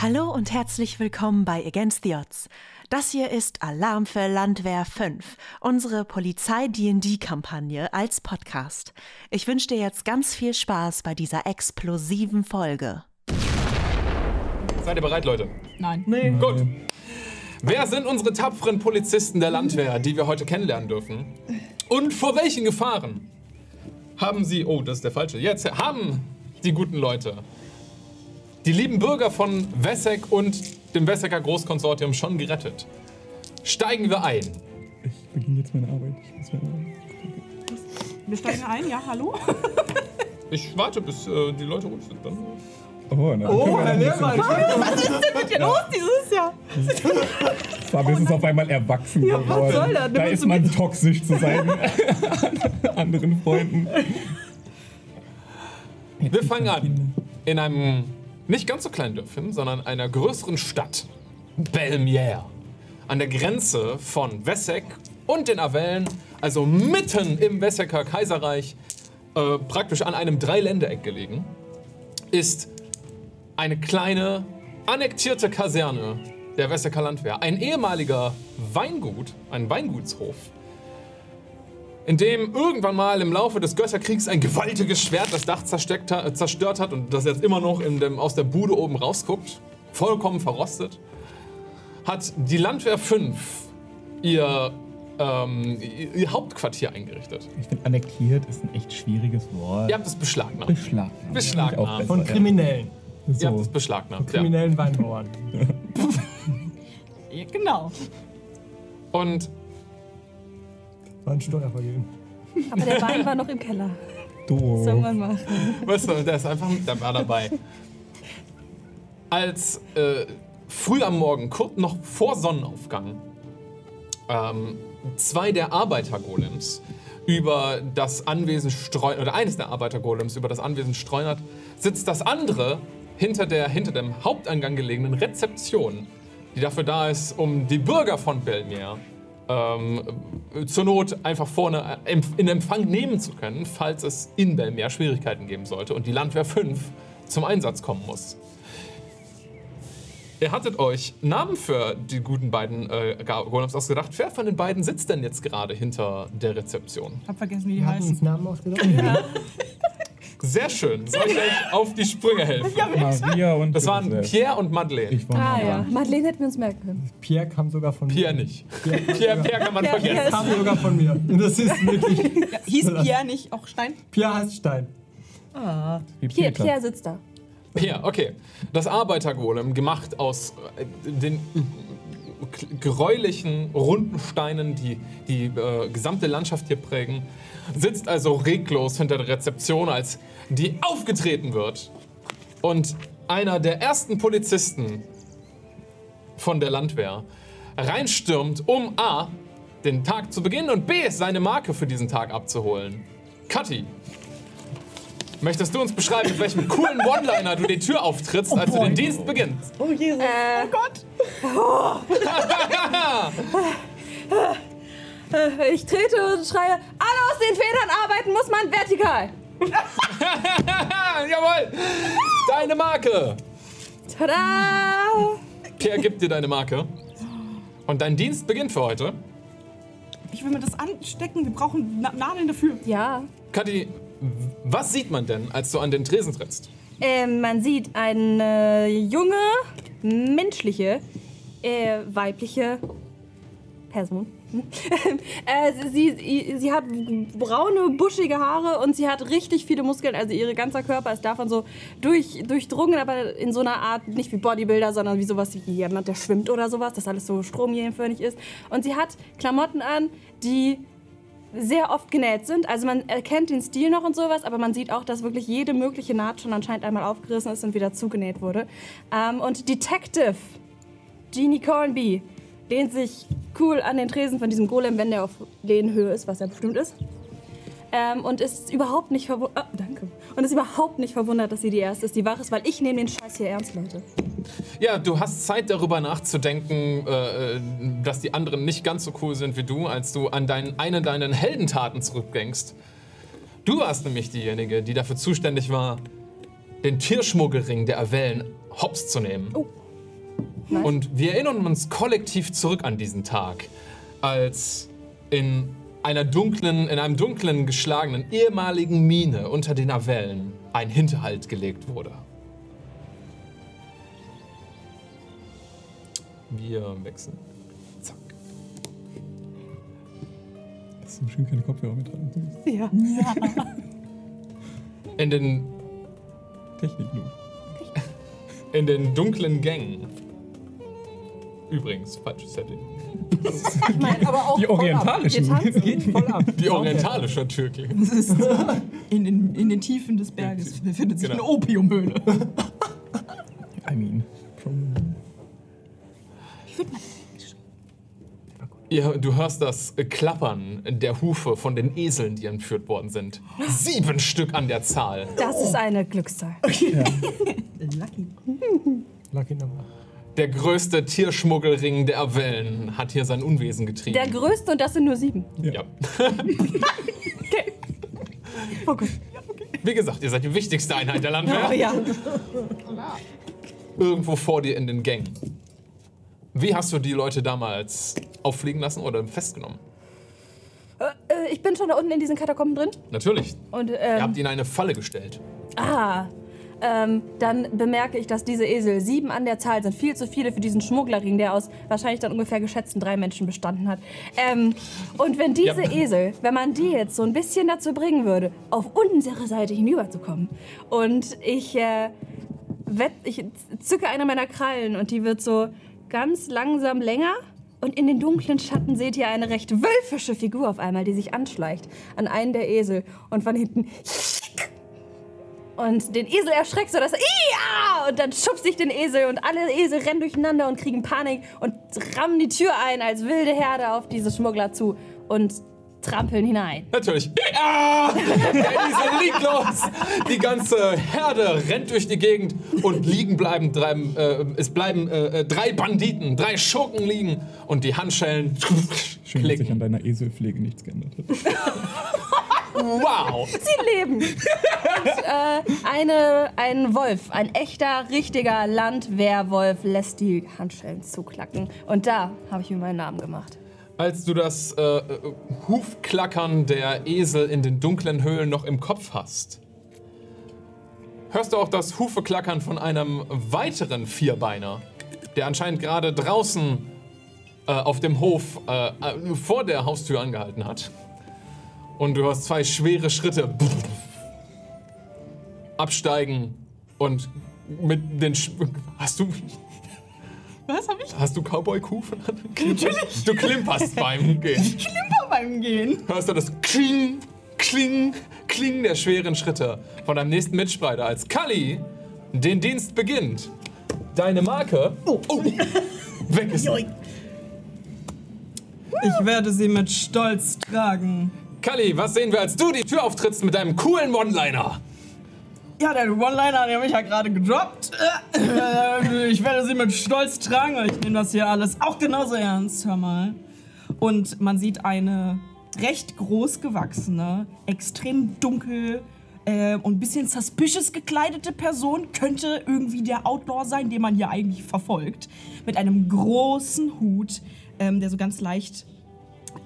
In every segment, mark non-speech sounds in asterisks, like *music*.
Hallo und herzlich willkommen bei Against the Odds. Das hier ist Alarm für Landwehr 5, unsere Polizei-D&D-Kampagne als Podcast. Ich wünsche dir jetzt ganz viel Spaß bei dieser explosiven Folge. Seid ihr bereit, Leute? Nein. Gut. Wer sind unsere tapferen Polizisten der Landwehr, die wir heute kennenlernen dürfen? Und vor welchen Gefahren haben sie, oh, das ist der falsche, jetzt haben die guten Leute, die lieben Bürger von Wesseck und dem Wessecker Großkonsortium schon gerettet? Steigen wir ein. Ich beginne jetzt meine Arbeit. Ich muss meine Arbeit. Wir steigen ein, ja, *laughs* hallo? Ich warte, bis äh, die Leute ruhig sind. Dann. Oh, na, oh Herr Lehrmann, Geht ja los dieses Jahr. Fabius ist auf einmal erwachsen Ja, was geworden. soll das? Da Nimm ist uns man toxisch zu seinen *laughs* anderen Freunden. Wir fangen an in einem nicht ganz so kleinen Dörfchen, sondern einer größeren Stadt, Belmier, an der Grenze von Wesseck und den Avellen, also mitten im Wessecker Kaiserreich, äh, praktisch an einem Dreiländereck gelegen, ist eine kleine annektierte Kaserne der Wessecker Landwehr, ein ehemaliger Weingut, ein Weingutshof, in dem irgendwann mal im Laufe des Götterkriegs ein gewaltiges Schwert das Dach zersteckt, ha- äh, zerstört hat und das jetzt immer noch in dem, aus der Bude oben rausguckt, vollkommen verrostet, hat die Landwehr 5 ihr, ähm, ihr ihr Hauptquartier eingerichtet. Ich finde, annektiert ist ein echt schwieriges Wort. Ihr habt es beschlagnahmt. Beschlagnahmt. Beschlagnahmt. Finde ich auch besser, Von ja. Kriminellen. Ihr habt es beschlagnahmt. Ja. Kriminellen Weinbauern. Ja, genau. Und War ein Steuervergehen. Aber der Wein war noch im Keller. Doof. Irgendwann mal. Weißt du, der ist einfach mit der war dabei. Als äh, früh am Morgen, kurz noch vor Sonnenaufgang, ähm, zwei der Arbeitergolems über das Anwesen streunert, oder eines der Arbeitergolems über das Anwesen streunert, sitzt das andere hinter der hinter dem Haupteingang gelegenen Rezeption, die dafür da ist, um die Bürger von Belmier ähm, zur Not einfach vorne empf- in Empfang nehmen zu können, falls es in Belmer Schwierigkeiten geben sollte und die Landwehr 5 zum Einsatz kommen muss. Ihr hattet euch Namen für die guten beiden äh, Ga- Golems ausgedacht. Wer von den beiden sitzt denn jetzt gerade hinter der Rezeption? Hab vergessen, wie die Wir hatten heißen. uns Namen ausgedacht. Ja. Sehr schön. Soll ich euch auf die Sprünge helfen? Maria und Das waren Josef. Pierre und Madeleine. Ich war Ah mal ja. dran. Madeleine hätten wir uns merken können. Pierre kam sogar von Pierre mir. nicht. Pierre, Pierre kann man Pierre vergessen. ist- Kam sogar von mir. Und Das ist wirklich. Ja, hieß Pierre nicht auch Stein? Pierre heißt Stein. Wie Pierre, Peter. Pierre sitzt da. *laughs* Pierre, okay. Das Arbeitergolem, gemacht aus äh, den k- gräulichen, runden Steinen, die die äh, gesamte Landschaft hier prägen, sitzt also reglos hinter der Rezeption, als die aufgetreten wird. Und einer der ersten Polizisten von der Landwehr reinstürmt, um A, den Tag zu beginnen und B, seine Marke für diesen Tag abzuholen. Kathi, Möchtest du uns beschreiben, mit welchem coolen One-Liner du die Tür auftrittst, als du den Dienst beginnst? Äh, Gott! äh, ich trete und schreie, alle aus den Federn arbeiten muss man vertikal. Ah, jawohl! Deine Marke! Tada! Pierre gibt dir deine Marke. Und dein Dienst beginnt für heute. Ich will mir das anstecken, wir brauchen Na Nadeln dafür. *laughs* Ja. Kathi, was sieht man denn, als du an den Tresen trittst? Ähm, man sieht eine junge, menschliche, äh, weibliche Person. Hm. *laughs* äh, sie, sie, sie hat braune, buschige Haare und sie hat richtig viele Muskeln. Also ihr ganzer Körper ist davon so durch, durchdrungen, aber in so einer Art, nicht wie Bodybuilder, sondern wie sowas wie jemand, der schwimmt oder sowas, dass alles so stromlinienförmig ist. Und sie hat Klamotten an, die sehr oft genäht sind. Also man erkennt den Stil noch und sowas, aber man sieht auch, dass wirklich jede mögliche Naht schon anscheinend einmal aufgerissen ist und wieder zugenäht wurde. Ähm, und Detective Jeannie Cornby lehnt sich cool an den Tresen von diesem Golem, wenn der auf Lehnhöhe ist, was er bestimmt ist. Ähm, und ist überhaupt nicht verwundert. Oh, danke. Und ist überhaupt nicht verwundert, dass sie die erste ist, die wach ist, weil ich nehme den Scheiß hier ernst, Leute. Ja, du hast Zeit darüber nachzudenken, äh, äh, dass die anderen nicht ganz so cool sind wie du, als du an deinen, eine deiner Heldentaten zurückdenkst. Du warst nämlich diejenige, die dafür zuständig war, den Tierschmuggelring der Avellen hops zu nehmen. Oh. Und wir erinnern uns kollektiv zurück an diesen Tag, als in einer dunklen, in einem dunklen geschlagenen ehemaligen Mine unter den Avellen ein Hinterhalt gelegt wurde. Wir wechseln. Zack. Das ist zum Schön keine Kopfhörer mit dran. Ja. *laughs* In den Technik nur. In den dunklen Gängen. Übrigens, falsches Setting. Nein, aber Oh, auch Die voll ab. orientalischen. Wir tanzen voll ab. Die orientalische Türkei. Es ist in, den, in den Tiefen des Berges befindet sich Genau. eine Opiumhöhle. *laughs* I mean. Ja, du hörst das Klappern der Hufe von den Eseln, die entführt worden sind. Sieben Stück an der Zahl. Das ist eine Glückszahl. Lucky. Lucky Number. Der größte Tierschmuggelring der Avellen hat hier sein Unwesen getrieben. Der größte und das sind nur sieben. ja. Oh Gott. Wie gesagt, ihr seid die wichtigste Einheit der Landwehr. Oh ja. Irgendwo vor dir in den Gängen. Wie hast du die Leute damals auffliegen lassen oder festgenommen? Äh, ich bin schon da unten in diesen Katakomben drin. Natürlich. Und Ihr ähm, habt ihn in eine Falle gestellt. ah, ähm, dann bemerke ich, dass diese Esel sieben an der Zahl sind. Viel zu viele für diesen Schmugglerring, der aus wahrscheinlich dann ungefähr geschätzten drei Menschen bestanden hat. Ähm, und wenn diese Ja. Esel, wenn man die jetzt so ein bisschen dazu bringen würde, auf unsere Seite hinüberzukommen und ich äh, wett, ich zücke eine meiner Krallen und die wird so ganz langsam länger. Und in den dunklen Schatten seht ihr eine recht wölfische Figur auf einmal, die sich anschleicht an einen der Esel und von hinten und den Esel erschreckt, sodass er Ia! und dann schubst ich den Esel und alle Esel rennen durcheinander und kriegen Panik und rammen die Tür ein als wilde Herde auf diese Schmuggler zu und trampeln hinein. Natürlich. Ah! Diese liegt los. Die ganze Herde rennt durch die Gegend und liegen bleiben drei, äh, es bleiben äh, äh, drei Banditen, drei Schurken liegen und die Handschellen *laughs* Schön, dass sich an klicken. deiner Eselpflege nichts geändert hat. Wow. Sie leben! und äh, eine, ein Wolf, ein echter, richtiger Landwehrwolf lässt die Handschellen zuklacken. Und da habe ich mir meinen Namen gemacht. Als du das äh, äh, Hufklackern der Esel in den dunklen Höhlen noch im Kopf hast, hörst du auch das Hufeklackern von einem weiteren Vierbeiner, der anscheinend gerade draußen äh, auf dem Hof äh, äh, vor der Haustür angehalten hat. Und du hörst zwei schwere Schritte absteigen und mit den... Sch hast du... Was habe ich Hast du Cowboy-Kufen? Natürlich. Du klimperst beim Gehen immer beim Gehen? hörst du das Kling, Kling, Kling der schweren Schritte von deinem nächsten Mitstreiter, als Kali den Dienst beginnt. Deine Marke oh, weg ist. Ich werde sie mit Stolz tragen. Kali, was sehen wir, als du die Tür auftrittst mit deinem coolen One-Liner? Ja, der One-Liner, den habe ich ja gerade gedroppt. Äh, Ich werde sie mit Stolz tragen, weil ich nehme das hier alles auch genauso ernst. Hör mal. Und man sieht eine recht groß gewachsene, extrem dunkel äh, und ein bisschen suspicious gekleidete Person. Könnte irgendwie der Outlaw sein, den man hier eigentlich verfolgt. Mit einem großen Hut, ähm, der so ganz leicht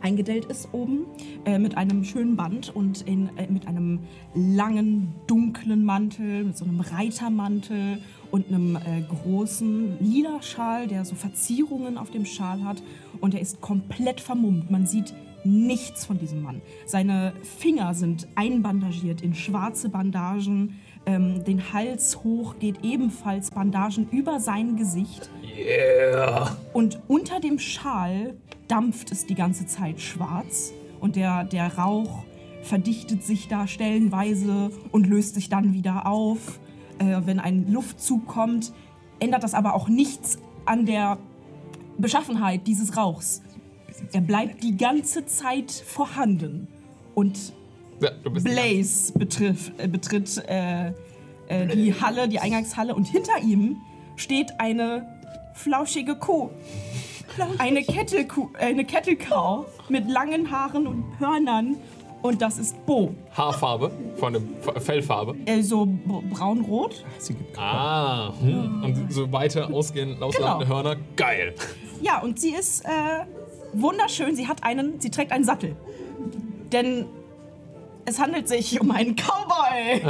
eingedellt ist oben, äh, mit einem schönen Band und in, äh, mit einem langen, dunklen Mantel, mit so einem Reitermantel und einem äh, großen lila Schal, der so Verzierungen auf dem Schal hat. Und er ist komplett vermummt. Man sieht nichts von diesem Mann. Seine Finger sind einbandagiert in schwarze Bandagen. Ähm, den Hals hoch geht ebenfalls Bandagen über sein Gesicht. Yeah. Und unter dem Schal dampft es die ganze Zeit schwarz und der, der Rauch verdichtet sich da stellenweise und löst sich dann wieder auf. Äh, wenn ein Luftzug kommt, ändert das aber auch nichts an der Beschaffenheit dieses Rauchs. Er bleibt die ganze Zeit vorhanden. Und Ja, du bist Blaze betriff, äh, betritt äh, äh, die Halle, die Eingangshalle und hinter ihm steht eine flauschige Kuh. Eine Kettelkuh, äh, eine Kettelkau mit langen Haaren und Hörnern Und das ist Bo. Haarfarbe, von dem F- Fellfarbe. Also b- braun-rot. Sie gibt Ah, hm. und so weiter ausgehend, ausladende Genau. Hörner. Geil. Ja, und sie ist äh, wunderschön. Sie hat einen, sie trägt einen Sattel. Denn es handelt sich um einen Cowboy.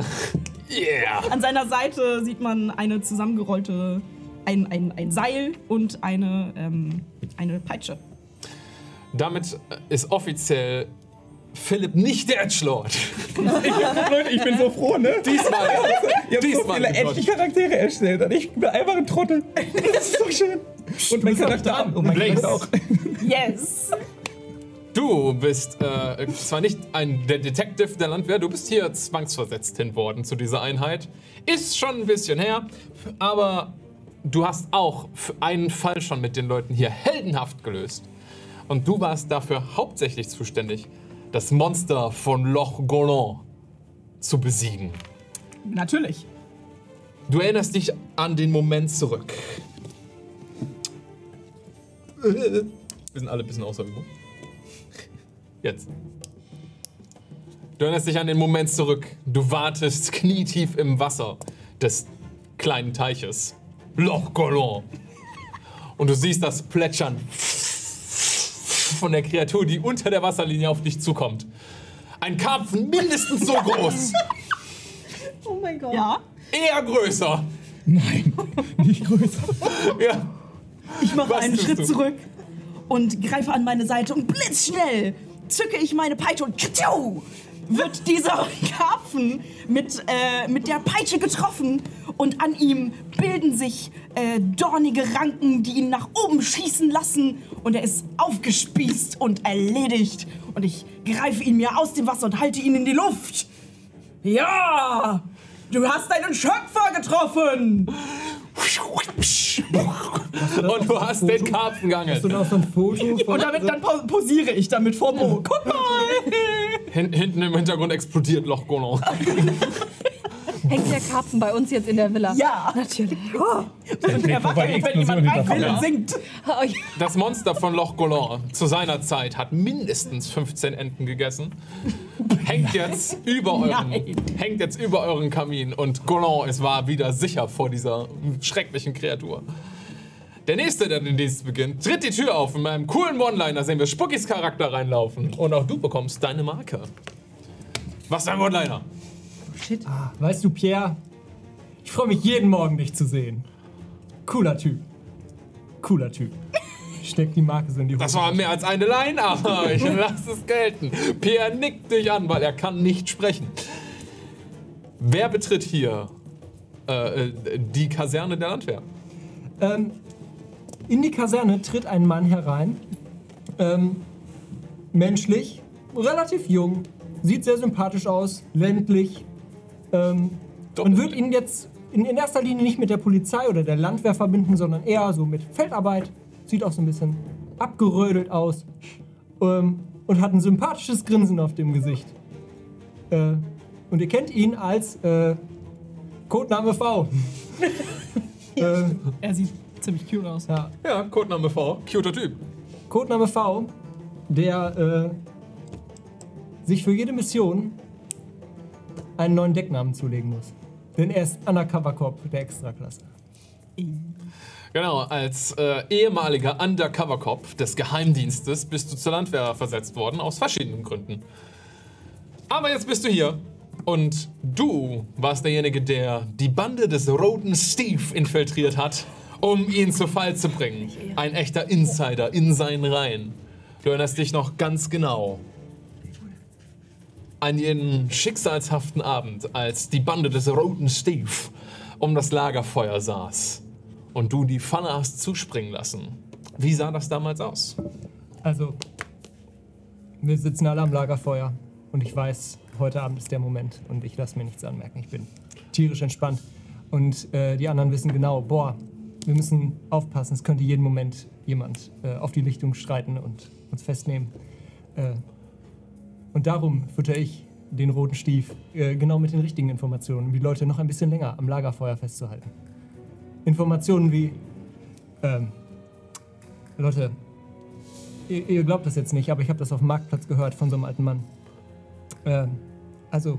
Yeah. An seiner Seite sieht man eine zusammengerollte, ein, ein, ein Seil und eine, ähm, eine Peitsche. Damit äh, ist offiziell Philipp nicht der Edgelord. Leute, ich bin so froh, ne? Diesmal. Ihr habt so Diesmal viele gedodged. edgy Charaktere erstellt und ich bin einfach ein Trottel. *laughs* Das ist so schön. Und mein Charakter auch. Und mein Blaze. Charakter auch. Yes! Du bist äh, zwar nicht ein der Detective der Landwehr, du bist hier zwangsversetzt hin worden zu dieser Einheit. Ist schon ein bisschen her, aber du hast auch f- einen Fall schon mit den Leuten hier heldenhaft gelöst. Und du warst dafür hauptsächlich zuständig, das Monster von Loch Golan zu besiegen. Natürlich. Du erinnerst dich an den Moment zurück. Wir sind alle ein bisschen außer Übung. Jetzt. Du erinnerst dich an den Moment zurück. Du wartest knietief im Wasser des kleinen Teiches. Loch Colon. Und du siehst das Plätschern von der Kreatur, die unter der Wasserlinie auf dich zukommt. Ein Karpfen mindestens so groß, Oh mein Gott. Ja. eher größer. Nein, nicht größer. Ja. Ich mache Was einen tust Schritt du? zurück und greife an meine Seite und blitzschnell zücke ich meine Peitsche und ktiu, wird dieser *laughs* Karpfen mit, äh, mit der Peitsche getroffen und an ihm bilden sich äh, dornige Ranken, die ihn nach oben schießen lassen und er ist aufgespießt und erledigt und ich greife ihn mir aus dem Wasser und halte ihn in die Luft. Ja! Du hast deinen Schöpfer *laughs* getroffen! Und du hast den Karpfen Hast du geangelt. da auch so ein Foto von Und damit dann pau- posiere ich damit vor Mo. Guck mal! *laughs* Hin, hinten im Hintergrund explodiert Loch Golan. Hängt der Karpfen bei uns jetzt in der Villa? Ja. Natürlich. Und er wackelt, wenn jemand reinkommt und singt. Oh, ja. Das Monster von Loch Golan zu seiner Zeit hat mindestens 15 Enten gegessen. Hängt jetzt über euren, Nein. hängt jetzt über euren Kamin und Golan es war wieder sicher vor dieser schrecklichen Kreatur. Der nächste, der den Dienst beginnt, tritt die Tür auf. In meinem coolen One-Liner sehen wir Spuckys Charakter reinlaufen. Und auch du bekommst deine Marke. Was ist dein One-Liner? Weißt du, Pierre, ich freue mich jeden Morgen, dich zu sehen. Cooler Typ. Cooler Typ. Ich steck die Marke so in die Hose. Das war mehr als eine Line, aber *laughs* ich lasse es gelten. Pierre nickt dich an, weil er kann nicht sprechen. Wer betritt hier äh, äh, die Kaserne der Landwehr? Ähm, in die Kaserne tritt ein Mann herein. Ähm, menschlich, relativ jung, sieht sehr sympathisch aus, ländlich. Ähm, und wird ihn jetzt in, in erster Linie nicht mit der Polizei oder der Landwehr verbinden, sondern eher so mit Feldarbeit. Sieht auch so ein bisschen abgerödelt aus ähm, und hat ein sympathisches Grinsen auf dem Gesicht. Äh, und ihr kennt ihn als äh, Codename V. äh, Er sieht ziemlich cute aus. ja, Ja, Codename V. Cuter Typ. Codename V, der äh, sich für jede Mission einen neuen Decknamen zulegen muss. Denn er ist Undercover Cop der Extraklasse. Genau, als äh, ehemaliger Undercover-Cop des Geheimdienstes bist du zur Landwehr versetzt worden, aus verschiedenen Gründen. Aber jetzt bist du hier. Und du warst derjenige, der die Bande des Roten Steve infiltriert hat, um ihn zu Fall zu bringen. Ein echter Insider in seinen Reihen. Du erinnerst dich noch ganz genau an jenen schicksalshaften Abend, als die Bande des Roten Steve um das Lagerfeuer saß und du die Pfanne hast zuspringen lassen. Wie sah das damals aus? Also, wir sitzen alle am Lagerfeuer und ich weiß, heute Abend ist der Moment und ich lasse mir nichts anmerken. Ich bin tierisch entspannt und äh, die anderen wissen genau, boah, wir müssen aufpassen, es könnte jeden Moment jemand äh, auf die Lichtung streiten und uns festnehmen. Äh, und darum fütter ich den roten Stief äh, genau mit den richtigen Informationen, um die Leute noch ein bisschen länger am Lagerfeuer festzuhalten. Informationen wie, ähm, Leute, Ihr, ihr glaubt das jetzt nicht, aber ich habe das auf dem Marktplatz gehört von so einem alten Mann. ähm, also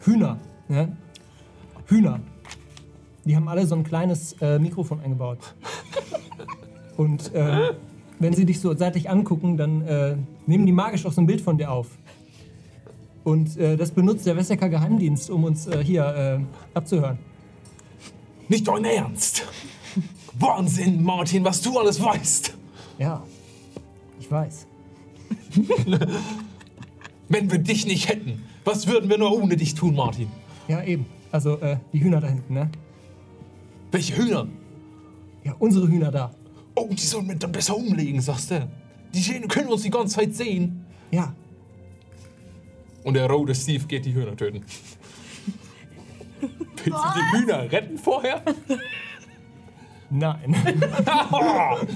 Hühner, ne? Hühner. Die haben alle so ein kleines äh, Mikrofon eingebaut. Und ähm, wenn sie dich so seitlich angucken, dann äh, nehmen die magisch auch so ein Bild von dir auf. Und äh, das benutzt der Wessecker Geheimdienst, um uns äh, hier äh, abzuhören. Nicht dein Ernst! Wahnsinn, Martin, was du alles weißt! Ja, ich weiß. Wenn wir dich nicht hätten, was würden wir nur ohne dich tun, Martin? Ja, eben. Also äh, die Hühner da hinten, ne? Welche Hühner? Ja, unsere Hühner da. Oh, die sollen mit dann besser umlegen, sagst du. Die sehen- können uns die ganze Zeit sehen. Ja, Und der rote Steve geht die Hühner töten. Willst du die Hühner retten vorher? *laughs* nein.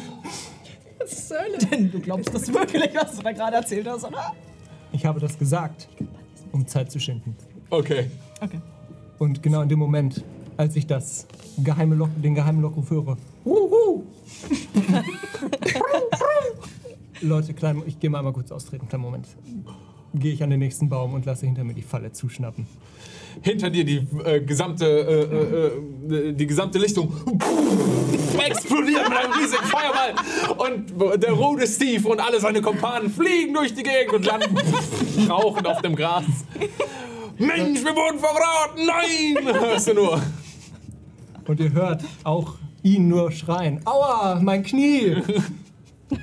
*laughs* Söhle denn? Du glaubst das wirklich, was du da gerade erzählt hast, oder? Ich habe das gesagt, um Zeit zu schinden. Okay. Okay. Und genau in dem Moment, als ich das geheime Lok den geheimen Lockruf höre. Wuhu! *laughs* Leute, klein, ich gehe mal einmal kurz austreten, kleinen Moment. Gehe ich an den nächsten Baum und lasse hinter mir die Falle zuschnappen. Hinter dir die äh, gesamte äh, äh, äh, die gesamte Lichtung explodiert mit einem riesigen Feuerball und der rote Steve und alle seine Kompanen fliegen durch die Gegend und landen rauchend auf dem Gras. Mensch, wir wurden verraten! Nein! Hörst du nur. Und ihr hört auch ihn nur schreien: Aua, mein Knie!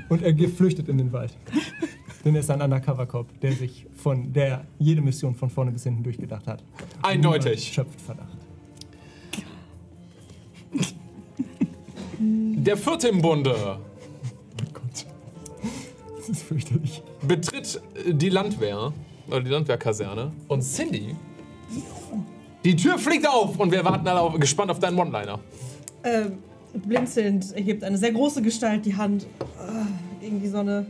Und er ge- flüchtet in den Wald. Denn er ist ein Undercover-Cop, der sich von der jede Mission von vorne bis hinten durchgedacht hat. Eindeutig. Schöpft Verdacht. Der vierte im Bunde Das ist fürchterlich. betritt äh, die Landwehr oder die Landwehrkaserne und Cindy. Die Tür fliegt auf und wir warten alle auf, gespannt auf deinen One-Liner. Ähm, blinzelnd erhebt eine sehr große Gestalt die Hand ah, gegen die Sonne.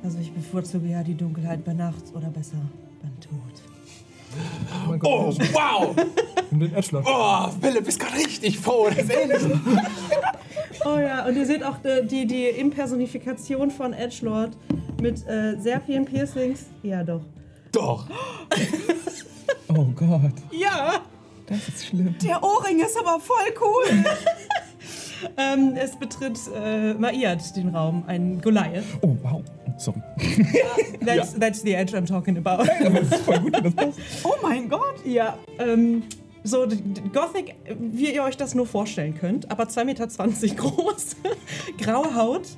Also ich bevorzuge ja die Dunkelheit bei Nacht oder besser beim Tod. Oh mein Gott, Oh, wow! nimm den Edgelock. Oh, Philipp ist gerade richtig froh. Das ist Oh ja, und ihr seht auch äh, die, die Impersonifikation von Edgelord mit äh, sehr vielen Piercings. Ja, doch. Doch. Oh Gott, Ja, das ist schlimm. der Ohrring ist aber voll cool. ähm, es betritt äh, Maiad den Raum, ein Goliath. Oh wow, *laughs* sorry. That's, that's the edge I'm talking about. Oh mein Gott! Ja, ähm, so d- d- Gothic, äh, wie ihr euch das nur vorstellen könnt, aber 2,20 Meter groß, *laughs* graue Haut,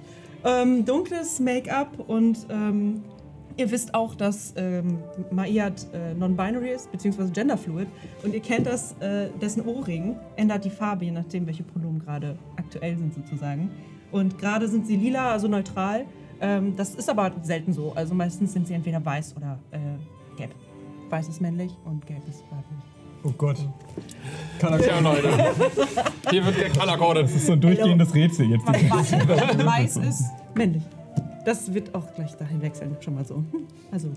ähm, dunkles Make-up und ähm, ihr wisst auch, dass ähm, Maiad äh, non-binary ist, beziehungsweise genderfluid und ihr kennt das, äh, dessen Ohrring ändert die Farbe, je nachdem, welche Pronomen gerade aktuell sind sozusagen. Und gerade sind sie lila, also neutral. Ähm, das ist aber selten so, also meistens sind sie entweder weiß oder äh, gelb. Weiß ist männlich und gelb ist weiblich. Oh Gott. Kann er Tja, Leute. Hier wird der Color-Coded. Das ist so ein durchgehendes Rätsel jetzt. Weiß ist. Männlich. Das wird auch gleich dahin wechseln, schon mal so. *laughs* Hm, Also,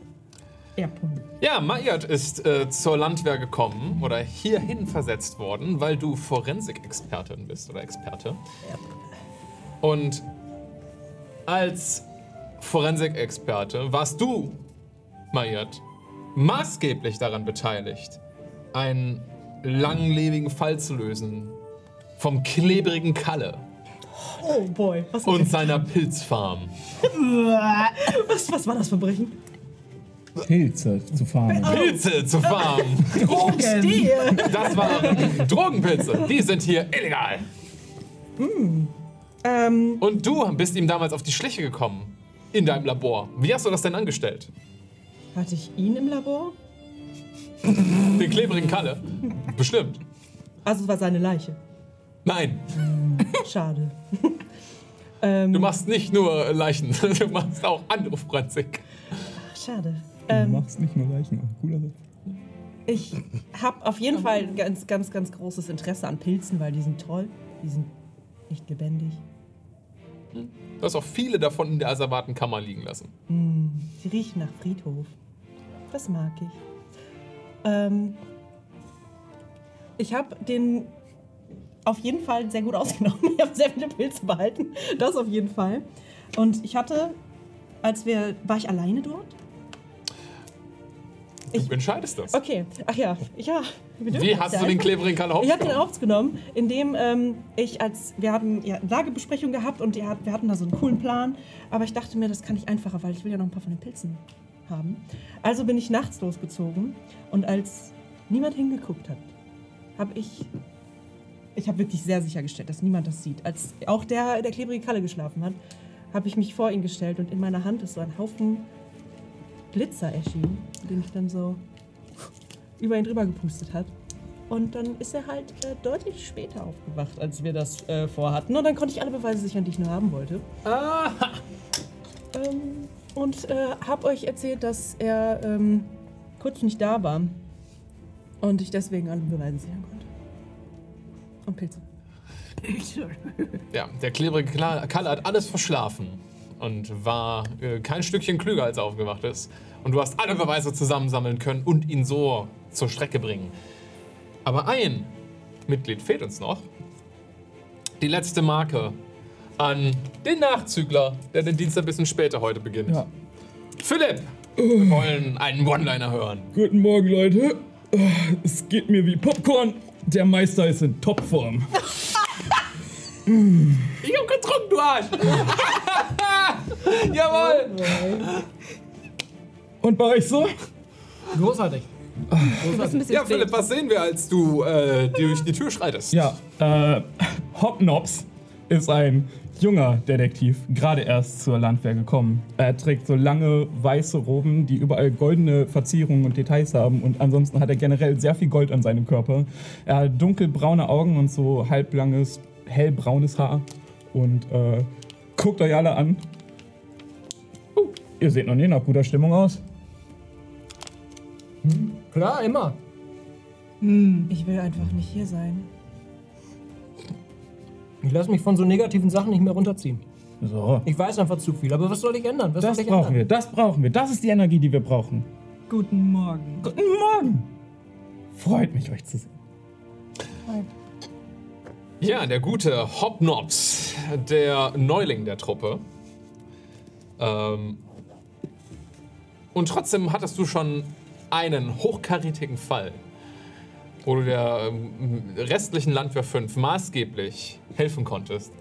eher Punkt. Ja, Mayat ist äh, zur Landwehr gekommen oder hierhin versetzt worden, weil du Forensik-Expertin bist oder Experte. Und als Forensik-Experte warst du, Mayat, maßgeblich daran beteiligt, einen langlebigen Fall zu lösen vom klebrigen Kalle Oh boy, was, und seiner Pilzfarm. was, was war das Verbrechen? Pilze zu farmen. Pilze zu farmen. Stehe! Das waren Drogenpilze. Die sind hier illegal. ähm, Und du bist ihm damals auf die Schliche gekommen. In deinem Labor. Wie hast du das denn angestellt? hatte ich ihn im Labor? Den klebrigen Kalle? Bestimmt. Also, es war seine Leiche. Nein, Schade. ähm, du machst nicht nur Leichen, *laughs* du machst auch andere Forensik. schade. Du Ähm, machst nicht nur Leichen. Oh, cooler Satz. ich habe auf jeden Fall ein ganz, ganz, ganz großes Interesse an Pilzen, weil die sind toll. Die sind nicht lebendig. Du hast auch viele davon in der Asservatenkammer liegen lassen. Sie riechen nach Friedhof. Das mag ich. Ähm, ich habe den auf jeden Fall sehr gut *laughs* ausgenommen. Ich habe sehr viele Pilze behalten. Das auf jeden Fall. Und ich hatte, als wir, war ich alleine dort? Du entscheidest das. Okay, ach ja, ja. wir dürfen Wie das hast ja du den einfach. klebrigen Kalhoff? Ich habe den aufgenommen, indem ähm, ich als wir haben ja eine Lagebesprechung gehabt und die hat, wir hatten da so einen coolen Plan, aber ich dachte mir, das kann ich einfacher, weil ich will ja noch ein paar von den Pilzen haben. Also bin ich nachts losgezogen und als niemand hingeguckt hat, habe ich ich habe wirklich sehr sichergestellt, dass niemand das sieht. Als auch der der klebrige Kalle geschlafen hat, habe ich mich vor ihn gestellt und in meiner Hand ist so ein Haufen Blitzer erschienen, den ich dann so über ihn drüber gepustet hat. Und dann ist er halt äh, deutlich später aufgewacht, als wir das äh, vorhatten. Und dann konnte ich alle Beweise sichern, die ich nur haben wollte. Ähm, und äh, habe euch erzählt, dass er ähm, kurz nicht da war. Und ich deswegen alle Beweise sichern konnte. Und Pilze. Ja, der klebrige Kla- Kalle hat alles verschlafen und war äh, kein Stückchen klüger, als er aufgewacht ist. Und du hast alle Beweise zusammensammeln können und ihn so zur Strecke bringen. Aber ein Mitglied fehlt uns noch. Die letzte Marke an den Nachzügler, der den Dienst ein bisschen später heute beginnt. Ja. Philipp, wir wollen einen One-Liner hören. Guten Morgen, Leute. Oh, Es geht mir wie Popcorn. Der Meister ist in *laughs* Topform. Ich hab getrunken, du *laughs* Arsch! Oh Jawohl! Und bei euch so? Großartig. Ja, Philipp, was sehen wir, als du äh, durch die Tür schreitest? Ja, äh, *laughs* Hobnobs ist ein junger Detektiv, gerade erst zur Landwehr gekommen. Er trägt so lange weiße Roben, die überall goldene Verzierungen und Details haben und ansonsten hat er generell sehr viel Gold an seinem Körper. Er hat dunkelbraune Augen und so halblanges, hellbraunes Haar und äh, guckt euch alle an. Uh, ihr seht noch nie nach guter Stimmung aus. Klar, immer. Ich will einfach nicht hier sein. Ich lasse mich von so negativen Sachen nicht mehr runterziehen. So, Ich weiß einfach zu viel, aber was soll ich ändern? Was das soll ich brauchen ändern? wir, das brauchen wir. Das ist die Energie, die wir brauchen. Guten Morgen. Guten Morgen! Freut mich, euch zu sehen. Ja, der gute Hobnobs, der Neuling der Truppe. Ähm, und trotzdem hattest du schon einen hochkarätigen Fall, wo du der ähm, restlichen Landwehr 5 maßgeblich helfen konntest.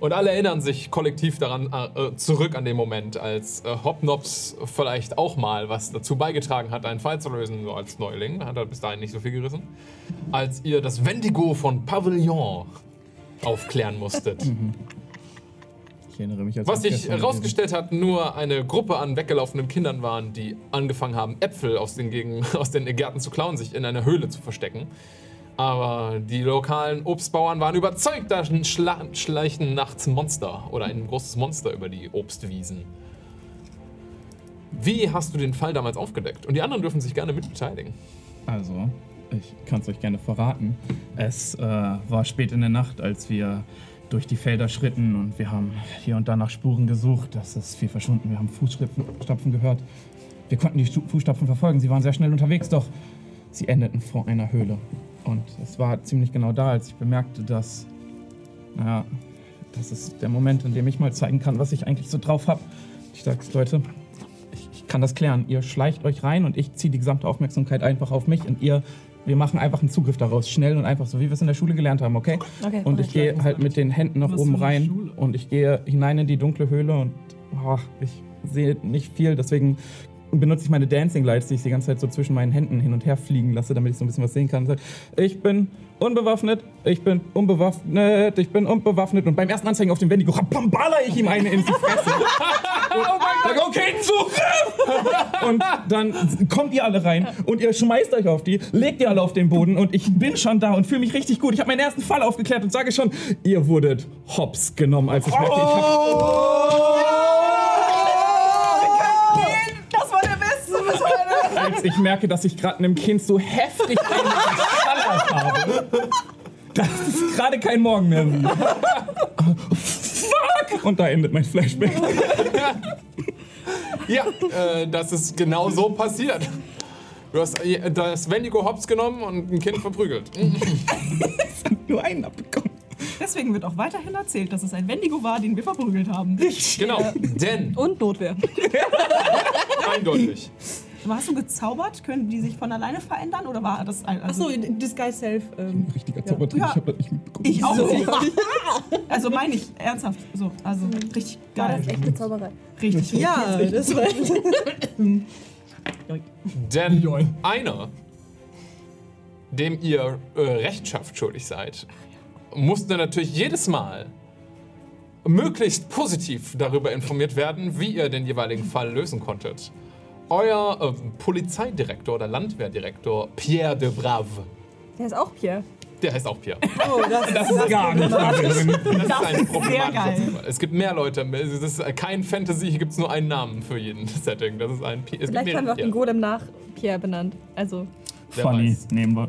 Und alle erinnern sich kollektiv daran äh, äh, zurück an den Moment, als äh, Hobnobs vielleicht auch mal was dazu beigetragen hat, einen Fall zu lösen, so als Neuling. Hat er bis dahin nicht so viel gerissen als ihr das Wendigo von Pavillon aufklären musstet. Ich erinnere mich, als Was ich sich gestern- herausgestellt hat, nur eine Gruppe an weggelaufenen Kindern waren, die angefangen haben, Äpfel aus den, Gegen *laughs* aus den Gärten zu klauen, sich in einer Höhle zu verstecken. Aber die lokalen Obstbauern waren überzeugt, da schla schleichen nachts Monster oder ein großes Monster über die Obstwiesen. Wie hast du den Fall damals aufgedeckt? Und die anderen dürfen sich gerne mitbeteiligen. Also, ich kann es euch gerne verraten. Es äh, war spät in der Nacht, als wir durch die Felder schritten und wir haben hier und da nach Spuren gesucht. Das ist viel verschwunden. Wir haben Fußstapfen Stapfen gehört. Wir konnten die Stu- Fußstapfen verfolgen. Sie waren sehr schnell unterwegs, doch sie endeten vor einer Höhle. Und es war ziemlich genau da, als ich bemerkte, dass. Naja, das ist der Moment, in dem ich mal zeigen kann, was ich eigentlich so drauf habe. Ich sag's, Leute, ich, ich kann das klären. Ihr schleicht euch rein und ich ziehe die gesamte Aufmerksamkeit einfach auf mich und ihr, wir machen einfach einen Zugriff daraus, schnell und einfach, so wie wir es in der Schule gelernt haben, okay? Okay, und ich okay. gehe halt mit den Händen nach Was oben für eine rein Schule. und ich gehe hinein in die dunkle Höhle und oh, ich sehe nicht viel, deswegen benutze ich meine Dancing Lights, die ich die ganze Zeit so zwischen meinen Händen hin und her fliegen lasse, damit ich so ein bisschen was sehen kann. Und sage, ich bin unbewaffnet, ich bin unbewaffnet, ich bin unbewaffnet und beim ersten Anzeigen auf dem Wendigo, bam, baller ich ihm eine in die *laughs* Fresse. Sag, okay, Zugriff! und dann kommt ihr alle rein und ihr schmeißt euch auf die, legt ihr alle auf den Boden und ich bin schon da und fühle mich richtig gut. Ich habe meinen ersten Fall aufgeklärt und sage schon, ihr wurdet hops genommen, als ich merkte, ich hab Das war der Beste bis heute. Oh. als ich merke, dass ich gerade einem Kind so heftig einen geschallert habe, dass es gerade kein Morgen mehr sieht. Fuck! Und da endet mein Flashback. Ja, äh, das ist genau so passiert. Du hast äh, das Wendigo Hops genommen und ein Kind verprügelt. Mhm. Nur einen abbekommen. Deswegen wird auch weiterhin erzählt, dass es ein Wendigo war, den wir verprügelt haben. Oh Genau, denn Und Notwehr. eindeutig. Aber hast du gezaubert? Können die sich von alleine verändern? Oder war das ein. Also Achso, Disguise Self. Ähm, Ein richtiger Zaubertrick, Ja. ich hab das nicht mitbekommen. ich auch so. nicht. *laughs* Also meine ich ernsthaft. So, also Mhm. richtig War geil. das echte Zauberei? Richtig. ja, das war Denn Join. einer, dem ihr äh, Rechenschaft schuldig seid, musste natürlich jedes Mal möglichst positiv darüber informiert werden, wie ihr den jeweiligen Fall lösen konntet. Euer äh, Polizeidirektor oder Landwehrdirektor Pierre de Brave, Der ist auch Pierre. der heißt auch Pierre. Oh, das, das ist gar nicht. Das ist ein sehr geil. Fall. Es gibt mehr Leute, es ist äh, kein Fantasy, hier gibt es nur einen Namen für jeden *laughs* Setting. Das ist ein Pierre. Es gibt Vielleicht haben mehrere wir auch den Pierre. Golem nach Pierre benannt. Also, Wer Funny, weiß. nehmen wir.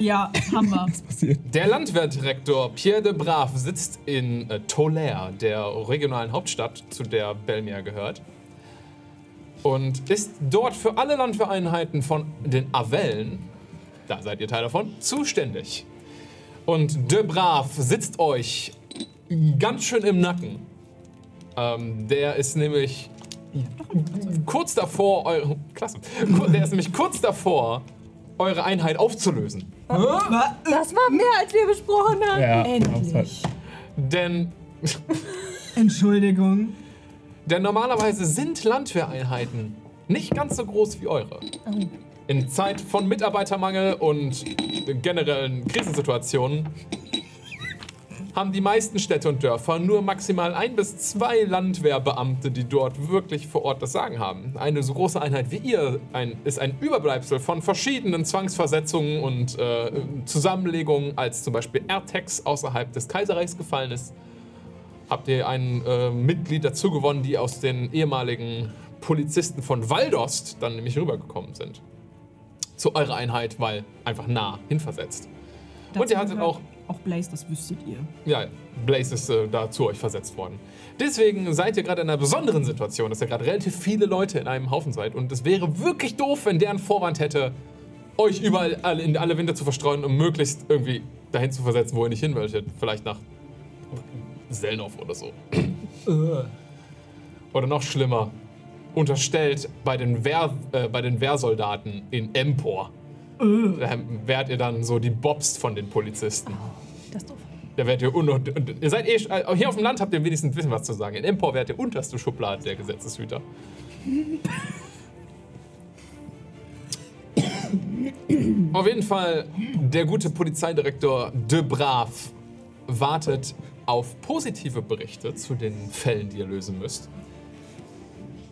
Ja, haben wir. Der Landwehrdirektor Pierre de Brave sitzt in äh, Tolaire, der regionalen Hauptstadt, zu der Belmia gehört. Und ist dort für alle Landwehreinheiten von den Avellen, da seid ihr Teil davon, zuständig. Und de Brave sitzt euch ganz schön im Nacken. Ähm, der ist nämlich kurz davor, eure, klasse, Kur- der ist nämlich kurz davor, eure Einheit aufzulösen. das war mehr, als wir besprochen haben. Ja, Endlich. Denn Entschuldigung. Denn normalerweise sind Landwehreinheiten nicht ganz so groß wie eure. In Zeit von Mitarbeitermangel und generellen Krisensituationen haben die meisten Städte und Dörfer nur maximal ein bis zwei Landwehrbeamte, die dort wirklich vor Ort das Sagen haben. Eine so große Einheit wie ihr ein, ist ein Überbleibsel von verschiedenen Zwangsversetzungen und äh, Zusammenlegungen, als zum Beispiel Ertex außerhalb des Kaiserreichs gefallen ist habt ihr ein äh, Mitglied dazu gewonnen, die aus den ehemaligen Polizisten von Waldost dann nämlich rübergekommen sind. Zu eurer Einheit, weil einfach nah hinversetzt. Und ihr halt hattet auch, Auch Blaze, das wüsstet ihr. ja, Blaze ist äh, da zu euch versetzt worden. Deswegen seid ihr gerade in einer besonderen Situation, dass ihr gerade relativ viele Leute in einem Haufen seid. Und es wäre wirklich doof, wenn deren Vorwand hätte, euch überall alle, in alle Winde zu verstreuen und möglichst irgendwie dahin zu versetzen, wo ihr nicht hin wolltet. Vielleicht nach Selnov oder so. Äh, Oder noch schlimmer, unterstellt bei den, Wehr, äh, bei den Wehrsoldaten in Empor. Da wärt ihr dann so die Bobs von den Polizisten. Das ist doof. Da wärt ihr un und, und, ihr seid eh, sch- äh, hier auf dem Land habt ihr wenigstens ein bisschen was zu sagen. In Empor wärt ihr unterste Schublade der Gesetzeshüter. auf jeden Fall, der gute Polizeidirektor De Brave wartet auf positive Berichte zu den Fällen, die ihr lösen müsst.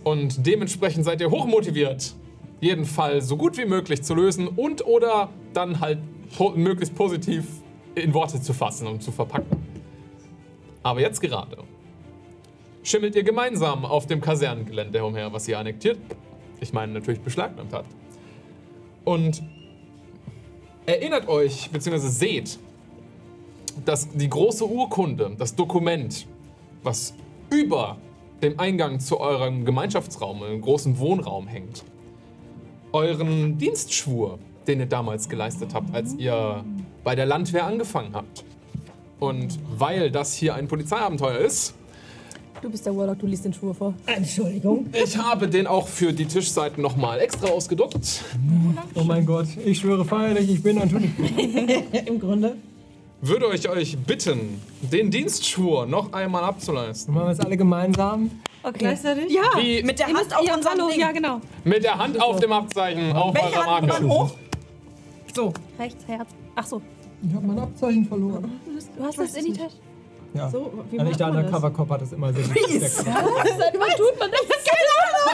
Und dementsprechend seid ihr hochmotiviert, jeden Fall so gut wie möglich zu lösen und oder dann halt po möglichst positiv in Worte zu fassen und zu verpacken. Aber jetzt gerade schimmelt ihr gemeinsam auf dem Kasernengelände herumher, was ihr annektiert. Ich meine natürlich beschlagnahmt habt. Und erinnert euch, beziehungsweise seht, dass die große Urkunde, das Dokument, was über dem Eingang zu eurem Gemeinschaftsraum, einem großen Wohnraum hängt. Euren Dienstschwur, den ihr damals geleistet habt, als ihr bei der Landwehr angefangen habt. Und weil das hier ein Polizeiabenteuer ist, Du bist der Warlock, du liest den Schwur vor. ich habe den auch für die Tischseiten nochmal extra ausgedruckt. oh mein Gott, ich schwöre feierlich, ich bin natürlich. im Grunde. Würde ich euch bitten, den Dienstschwur noch einmal abzuleisten. Machen wir es alle gemeinsam. Okay. Gleichzeitig? Ja, Die mit, der ihr müsst auch ja, Hallo, ja, genau. mit der Hand auf dem Abzeichen, auf eurer Marke. So, Rechts, Herz. Ach so, Ich habe mein Abzeichen verloren. du hast, du hast das in die Tasche. Ja. So, Also wie Ein macht echter man das? Undercover-Cop hat das immer sehr gut versteckt. Seit wann tut man *laughs* das?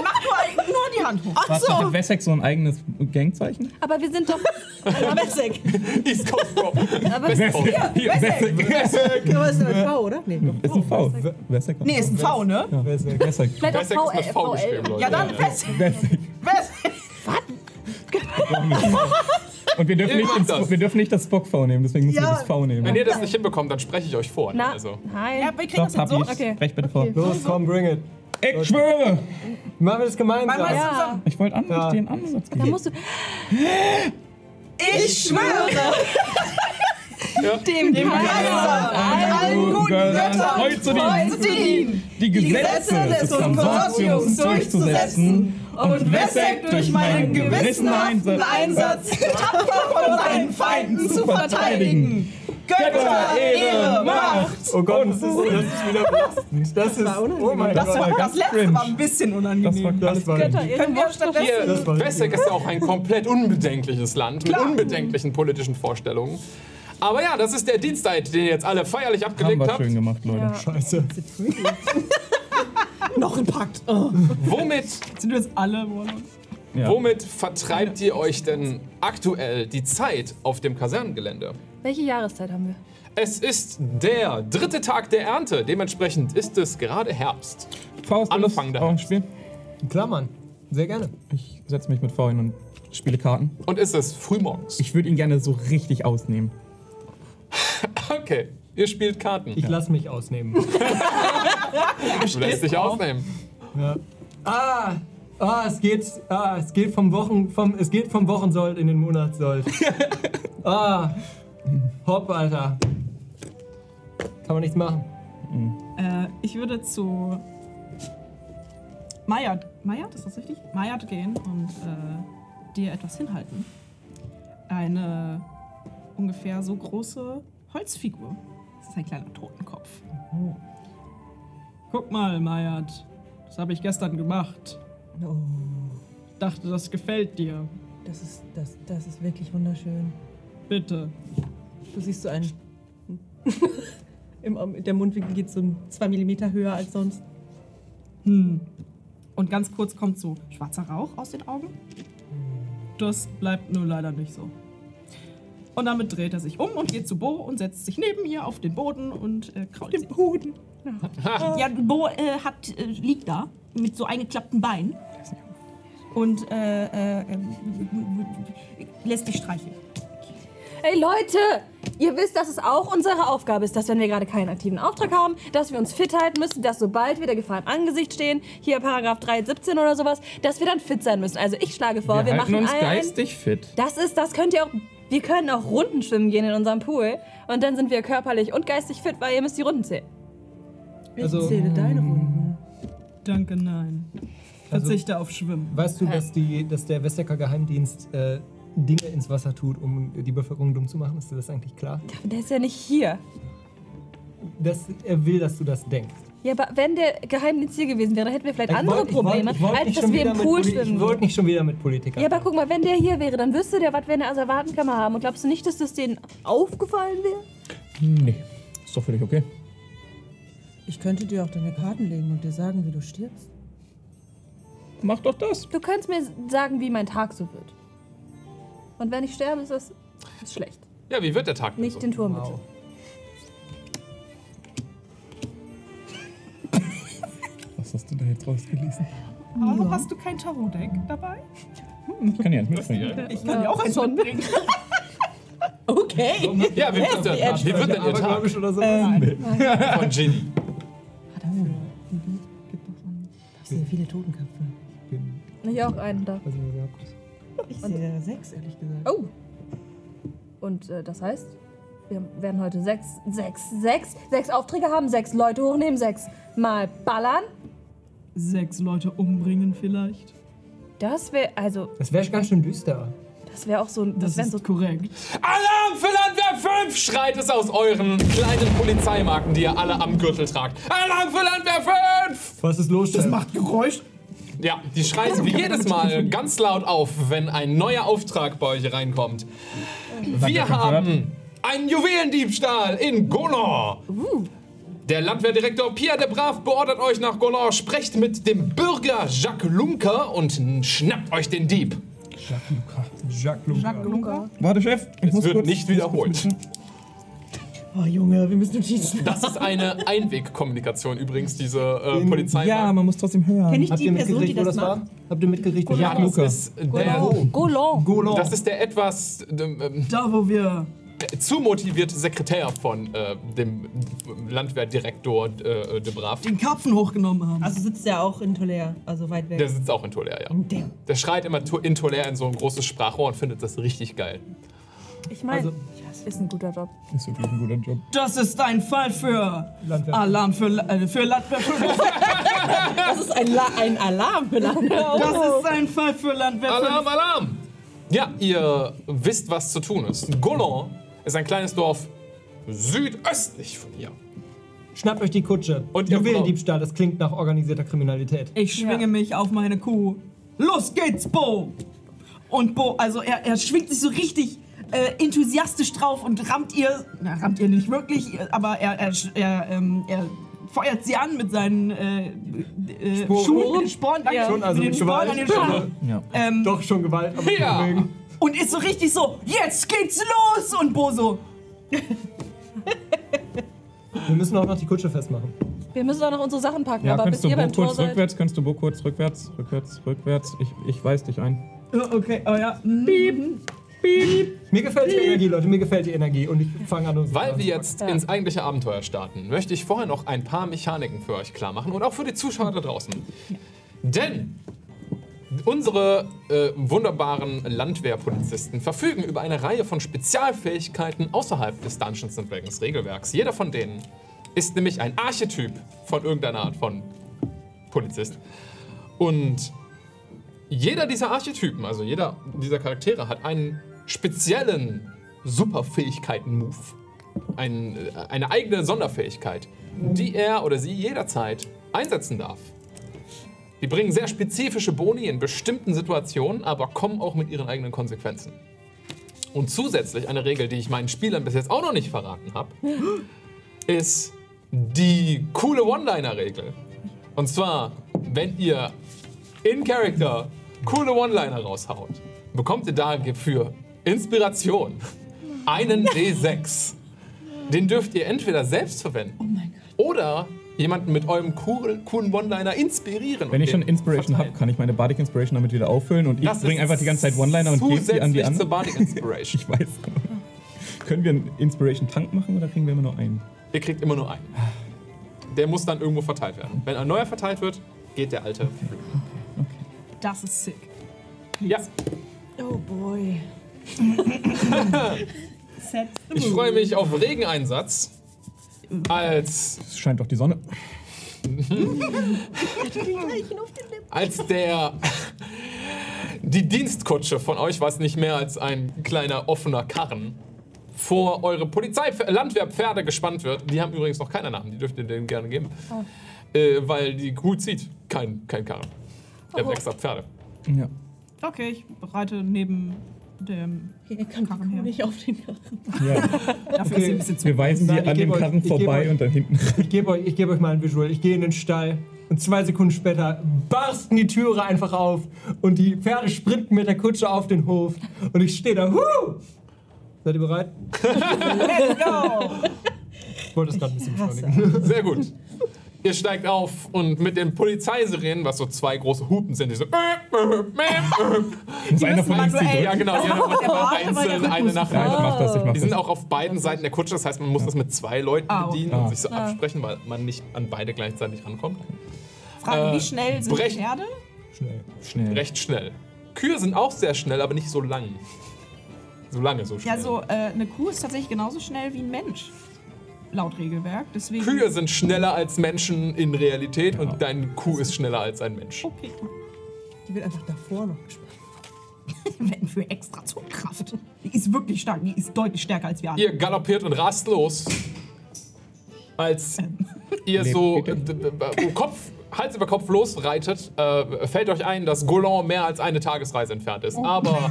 mach nur, nur die Hand hoch. Hat so. Wessex so ein eigenes Gangzeichen? Aber wir sind doch. Wessex. *laughs* East Coast Bro. Aber Hier, Du bist mit V, oder? Nee. Oh, Ist ein V. Wessex. Nee, ist ein V, ne? Wer ist weg? Wessex. vielleicht Wessex auch ist mit V geschrieben, VL. Leute. Ja, dann fest. Und wir dürfen, Ihr nicht macht das. ins, wir dürfen nicht das Spock V nehmen, deswegen müssen Ja. wir das V nehmen. Wenn ihr das nicht hinbekommt, dann spreche ich euch vor. ne? Na, Also. nein. Ja, wir kriegen das Doch, hin hab so. ich. Okay. Recht bin vor. Los, komm, bring it. Ich schwöre! Machen wir das gemeinsam. Einmal Ja. zusammen. Ich wollte an Ja. den Ansatz Da geben. musst du. Ich schwöre. Dem, dem allen guten Göttern heute heute die, dienen, die Gesetze des Konsortiums durchzusetzen und Wesseck durch meinen gewissenhaften Einsatz *laughs* tapfer von seinen Feinden zu verteidigen. Götter, Ehre, Macht! Oh Gott, das ist, das ist wieder belastend. Das ist, oh mein Gott. Das, war, das letzte war ein bisschen Das war unangenehm. Das war Götter, ihr Können wir stattdessen Hier, Das war- Wesseck ist auch ein komplett unbedenkliches Land mit unbedenklichen politischen Vorstellungen. Aber ja, das ist der Dienstag, den ihr jetzt alle feierlich Haben abgelegt wir habt. schön gemacht, Leute. Ja. scheiße. Noch ein Pakt. Oh. Womit sind wir jetzt alle Warlord? Ja. Womit vertreibt ihr euch denn aktuell die Zeit auf dem Kasernengelände? Welche Jahreszeit haben wir? Es ist der dritte Tag der Ernte, dementsprechend ist es gerade Herbst. Faust, du Anfang Lust daher. auf ein Spiel? Klar, Mann. Sehr gerne. Ich setze mich mit V hin und spiele Karten. Und ist es frühmorgens. Ich würde ihn gerne so richtig ausnehmen. Okay, ihr spielt Karten. Ich lass mich ausnehmen. *laughs* Du lässt dich ausnehmen. Ah, ah, es geht, ah, es geht vom Wochen, vom, es geht vom Wochensold in den Monatssold. ah, hopp, Alter. Kann man nichts machen. Äh, ich würde zu Mayat, Mayat, ist das richtig? Mayat gehen und äh, dir etwas hinhalten. Eine ungefähr so große Holzfigur. Das ist ein kleiner Totenkopf. Oh. Guck mal, Mayat. Das habe ich gestern gemacht. Dachte, das gefällt dir. Das ist, das, das ist wirklich wunderschön. Bitte. Du siehst so einen. *laughs* Im, ähm, der Mundwinkel geht so um zwei Millimeter höher als sonst. Hm. Und ganz kurz kommt so schwarzer Rauch aus den Augen. Das bleibt nur leider nicht so. Und damit dreht er sich um und geht zu Bo und setzt sich neben ihr auf den Boden und äh, kraut den Boden. Ja, Bo äh, hat, äh, liegt da mit so eingeklappten Beinen und äh, äh, äh, lässt sich streicheln. Ey Leute, ihr wisst, dass es auch unsere Aufgabe ist, dass wenn wir gerade keinen aktiven Auftrag haben, dass wir uns fit halten müssen, dass sobald wir der Gefahr im Angesicht stehen, hier Paragraph 317 oder sowas, dass wir dann fit sein müssen. Also ich schlage Oh, vor, wir, wir halten machen uns ein, geistig fit. Das ist, das könnt ihr auch. Wir können auch Runden schwimmen gehen in unserem Pool und dann sind wir körperlich und geistig fit, weil ihr müsst die Runden zählen. Ich Also- zähle deine Runden. mm, Danke, nein. Also- Verzichte auf Schwimmen. Weißt du, dass, die, dass der Westecker Geheimdienst äh, Dinge ins Wasser tut, um die Bevölkerung dumm zu machen? Ist dir das eigentlich klar? Aber der ist ja nicht hier. Das, er will, dass du das denkst. Ja, aber wenn der Geheimdienst hier gewesen wäre, dann hätten wir vielleicht Ich andere wollt- ich wollt- Probleme, ich wollt als nicht dass schon wir wieder im mit Pool Poli- schwimmen. Ich wollte nicht schon wieder mit Politikern. Ja, aber guck mal, wenn der hier wäre, dann wüsste der, was wir in der Asservatenkammer haben. Und glaubst du nicht, dass das denen aufgefallen wäre? Nee, ist doch völlig okay. Ich könnte dir auch deine Karten legen und dir sagen, wie du stirbst. Mach doch das. Du könntest mir sagen, wie mein Tag so wird. Und wenn ich sterbe, ist das ist schlecht. Ja, wie wird der Tag denn Nicht so? den Turm bitte. Wow. Was hast du da jetzt rausgelesen? Aber hast du kein Tarotdeck dabei? Ich kann ja nicht mitbringen. Ich kann dir auch eins mitbringen. Okay. Ja, wie wird, der, wie wird denn ihr Tag Abergläubisch oder so? von Genie? Dafür. Ich sehe viele Totenköpfe. Ich auch einen da. Also, ja, gut. Ich sehe sechs, ehrlich gesagt. Oh! Und äh, das heißt, wir werden heute sechs, sechs, sechs, sechs Aufträge haben, sechs Leute hochnehmen, sechs mal ballern. Sechs Leute umbringen vielleicht. Das wäre, also, Das wäre ganz schön düster. das wäre auch so ein, Das, das wären ist so korrekt. Alarm für Landwehr 5! Schreit es aus euren kleinen Polizeimarken, die ihr alle am Gürtel tragt. Alarm für Landwehr 5! Was ist los, Das macht Ja, die schreien wie jedes Mal ganz laut auf, wenn ein neuer Auftrag bei euch reinkommt. Wir haben einen Juwelendiebstahl in Golor. Der Landwehrdirektor Pierre de Brav beordert euch nach Golor. Sprecht mit dem Bürger Jacques Lunker und schnappt euch den Dieb. Jacques Lunga. Warte, Chef. Ich Es wird nicht wiederholt. Oh, Junge, wir müssen schießen. Das ist eine Einwegkommunikation übrigens, diese äh, Polizei. Ja, man muss trotzdem hören. Kenn ich Habt die ihr Person, die mitgekriegt, wo das das macht? war? Habt ihr mitgekriegt, wo ja, das war? das Golor. ist der, Äh, Golon. Golon. das ist der etwas ähm, Da, wo wir zu motivierte Sekretär von äh, dem Landwehrdirektor äh, de Braaf. den Karpfen hochgenommen haben. Also sitzt er auch in Tolea, also weit weg. Der sitzt auch in Tolea, ja. Damn. Der schreit immer to- in Tolea in so ein großes Sprachrohr und findet das richtig geil. Ich meine, Also- ist ein guter Job. Ist wirklich ein guter Job. Das ist ein Fall für Landwehr. Alarm für, La- äh, für Landwehr. *laughs* Das ist ein, La ein Alarm, *laughs* Das ist ein Fall für Landwehr. Alarm, Alarm! Ja, ihr wisst, was zu tun ist. Golan ist ein kleines Dorf südöstlich von hier. Schnappt euch die Kutsche. Und ihr Juwelendiebstahl, das klingt nach organisierter Kriminalität. Ich schwinge Ja. mich auf meine Kuh. Los geht's, Bo! Und Bo, also er, er schwingt sich so richtig äh, enthusiastisch drauf und rammt ihr, na, rammt ihr nicht wirklich, äh, aber er, er, sch- er, ähm, er feuert sie an mit seinen äh, äh, Sporen. Schuhen, mit den Sporen, danke, Schon, also mit den mit Sporen Gewalt. an den Schuhen. Ja. Ähm, *laughs* Doch schon Gewalt, aber Ja. deswegen. und ist so richtig so, jetzt geht's los! Und Bo so, Wir müssen auch noch die Kutsche festmachen. Wir müssen doch noch unsere Sachen packen, Ja, aber bis kannst du ihr Bo beim Tor kurz seid. rückwärts, kannst du Bo kurz rückwärts, rückwärts, rückwärts. Ich, ich weiß dich ein. äh, okay, oh ja, mm, Mir gefällt die Energie, Leute, mir gefällt die Energie. Und ich fange an uns. Weil wir anzupacken. jetzt ins eigentliche Abenteuer starten, möchte ich vorher noch ein paar Mechaniken für euch klar machen und auch für die Zuschauer da draußen. Denn unsere äh, wunderbaren Landwehrpolizisten verfügen über eine Reihe von Spezialfähigkeiten außerhalb des Dungeons and Dragons Regelwerks. Jeder von denen ist nämlich ein Archetyp von irgendeiner Art von Polizist. Und jeder dieser Archetypen, also jeder dieser Charaktere, hat einen speziellen Superfähigkeiten-Move. Ein, äh, eine eigene Sonderfähigkeit, die er oder sie jederzeit einsetzen darf. Die bringen sehr spezifische Boni in bestimmten Situationen, aber kommen auch mit ihren eigenen Konsequenzen. Und zusätzlich eine Regel, die ich meinen Spielern bis jetzt auch noch nicht verraten habe, ist die coole One-Liner-Regel. Und zwar, wenn ihr in Character coole One-Liner raushaut, bekommt ihr dafür Inspiration einen D6. Den dürft ihr entweder selbst verwenden oder jemanden mit eurem coolen, coolen One-Liner inspirieren. Wenn und ich schon den Inspiration habe, verteilen. kann ich meine Bardic Inspiration damit wieder auffüllen und ich Das bringe ist einfach die ganze Zeit One-Liner und gebe die an die zusätzlich anderen. zur Bardic Inspiration. Ich weiß. Können wir einen Inspiration-Tank machen oder kriegen wir immer nur einen? Ihr kriegt immer nur einen. Der muss dann irgendwo verteilt werden. Wenn ein neuer verteilt wird, geht der alte. das ist sick. Ja, Oh boy. Set the ich freue mich auf Regeneinsatz als Es scheint doch die Sonne. als der *laughs* die Dienstkutsche von euch was nicht mehr als ein kleiner offener Karren vor eure Polizei Landwehrpferde gespannt wird. Die haben übrigens noch keine Namen, die dürft ihr denen gerne geben. Oh. Äh, weil die gut zieht. Kein, kein Karren. Ihr Oh. habt extra Pferde. Ja. Okay, ich reite neben dem Hier kann die Kuh nicht auf den Karren. Dafür ist sie ein bisschen *laughs* zu Wir weisen Nein, die ich an dem gebe euch- Karren ich gebe vorbei euch- und dann hinten. *laughs* Ich gebe euch, ich geb euch mal ein Visual. Ich gehe in den Stall und zwei Sekunden später barsten die Türe einfach auf und die Pferde sprinten mit der Kutsche auf den Hof und ich stehe da. Huh! Seid ihr bereit? Let's go! Genau. Ich wollte es gerade ein bisschen beschleunigen. Sehr gut. Ihr steigt auf und mit den Polizeisirenen, was so zwei große Hupen sind, die so. äh, *laughs* Muss einer von uns die ja, drücken? *laughs* genau. Die haben immer einzeln eine nach Ja, ich einer. mach das, ich mach Die sind das. auch auf beiden Seiten der Kutsche, das heißt, man muss das mit zwei Leuten Ah, okay. bedienen Ah. und sich so absprechen, weil man nicht an beide gleichzeitig rankommt. Fragen, Äh, wie schnell sind brechen. die Pferde? Schnell. Schnell. Recht schnell. Kühe sind auch sehr schnell, aber nicht so lang. So lange, so schnell. Ja, so äh, eine Kuh ist tatsächlich genauso schnell wie ein Mensch. Laut Regelwerk. Deswegen. Kühe sind schneller als Menschen in Realität und deine Kuh ist schneller als ein Mensch. Okay, Die wird einfach davor noch gespannt. werden für extra Zugkraft. Die ist wirklich stark. Die ist deutlich stärker als wir alle. Ihr galoppiert und rast los, als ihr Nee, so bitte. äh, d- d- d- Kopf, Hals über Kopf losreitet. Äh, fällt euch ein, dass Golan mehr als eine Tagesreise entfernt ist. Aber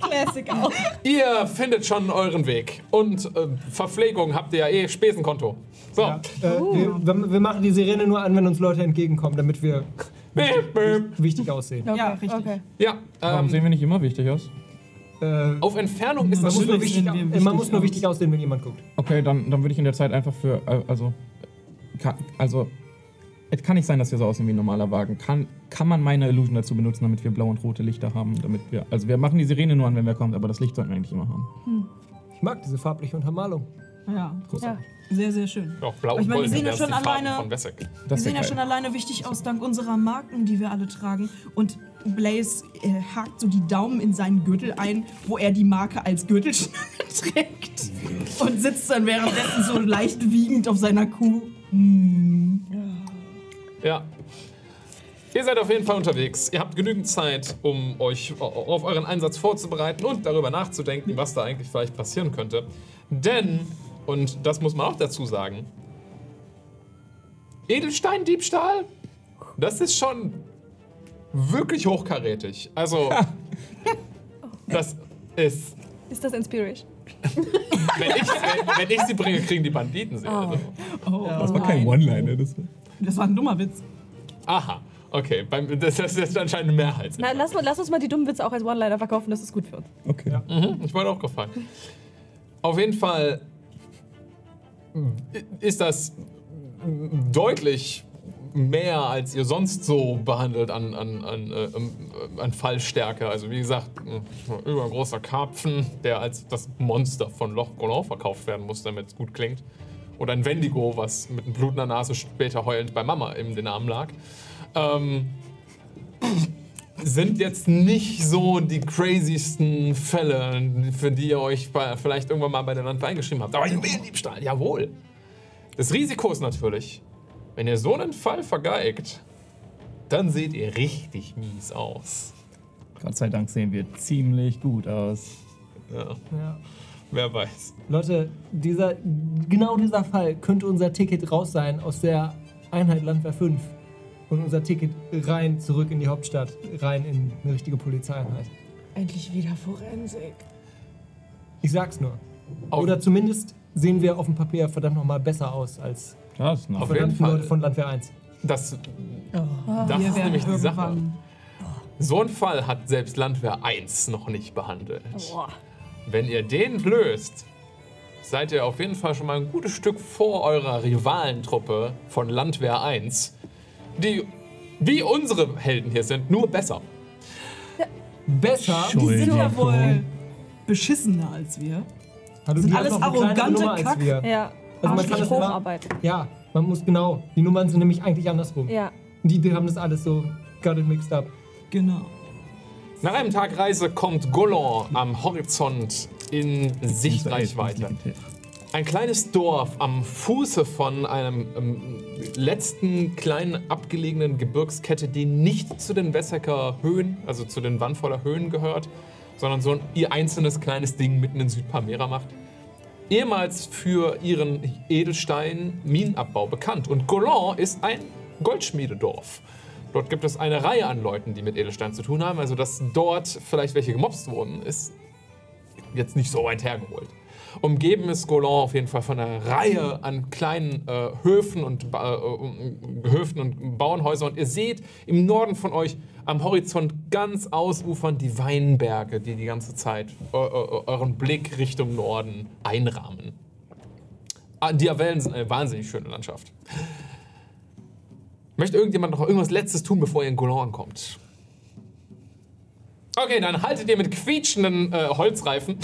Classic auch. Ihr findet schon euren Weg. Und äh, Verpflegung habt ihr ja eh Spesenkonto. So. Äh, wir, wir, wir machen die Sirene nur an, wenn uns Leute entgegenkommen, damit wir Bäm, bäm. wichtig aussehen. Okay, Ja, richtig. Okay. Ja, Warum ähm, sehen wir nicht immer wichtig aus? Äh, auf Entfernung ist man das muss, nur schwierig. wichtig, sehen wir äh, man muss wichtig nur aus. wichtig aussehen, wenn jemand guckt. Okay, dann, dann würde ich in der Zeit einfach für. äh, Also. äh, ka- Also. Es kann nicht sein, dass wir so aussehen wie ein normaler Wagen. Kann, kann man meine Illusion dazu benutzen, damit wir blaue und rote Lichter haben? Damit wir, also wir machen die Sirene nur an, wenn wir kommen, aber das Licht sollten wir eigentlich immer haben. Ich mag diese farbliche Untermalung. Ja, Ja. sehr, sehr schön. Auch blau Aber und ich meine, wir golden sehen ja wär's schon die Farben alleine- von Wessex. Das Wir wär sehen ja geil. schon alleine wichtig aus dank unserer Marken, die wir alle tragen. Und Blaze äh, hakt so die Daumen in seinen Gürtel ein, wo er die Marke als Gürtelschnalle *laughs* trägt und sitzt dann währenddessen so leicht wiegend auf seiner Kuh. Ja. Ihr seid auf jeden Fall unterwegs. Ihr habt genügend Zeit, um euch au- auf euren Einsatz vorzubereiten und darüber nachzudenken, was da eigentlich vielleicht passieren könnte. Denn, und das muss man auch dazu sagen, Edelsteindiebstahl, das ist schon wirklich hochkarätig. Also, das ist Ist das Inspiration? wenn ich, wenn, wenn ich sie bringe, kriegen die Banditen sie. Also. Das war kein One-Liner. das war- Das war ein dummer Witz. Aha, okay. Beim, das, das ist anscheinend eine Mehrheit. Na, lass, mal- lass uns mal die dummen Witze auch als One-Liner verkaufen, das ist gut für uns. Okay. Mhm, ich wollte auch gefallen. Auf jeden Fall ist das deutlich mehr, als ihr sonst so behandelt an, an, an, äh, ähm, äh, an Fallstärke. Also wie gesagt, ein übergroßer Karpfen, der als das Monster von Loch Grolon verkauft werden muss, damit es gut klingt. Oder ein Wendigo, was mit einem Blut in der Nase später heulend bei Mama in den Armen lag. Ähm, sind jetzt nicht so die crazysten Fälle, für die ihr euch bei, vielleicht irgendwann mal bei der Landwehr eingeschrieben habt. Aber Juwelendiebstahl, jawohl. Das Risiko ist natürlich, wenn ihr so einen Fall vergeigt, dann seht ihr richtig mies aus. Gott sei Dank sehen wir ziemlich gut aus. Ja, Ja. wer weiß. Leute, dieser, genau dieser Fall könnte unser Ticket raus sein aus der Einheit Landwehr 5 und unser Ticket rein zurück in die Hauptstadt, rein in eine richtige Polizeieinheit. Endlich wieder Forensik. Ich sag's nur. Auf, Oder zumindest sehen wir auf dem Papier verdammt nochmal besser aus als Das ist noch. auf die jeden verdammten Fall. Leute von Landwehr 1. Das, das ist nämlich die Sache. So einen Fall hat selbst Landwehr 1 noch nicht behandelt. Boah. Wenn ihr den löst, seid ihr auf jeden Fall schon mal ein gutes Stück vor eurer Rivalentruppe von Landwehr 1, die wie unsere Helden hier sind, nur besser. Besser. Die sind ja wohl beschissener als wir. Hallo, Sind die alles haben noch eine kleinere arrogante Nummer als Kack. wir. Ja, Also man kann arschlich das immer- hocharbeiten. Ja, man muss genau. Die Nummern sind nämlich eigentlich andersrum. Ja. Die, die haben das alles so got it mixed up. Genau. Nach einem Tag Reise kommt Gollon am Horizont in Sichtreichweite. Ein kleines Dorf am Fuße von einem ähm, letzten kleinen abgelegenen Gebirgskette, die nicht zu den Wessecker Höhen, also zu den Wandvoller Höhen gehört, sondern so ein ihr einzelnes kleines Ding mitten in Südpalmera macht. Ehemals für ihren Edelstein-Minenabbau bekannt. Und Golan ist ein Goldschmiededorf. Dort gibt es eine Reihe an Leuten, die mit Edelstein zu tun haben. Also, dass dort vielleicht welche gemobst wurden, ist jetzt nicht so weit hergeholt. Umgeben ist Golan auf jeden Fall von einer Reihe an kleinen äh, Höfen und Ba- äh, Höfen und Bauernhäusern. Und ihr seht im Norden von euch am Horizont ganz ausufern die Weinberge, die die ganze Zeit eu- eu- euren Blick Richtung Norden einrahmen. Ah, Die Avellen sind eine wahnsinnig schöne Landschaft. Möchte irgendjemand noch irgendwas Letztes tun, bevor ihr in Golan ankommt? Okay, dann haltet ihr mit quietschenden äh, Holzreifen.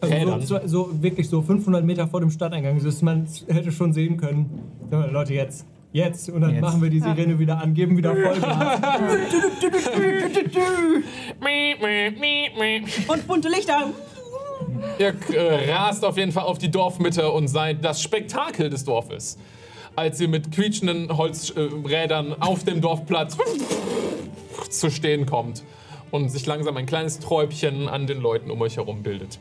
Also Rädern. so, so, so wirklich so 500 Meter vor dem Stadteingang. Das ist- man hätte schon sehen können. So, Leute, jetzt. Jetzt. Und dann Jetzt. machen wir die Sirene wieder an, geben wieder Vollgas. Miep, miep, miep, miep. Und bunte Lichter. Ihr äh, rast auf jeden Fall auf die Dorfmitte und seid das Spektakel des Dorfes. Als ihr mit quietschenden Holzrädern äh, Rädern auf dem Dorfplatz zu stehen kommt und sich langsam ein kleines Träubchen an den Leuten um euch herum bildet.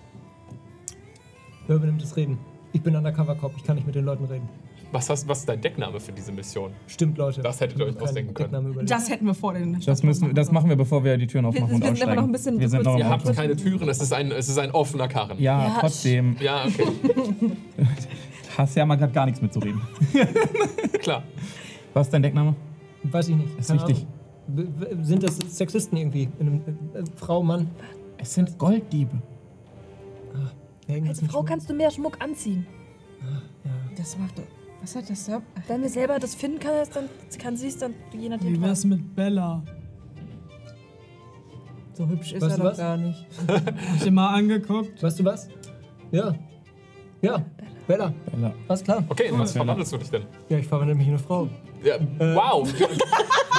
*laughs* Wer übernimmt das Reden? Ich bin Undercover Cop, ich kann nicht mit den Leuten reden. Was, hast, was ist dein Deckname für diese Mission? Stimmt, Leute. Das hättet ihr euch Ich hab ausdenken keinen Decknamen überlegt. Das hätten wir vor den Das, müssen, das machen wir, bevor wir die Türen aufmachen wir und sind einfach aussteigen. noch ein bisschen- wir sind noch Ihr im habt Auto. keine Türen, es ist ein, es ist ein offener Karren. Ja, Ja, trotzdem. ja okay, Hast ja mal gerade gar nichts mitzureden. klar. Was ist dein Deckname? Weiß ich nicht. Ist Keine wichtig. Ahnung. B- b- Sind das Sexisten irgendwie? In einem, äh, Frau, Mann? Es sind Golddiebe. Irgendwas Als mit Frau Schmuck? kannst du mehr Schmuck anziehen. Das macht. Was hat das da? Wenn wir selber das finden kann, dann kann sie es dann je nachdem. Wie wär's mit Bella? So hübsch ist er Weißt du doch was? gar nicht. Hab ich dir mal angeguckt. Weißt du was? Ja. Ja. Bella, Bella. alles klar. Okay, in was verwandelst du dich denn? Ja, ich verwandle mich in eine Frau. Ja, wow!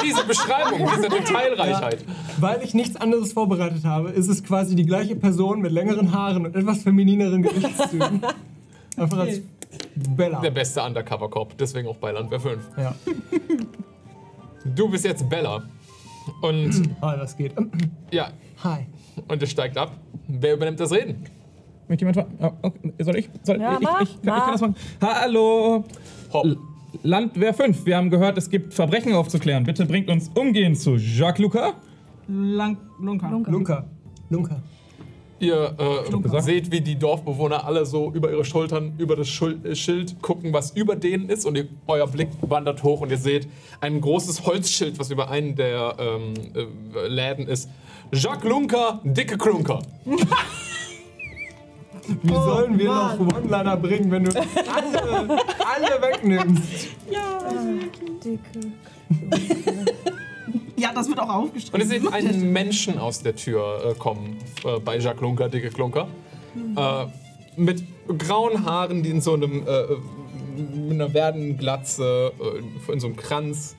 diese Beschreibung, diese Detailreichheit. Weil ich nichts anderes vorbereitet habe, ist es quasi die gleiche Person mit längeren Haaren und etwas *laughs* feminineren Gesichtszügen. Einfach als Bella. Der beste Undercover-Cop, deswegen auch bei Landwehr 5. Ja, Du bist jetzt Bella. Und hi, was Ah, geht? ja, Hi. Oh und es steigt ab. Wer übernimmt das Reden? Möchte jemand. wa- ah, okay. Soll ich? Soll Ja, ich, mach, ich, ich, kann, ich mach. kann das machen. Hallo! Hopp. L- Landwehr 5. Wir haben gehört, es gibt Verbrechen aufzuklären. Bitte bringt uns umgehend zu Jacques Luca. Lang, Lunker. Lunka. Lunka. Ihr äh, seht, wie die Dorfbewohner alle so über ihre Schultern, über das Schul äh, Schild gucken, was über denen ist. Und ihr, euer Blick wandert hoch und ihr seht ein großes Holzschild, was über einen der ähm, äh, Läden ist. Jacques Lunker, dicke Klunker. Wie Oh sollen wir noch One-Liner bringen, wenn du alle, alle wegnimmst? Ja, das wird auch Und aufgeschrieben. ihr seht einen Menschen aus der Tür äh, kommen, äh, bei Jacques Lunker, dicke Klunker. Äh, mit grauen Haaren, die in so einem, äh, mit einer werdenden Glatze, äh, in so einem Kranz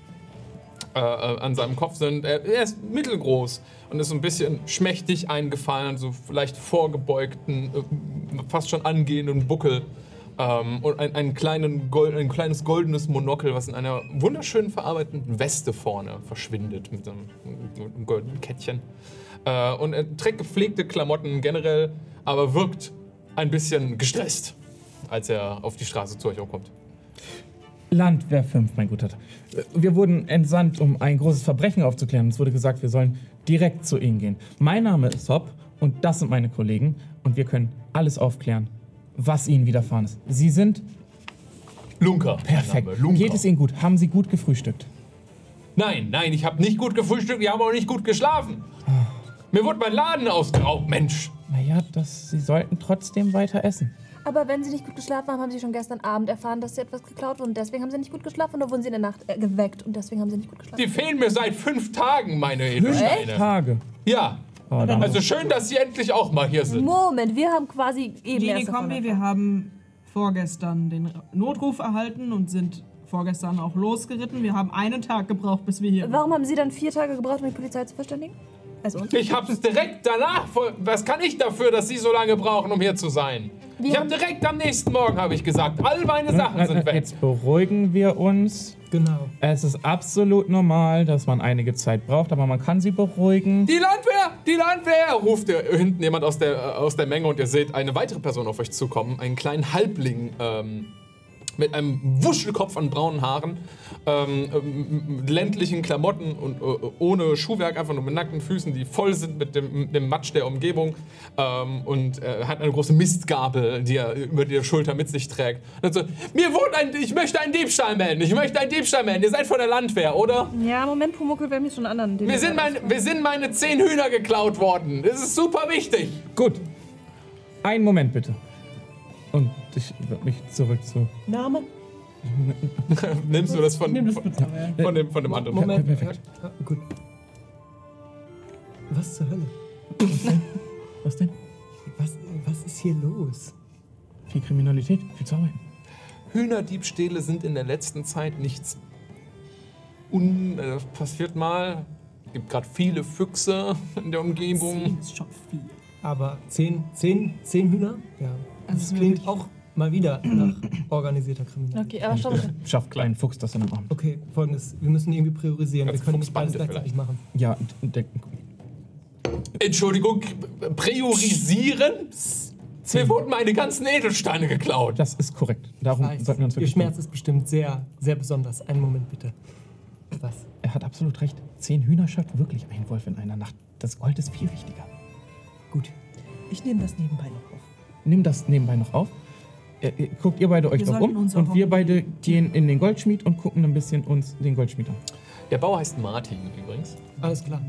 äh, äh, an seinem Kopf sind. Er, er ist mittelgroß und ist so ein bisschen schmächtig eingefallen, so leicht vorgebeugten, äh, fast schon angehenden Buckel. Ähm, und ein, einen kleinen Gold, ein kleines goldenes Monokel, was in einer wunderschönen verarbeiteten Weste vorne verschwindet mit einem, mit einem goldenen Kettchen. Äh, und er trägt gepflegte Klamotten generell, aber wirkt ein bisschen gestresst, als er auf die Straße zu euch kommt. Landwehr 5, mein guter. Tag. Wir wurden entsandt, um ein großes Verbrechen aufzuklären. Uns wurde gesagt, wir sollen direkt zu ihnen gehen. Mein Name ist Hopp und das sind meine Kollegen und wir können alles aufklären, was ihnen widerfahren ist. Sie sind Lunker. perfekt. Mein Name, Lunker. Geht es ihnen gut? Haben sie gut gefrühstückt? Nein, nein, ich habe nicht gut gefrühstückt, ich habe auch nicht gut geschlafen. Mir wurde mein Laden ausgeraubt, Mensch. Naja, das, sie sollten trotzdem weiter essen. Aber wenn sie nicht gut geschlafen haben, haben sie schon gestern Abend erfahren, dass sie etwas geklaut wurden. Deswegen haben sie nicht gut geschlafen oder wurden sie in der Nacht äh, geweckt und deswegen haben sie nicht gut geschlafen. Die fehlen mir seit fünf Tagen, meine Fünf Edelsteine. Tage. Ja. Oh, dann- Also schön, dass Sie endlich auch mal hier sind. Moment, wir haben quasi eben Lini erst davon Kombi, wir erfahren. haben vorgestern den Notruf erhalten und sind vorgestern auch losgeritten. Wir haben einen Tag gebraucht, bis wir hier waren. Warum haben sie dann vier Tage gebraucht, um die Polizei zu verständigen? Also uns? Ich hab's direkt danach. voll- Was kann ich dafür, dass Sie so lange brauchen, um hier zu sein? Wir ich hab haben- direkt am nächsten Morgen, habe ich gesagt. All meine Sachen sind weg. Hm? Jetzt beruhigen wir uns. Genau. Es ist absolut normal, dass man einige Zeit braucht, aber man kann sie beruhigen. Die Landwehr! Die Landwehr! ruft ihr, hinten jemand aus der, äh, aus der Menge und ihr seht eine weitere Person auf euch zukommen. Einen kleinen Halbling ähm, mit einem Wuschelkopf an braunen Haaren, ähm, ähm, mit ländlichen Klamotten und äh, ohne Schuhwerk, einfach nur mit nackten Füßen, die voll sind mit dem, mit dem Matsch der Umgebung. Ähm, und äh, hat eine große Mistgabel, die er über die Schulter mit sich trägt. Und dann so, mir wurde ein, ich möchte einen Diebstahl melden, ich möchte einen Diebstahl melden. Ihr seid von der Landwehr, oder? Ja, Moment, Pumuckel, wir haben jetzt schon einen anderen. den Mir wir- sind, mein, mir sind meine zehn Hühner geklaut worden. Das ist super wichtig. Gut. Einen Moment bitte. Und ich würde mich zurück zu. Name? Nimmst du das von, Nimm das von, bitte. aber, ja. von dem, von dem anderen? Moment. Perfekt. Ja, gut. Was zur Hölle? Was denn? Was, was ist hier los? Viel Kriminalität, viel Zauber. Hühnerdiebstähle sind in der letzten Zeit nichts. Un äh, passiert mal. Gibt gerade viele Füchse in der Umgebung. ist schon viel. Aber zehn, zehn, zehn Hühner? Ja. Das, ist klingt auch mal wieder nach organisierter Kriminalität. Okay, aber schau mal. Schafft kleinen Fuchs das in einem Abend. Okay, folgendes. Wir müssen irgendwie priorisieren. Also Als wir können nicht alles Fuchsbande gleichzeitig machen. Ja, und der, Entschuldigung, priorisieren? Mir wurden meine ganzen Edelsteine geklaut. das ist korrekt. Darum Weiß. Hm, sollten wir uns Ihr wirklich. Schmerz ist bestimmt sehr, sehr besonders. Einen Moment bitte. Was? Er hat absolut recht. Zehn Hühner schafft wirklich einen Wolf in einer Nacht. Das Gold ist viel wichtiger. Gut. Ich nehme das nebenbei noch auf. Nimm das nebenbei noch auf. Äh, äh, Guckt ihr beide euch Wir noch sollten um uns auch und wir um- beide gehen in den Goldschmied und gucken ein bisschen uns den Goldschmied an. Der Bauer heißt Martin übrigens. Alles klar.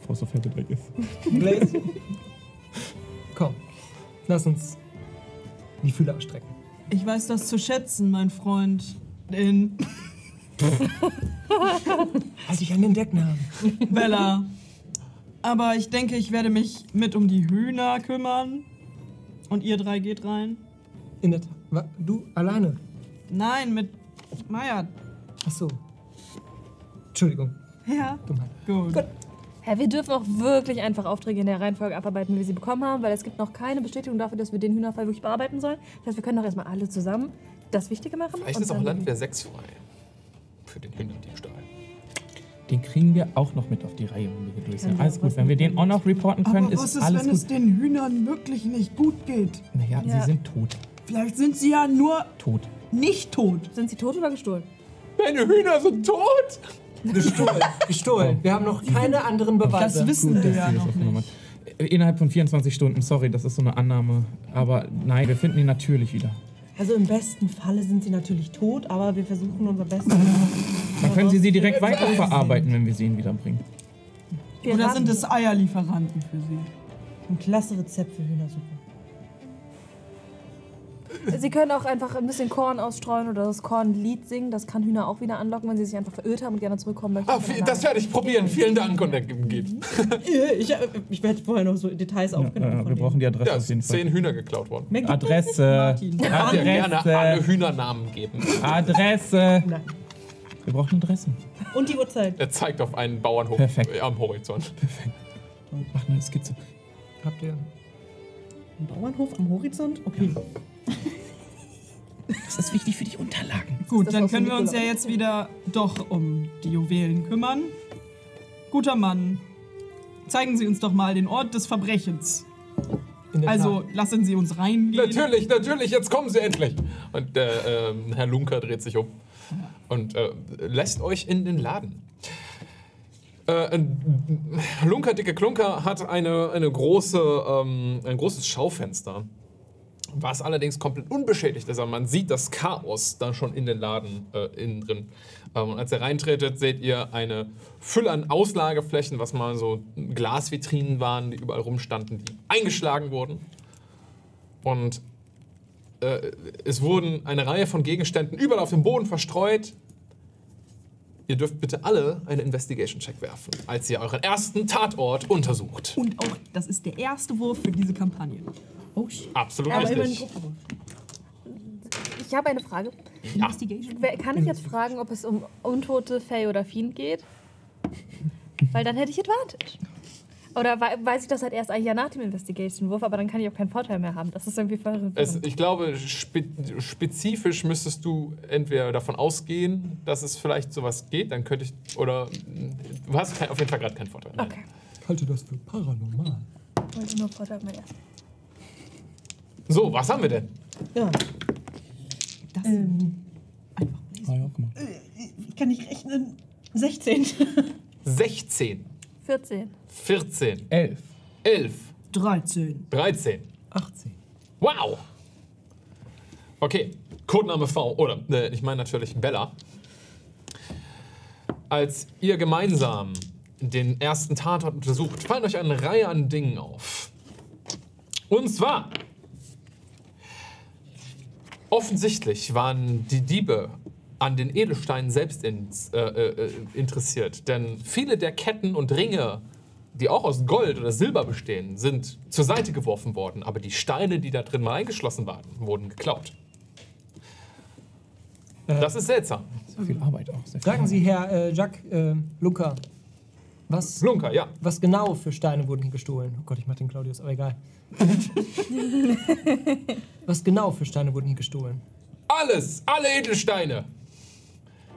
Bevor es so fett weg ist. Blaze, komm. Lass uns die Fühler ausstrecken. Ich weiß das zu schätzen, mein Freund. In Halt dich an den Decknamen. Bella. Aber ich denke, ich werde mich mit um die Hühner kümmern. Und ihr drei geht rein. In der Tat. Wa- Du alleine. Nein, mit Maya. Ach so. Entschuldigung. Ja. Dummheit. Gut. Herr, wir dürfen auch wirklich einfach Aufträge in der Reihenfolge abarbeiten, wie wir sie bekommen haben, weil es gibt noch keine Bestätigung dafür, dass wir den Hühnerfall wirklich bearbeiten sollen. Das heißt, wir können doch erstmal alle zusammen das Wichtige machen. Vielleicht und ist auch dann- Landwehr 6 frei. Für den Hühnerdiebstahl. Den kriegen wir auch noch mit auf die Reihe, wenn wir hier durch Können sind. wir Alles auch gut, was wenn wir den auch noch reporten können, Aber was ist, ist, alles wenn gut. es den Hühnern wirklich nicht gut geht? naja, Ja. sie sind tot. Vielleicht sind sie ja nur Tot. nicht tot. Sind sie tot oder gestohlen? Meine Hühner sind tot! Gestohlen. Gestohlen. Oh. Wir haben noch keine anderen Beweise. Das wissen wir dass ja sie das noch aufgenommen nicht. hat. Äh, Innerhalb von 24 Stunden, sorry, das ist so eine Annahme. Aber nein, wir finden ihn natürlich wieder. Also im besten Falle sind sie natürlich tot, aber wir versuchen unser Bestes. Dann können sie sie direkt weiterverarbeiten, wenn wir sie ihn wiederbringen. Wir *laughs* Oder warten. sind es Eierlieferanten für sie? Ein klasse Rezept für Hühnersuppe. Sie können auch einfach ein bisschen Korn ausstreuen oder das Kornlied singen. Das kann Hühner auch wieder anlocken, wenn sie sich einfach verirrt haben und gerne zurückkommen möchten. Ah, vi- das werde ich probieren. Vielen Dank. Und dann geht's. Ich, äh, ich werde vorher noch so Details Ja, Genau, aufgenommen. äh, von wir denen. brauchen die Adresse Ja, auf es jeden sind Fall. zehn Hühner geklaut worden. Mehr gibt es nicht, Adresse. Martin. Ich würde gerne alle Adresse. Hühnernamen geben. Adresse. Nein. Wir brauchen eine Adresse. Und die Uhrzeit. Er zeigt auf einen Bauernhof Perfekt. äh, am Horizont. Mach eine Skizze. Habt ihr. Ein Bauernhof am Horizont? Okay. Das ist wichtig für die Unterlagen. Gut, das dann aus dem können wir uns ja Nikolaus? jetzt wieder doch um die Juwelen kümmern. Guter Mann, zeigen Sie uns doch mal den Ort des Verbrechens. In der Also Tat. lassen Sie uns reingehen. Natürlich, natürlich, jetzt kommen sie endlich. Und der, ähm, Herr Lunker dreht sich um und äh, lässt euch in den Laden. Äh, äh, Lunker, dicke Klunker hat eine, eine große, ähm, ein großes Schaufenster, was allerdings komplett unbeschädigt ist. Aber man sieht das Chaos da schon in den Laden äh, innen drin. Ähm, und als ihr reintretet, seht ihr eine Fülle an Auslageflächen, was mal so Glasvitrinen waren, die überall rumstanden, die eingeschlagen wurden. Und äh, es wurden eine Reihe von Gegenständen überall auf dem Boden verstreut. Ihr dürft bitte alle einen Investigation-Check werfen, als ihr euren ersten Tatort untersucht. Und auch, das ist der erste Wurf für diese Kampagne. Oh shit. Absolut Aber richtig. Ich habe eine Frage. Wer- Kann Hm. ich jetzt fragen, ob es um Untote, Fey oder Fiend geht? Weil dann hätte ich Advantage. Oder wei- weiß ich das halt erst ein Jahr nach dem Investigation-Wurf, aber dann kann ich auch keinen Vorteil mehr haben. Das ist irgendwie verrückt. Es, ich glaube, spe spezifisch müsstest du entweder davon ausgehen, dass es vielleicht sowas geht, dann könnte ich. Oder. Du hast kein, auf jeden Fall gerade keinen Vorteil. Nein. Okay. Ich halte das für paranormal. Ich wollte nur Vorteil mehr. So, was haben wir denn? Ja, Ähm, Das Ah, ja, guck mal. ich kann nicht rechnen. 16. *laughs* 16, 14. 14, Elf. 11, 13. 13. 18. Wow! Okay, Codename V, oder äh, ich meine natürlich Bella. Als ihr gemeinsam den ersten Tatort untersucht, fallen euch eine Reihe an Dingen auf. Und zwar, offensichtlich waren die Diebe an den Edelsteinen selbst ins, äh, äh, äh, interessiert, denn viele der Ketten und Ringe, die auch aus Gold oder Silber bestehen, sind zur Seite geworfen worden, aber die Steine, die da drin mal eingeschlossen waren, wurden geklaut. Das ist seltsam. So viel Arbeit auch. Sehr viel Sagen Sie, Herr äh, Jacques äh, Luca, was, Lunker, ja. was genau für Steine wurden hier gestohlen? Oh Gott, ich mach den Claudius, aber *laughs* egal. was genau für Steine wurden hier gestohlen? Alles, alle Edelsteine.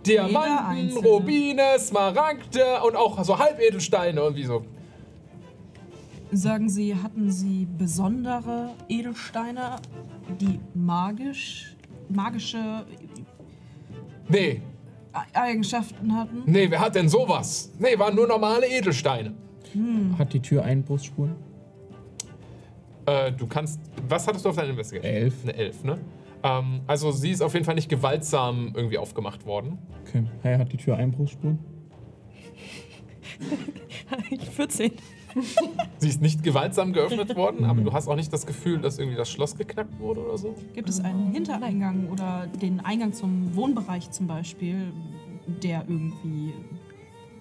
Diamanten, einzelne. Rubine, Smaragde und auch so Halbedelsteine und wie so. Sagen Sie, hatten Sie besondere Edelsteine, die magisch, magische Nee, *laughs* Eigenschaften hatten? nee, wer hat denn sowas? Nee, waren nur normale Edelsteine. Hat die Tür Einbruchsspuren? Äh, du kannst. Was hattest du auf deiner Investigation? Elf. Eine Elf, ne? Ähm, also sie ist auf jeden Fall nicht gewaltsam irgendwie aufgemacht worden. Okay. Hey, hat die Tür Einbruchsspuren? 14. Sie ist nicht gewaltsam *laughs* geöffnet worden, aber du hast auch nicht das Gefühl, dass irgendwie das Schloss geknackt wurde oder so. Gibt es einen Hintereingang oder den Eingang zum Wohnbereich zum Beispiel, der irgendwie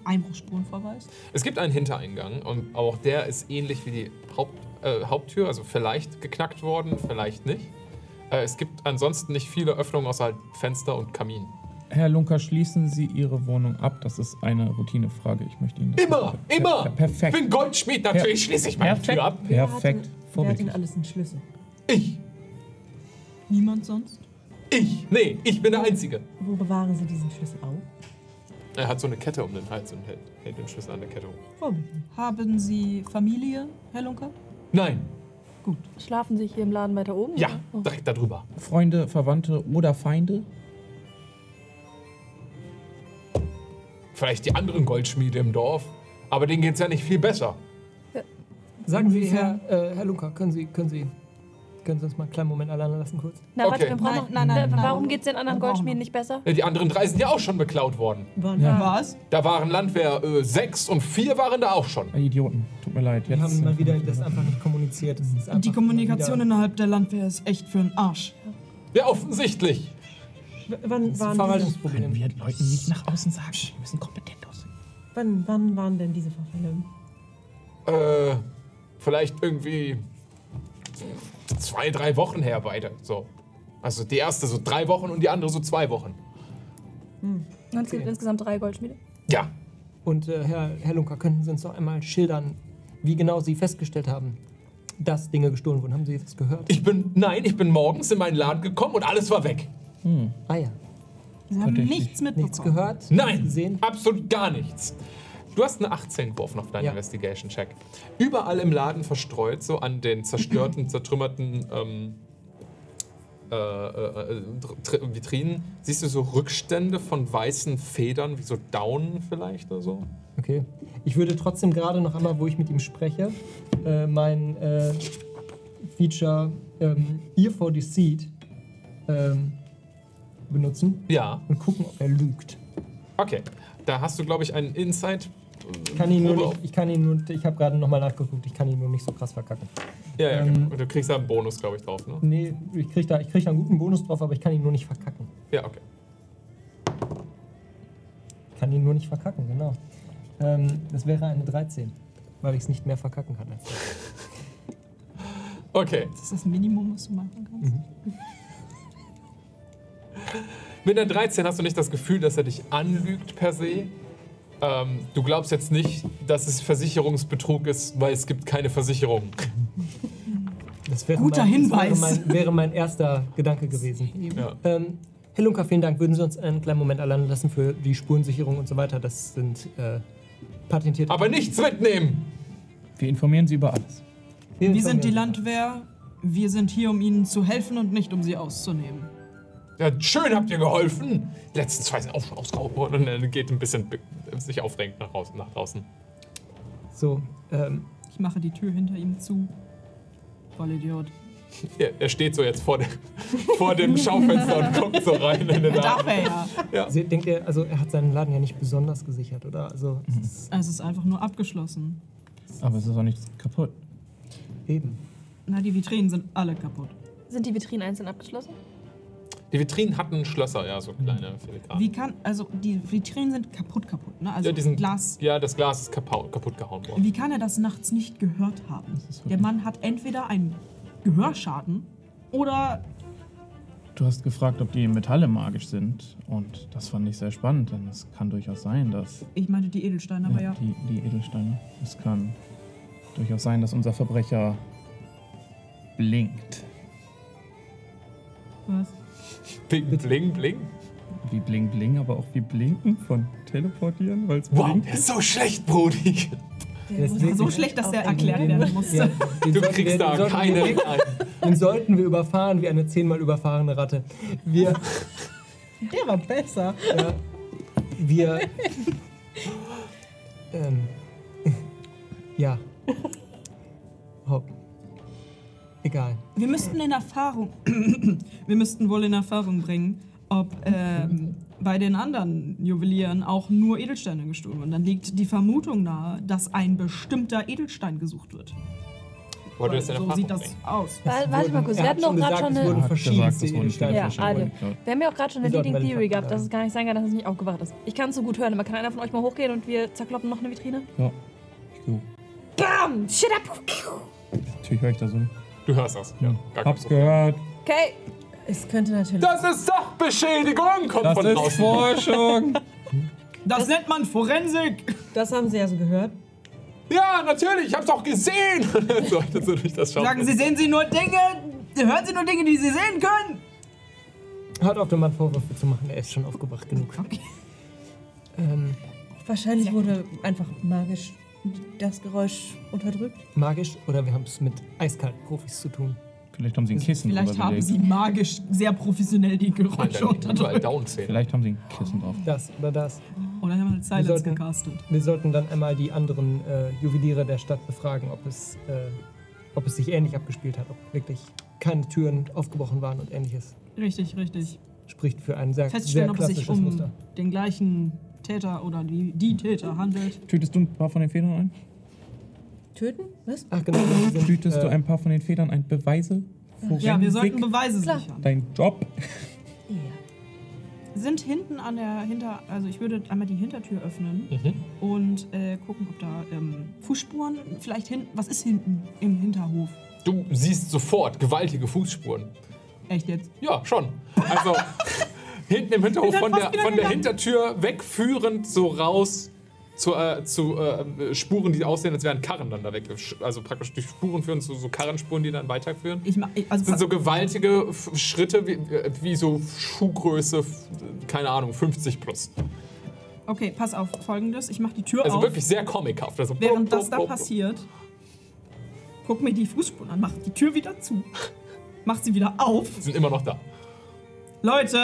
Einbruchsspuren vorweist? Es gibt einen Hintereingang und auch der ist ähnlich wie die Haupt, äh, Haupttür, also vielleicht geknackt worden, vielleicht nicht. Äh, es gibt ansonsten nicht viele Öffnungen außer halt Fenster und Kamin. Herr Lunker, schließen Sie Ihre Wohnung ab. Das ist eine Routinefrage. Ich möchte Ihnen das Immer, Per- immer. per- Perfekt. Ich bin Goldschmied, natürlich schließe ich meine Tür ab. Perfekt. Wer hat denn Vorbildlich. alles einen Schlüssel? Ich, Niemand sonst? ich, nee, ich bin der Einzige. Wo bewahren Sie diesen Schlüssel auf? Er hat so eine Kette um den Hals und hält, hält den Schlüssel an der Kette hoch. Vorbildlich. Haben Sie Familie, Herr Lunker? Nein, Schlafen Sie hier im Laden weiter oben? ja, oder? Oh. direkt darüber. Freunde, Verwandte oder Feinde? Vielleicht die anderen Goldschmiede im Dorf, aber denen geht's ja nicht viel besser. Sagen Sie, Herr, äh, Herr Lunker, können Sie, können Sie, können Sie uns mal einen kleinen Moment alleine lassen kurz? Na, warte, Okay. wir brauchen Nein, nein, noch. nein, Äh, nein. Warum geht es den anderen Wir brauchen Goldschmieden noch. nicht besser? Ja, Die anderen drei sind ja auch schon beklaut worden. Wann? Was? Da waren Landwehr äh, sechs und vier waren da auch schon. Äh, Idioten, tut mir leid. Jetzt Wir haben mal wieder das einfach nicht kommuniziert. Das ist einfach Die Kommunikation mal innerhalb der Landwehr ist echt für den Arsch. Ja, offensichtlich. W- Wann waren, wieder ein diese, Können Verwaltungsproblem. wir Leuten nicht nach außen sagen. Wir müssen kompetent aussehen. wann, wann waren denn diese Vorfälle? Äh, vielleicht irgendwie zwei, drei Wochen her beide. So. Also die erste so drei Wochen und die andere so zwei Wochen. Und Es gibt insgesamt drei Goldschmiede. Ja. Und äh, Herr, Herr Lunker, könnten Sie uns noch einmal schildern, wie genau Sie festgestellt haben, dass Dinge gestohlen wurden? Haben Sie das gehört? Ich bin, nein, ich bin morgens in meinen Laden gekommen und alles war weg. Ah ja, Sie haben Verdächtig. nichts mitbekommen. nichts gehört? Nein, Gesehen? absolut gar nichts. Du hast eine 18 geworfen auf deinen Ja. Investigation-Check. Überall im Laden verstreut, so an den *clears throat* zerstörten, zertrümmerten ähm, äh, äh, äh, Tr- Vitrinen, siehst du so Rückstände von weißen Federn, wie so Daunen vielleicht oder so. Okay. Ich würde trotzdem gerade noch einmal, wo ich mit ihm spreche, äh, mein äh, Feature ähm, Ear for Deceit ähm, benutzen Ja, und gucken, ob er lügt. okay. Da hast du, glaube ich, einen Insight. Ich kann ihn nur Probe nicht, ich kann ihn nur, ich habe gerade nochmal nachgeguckt, ich kann ihn nur nicht so krass verkacken. Ja, ja, Ähm, genau. Und du kriegst da einen Bonus, glaube ich, drauf, ne? Nee, ich krieg da, ich krieg da einen guten Bonus drauf, aber ich kann ihn nur nicht verkacken. Ja, okay. Ich kann ihn nur nicht verkacken, genau. Ähm, das wäre eine 13, weil ich es nicht mehr verkacken kann. als das. Okay. Das ist das Minimum, was du machen kannst. Mit der 13 hast du nicht das Gefühl, dass er dich anlügt per se. Ähm, du glaubst jetzt nicht, dass es Versicherungsbetrug ist, weil es gibt keine Versicherung. Das wäre Guter Hinweis. Das wäre mein, wäre mein erster Gedanke gewesen. Ja. Ähm, Herr Lunker, vielen Dank. Würden Sie uns einen kleinen Moment alleine lassen für die Spurensicherung und so weiter? Das sind äh, patentierte. Aber nichts mitnehmen! Wir informieren Sie über alles. Wir sind die Landwehr. Wir sind hier, um ihnen zu helfen und nicht, um sie auszunehmen. Ja, schön habt ihr geholfen. Die letzten zwei sind auch schon ausgeraubt worden und er geht ein bisschen be- sich aufrenkt nach draußen. Nach draußen. So, ähm, Ich mache die Tür hinter ihm zu. Vollidiot. Er, er steht so jetzt vor, der, *laughs* vor dem Schaufenster und guckt so rein in den Darf Laden. er ja. Sie, denkt ihr, also er hat seinen Laden ja nicht besonders gesichert, oder? Also Mhm. es ist Es ist einfach nur abgeschlossen. Aber es ist auch nichts kaputt. eben. Na, die Vitrinen sind alle kaputt. Sind die Vitrinen einzeln abgeschlossen? Die Vitrinen hatten Schlösser, ja, so kleine Filigrane. Wie kann. Also, die Vitrinen sind kaputt, kaputt, ne? Also, Ja, die sind- Glas. Ja, das Glas ist kapau- kaputt gehauen worden. Wie kann er das nachts nicht gehört haben? Der Mann hat entweder einen Gehörschaden oder Du hast gefragt, ob die Metalle magisch sind. Und das fand ich sehr spannend, denn es kann durchaus sein, dass Ich meine die Edelsteine, Ja, aber ja. Also Die, die Edelsteine. Es kann durchaus sein, dass unser Verbrecher blinkt. Was? Bling, bling, bling. Wie bling bling, aber auch wie blinken von teleportieren, weil es Wow, blinkt. der ist so schlecht, Brody. Deswegen- So schlecht, dass der Auf erklärt werden musste. Ja, den Du sollten wir- kriegst den da sollten keine Wir, rein. den sollten wir überfahren wie eine zehnmal überfahrene Ratte. Wir, *laughs* Der war besser. äh, *laughs* wir, ähm, ja, hopp. Egal. Wir müssten in Erfahrung. wir müssten wohl in Erfahrung bringen, ob ähm, bei den anderen Juwelieren auch nur Edelsteine gestohlen wurden. Dann liegt die Vermutung nahe, dass ein bestimmter Edelstein gesucht wird. Wollt ihr das in so Erfahrung sieht das bringen? aus. Warte wurden- mal kurz, er hat wir hatten doch schon gerade gesagt, schon es Er wurden eine. hat gesagt, es verschiedenste wurden Edelsteine. Ja, verschiedene alle. geklaut. Wir haben ja auch gerade schon eine Wir sollten Leading bei den Theory Fakten gehabt, dass bleiben. es gar nicht sein kann, dass es nicht aufgewacht ist. Ich kann es so gut hören, aber kann einer von euch mal hochgehen und wir zerkloppen noch eine Vitrine? Ja. Jo. Bam! Shit up! Natürlich höre ich da so. Du hörst das. Ja, gar kein Hab's Problem. gehört. Okay, Es könnte natürlich. Das ist Sachbeschädigung! Kommt Das von ist draußen. *laughs* Forschung. Das, nennt man Forensik. Das haben Sie ja so gehört. Ja, natürlich, ich hab's auch gesehen! *laughs* Sollte so durch das schauen. Sagen Sie, sehen Sie nur Dinge, hören Sie nur Dinge, die Sie sehen können. Hört auf, dem Mann Vorwürfe zu machen, er ist schon aufgebracht genug. Ähm, Wahrscheinlich wurde einfach magisch das Geräusch unterdrückt. magisch oder wir haben es mit eiskalten Profis zu tun. Vielleicht haben sie ein Kissen Vielleicht haben gelegt. Sie magisch sehr professionell die Nein, Geräusche da liegen überall unterdrückt. Down-Szenen. Vielleicht haben sie ein Kissen drauf. Das oder das. Oder haben wir Silence sollten- gecastet. Wir sollten dann einmal die anderen äh, Juweliere der Stadt befragen, ob es, äh, ob es sich ähnlich abgespielt hat, ob wirklich keine Türen aufgebrochen waren und ähnliches. Richtig, richtig. Spricht für ein sehr, sehr Feststellen, ob es sich klassisches um Muster. den gleichen Täter oder die, die Täter handelt. Tütest du ein paar von den Federn ein? Töten? Was? Ach genau. das sind, Tütest du äh, ein paar von den Federn ein? Beweise? Ja, wir sollten Forensik? Beweise Klar. sichern. Dein Job. Sind hinten an der Hinter... Also ich würde einmal die Hintertür öffnen Mhm. und äh, gucken, ob da ähm, Fußspuren vielleicht hinten... Was ist hinten im Hinterhof? Du siehst sofort gewaltige Fußspuren. Echt jetzt? Ja, schon. Also hinten im Hinterhof Bin von dann fast der, wieder von der gegangen. Hintertür wegführend so raus zu, äh, zu äh, Spuren, die aussehen, als wären Karren dann da weg. Also praktisch die Spuren führen zu so Karrenspuren, die dann weiterführen. Ich mach, ich, also Das sind so gewaltige F Schritte wie, äh, wie so Schuhgröße, f- keine Ahnung, 50 plus. Okay, pass auf, folgendes. Ich mache die Tür Also auf. wirklich sehr comichaft. Also Während blub, das da blub, blub, passiert, guck mir die Fußspuren an, mach die Tür wieder zu, mach sie wieder auf. blub, Sind immer noch da. Leute,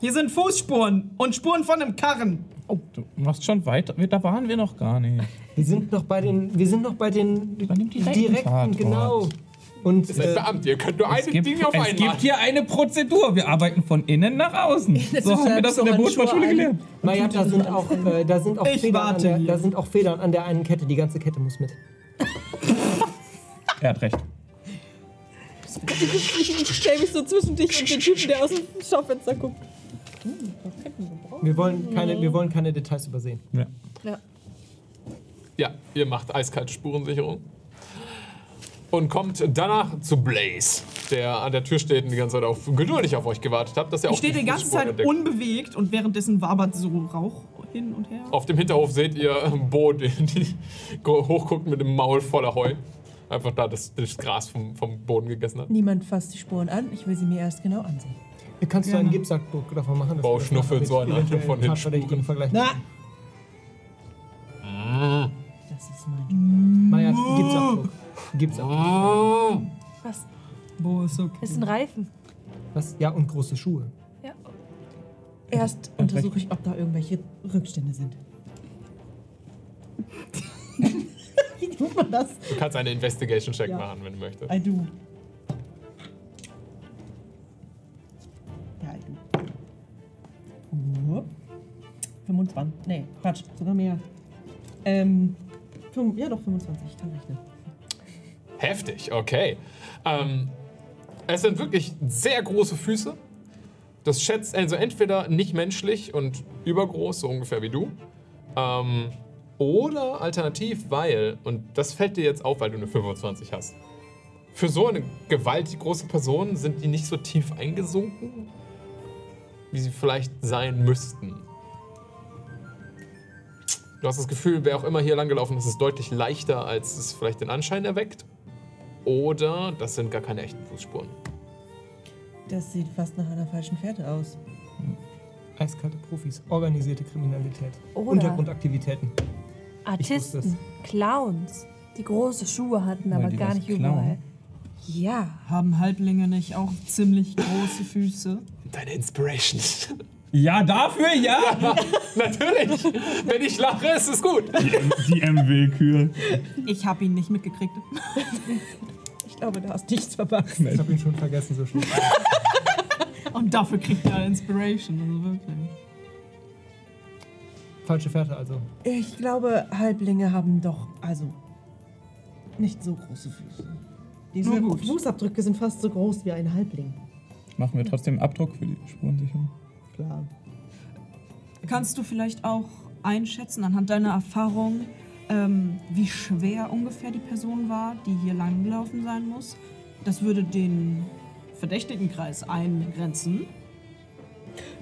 hier sind Fußspuren und Spuren von einem Karren. Oh, du machst schon weiter. Wir- Da waren wir noch gar nicht. Wir sind noch bei den, wir sind noch bei den dem direkten Tatort. genau. Und Äh, Ihr äh, seid Beamte, ihr könnt nur eine Oh, Es gibt, Dinge auf es einmal. gibt hier eine Prozedur. Wir arbeiten von innen nach außen. So haben wir das in der Berufsschule gelernt. Maya, da sind auch, äh, da sind auch Ich Federn an warte der, hier. da sind auch Federn an der einen Kette. Die ganze Kette muss mit. Er hat recht. ich stelle mich so zwischen dich und den Typen, der aus dem Schaufenster guckt. Wir wollen keine, wir wollen keine Details übersehen. Ja. Ja, ihr macht eiskalte Spurensicherung. Und kommt danach zu Blaze, der an der Tür steht und die ganze Zeit auf, geduldig auf euch gewartet hat, dass er auch Ich stehe die ganze Zeit Fußspuren entdeckt. unbewegt und währenddessen wabert so Rauch hin und her. Auf dem Hinterhof seht ihr Bo, die, *laughs* die hochguckt mit dem Maul voller Heu. Einfach da das, das Gras vom, vom Boden gegessen hat. Niemand fasst die Spuren an. Ich will sie mir erst genau ansehen. Hier kannst du einen Gipsackdruck davon machen. dass Wow, wir das Schnuffel, mit so einer eventuellen von den Tatverdächtigen Spuren. vergleichen. Na, Das ist mein Job. Maya, Gipsackdruck. Gipsackdruck. Was? Bo ist okay. Ist ein Reifen. Was? Ja, und große Schuhe. Ja. Erst untersuche ich, ob da irgendwelche Rückstände sind. Wie tut man das? Du kannst einen Investigation-Check Ja. machen, wenn du möchtest. I do. Ja, I do. Hup. 25. Nee, Quatsch, sogar mehr. Ähm, fünf- ja doch, 25, ich kann rechnen. Heftig, okay. Ähm, es sind wirklich sehr große Füße. Das schätzt also entweder nicht menschlich und übergroß, so ungefähr wie du. Ähm, oder alternativ, weil, und das fällt dir jetzt auf, weil du eine 25 hast. Für so eine gewaltig große Person sind die nicht so tief eingesunken, wie sie vielleicht sein müssten. Du hast das Gefühl, wer auch immer hier langgelaufen ist, ist deutlich leichter, als es vielleicht den Anschein erweckt. Oder das sind gar keine echten Fußspuren. Das sieht fast nach einer falschen Fährte aus. Eiskalte Profis, organisierte Kriminalität, Oder- Untergrundaktivitäten. Ich Artisten, wusste Clowns, die große Schuhe hatten, Weil aber die gar was nicht klauen. überall. Ja. Ah. Haben Halblinge nicht auch ziemlich große Füße? Deine Inspiration. *laughs* Ja, dafür *laughs* ja. Natürlich! Wenn ich lache, ist es gut. Die M-Willkür. Ich habe ihn nicht mitgekriegt. Ich glaube, da ist nichts verwachsen. Ich habe ihn schon vergessen, so schlimm. Und dafür kriegt er Inspiration, also wirklich. Falsche Fährte also. Ich glaube, Halblinge haben doch, also, nicht so große Füße. Diese Nur gut. Fußabdrücke sind fast so groß wie ein Halbling. Machen wir trotzdem Abdruck für die Spurensicherung. Klar. Kannst du vielleicht auch einschätzen anhand deiner Erfahrung, ähm, wie schwer ungefähr die Person war, die hier langgelaufen sein muss. Das würde den Verdächtigenkreis eingrenzen.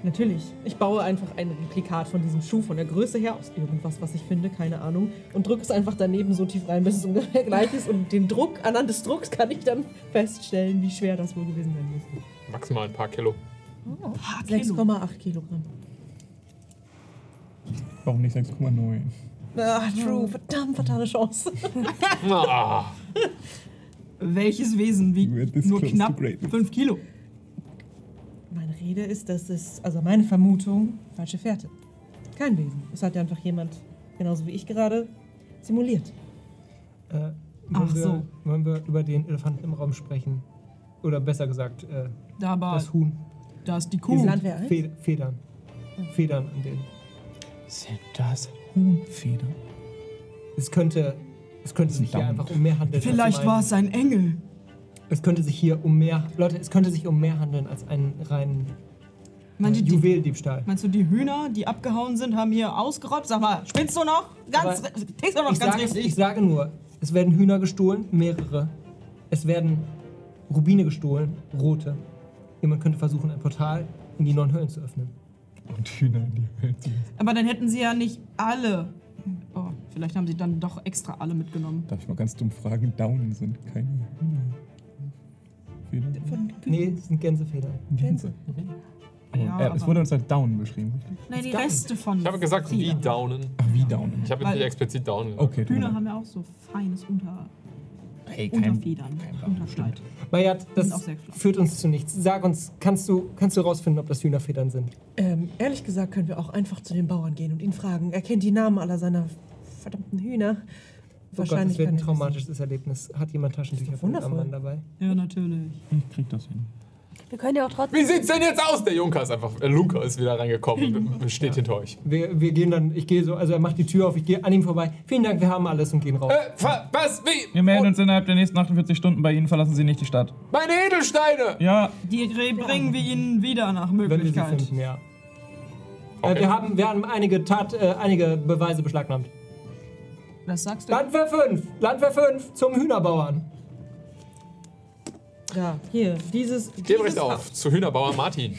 Natürlich. Ich baue einfach ein Replikat von diesem Schuh von der Größe her aus irgendwas, was ich finde, keine Ahnung. Und drücke es einfach daneben so tief rein, bis es *laughs* ungefähr gleich ist. Und den Druck, anhand des Drucks kann ich dann feststellen, wie schwer das wohl gewesen sein muss. Maximal ein paar Kilo. Ah, Kilo. 6,8 Kilogramm. Warum nicht 6,9? Ah, true. Verdammt, fatale Chance. Ah, Welches Wesen We're wiegt this nur close to knapp greatness. 5 Kilo? Meine Rede ist, dass es, also meine Vermutung, falsche Fährte. Kein Wesen. Es hat ja einfach jemand, genauso wie ich gerade, simuliert. Äh, wollen Ach wir, so. Wollen wir über den Elefanten im Raum sprechen? Oder besser gesagt, äh, Da war, das Huhn. da ist die Die Kuh. sind Landwehr eins? Fe- Federn. Federn an denen. Sind das Huhnfedern? Es könnte, es könnte sich hier Verdammt. einfach um mehr handeln. als um Vielleicht einen- war es ein Engel. Es könnte sich hier um mehr, Leute, es könnte sich um mehr handeln als einen reinen Meinst du, die, Juweldiebstahl. meinst du, die Hühner, die abgehauen sind, haben hier ausgeraubt? Sag mal, spinnst du noch? Ganz, Aber tickst du noch Ich ganz sage, richtig? ich sage nur, es werden Hühner gestohlen, mehrere. Es werden Rubine gestohlen, rote. Jemand könnte versuchen, ein Portal in die neuen Höllen zu öffnen. Und Hühner in die Welt. Aber dann hätten sie ja nicht alle. Oh, vielleicht haben sie dann doch extra alle mitgenommen. Darf ich mal ganz dumm fragen? Daunen sind keine Hühnerfedern. Von Nee, es sind Gänsefedern. Gänse. Aber, Ja, äh, es aber- wurde uns als Daunen beschrieben, richtig? Nein, die Reste von. ich habe gesagt, wie Federn. downen. Ach, wie Daunen. Ich habe jetzt Weil- nicht explizit downen. gesagt. Okay, tut mir Hühner leid. haben ja auch so feines Unter, hey, Unterfedern, Problem, Unterkleid. Bayat, Sind auch das sehr schlau. führt uns zu nichts. Sag uns, kannst du, kannst du rausfinden, ob das Hühnerfedern sind? Oh Ähm, ehrlich gesagt können wir auch einfach zu den Bauern gehen und ihn fragen. Er kennt die Namen aller seiner verdammten Hühner. Oh Gott, das wird ein kann er traumatisches Erlebnis. Hat jemand Taschentücher doch von am wundervoll. Mann dabei? Ja, natürlich. Ich krieg das hin. Wir können ja auch trotzdem. Wie sieht's denn jetzt aus? Der Junker ist einfach, äh, Lunker ist wieder *laughs* reingekommen und steht hinter euch. Wir, wir gehen dann, ich gehe so, also er macht die Tür auf, ich gehe an ihm vorbei. Vielen Dank, wir haben alles und gehen raus. Äh, fa- was? Wie? Oh, Wir melden uns innerhalb der nächsten 48 Stunden bei Ihnen. Verlassen Sie nicht die Stadt. Meine Edelsteine! Ja, Die re- bringen wir ihnen wieder nach wenn wir sie Möglichkeit. finden, ja. Okay. Äh, wir, haben, wir haben einige Tat, äh, einige Beweise beschlagnahmt. Das sagst du. Landwehr 5, Landwehr 5 zum Hühnerbauern. wissen. Da, hier, dieses. Gebrecht dieses auf zu Hühnerbauer Martin.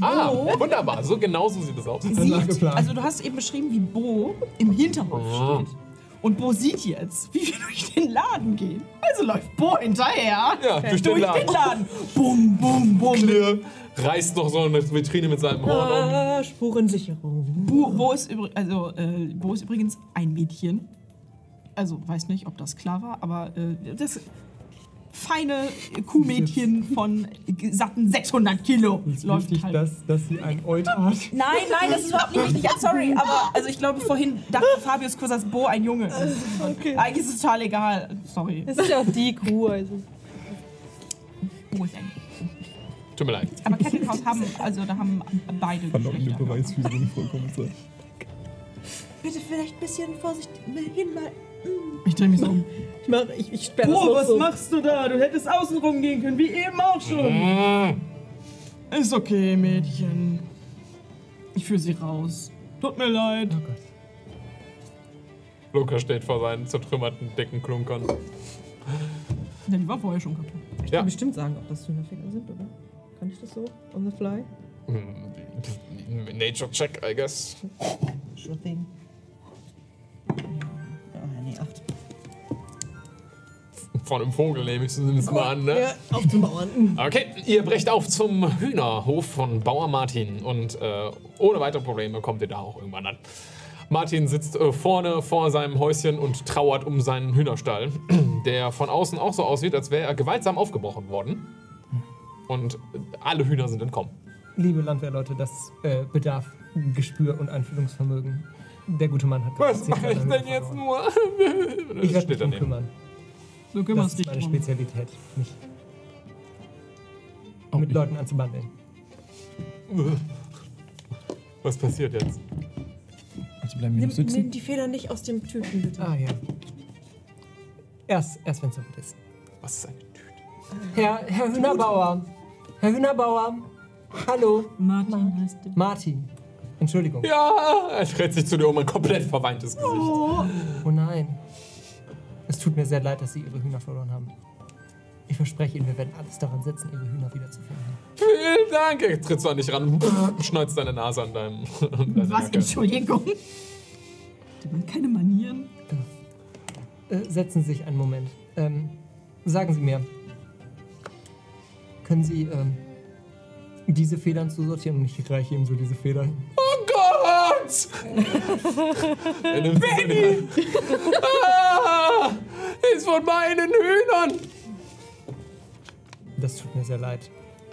Ah, wunderbar. So genau so sieht es aus. Sieht, nachgeplant. also du hast eben beschrieben, wie Bo im Oh. Hinterhof steht. Und Bo sieht jetzt, wie wir *laughs* durch den Laden gehen. Also läuft Bo hinterher. Ja, durch den Laden. Bum, bum, bum. Klirr, reißt noch so eine Vitrine mit seinem Horn um. Ah, Spurensicherung. Bo, Bo, ist übr- also, äh, Bo ist übrigens ein Mädchen. Also weiß nicht, ob das klar war, aber äh, das feine Kuhmädchen von g- satten 600 Kilo läuft halt. dass, dass sie ein Eut hat. Nein, nein, das ist überhaupt nicht richtig. I'm sorry, aber also ich glaube, vorhin dachte Fabius kurz, dass Bo ein Junge ist. Okay. Eigentlich ist es total egal. Sorry. Das ist ja auch die Kuh. Also. Bo ist ein. Ah. Tut mir leid. Aber Kettelhaus haben, also da haben beide Geschlechter. für so eine Frau Kommissar. Bitte vielleicht ein bisschen vorsichtig hin mal. mm. Ich drehe mich so um. Ich, mach, ich, ich sperre das Bo, Loch was so. machst du da? Du hättest außen rum gehen können, wie eben auch schon. Äh. Ist okay, Mädchen. Ich führe sie raus. Tut mir leid. Luca steht vor seinen zertrümmerten, dicken Klunkern. Ja, die war vorher schon kaputt. Ich Ja. kann bestimmt sagen, ob das Hühnerfedern sind, oder? Kann ich das so? On the fly? Hm, Nature check, I guess. Sure thing. Ah, nee, acht. Von einem Vogel nehme ich es mal an, ne? Oh, Ja, auf zum Bauern. Okay, ihr brecht auf zum Hühnerhof von Bauer Martin und äh, ohne weitere Probleme kommt ihr da auch irgendwann an. Martin sitzt äh, vorne vor seinem Häuschen und trauert um seinen Hühnerstall, der von außen auch so aussieht, als wäre er gewaltsam aufgebrochen worden. Und alle Hühner sind entkommen. Liebe Landwehrleute, das äh, bedarf Gespür und Einfühlungsvermögen. Der gute Mann hat Was zehn mache ich Jahre denn Hühner jetzt verloren. nur? Ich werde mich Steht drum daneben. kümmern. Du Das kümmerst ist dich meine drum. Spezialität, mich mit Leuten anzubandeln. Was passiert jetzt? Also bleiben wir Nimm, noch sitzen. nimm die Federn nicht aus dem Tüten, bitte. Ah ja. Erst, erst wenn es soweit ist. Was ist eine Tüte? Herr, Herr Hühnerbauer. Herr Hühnerbauer. Hallo. Martin heißt der. Martin. Entschuldigung. Ja, er dreht sich zu dir um ein komplett verweintes Gesicht. Oh nein. Es tut mir sehr leid, dass Sie Ihre Hühner verloren haben. Ich verspreche Ihnen, wir werden alles daran setzen, Ihre Hühner wiederzufinden. Vielen Dank. Er tritt zwar nicht ran, *laughs* schneuzt deine Nase an deinem. an deiner Was? Jacke. Entschuldigung. Der Mann keine Manieren. Äh, setzen Sie sich einen Moment. Ähm, sagen Sie mir, können Sie ähm, diese Federn zusortieren? Und ich reiche ihm so diese Federn. Oh Gott! er nimmt Benny! ah, ist von meinen Hühnern! Das tut mir sehr leid.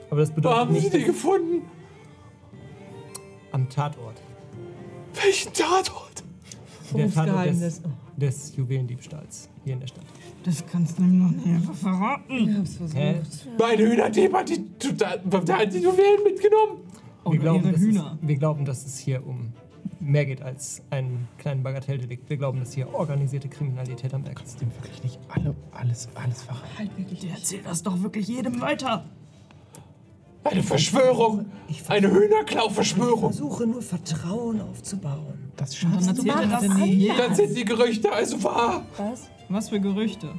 Aber das Wo bedeutet haben sie nicht die dass gefunden? am Tatort. Welchen Tatort? Der Tatort Berufsgeheimnis. des, Oh. des Juwelendiebstahls hier in der Stadt. Das kannst du ihm noch nicht einfach verraten. Ich hab's versucht. Hä? Meine Hühnerdieb hat die, da, da hat die Juwelen mitgenommen. Wir glauben, ihre dass Hühner. Es, wir glauben, dass es hier um mehr geht als einen kleinen Bagatelldelikt. Wir glauben, dass hier organisierte Kriminalität am Werk ist. Dem wirklich nicht alle, alles, alles verraten. Halt wirklich. Der erzählt das doch wirklich jedem weiter. Eine Verschwörung. Eine Hühnerklau-Verschwörung. Versuche nur Vertrauen aufzubauen. Das schadet. Dann erzählt er das nie Dann sind die Gerüchte also wahr. Was? Was für Gerüchte.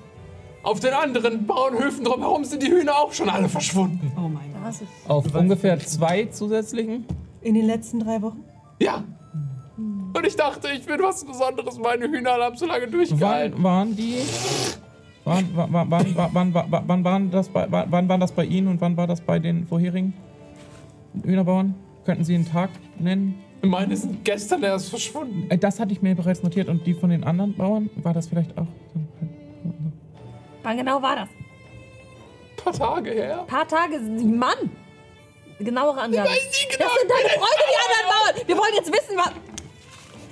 Auf den anderen Bauernhöfen drumherum sind die Hühner auch schon alle verschwunden. Oh mein Gott. Auf ungefähr zwei zusätzlichen? In den letzten drei Wochen? Ja. Und ich dachte, ich bin was Besonderes. Meine Hühner haben so lange durchgehalten. Wann waren die? Wann, wann, wann, wann, wann, wann, wann, waren das bei, wann, wann war das bei Ihnen und wann war das bei den vorherigen Hühnerbauern? Könnten Sie einen Tag nennen? Meine sind gestern erst verschwunden. Äh, Das hatte ich mir bereits notiert und die von den anderen Bauern war das vielleicht auch. Wann genau war das? Ein paar Tage her. Ein paar Tage. Mann! Genauere Angaben. weiß nie genau, das sind deine Freunde, die anderen Bauern. Wir wollen jetzt wissen, was.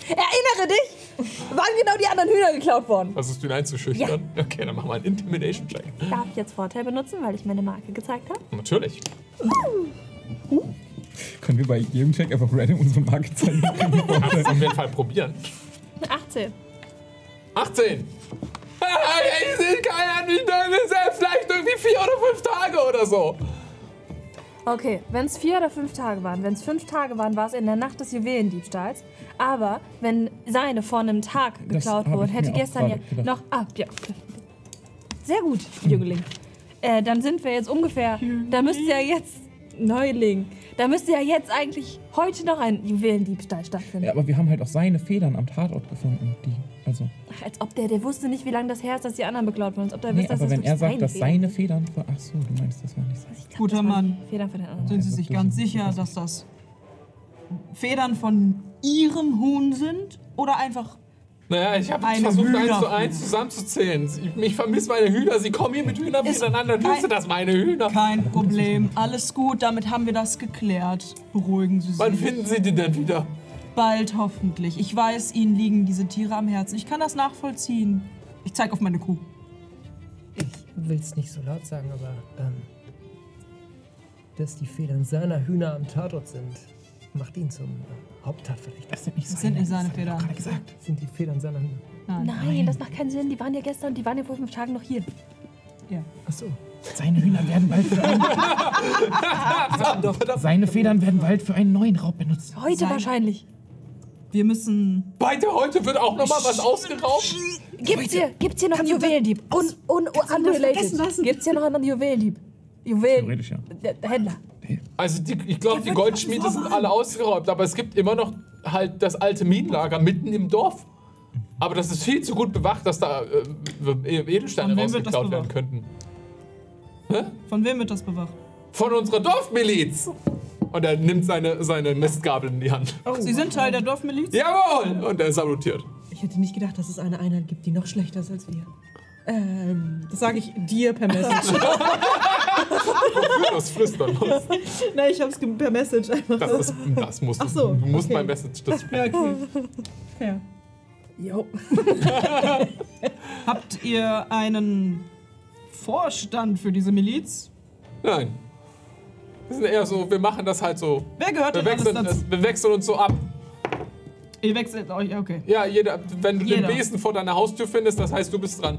Erinnere dich, wann genau die anderen Hühner geklaut wurden. Versuchst du ihn einzuschüchtern? Okay, dann machen wir einen Intimidation-Check. Darf ich jetzt Vorteil benutzen, weil ich meine Marke gezeigt habe? Natürlich. Können wir bei jedem Check einfach random unsere Marke zeigen? Kannst du es auf jeden Fall probieren. 18. 18. Ah, Ich sehe keine Ahnung, wie lange es ist. Vielleicht irgendwie vier oder fünf Tage oder so. Okay, wenn es vier oder fünf Tage waren, wenn es fünf Tage waren, war es in der Nacht des Juwelendiebstahls. Aber wenn seine vor einem Tag Das geklaut hab wurde, ich hätte mir auch gestern ja gerade gedacht. noch. Ah, ja. Sehr gut, Jüngling. Äh, dann sind wir jetzt ungefähr. Da müsste ja jetzt. Neuling. Da müsste ja jetzt eigentlich heute noch ein Juwelendiebstahl stattfinden. ja, aber wir haben halt auch seine Federn am Tatort gefunden. Die, also, Ach, als ob der, der wusste nicht, wie lange das her ist, dass die anderen beklaut wurden. Als ob der nee, wusste, dass aber das wenn er sagt, dass Federn seine Federn. ver- Ach so, du meinst, das war nicht sein. sind. Ich glaub, Guter das waren Mann. Federn von den anderen. Sind Sie sich ganz sicher, dass das Federn von Ihrem Huhn sind? Oder einfach. Naja, ich habe Meine versucht, Hühner. eins zu eins zusammenzuzählen. Sie- Ich vermisse meine Hühner. Sie kommen hier mit Hühnern Ist- miteinander. Du Nein. bist das meine Hühner. Kein Problem, alles gut, damit haben wir das geklärt. Beruhigen Sie Wann sich. finden Sie die denn wieder? Bald hoffentlich. Ich weiß, Ihnen liegen diese Tiere am Herzen. Ich kann das nachvollziehen. Ich zeig auf meine Kuh. will es nicht so laut sagen, aber ähm, dass die Federn seiner Hühner am Tatort sind, macht ihn zum äh, Haupttatverdächtigen. Das sind nicht Das sind nicht seine Federn. Sind die Federn seiner Hühner? Nein. Nein, das macht keinen Sinn. Die waren ja gestern, die waren ja vor fünf Tagen noch hier. Ja. Achso. Seine Hühner werden bald für einen, seine Federn werden bald für einen neuen Raub benutzt. Heute Sein- wahrscheinlich. Wir müssen. Weiter heute wird auch nochmal was ausgeraubt. Gibt's hier, gibt's hier noch einen Juwelendieb? Un, un, vergessen unrelated. lassen? Gibt's hier noch einen Juwelendieb? Juwelen. Theoretisch ja. Der der Händler. Also die, ich glaube, die Goldschmiede sind alle ausgeräumt, aber es gibt immer noch halt das alte Minenlager mitten im Dorf. Aber das ist viel zu gut bewacht, dass da äh, äh, Edelsteine Von wem wird das rausgeklaut werden bewacht? könnten. Von wem wird das bewacht? Von unserer Dorfmiliz! Und er nimmt seine, seine Mistgabel in die Hand. Sie sind Teil der Dorfmiliz? Jawohl! Und er salutiert. Ich hätte nicht gedacht, dass es eine Einheit gibt, die noch schlechter ist als wir. Ähm, das sage ich dir per Message. Wofür *laughs* das flüstern muss. *laughs* Nein, ich hab's ge- per Message einfach. Das, ist, das musst du. Ach so, du musst okay. mein Message. Das, *laughs* Ja, okay. Fair. Jo. Habt ihr einen Vorstand für diese Miliz? nein. Wir sind eher so, wir machen das halt so. Wer gehört Wir denn alles wechseln, dazu? es- wir wechseln uns so ab. Ihr wechselt euch, okay. Ja, jeder, wenn du Genau. Jeder. den Besen vor deiner Haustür findest, das heißt, du bist dran.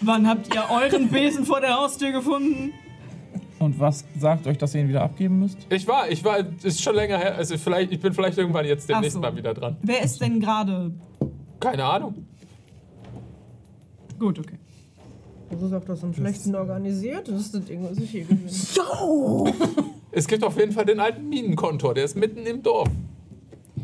Wann habt ihr euren Besen vor der Haustür gefunden? Und was sagt euch, dass ihr ihn wieder abgeben müsst? Ich war, ich war, ist schon länger her. Also vielleicht, ich bin vielleicht irgendwann jetzt Ach demnächst so. mal wieder dran. Wer ist denn gerade? Keine Ahnung. Gut, okay. Das ist auch das am schlechtesten organisiert. Das ist das Ding, was ich hier gewinne. Es gibt auf jeden Fall den alten Minenkontor, der ist mitten im Dorf.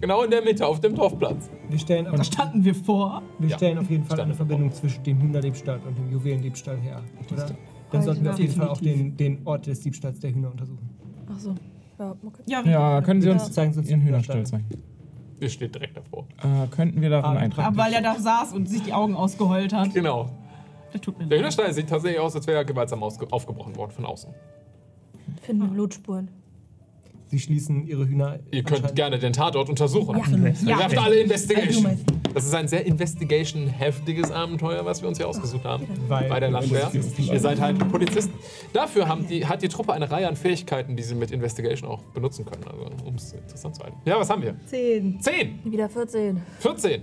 Genau in der Mitte, auf dem Dorfplatz. Wir stellen, auf, Standen wir vor? wir Ja. stellen auf jeden Fall eine Standard- Verbindung zwischen dem Hühnerdiebstahl und dem Juwelendiebstahl her, oder? Dann sollten wir auf jeden Fall auch den, den Ort des Diebstahls der Hühner untersuchen. Ach so. Ja, okay. Ja, Ja, können Sie uns Zeigen Sie uns Ihren den Hühnerstall zeigen? Der steht direkt davor. Äh, könnten wir darin Ah, eintragen? aber weil er da saß und sich die Augen ausgeheult hat. Genau. Das tut mir Der leid. Hühnerstall sieht tatsächlich aus, als wäre er gewaltsam ausge- aufgebrochen worden von außen. Finden wir Blutspuren. Sie schließen ihre Hühner. Ihr könnt gerne den Tatort untersuchen. Ja. Ihr habt alle Investigation. Das ist ein sehr Investigation-heftiges Abenteuer, was wir uns hier ausgesucht haben. Weil- bei der Landwehr. Ihr seid halt Polizisten. Dafür haben die, hat die Truppe eine Reihe an Fähigkeiten, die sie mit Investigation auch benutzen können, also, um es interessant zu halten. Ja, was haben wir? Zehn. 10, Wieder 14. 14.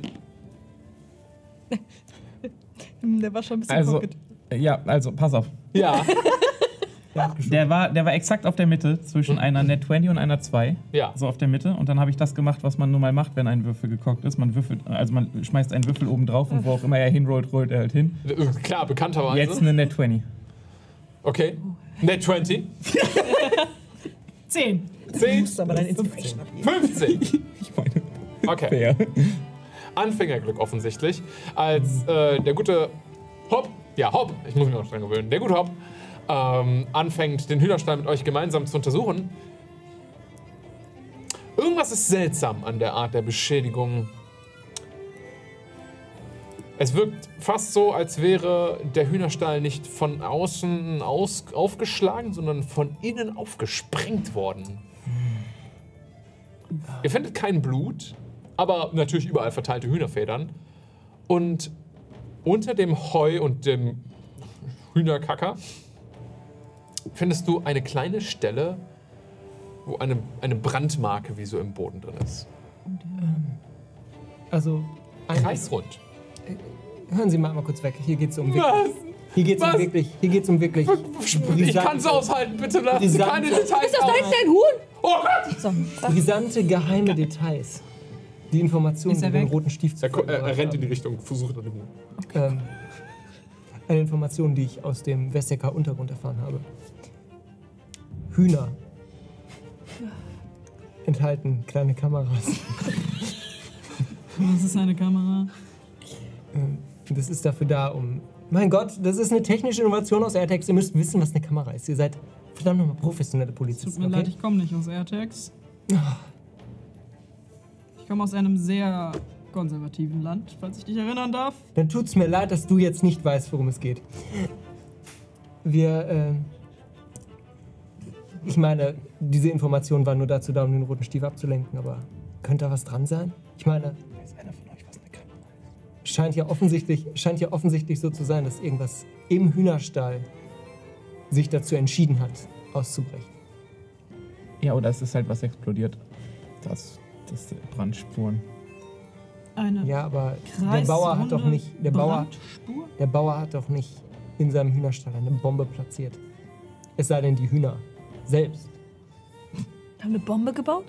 Hm, Der war schon ein bisschen Also, pocket. ja, also pass auf. Ja, Der war, der war exakt auf der Mitte zwischen einer Net 20 und einer 2. Ja. So auf der Mitte. Und dann habe ich das gemacht, was man nun mal macht, wenn ein Würfel gekocht ist. Man würfelt, also man schmeißt einen Würfel oben drauf und wo auch immer er hinrollt, rollt er halt hin. klar, bekannterweise. Jetzt eine Net 20. Okay. Net 20. Zehn. 10, Musst aber dein Inspiration abgeben. 15. Ich meine, Okay. fair. Anfängerglück offensichtlich, als äh, der gute Hopp, ja Hopp, ich muss mich noch dran gewöhnen, der gute Hopp ähm, anfängt, den Hühnerstall mit euch gemeinsam zu untersuchen. Irgendwas ist seltsam an der Art der Beschädigung. Es wirkt fast so, als wäre der Hühnerstall nicht von außen aus aufgeschlagen, sondern von innen aufgesprengt worden. Ihr findet kein Blut, aber natürlich überall verteilte Hühnerfedern. Und unter dem Heu und dem Hühnerkacker findest du eine kleine Stelle, wo eine, eine Brandmarke wie so im Boden drin ist. Also, ein, Kreisrund. hören Sie mal, mal kurz weg. Hier geht's um wirklich. Was? Hier geht's um Was? wirklich. Hier geht's um wirklich. Ich kann es aushalten, bitte lass Die Sand- keine Details Da ist aus. ein Huhn! Oh Gott! Brisante geheime Details. Die Informationen Ist er über den weg? roten Stiefel. Er, ko- er, er rennt in die Richtung, versucht an dem Ähm, eine Information, die ich aus dem Westecker Untergrund erfahren habe. Hühner enthalten kleine Kameras. Oh, Das ist eine Kamera. Ähm, Das ist dafür da, um. Mein Gott, das ist eine technische Innovation aus AirTags. Ihr müsst wissen, was eine Kamera ist. Ihr seid verdammt nochmal professionelle Tut Polizisten. mir leid, Okay? ich komme nicht aus AirTags. Ich komme aus einem sehr konservativen Land, falls ich dich erinnern darf. Dann tut's mir leid, dass du jetzt nicht weißt, worum es geht. Wir. ähm, ich meine, diese Information war nur dazu da, um den roten Stiefel abzulenken, aber könnte da was dran sein? Ich meine, Weiß einer von euch, was eine Kamera ist? scheint ja offensichtlich, scheint ja offensichtlich so zu sein, dass irgendwas im Hühnerstall sich dazu entschieden hat, auszubrechen. Ja, oder es ist halt was explodiert. Das, das sind Brandspuren. Eine Ja, aber der kreisrunde Bauer hat doch nicht. Der Bauer, Brandspur? der Bauer hat doch nicht in seinem Hühnerstall eine Bombe platziert. Es sei denn, die Hühner selbst. Haben eine Bombe gebaut?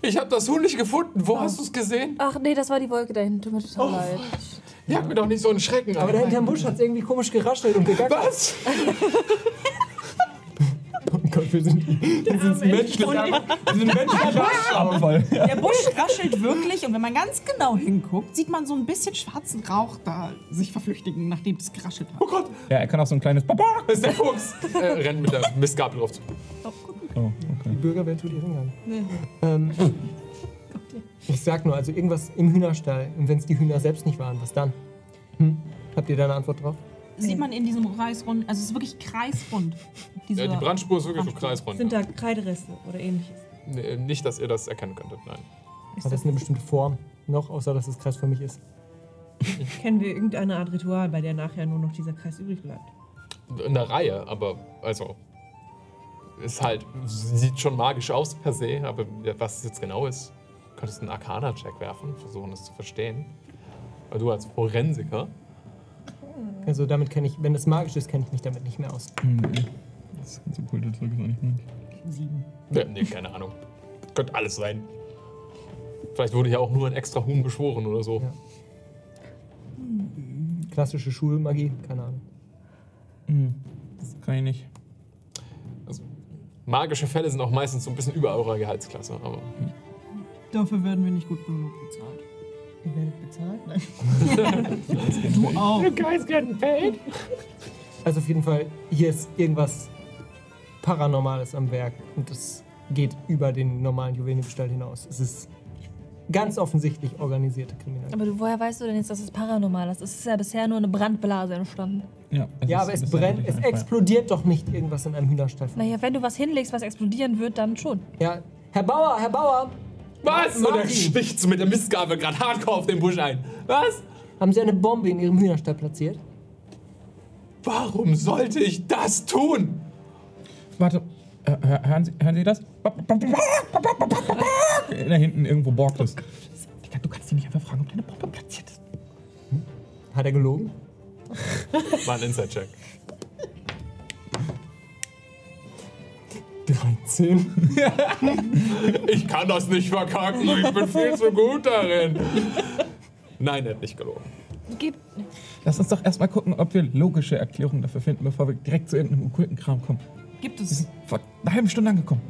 Ich habe das Huhn nicht gefunden. Wo hast du es gesehen? Ach nee, das war die Wolke da hinten. Tut mir total leid. Jag mir doch nicht so einen Schrecken. Aber da ein. hinterm Busch hat es irgendwie komisch geraschelt und gegangen. Was? Oh Gott, wir sind, wir sind menschlich. Wir sind menschlich. Aber voll. Der Busch raschelt wirklich und wenn man ganz genau hinguckt, sieht man so ein bisschen schwarzen Rauch da sich verflüchtigen, nachdem es geraschelt hat. Oh Gott, Ja, er kann auch so ein kleines Papa. da ist der Fuchs. Er rennt mit der Mistgabel drauf zu. Oh, okay. Die Bürgerwehr tut ihren Gang. Ähm, ich sag nur, also irgendwas im Hühnerstall. Und wenn es die Hühner selbst nicht waren, was dann? Hm? Habt ihr da eine Antwort drauf? Sieht man in diesem Kreisrund, also es ist wirklich kreisrund. Ja, dieser- die Brandspur ist wirklich so kreisrund. Sind da Kreidereste oder ähnliches? Nee, äh, nicht, dass ihr das erkennen könntet, nein. Ist Hat das das, eine bestimmte Form noch, außer dass es Kreis für mich ist? kennen wir irgendeine Art Ritual, bei der nachher nur noch dieser Kreis übrig bleibt? In der Reihe, aber also. Ist halt. Sieht schon magisch aus per se, aber was es jetzt genau ist, könntest du einen Arcana-Check werfen, versuchen es zu verstehen. Aber du als Forensiker. Also damit kenne ich, wenn es magisch ist, kenne ich mich damit nicht mehr aus. Das ganze Kulturzeug ist auch nicht meins. Ja, nee, keine Ahnung. Könnte alles sein. Vielleicht wurde ja auch nur ein extra Huhn beschworen oder so. Ja. Klassische Schulmagie, keine Ahnung. Das kann ich nicht. Magische Fälle sind auch meistens so ein bisschen über eurer Gehaltsklasse. Aber Dafür werden wir nicht gut genug bezahlt. Ihr werdet bezahlt? Nein. Auch. Also auf jeden Fall, hier ist irgendwas Paranormales am Werk und das geht über den normalen Juwelendiebstahl hinaus. Es ist ganz offensichtlich organisierte Kriminalität. Aber du, woher weißt du denn jetzt, dass es paranormal ist? Es ist ja bisher nur eine Brandblase entstanden. Ja, Ja, ist- aber es ist brennt, eigentlich es ein Feuer. explodiert doch nicht irgendwas in einem Hühnerstall. Naja, wenn du was hinlegst, was explodieren wird, dann schon. Ja, Herr Bauer, Herr Bauer, Was? Und er Martin. sticht mit der Mistgabel gerade hardcore auf den Busch ein. Was? haben Sie eine Bombe in Ihrem Hühnerstall platziert? Warum sollte ich das tun? Warte, hör- hör- hören Sie, hören Sie das? Da hinten irgendwo borgt es. Digga, Du kannst ihn nicht einfach fragen, ob deine Bombe platziert ist. Hat er gelogen? War ein Inside-Check. 13. *laughs* Ich kann das nicht verkacken, ich bin viel zu gut darin. Nein, er hat nicht gelogen. Gib. Lass uns doch erstmal gucken, ob wir logische Erklärungen dafür finden, bevor wir direkt zu irgendeinem okkulten Kram kommen. Gibt Wir *laughs* es. sind vor einer halben Stunde angekommen.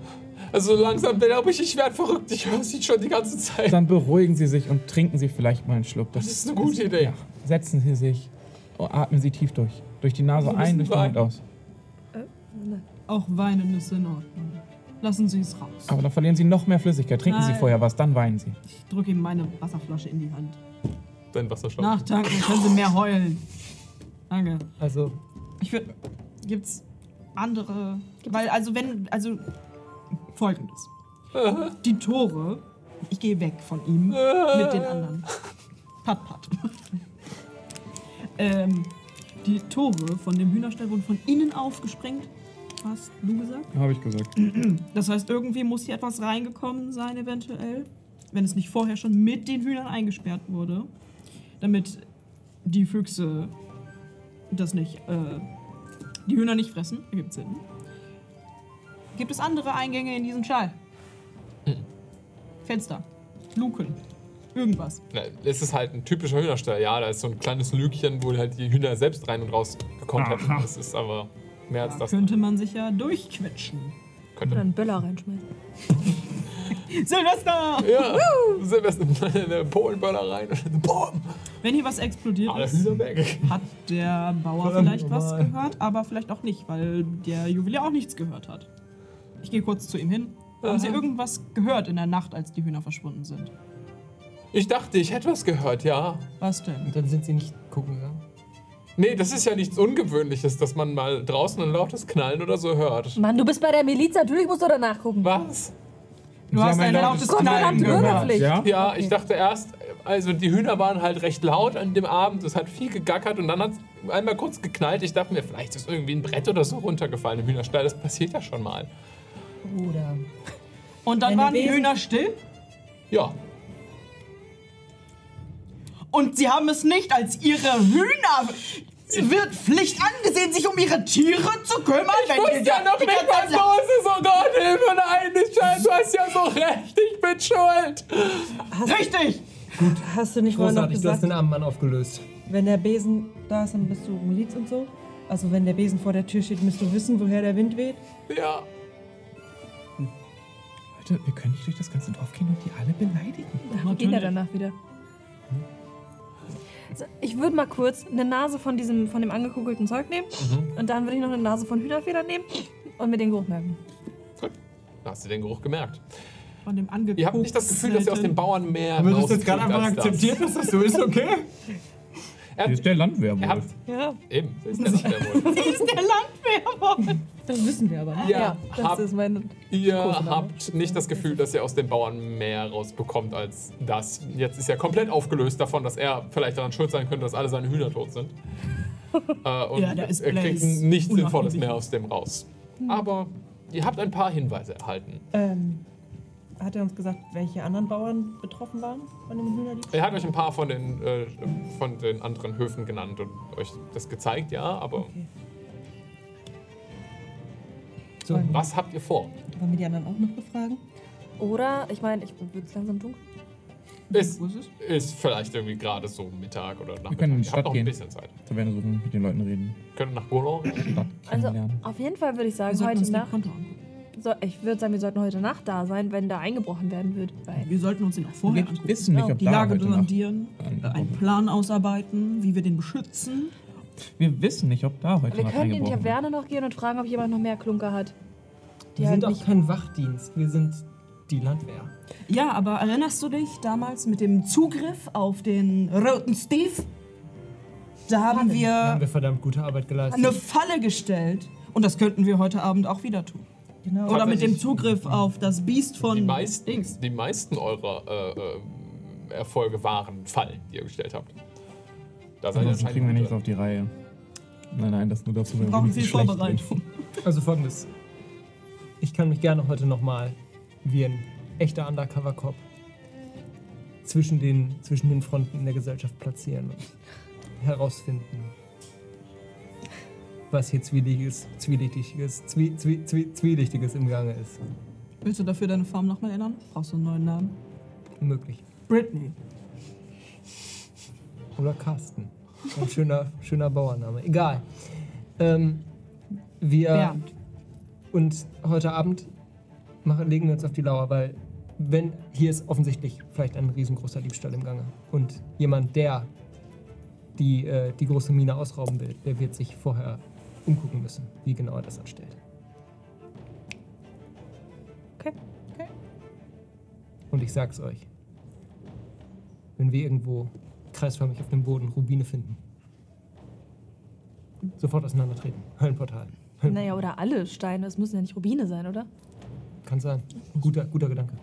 Also langsam glaube ich, ich werde verrückt. Ich höre sie schon die ganze Zeit. *laughs* Dann beruhigen Sie sich und trinken Sie vielleicht mal einen Schluck. Das ist eine gute Idee. Setzen Sie sich und atmen Sie tief durch. Durch die Nase Wir ein, müssen durch den Mund weinen. aus. Auch weinen ist in Ordnung. Lassen Sie es raus. Aber dann verlieren Sie noch mehr Flüssigkeit. Trinken Sie Nein. vorher was, dann weinen Sie. Ich drücke ihm meine Wasserflasche in die Hand. Dein Wasserstoff. Nachtanken, dann können Sie mehr heulen. Danke. Also, Ich würde. Gibt's andere. weil, also, wenn. Also. Folgendes: Die Tore. Ich gehe weg von ihm mit den anderen. Pat, pat. ähm, die Tore von dem Hühnerstall wurden von innen aufgesprengt. Hast du gesagt? Habe ich gesagt. Das heißt, irgendwie muss hier etwas reingekommen sein, eventuell. Wenn es nicht vorher schon mit den Hühnern eingesperrt wurde. Damit die Füchse das nicht. Äh, die Hühner nicht fressen. Ergibt Sinn. Gibt es andere Eingänge in diesen Schal? Hm. Fenster. Luken. Irgendwas. Na, es ist halt ein typischer Hühnerstall. Ja, da ist so ein kleines Lügchen, wo halt die Hühner selbst rein und raus gekommen hätten. Aha. Das ist aber mehr als Da das. könnte man sich ja durchquetschen. Oder Könnte. einen Böller reinschmeißen. Silvester! Ja, Silvester in eine Polenböller rein und boom, Wenn hier was explodiert alle ist, Hühner weg. hat der Bauer Verdammt vielleicht was nochmal. gehört, aber vielleicht auch nicht, weil der Juwelier auch nichts gehört hat. Ich gehe kurz zu ihm hin. Haben Sie irgendwas gehört in der Nacht, als die Hühner verschwunden sind? Ich dachte, ich hätte was gehört, ja. Was denn? und dann sind Sie nicht gucken gegangen. Nee, das ist ja nichts Ungewöhnliches, dass man mal draußen ein lautes Knallen oder so hört. Mann, du bist bei der Miliz, natürlich musst du da nachgucken. Was? Du hast ein lautes Knallen verdammt, gehört. Bürgerpflicht. Ja? Ja, ich dachte erst, also die Hühner waren halt recht laut an dem Abend, es hat viel gegackert und dann hat es einmal kurz geknallt. Ich dachte mir, vielleicht ist irgendwie ein Brett oder so runtergefallen im Hühnerstall, das passiert ja schon mal. Oder. Und dann Eine waren die Wesen- Hühner still Ja, und sie haben es nicht als ihre Hühner. Wird Pflicht angesehen, sich um ihre Tiere zu kümmern? wenn Ich die- wusste ja noch die nicht, was ganze- los ist. Oh Gott, Hilfe, nein, nicht scheiße, du hast ja so recht, ich bin schuld. Richtig! Hast du nicht vorhin noch Großartig, du hast gesagt, den armen Mann aufgelöst. wenn der Besen da ist, dann bist du Miliz und so? Also, wenn der Besen vor der Tür steht, musst du wissen, woher der Wind weht? Ja, Leute, wir können nicht durch das ganze Dorf gehen und die alle beleidigen. Wir gehen ja danach wieder. Hm? So, ich würde mal kurz eine Nase von diesem, von dem angekugelten Zeug nehmen Mhm. und dann würde ich noch eine Nase von Hühnerfedern nehmen und mir den Geruch merken. gut. Da hast du den Geruch gemerkt. Von dem Ihr habt nicht das Gefühl, dass ihr aus dem Bauern mehr Haben wir das jetzt rauskriegt gerade einfach als das. akzeptiert, dass das so ist, okay? Er Hier hat, ist der Landwehr er wohl. hat, Ja. eben, so ist der Landwehr *laughs* wohl. Das wissen wir aber ne? nicht. Ihr, Ja, das habt, ist mein. ihr habt nicht das Gefühl, dass ihr aus dem Bauern mehr rausbekommt als das. Jetzt ist er komplett aufgelöst davon, dass er vielleicht daran schuld sein könnte, dass alle seine Hühner tot *laughs* sind. Äh, und Ja, da ist er kriegt Blaze nichts Sinnvolles unnachgiebig. mehr aus dem raus. Hm. Aber ihr habt ein paar Hinweise erhalten. Ähm, hat er uns gesagt, welche anderen Bauern betroffen waren von dem Hühnerdiebstahl? Er hat euch ein paar von den, äh, von den anderen Höfen genannt und euch das gezeigt, ja, aber Okay. So. Wollen Was habt ihr vor? wollen wir die anderen auch noch befragen? Oder, ich meine, ich wird es langsam dunkel. Ist, ist vielleicht irgendwie gerade so Mittag oder Nachmittag. können in die ihr Stadt habt noch ein gehen. bisschen Zeit. Taverne suchen, mit den Leuten reden. Könnt ihr nach Golong? Stadt Also, kennenlernen. auf jeden Fall würde ich Wir sagen, sollten uns heute die Nacht. Konto angucken. So, ich würde sagen, wir sollten heute Nacht da sein, wenn da eingebrochen werden wird. Weil Wir sollten uns ihn auch vorher Wir angucken. wissen nicht, ob Die da Lage heute Nacht, sondieren, äh, einen eingebrochen Plan ausarbeiten, wie wir den beschützen. wir wissen nicht, ob da heute wir Nacht können in die eingebrochen wird. Taverne noch gehen und fragen, ob jemand noch mehr Klunker hat. Die Wir halt sind auch nicht. kein Wachdienst, wir sind die Landwehr. Ja, aber erinnerst du dich damals mit dem Zugriff auf den roten Steve? Da haben Da haben wir wir verdammt gute Arbeit eine geleistet. Falle gestellt. Und das könnten wir heute Abend auch wieder tun. Genau. Oder mit dem Zugriff auf das Biest von Die meisten, Dings. die meisten eurer äh, äh, Erfolge waren Fallen, die ihr gestellt habt. Da seid ihr Ansonsten kriegen wir anscheinend nichts gute. auf die Reihe. Nein, nein, das nur dazu, wenn Wir wir brauchen wenigstens viel schlecht Vorbereitung. Also folgendes. Ich kann mich gerne heute nochmal wie ein echter Undercover-Cop zwischen den, zwischen den Fronten in der Gesellschaft platzieren und herausfinden, was hier Zwielichtiges, Zwielichtiges, Zwie, Zwie, Zwie, Zwielichtiges im Gange ist. Willst du dafür deine Farm nochmal ändern? Brauchst du einen neuen Namen? Möglich. Britney. Oder Carsten. Ein schöner, schöner Bauername. Egal. Ähm, wir. Bernd. Und heute Abend machen, legen wir uns auf die Lauer, weil wenn hier ist offensichtlich vielleicht ein riesengroßer Diebstahl im Gange und jemand, der die, äh, die große Mine ausrauben will, der wird sich vorher umgucken müssen, wie genau er das anstellt. Okay. Okay. Und ich sag's euch, wenn wir irgendwo kreisförmig auf dem Boden Rubine finden, sofort auseinandertreten. Höllenportal. Höllen Naja, oder alle Steine. Es müssen ja nicht Rubine sein, oder? Kann sein. Guter, guter Gedanke.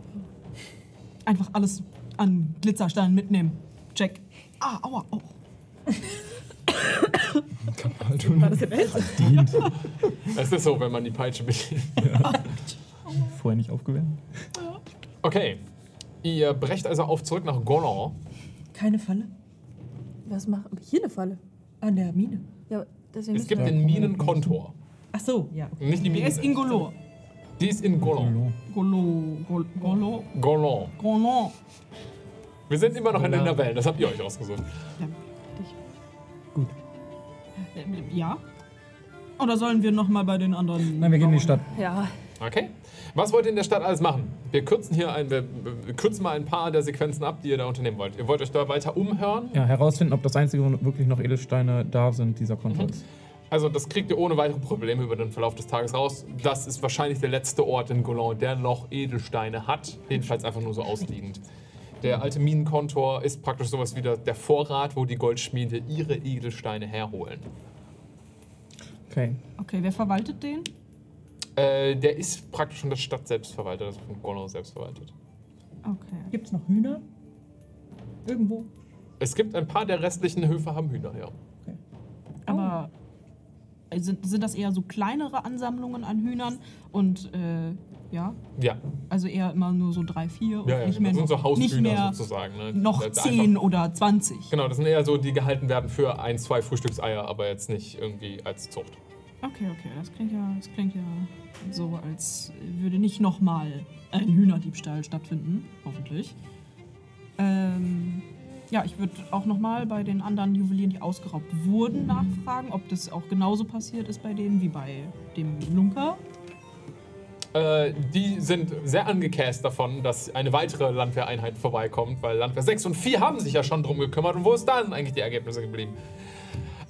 Einfach alles an Glitzersteinen mitnehmen. Check. Ah, aua. Oh. Es ist so, wenn man die Peitsche bedient. *laughs* Vorher nicht aufgewärmt. *laughs* Okay. Ihr brecht also auf zurück nach Golong. Keine Falle. Was macht. Hier eine Falle. An der Mine. Ja, deswegen Es müssen gibt wir. den Minenkontor. Ach so, ja. Okay. Nicht die Der Mine. ist Ingolo. Die ist in Golong. Golo, Gol- Golo, Golong. Golon. Wir sind immer noch in den Wellen, das habt ihr euch ausgesucht. Gut. Ähm, Ja? Oder sollen wir nochmal bei den anderen. Nein, wir gehen in die Stadt. Ja, Okay. Was wollt ihr in der Stadt alles machen? Wir kürzen hier ein, wir, wir kürzen mal ein paar der Sequenzen ab, die ihr da unternehmen wollt. Ihr wollt euch da weiter umhören. Ja, herausfinden, ob das einzige, wo wirklich noch Edelsteine da sind, dieser Konto ist. Also das kriegt ihr ohne weitere Probleme über den Verlauf des Tages raus. Das ist wahrscheinlich der letzte Ort in Golan, der noch Edelsteine hat. Jedenfalls einfach nur so ausliegend. Der alte Minenkontor ist praktisch sowas wie der, der Vorrat, wo die Goldschmiede ihre Edelsteine herholen. Okay. Okay, wer verwaltet den? Äh, der ist praktisch von der Stadt selbst verwaltet, also von Golan selbst verwaltet. Okay. Gibt's noch Hühner? Irgendwo. Es gibt ein paar der restlichen Höfe haben Hühner, ja. oh. Aber äh, sind, sind das eher so kleinere Ansammlungen an Hühnern? Und äh, ja, Ja, also eher immer nur so drei, vier und ja, ja nicht genau. mehr das sind so noch, nicht Haushühner mehr sozusagen. Ne? noch Das ist zehn Einfach, oder zwanzig. genau, das sind eher so, die gehalten werden für ein, zwei Frühstückseier, aber jetzt nicht irgendwie als Zucht. Okay, okay, das klingt ja, das klingt ja so, als würde nicht nochmal ein Hühnerdiebstahl stattfinden, hoffentlich. Ähm, ja, ich würde auch nochmal bei den anderen Juwelieren, die ausgeraubt wurden, nachfragen, ob das auch genauso passiert ist bei denen wie bei dem Lunker. Äh, die sind sehr angecast davon, dass eine weitere Landwehreinheit vorbeikommt, weil Landwehr 6 und 4 haben sich ja schon drum gekümmert. Und wo ist da denn eigentlich die Ergebnisse geblieben?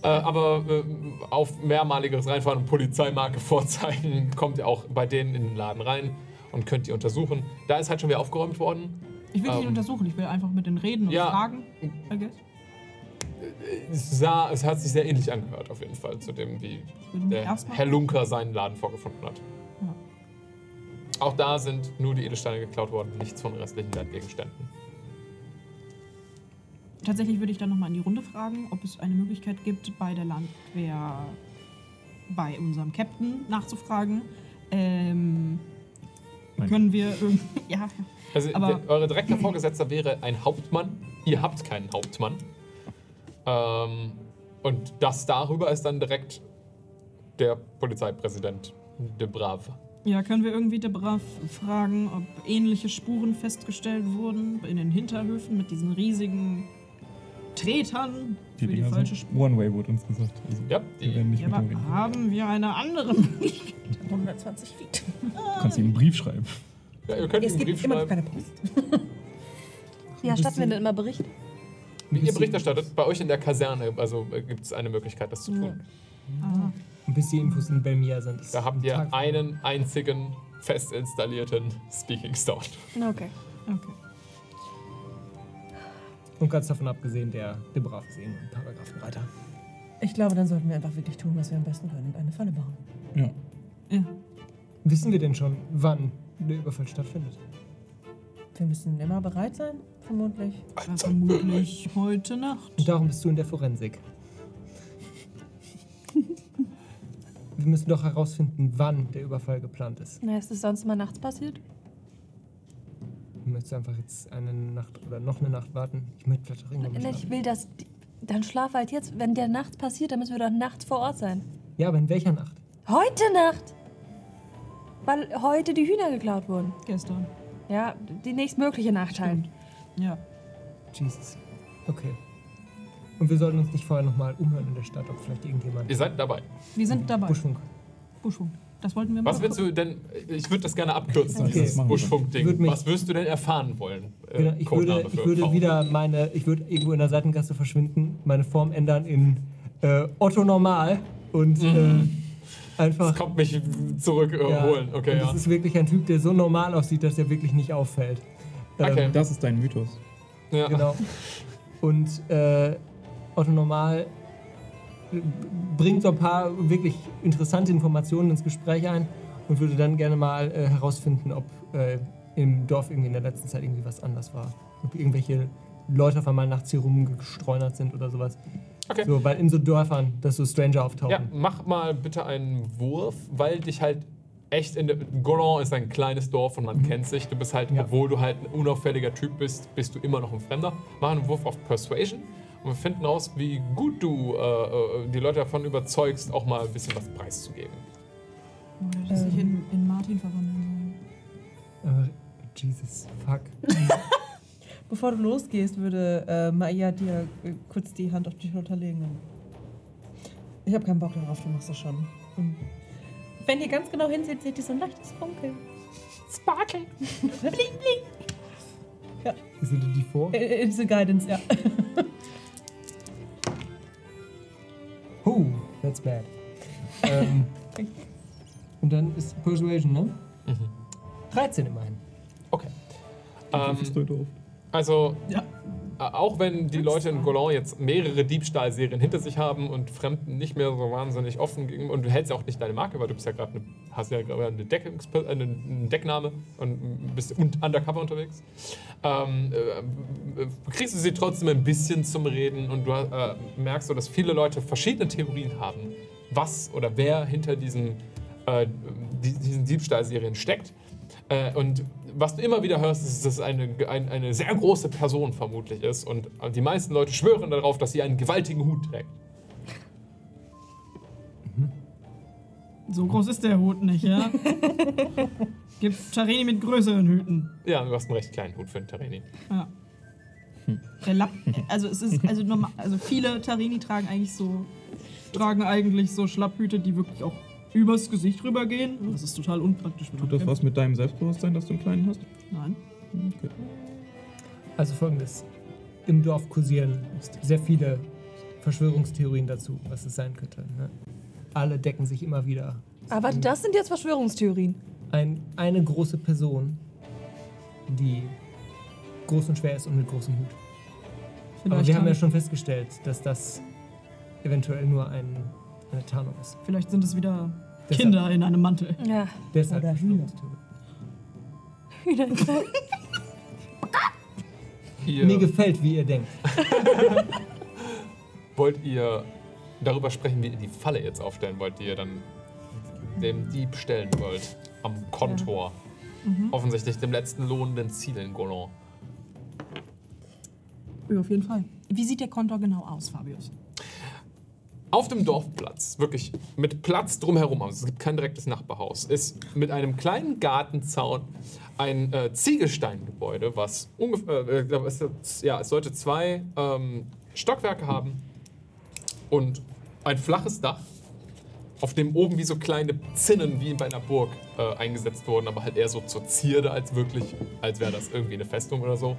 Äh, aber äh, auf mehrmaliges Reinfahren und Polizeimarke *laughs* vorzeigen, kommt ihr auch bei denen in den Laden rein und könnt die untersuchen. Da ist halt schon wieder aufgeräumt worden. Ich will nicht Ähm. untersuchen, ich will einfach mit denen reden und Ja. fragen. I guess. Es, sah, es hat sich sehr ähnlich angehört, auf jeden Fall, zu dem, wie Würden wir der erstmal- Herr Lunker seinen Laden vorgefunden hat. Ja. Auch da sind nur die Edelsteine geklaut worden, nichts von restlichen Landgegenständen. Tatsächlich würde ich dann nochmal in die Runde fragen, ob es eine Möglichkeit gibt, bei der Landwehr, bei unserem Captain nachzufragen. Ähm, Nein. können wir irgendwie. *laughs* Ja, Also Aber- der, eure direkter Vorgesetzter wäre ein Hauptmann. Ihr habt keinen Hauptmann. Ähm, und das darüber ist dann direkt der Polizeipräsident De Brave. Ja, können wir irgendwie Debra fragen, ob ähnliche Spuren festgestellt wurden in den Hinterhöfen mit diesen riesigen Tretern für die Dinger falsche sind Spur? One-Way wurde uns gesagt. Also, Ja, wir die, werden nicht Ja, mit aber ah. dem reden. haben wir eine *laughs* andere Möglichkeit? 120 Feet. kannst ihm einen Brief schreiben. ja, ihr könnt *laughs* Es einen Brief gibt immer noch schreiben, keine Post. Ja, statt wir denn immer Bericht. wie ihr Bericht erstattet. Bei euch in der Kaserne also gibt es eine Möglichkeit, das zu tun. Bis die Infos in Belmia sind. ist Da habt ein ihr Tag. einen einzigen fest installierten Speaking Stone. Okay. Okay. Und ganz davon abgesehen, der Debra ist eh nur ein Paragraphenreiter. Ich glaube, dann sollten wir einfach wirklich tun, was wir am besten können und eine Falle bauen. Ja. Ja. Wissen wir denn schon, wann der Überfall stattfindet? Wir müssen immer bereit sein, vermutlich. Ja, Vermutlich heute Nacht. Und darum bist du in der *laughs* Forensik. wir müssen doch herausfinden, wann der Überfall geplant ist. Na, ist es sonst immer nachts passiert? Möchtest du einfach jetzt eine Nacht oder noch eine Nacht warten? Ich möchte vielleicht auch irgendwann Na, mal Ich schlafen. will das. Dann schlaf halt jetzt. Wenn der nachts passiert, dann müssen wir doch nachts vor Ort sein. Ja, aber in welcher Nacht? Heute Nacht! Weil heute die Hühner geklaut wurden. Gestern. Ja, die nächstmögliche Nacht halt. Ja. Jesus. Okay. Und wir sollten uns nicht vorher nochmal umhören in der Stadt, ob vielleicht irgendjemand Ihr seid dabei. Wir sind dabei. Buschfunk. Buschung. Das wollten wir Was machen. willst du denn, ich würde das gerne abkürzen, Okay. dieses Machen wir. Würd Buschfunk-Ding. mich- Was würdest du denn erfahren wollen? Äh, Genau, ich Codename würde, für ich würde Frau. wieder meine, ich würde irgendwo in der Seitengasse verschwinden, meine Form ändern in äh, Otto Normal und äh, Mhm. Das einfach. kommt mich ja. zurückholen. Okay, und ja. Das ist wirklich ein Typ, der so normal aussieht, dass er wirklich nicht auffällt. Ähm, Okay. Das ist dein Mythos. ja. *laughs* Genau. Und äh, Otto Normal b- bringt so ein paar wirklich interessante Informationen ins Gespräch ein und würde dann gerne mal äh, herausfinden, ob äh, im Dorf irgendwie in der letzten Zeit irgendwie was anders war. Ob irgendwelche Leute auf einmal nachts hier rumgestreunert sind oder sowas. Okay. So, weil in so Dörfern, dass so Stranger auftauchen. Ja, mach mal bitte einen Wurf, weil dich halt echt in der. Golan ist ein kleines Dorf und man kennt sich. Du bist halt, Ja. obwohl du halt ein unauffälliger Typ bist, bist du immer noch ein Fremder. Mach einen Wurf auf Persuasion und wir finden raus, wie gut du äh, äh, die Leute davon überzeugst, auch mal ein bisschen was preiszugeben. Oder dass ich in, in Martin verwandeln Aber Äh, Jesus, fuck. Bevor du losgehst, würde äh, Maya dir äh, kurz die Hand auf die Schulter legen. und- Ich habe keinen Bock darauf, du machst das schon. Und wenn ihr ganz genau hinseht, seht ihr so ein leichtes Funkeln. Sparkle! bling, bling. Ist dir die vor? Äh, It's a guidance, *laughs* ja. Oh, that's bad. ähm, und dann ist Persuasion, ne? 13 immerhin. Okay. Ähm, Das ist voll doof. also, Ja. äh, auch wenn die Leute in Golan jetzt mehrere Diebstahlserien hinter sich haben und Fremden nicht mehr so wahnsinnig offen gegen und du hältst ja auch nicht deine Marke, weil du bist ja gerade eine, hast ja gerade eine, Deckungs- äh, eine, eine Deckname und bist un- undercover unterwegs. Ähm, äh, äh, kriegst du sie trotzdem ein bisschen zum Reden und du äh, merkst so, dass viele Leute verschiedene Theorien haben, was oder wer hinter diesen, äh, die, diesen Diebstahlserien steckt. Äh, und was du immer wieder hörst, ist, dass es eine, ein, eine sehr große Person vermutlich ist. Und äh, die meisten Leute schwören darauf, dass sie einen gewaltigen Hut trägt. sollen. So groß ist der Hut nicht, ja? *laughs* Gibt Tarini mit größeren Hüten. Ja, du hast einen recht kleinen Hut für einen Terreni. Ja. Hm. Der Lapp, also es ist also normal, also viele Tarini tragen eigentlich so tragen eigentlich so Schlapphüte, die wirklich auch übers Gesicht rübergehen. Und Das ist total unpraktisch. wenn man Tut das kämpft. was mit deinem Selbstbewusstsein, dass du einen kleinen hast? Nein. Also folgendes. Im Dorf kursieren sehr viele Verschwörungstheorien dazu, was es sein könnte. Ne? Alle decken sich immer wieder. Aber das sind jetzt Verschwörungstheorien. Ein, eine große Person, die groß und schwer ist und mit großem Hut. Aber Vielleicht wir haben haben- ja schon festgestellt, dass das eventuell nur ein, eine Tarnung ist. Vielleicht sind es wieder Deshalb- Kinder in einem Mantel. Ja. Deshalb Oder Hühner. Verschwörungstheorie. Mir Ihr, gefällt, wie ihr denkt. wollt ihr darüber sprechen, wie ihr die Falle jetzt aufstellen wollt, die ihr dann dem Dieb stellen wollt? Am Kontor. Offensichtlich dem letzten lohnenden Ziel in Golan. Ja, auf jeden Fall. Wie sieht der Kontor genau aus, Fabius? auf dem Dorfplatz, wirklich mit Platz drumherum, also es gibt kein direktes Nachbarhaus, ist mit einem kleinen Gartenzaun ein äh, Ziegelsteingebäude, was ungefähr, äh, ich glaub, es, ist- ja, es sollte zwei ähm, Stockwerke haben und ein flaches Dach, auf dem oben wie so kleine Zinnen wie bei einer Burg äh, eingesetzt wurden, aber halt eher so zur Zierde als wirklich, als wäre das irgendwie eine Festung oder so.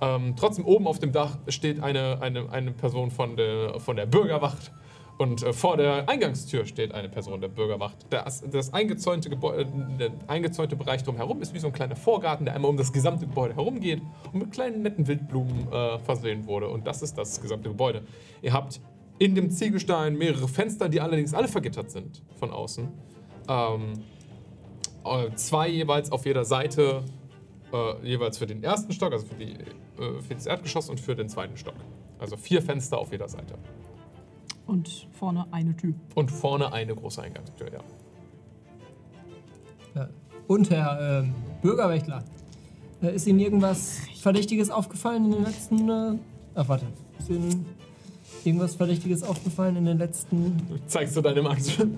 Ähm, trotzdem oben auf dem Dach steht eine, eine, eine Person von der, von der Bürgerwacht und äh, vor der Eingangstür steht eine Person der Bürgerwacht. Das, das eingezäunte, Gebäude, der eingezäunte Bereich drumherum ist wie so ein kleiner Vorgarten, der einmal um das gesamte Gebäude herumgeht und mit kleinen netten Wildblumen äh, versehen wurde. Und das ist das gesamte Gebäude. Ihr habt in dem Ziegelstein mehrere Fenster, die allerdings alle vergittert sind von außen. Ähm, äh, zwei jeweils auf jeder Seite, äh, jeweils für den ersten Stock, also für, die, äh, für das Erdgeschoss und für den zweiten Stock. Also vier Fenster auf jeder Seite. Und vorne eine Tür. Und vorne eine große Eingangstür, ja. *laughs* Ja. Und Herr ähm, Bürgerwächter, äh, ist Ihnen irgendwas Verdächtiges aufgefallen in den letzten. Äh, ach, warte. Ist Ihnen irgendwas Verdächtiges aufgefallen in den letzten. Zeigst du deine Angst? *laughs* äh, Ist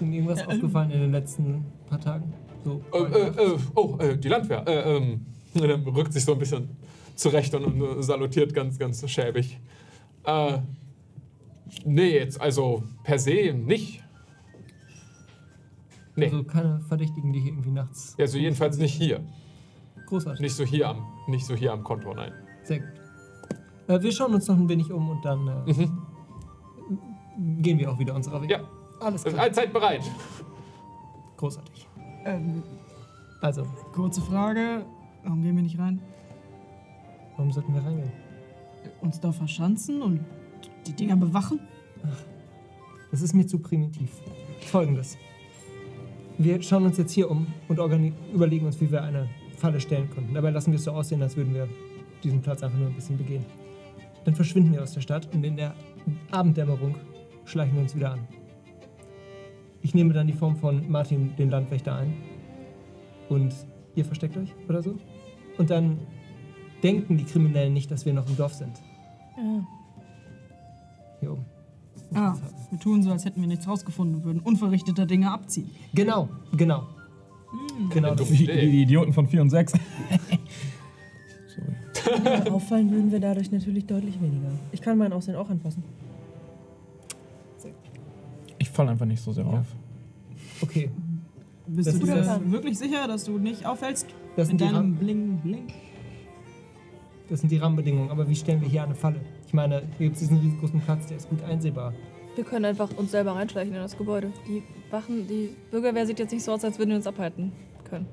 Ihnen irgendwas aufgefallen in den letzten paar Tagen? So. ähm. äh, äh, oh, äh, die Landwehr. Äh, ähm, *laughs* und dann rückt sich so ein bisschen zurecht und, und äh, salutiert ganz, ganz schäbig. Äh, nee, jetzt also per se nicht. Nee. Also keine Verdächtigen, die hier irgendwie nachts. Also jedenfalls nicht hier. Großartig. Nicht so hier am, nicht so hier am Konto, nein. Sehr gut. Äh, wir schauen uns noch ein wenig um und dann äh, gehen wir auch wieder unserer Wege. Mhm. Ja, Alles ist klar. allzeit bereit. *laughs* Großartig. Ähm, Also, kurze Frage. Warum gehen wir nicht rein? warum sollten wir reingehen? Uns da verschanzen und die Dinger bewachen? Das ist mir zu primitiv. Folgendes. Wir schauen uns jetzt hier um und organi- überlegen uns, wie wir eine Falle stellen könnten. Dabei lassen wir es so aussehen, als würden wir diesen Platz einfach nur ein bisschen begehen. Dann verschwinden wir aus der Stadt und in der Abenddämmerung schleichen wir uns wieder an. Ich nehme dann die Form von Martin, den Landwächter, ein. Und ihr versteckt euch oder so. Und dann denken die Kriminellen nicht, dass wir noch im Dorf sind. Hier oben. Ah, wir tun so, als hätten wir nichts rausgefunden und würden unverrichteter Dinge abziehen. Genau, genau. Hm. Genau, das Wie, wie die Idioten von 4 und 6. Äh, Auffallen würden wir dadurch natürlich deutlich weniger. Ich kann mein Aussehen auch anpassen. Ich falle einfach nicht so sehr auf. Okay, Bist Das du ist dir das- wirklich sicher, dass du nicht auffällst? das In sind, die deinem Ram Bling Bling. das sind die Rahmenbedingungen. Aber wie stellen wir hier eine Falle? Ich meine, hier gibt es diesen riesengroßen Platz, der ist gut einsehbar. *laughs* Wir können einfach uns selber reinschleichen in das Gebäude. Die Wachen, die Bürgerwehr sieht jetzt nicht so aus, als würden wir uns abhalten können.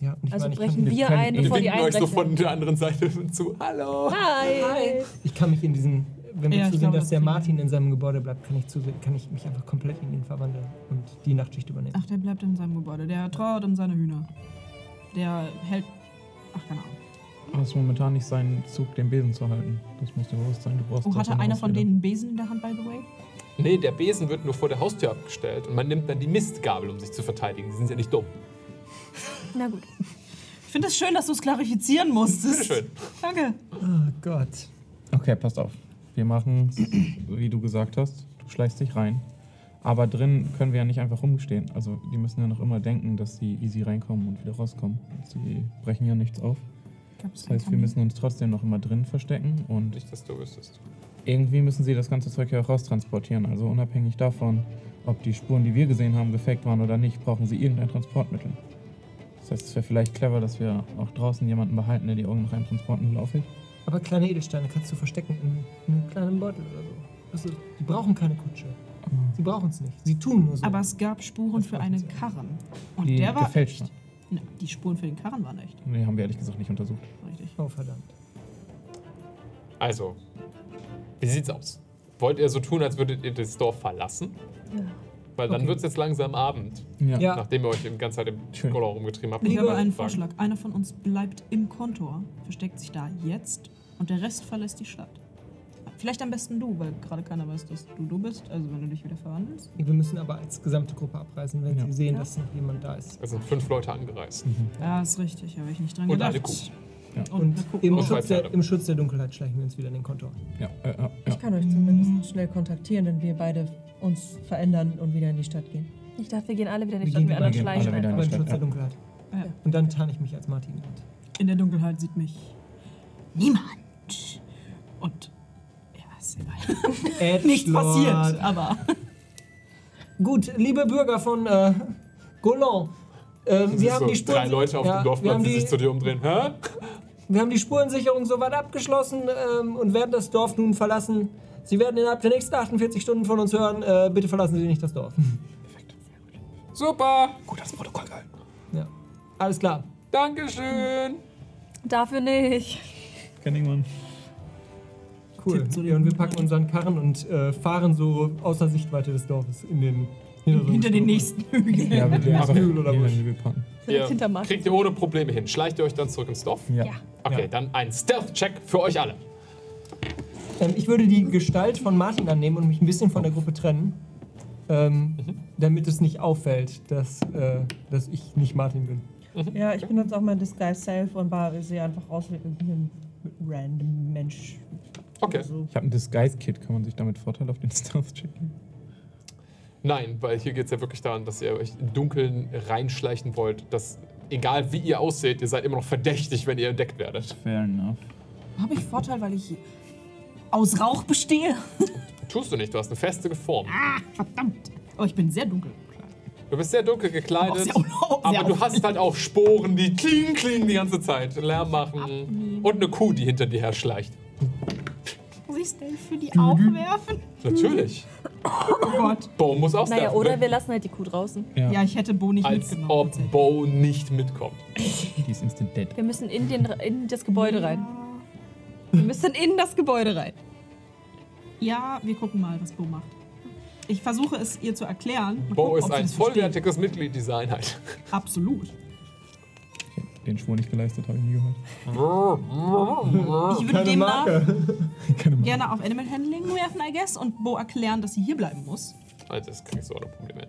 Ja, und ich Also meine, ich brechen kann, wir können- ein, wir bevor Wir die winken euch so einbrechen. von der anderen Seite zu. Hallo! Hi! ich kann mich in diesen, wenn wir Ja, ich zusehen, glaube, dass das der kriegen wir Martin in seinem Gebäude bleibt, kann ich, zusehen, kann ich mich einfach komplett in ihn verwandeln und die Nachtschicht übernehmen. Ach, der bleibt in seinem Gebäude. Der trauert um seine Hühner. Der hält. Ach, keine Ahnung. Das ist momentan nicht sein Zug, den Besen zu halten. Das muss dir bewusst sein. Du brauchst Oh, hatte davon einer aus von wieder. denen einen Besen in der Hand, by the way? Nee, der Besen wird nur vor der Haustür abgestellt und man nimmt dann die Mistgabel, um sich zu verteidigen. Die sind ja nicht dumm. Na gut. Ich finde es schön, dass du es klarifizieren musstest. Schön. Danke. Oh Gott. Okay, passt auf. Wir machen *clears throat* wie du gesagt hast. Du schleichst dich rein. Aber drin können wir ja nicht einfach rumstehen. Also die müssen ja noch immer denken, dass sie easy reinkommen und wieder rauskommen. Sie brechen ja nichts auf. Gab's Das heißt, wir müssen uns trotzdem noch immer drin verstecken. Und Nicht, dass du wüsstest. irgendwie müssen sie das ganze Zeug ja auch raustransportieren. Also unabhängig davon, ob die Spuren, die wir gesehen haben, gefaked waren oder nicht, brauchen sie irgendein Transportmittel. Das heißt, es wäre vielleicht clever, dass wir auch draußen jemanden behalten, der die Augen nach einem Transportmittel aufhält. Aber kleine Edelsteine kannst du verstecken in einem kleinen Beutel oder so. Also, die brauchen keine Kutsche. Sie brauchen es nicht. Sie tun nur so. Mhm. Aber es gab Spuren für einen Karren. Und Die der war gefälscht echt. Na, die Spuren für den Karren waren echt. Nee, haben wir ehrlich gesagt nicht untersucht. Richtig. oh, verdammt. Also, wie sieht's aus? Wollt ihr so tun, als würdet ihr das Dorf verlassen? Weil dann Okay. wird's jetzt langsam Abend, Ja. nachdem ihr euch die ganze Zeit im Schön. Koller rumgetrieben habt. Ich habe Fragen. einen Vorschlag. Einer von uns bleibt im Kontor, versteckt sich da jetzt und der Rest verlässt die Stadt. Vielleicht am besten du, weil gerade keiner weiß, dass du du bist. Also wenn du dich wieder verwandelst. Wir müssen aber als gesamte Gruppe abreisen, wenn Ja. sie sehen, Ja. dass noch jemand da ist. Mhm. Es sind fünf Leute angereist. Ja, ist richtig, habe ich nicht dran Und gedacht. eine Kuh. Und im, Auf Schutz der, Schweißpferde. im Schutz der Dunkelheit schleichen wir uns wieder in den Kontor. Ja, äh, ja, ja. Ich kann euch zumindest schnell kontaktieren, wenn wir beide uns verändern und wieder in die Stadt gehen. Ich dachte, wir gehen alle wieder in Wir die Stadt, gehen wir wieder- anderen gehen alle schleichen wieder einfach. in Aber im Stadt, Schutz der ja. Dunkelheit. Ja. Und dann tarne ich mich als Martinwand. In der Dunkelheit sieht mich niemand. Und ja, ist egal. Nichts Edgelord. passiert, aber Gut, liebe Bürger von äh, Golon. Ähm, wir, Siehst haben so die drei Spuren, Leute auf ja, dem wir, Dorfplatz, haben die, die, sich zu dir umdrehen. Hä? wir haben die Spurensicherung soweit abgeschlossen ähm, und werden das Dorf nun verlassen. Sie werden innerhalb der nächsten 48 Stunden von uns hören. Äh, bitte verlassen Sie nicht das Dorf. Hm. Super, Gut, das Protokoll gehalten. Ja. Alles klar. Dankeschön. Dafür nicht. Kenn irgendwann. Cool. Ja, und wir packen unseren Karren und äh, fahren so außer Sichtweite des Dorfes in den hinteren hinter den Stufen. nächsten Hügel. Ja, wir gehen einfach Mühl oder gehen in Busch? die Wildparten. Direkt hinter Ihr Markus. kriegt ihr ohne Probleme hin. Schleicht ihr euch dann zurück ins Dorf? Ja. Okay, Ja. dann ein Stealth-Check für euch alle. Ähm, ich würde die Gestalt von Martin annehmen und mich ein bisschen von der Gruppe trennen, ähm, Mhm. damit es nicht auffällt, dass, äh, dass ich nicht Martin bin. *laughs* Ja, ich benutze auch mein Disguise Self und war, sehe einfach aus wie irgendein random Mensch. Okay. Ich habe ein Disguise-Kit, kann man sich damit Vorteil auf den *laughs* Stealth checken? Nein, weil hier geht es ja wirklich daran, dass ihr euch im Dunkeln reinschleichen wollt, dass egal wie ihr ausseht, ihr seid immer noch verdächtig, wenn ihr entdeckt werdet. Fair enough. Habe ich Vorteil, weil ich aus Rauch bestehe? Tust du nicht, du hast eine feste Form. Ah, Verdammt. Aber Oh, ich bin sehr dunkel. Du bist sehr dunkel Auch gekleidet, sehr unau- aber sehr du hast halt auch Sporen, die kling kling die ganze Zeit Lärm machen und eine Kuh, die hinter dir her schleicht. Muss ich Stealth für die aufwerfen? Natürlich. Oh Gott. Bo muss auch Naja, stealthen, oder ne? wir lassen halt die Kuh draußen. Ja, ich hätte Bo nicht als mitgenommen. ob Bo nicht mitkommt. Die ist instant dead. Wir müssen in, den, in das Gebäude rein. Wir müssen in das Gebäude rein. Ja, wir gucken mal, was Bo macht. Ich versuche es ihr zu erklären. Mal Bo *laughs* gucken, ist ob sie ein das versteht. vollwertiges Mitglied dieser Einheit. Absolut. Ich hab den Schwur nicht geleistet, habe ich nie gehört. Ich würde demnach Keine Ahnung. gerne auf Animal Handling werfen, I guess, und Bo erklären, dass sie hier bleiben muss. *laughs* Also das kriegst du ohne Probleme. hin.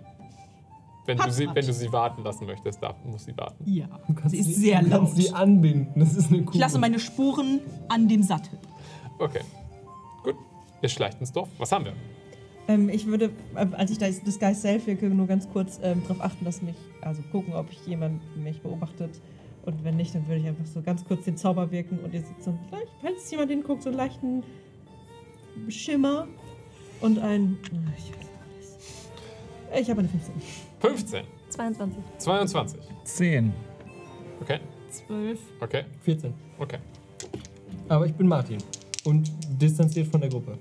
Wenn du, Hab's sie, mal. wenn du sie warten lassen möchtest, darf, muss sie warten. Ja, Du kannst sie ist sehr du laut. kannst sie anbinden. Das ist eine Kuh. Ich lasse meine Spuren an dem Sattel. Okay. Gut. Ihr schleicht ins Dorf. Was haben wir? Ähm, ich würde, äh, als ich das Disguise Self wirke, nur ganz kurz ähm, darauf achten, dass mich, also gucken, ob ich jemand mich beobachtet. Und wenn nicht, dann würde ich einfach so ganz kurz den Zauber wirken und ihr sitzt so ein leicht, falls jemand hinguckt, so einen leichten Schimmer und ein. Ich weiß auch nicht. Ich habe eine 15. 15, 22. 22. 10. Okay, Zwölf. okay, 14. okay. Aber ich bin Martin. Und distanziert von der Gruppe.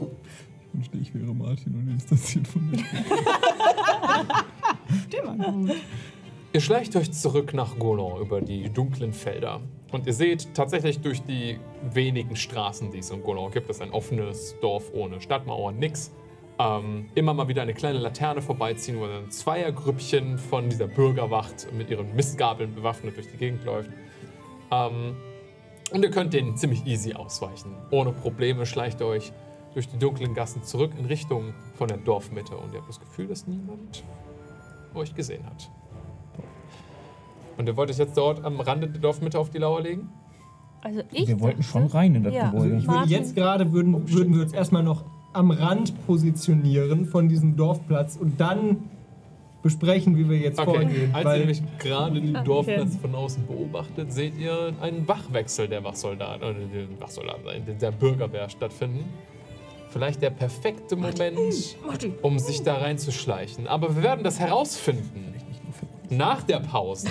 Ich wünschte, ich wäre Martin und distanziert von mir. Ihr schleicht euch zurück nach Golon über die dunklen Felder. Und ihr seht tatsächlich durch die wenigen Straßen, die es in Golon gibt, das ist ein offenes Dorf ohne Stadtmauern, nix. Ähm, immer mal wieder eine kleine Laterne vorbeiziehen, wo ein Zweiergrüppchen von dieser Bürgerwacht mit ihren Mistgabeln bewaffnet durch die Gegend läuft. Ähm, und ihr könnt denen ziemlich easy ausweichen. Ohne Probleme schleicht ihr euch durch die dunklen Gassen zurück in Richtung von der Dorfmitte. Und ihr habt das Gefühl, dass niemand euch gesehen hat. Und ihr wollt euch jetzt dort am Rande der Dorfmitte auf die Lauer legen? Also ich. Wir wollten schon dachte- rein in das Ja. Also Gebäude. ich würde Martin. jetzt gerade Oh, würden, würden wir uns erstmal noch am Rand positionieren von diesem Dorfplatz und dann besprechen, wie wir jetzt Okay, vorgehen. als ihr weil- nämlich gerade den Dorfplatz von außen beobachtet, seht ihr einen Wachwechsel der Wachsoldaten, oder den Wachsoldaten, äh, der Bürgerwehr stattfinden. Vielleicht der perfekte Moment, um sich da reinzuschleichen. Aber wir werden das herausfinden. Nach der Pause.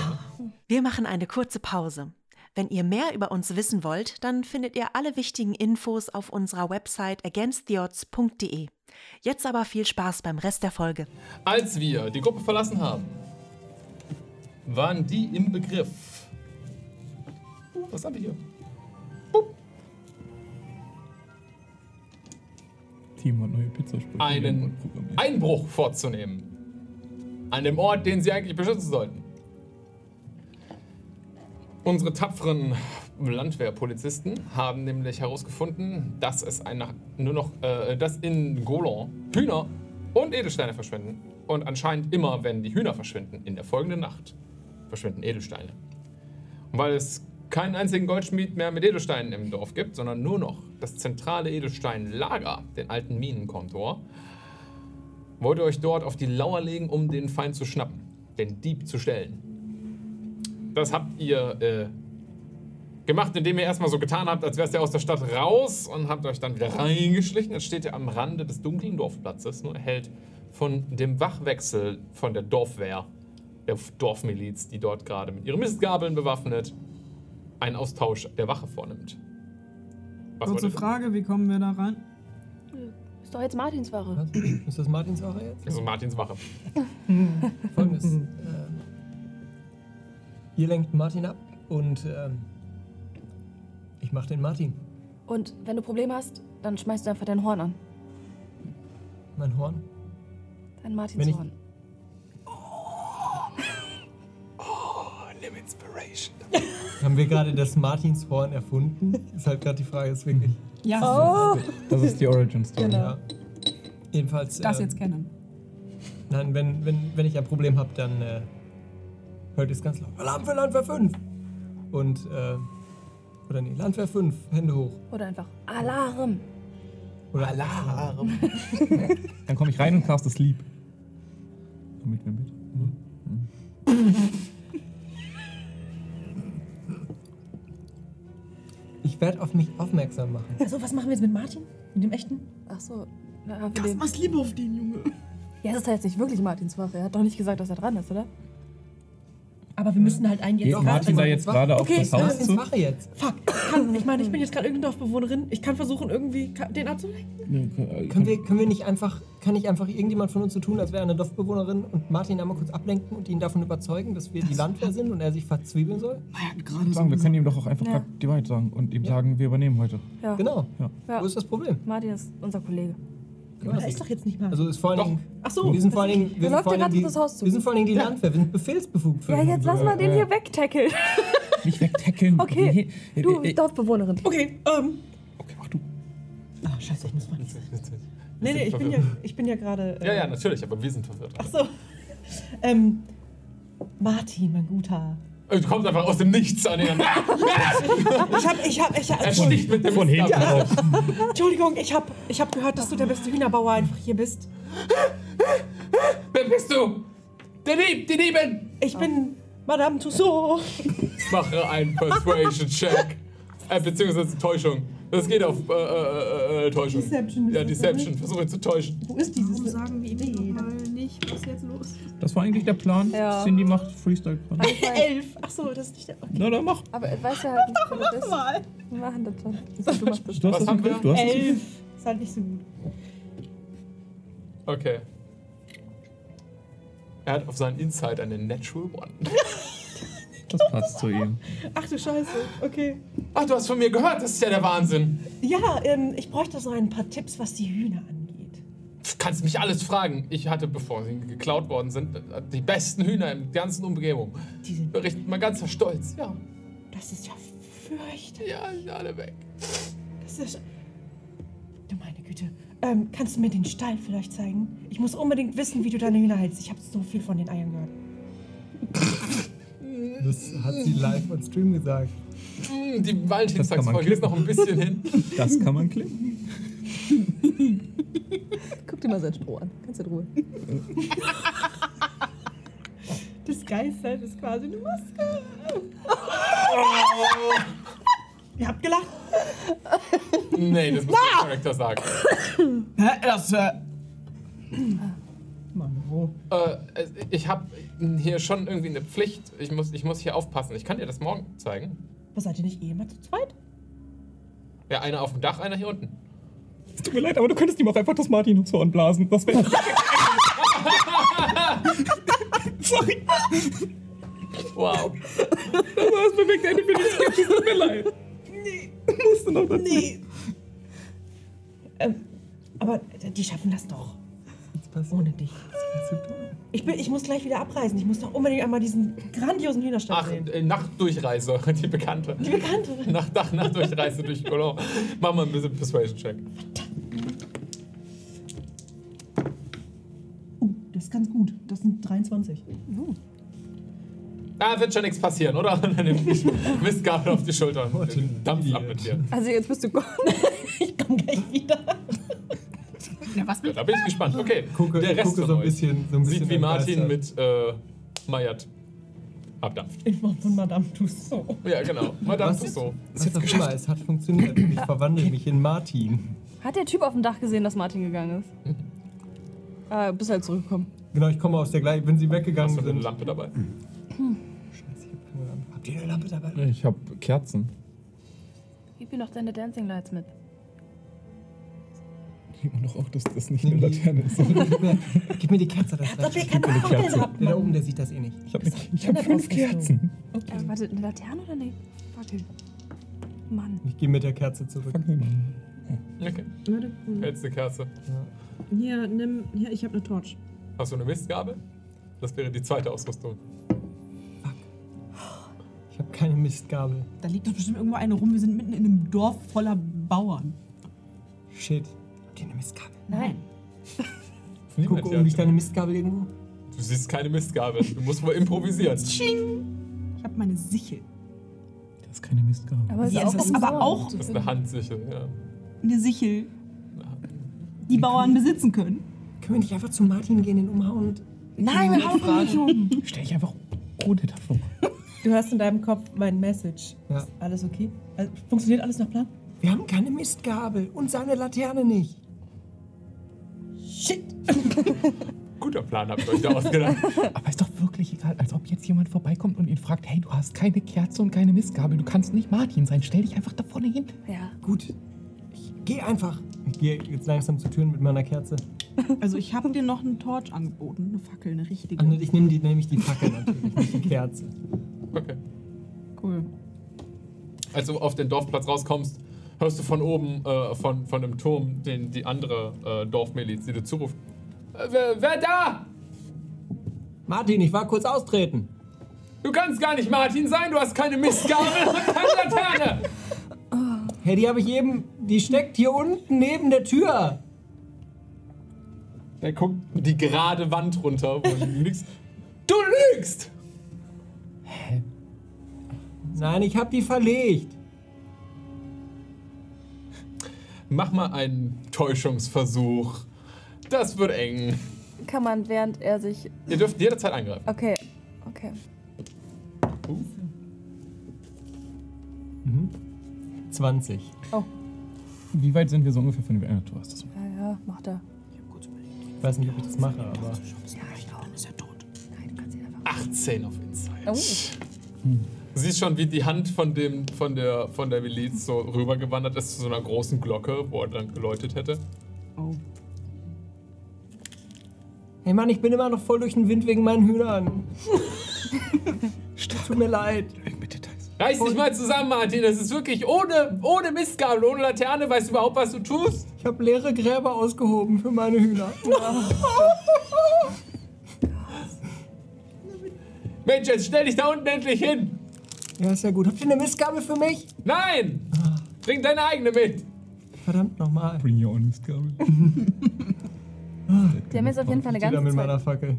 Wir machen eine kurze Pause. Wenn ihr mehr über uns wissen wollt, dann findet ihr alle wichtigen Infos auf unserer Website againsttheodds.de. E. Jetzt aber viel Spaß beim Rest der Folge. Als wir die Gruppe verlassen haben, waren die im Begriff. Oh, was haben wir hier? Team hat neue Pizzasprüche. einen programmiert. Einbruch vorzunehmen. An dem Ort, den sie eigentlich beschützen sollten. Unsere tapferen Landwehrpolizisten haben nämlich herausgefunden, dass es ein nach, nur noch, äh, dass in Golon Hühner und Edelsteine verschwinden. Und anscheinend immer, wenn die Hühner verschwinden, in der folgenden Nacht verschwinden Edelsteine. Und weil es keinen einzigen Goldschmied mehr mit Edelsteinen im Dorf gibt, sondern nur noch das zentrale Edelsteinlager, den alten Minenkontor, wollt ihr euch dort auf die Lauer legen, um den Feind zu schnappen, den Dieb zu stellen. Das habt ihr äh, gemacht, indem ihr erstmal so getan habt, als wärst ihr aus der Stadt raus und habt euch dann wieder reingeschlichen. Jetzt steht ihr am Rande des dunklen Dorfplatzes und erhält von dem Wachwechsel von der Dorfwehr, der Dorfmiliz, die dort gerade mit ihren Mistgabeln bewaffnet, einen Austausch der Wache vornimmt. Was wollt Kurze ihr tun? Frage, wie kommen wir da rein? Ist doch jetzt Martins Ware. Was? Ist das Martins Sache jetzt? Das ist Also Martins Wache. Folgendes. ähm, ihr lenkt Martin ab und ähm, ich mach den Martin. Und wenn du Probleme hast, dann schmeißt du einfach dein Horn an. Mein Horn. Dein Wenn ich- Martinshorn. Nimm Inspiration. Haben wir gerade das Martinshorn erfunden? Ist halt gerade die Frage, ist wirklich. Ja, Das ist die Origin Story. Ja. Jedenfalls. das ähm, jetzt kennen. Nein, wenn, wenn, wenn ich ein Problem habe, dann äh, hört ihr es ganz laut. Alarm für Landwehr 5! Und, äh, oder nee, Landwehr 5, Hände hoch. Oder einfach Alarm. Oder Alarm. Dann komme ich rein und caste Sleep. Damit wir mit. Ich werde auf mich aufmerksam *laughs* machen. Also, was machen wir jetzt mit Martin? Mit dem echten? Ach so. Na, haben wir den- Was liebe auf den, Junge? Ja, das ist halt jetzt nicht wirklich Martins Waffe. Er hat doch nicht gesagt, dass er dran ist, oder? Aber wir müssen halt einen jetzt. Geht gerade- also Martin da jetzt gerade auf Okay, das Was Haus ist zu? mache jetzt? Fuck, ich kann, ich meine, ich bin jetzt gerade irgendeine Dorfbewohnerin. Ich kann versuchen, irgendwie ka- den abzulenken. Können wir, können wir nicht einfach, kann ich einfach irgendjemand von uns so tun, als wäre er eine Dorfbewohnerin und Martin einmal kurz ablenken und ihn davon überzeugen, dass wir die Landwehr sind und er sich verzwiebeln soll? Sagen, wir können ihm doch auch einfach Ja. grad die Wahrheit sagen und ihm sagen, wir übernehmen heute. Ja. Genau. Ja. Ja. Wo ist das Problem? Martin ist unser Kollege. Aber da ist doch jetzt nicht Martin. Also ist vor allen Doch. Dingen. Ach so, wir sind vor allen Dingen. Wir läuft sind vor ja allen gerade Dingen das Haus die, zu. wir sind vor allen Dingen die Landwehr, wir sind befehlsbefugt. für Ja, ihn. jetzt lass mal den hier wegtackeln. Nicht *laughs* wegtackeln. Okay. Äh, Du, äh, Dorfbewohnerin. okay, ähm. okay, mach du. Ah, scheiße, ich muss mal. Nee, nee, ich bin ja, ich bin ja gerade. äh, Ja, ja, natürlich, aber wir sind verwirrt. Ach so. Ähm, Martin, mein Guter. Also, Du kommst einfach aus dem Nichts an ihn. Ich hab, ich hab, ich hab, Er sticht Äh, mit dem Von hinten Stab. rauf. Entschuldigung, ich hab, ich hab gehört, dass du der beste Hühnerbauer einfach hier bist. Wer bist du? Der Dieb, die Dieben! Ich bin Madame Tussaud. Mache einen Persuasion-Check. Äh, beziehungsweise Täuschung. Das geht auf äh, äh, äh, Täuschung. Deception ist Ja, das, Deception. Versuche zu täuschen. Wo ist dieses? Sagen wir ihm mal nicht, was jetzt los ist. Das war eigentlich der Plan. Ja. Cindy macht freestyle plan Aber, ich mein, Elf. Ach so, das ist nicht der. Okay. Na, dann mach. aber weißt du halt nicht, wer das ist. Wir machen das schon. Du machst das. Du hast Was das im haben wir? Griff. Du hast das im Griff. Elf. Ist halt nicht so gut. Okay. Er hat auf seinen Insight eine Natural One. Das passt zu ihm. Ach du Scheiße. Okay. Ach, du hast von mir gehört, das ist ja der Wahnsinn. Ja, ähm, ich bräuchte so ein paar Tipps, was die Hühner angeht. Du kannst mich alles fragen. Ich hatte, bevor sie geklaut worden sind, die besten Hühner in der ganzen Umgebung. Die sind. Berichtet mein ganzer Stolz. Ja, Das ist ja fürchterlich. ja, alle weg. Das ist. Du meine Güte. Ähm, kannst du mir den Stall vielleicht zeigen? Ich muss unbedingt wissen, wie du deine Hühner hältst. Ich habe so viel von den Eiern gehört. Das hat sie live on stream gesagt. Mm, Die Das kann man Waldhinsagsfolge ist noch ein bisschen hin. Das kann man klicken. Guck dir mal sein Stroh an. Ganz in Ruhe. Das Geißel ist quasi eine Maske. Ihr habt gelacht. Nee, das muss der Charakter sagen. Hä? Das, äh, Äh, ich habe hier schon irgendwie eine Pflicht. Ich muss, ich muss hier aufpassen. Ich kann dir das morgen zeigen. Was seid ihr nicht eh immer zu zweit? Ja, einer auf dem Dach, einer hier unten. Es tut mir leid, aber du könntest ihm auch einfach das Martinshorn blasen. Das wäre. Sorry, Wow. das war das perfekte Ende für die Sketch. Es tut mir leid. Nee. Musst du noch dazu. Nee. Ähm, aber die schaffen das doch. Ohne dich. Ich, bin, ich muss gleich wieder abreisen. Ich muss doch unbedingt einmal diesen grandiosen Hühnerstall Ach, sehen. äh, Nachtdurchreise, *laughs* die bekannte. Die Bekannte. Nach Dach, Nachtdurchreise durch Urlaub. Mach mal ein bisschen Persuasion-Check. Uh, Oh, das ist ganz gut. Das sind 23. Da wird schon nichts passieren, oder? *laughs* Und dann nimmt die Mistgabel auf die Schulter und dampft ab mit dir. Also jetzt bist du Ich komme gleich wieder. Na, was Ja, mit? da bin ich *laughs* gespannt. Okay, Gucke, der Rest gucke von so ein euch bisschen. So ein bisschen sieht, wie Martin entgeistert. mit äh, Mayat abdampft. Ich mach von Madame Tussaud. Ja, genau. Madame Was? Tussaud. Was auch immer, es hat funktioniert. Ich verwandle mich in Martin. Hat der Typ auf dem Dach gesehen, dass Martin gegangen ist? *laughs* Ah, Äh, bist halt zurückgekommen. Genau, ich komme aus der gleichen, wenn sie weggegangen Hast du eine sind. Lampe dabei? Scheiße, ich hab keine Lampe. Habt ihr eine Lampe dabei? Ich habe Kerzen. Gib mir doch deine Dancing Lights mit. Sieht man doch auch, dass das nicht Nimm eine die. Laterne ist. Gib mir, gib mir die Kerze, das reicht. Wir *laughs* können auch den ab. Der da oben, der sieht das eh nicht. Ich habe hab fünf Kerzen. Äh, warte, eine Laterne oder nicht? Warte. Mann. Ich gehe mit der Kerze zurück. Genau. Okay. Würde cool. Hältst eine Kerze. Hier, nimm. Hier, ich habe eine Torch. Hast du eine Mistgabel? Das wäre die zweite Ausrüstung. Ich habe keine Mistgabel. Da liegt doch bestimmt irgendwo eine rum. Wir sind mitten in einem Dorf voller Bauern. Shit. Habt ihr eine Mistgabel? *laughs* Nein. Niemand Gucke hier um hat dich eine- deine Mistgabel irgendwo. Du siehst keine Mistgabel. Du musst wohl *laughs* improvisieren. Ich habe meine Sichel. Das ist keine Mistgabe. Aber es Ja, ist auch es ist ein aber Zorn auch- zu Das ist eine finden. Handsichel, ja. Eine Sichel, die Bauern besitzen können. Können wir nicht einfach zu Martin gehen, den umhauen und Nein, wir hauen ihn nicht um. Stell dich einfach ohne davor. Du hörst in deinem Kopf mein Message. Ja. Ist alles okay? Also, funktioniert alles nach Plan? Wir haben keine Mistgabel und seine Laterne nicht. Shit! Guter Plan habt ihr euch da ausgedacht. *laughs* Aber ist doch wirklich egal, als ob jetzt jemand vorbeikommt und ihn fragt, hey, du hast keine Kerze und keine Mistgabel, du kannst nicht Martin sein, stell dich einfach da vorne hin. Ja. Gut, ich geh einfach. Ich gehe jetzt langsam zur Tür mit meiner Kerze. Also ich habe dir noch eine Torch angeboten, eine Fackel, eine richtige. Ach, ne, ich nehme die, nehm ich die Fackel natürlich, nicht *laughs* die Kerze. Okay. Cool. Als du auf den Dorfplatz rauskommst, hörst du von oben, äh, von, von dem Turm, den, die andere äh, Dorfmiliz, die dir zuruft. Äh, wer, wer da? Martin, ich war kurz austreten. Du kannst gar nicht Martin sein, du hast keine Mistgabel und keine *laughs* Laterne. Hey, die habe ich eben, die steckt hier unten neben der Tür. Er guckt die gerade Wand runter, wo du liegst. Du lügst! Nein, ich habe die verlegt. Mach mal einen Täuschungsversuch. Das wird eng. Kann man, während er sich. Ihr dürft jederzeit eingreifen. Okay. Okay. Uh, 20. Wie weit sind wir so ungefähr von dem Ende? Du hast das. Ja, ja, macht er. Ich weiß nicht, ob ich das mache, aber. Ja, ich auch. Dann ist er tot. Nein, du kannst ihn einfach. 18 auf Insight. Hm. Oh. Siehst schon, wie die Hand von, dem, von der, von der Miliz so rübergewandert ist zu so einer großen Glocke, wo er dann geläutet hätte. Hey Mann, ich bin immer noch voll durch den Wind wegen meinen Hühnern. Tut mir leid. Reiß dich mal zusammen, Martin. Das ist wirklich ohne, ohne Mistgabel, ohne Laterne. Weißt du überhaupt, was du tust? Ich habe leere Gräber ausgehoben für meine Hühner. Mensch, jetzt stell dich da unten endlich hin. Ja, ist ja gut. Habt ihr eine Mistgabel für mich? Nein! Bring deine eigene mit. Verdammt nochmal. Bring your own Mistgabel. Die haben jetzt auf jeden Fall eine Wieder mit ganze meiner Zeit. Fackel.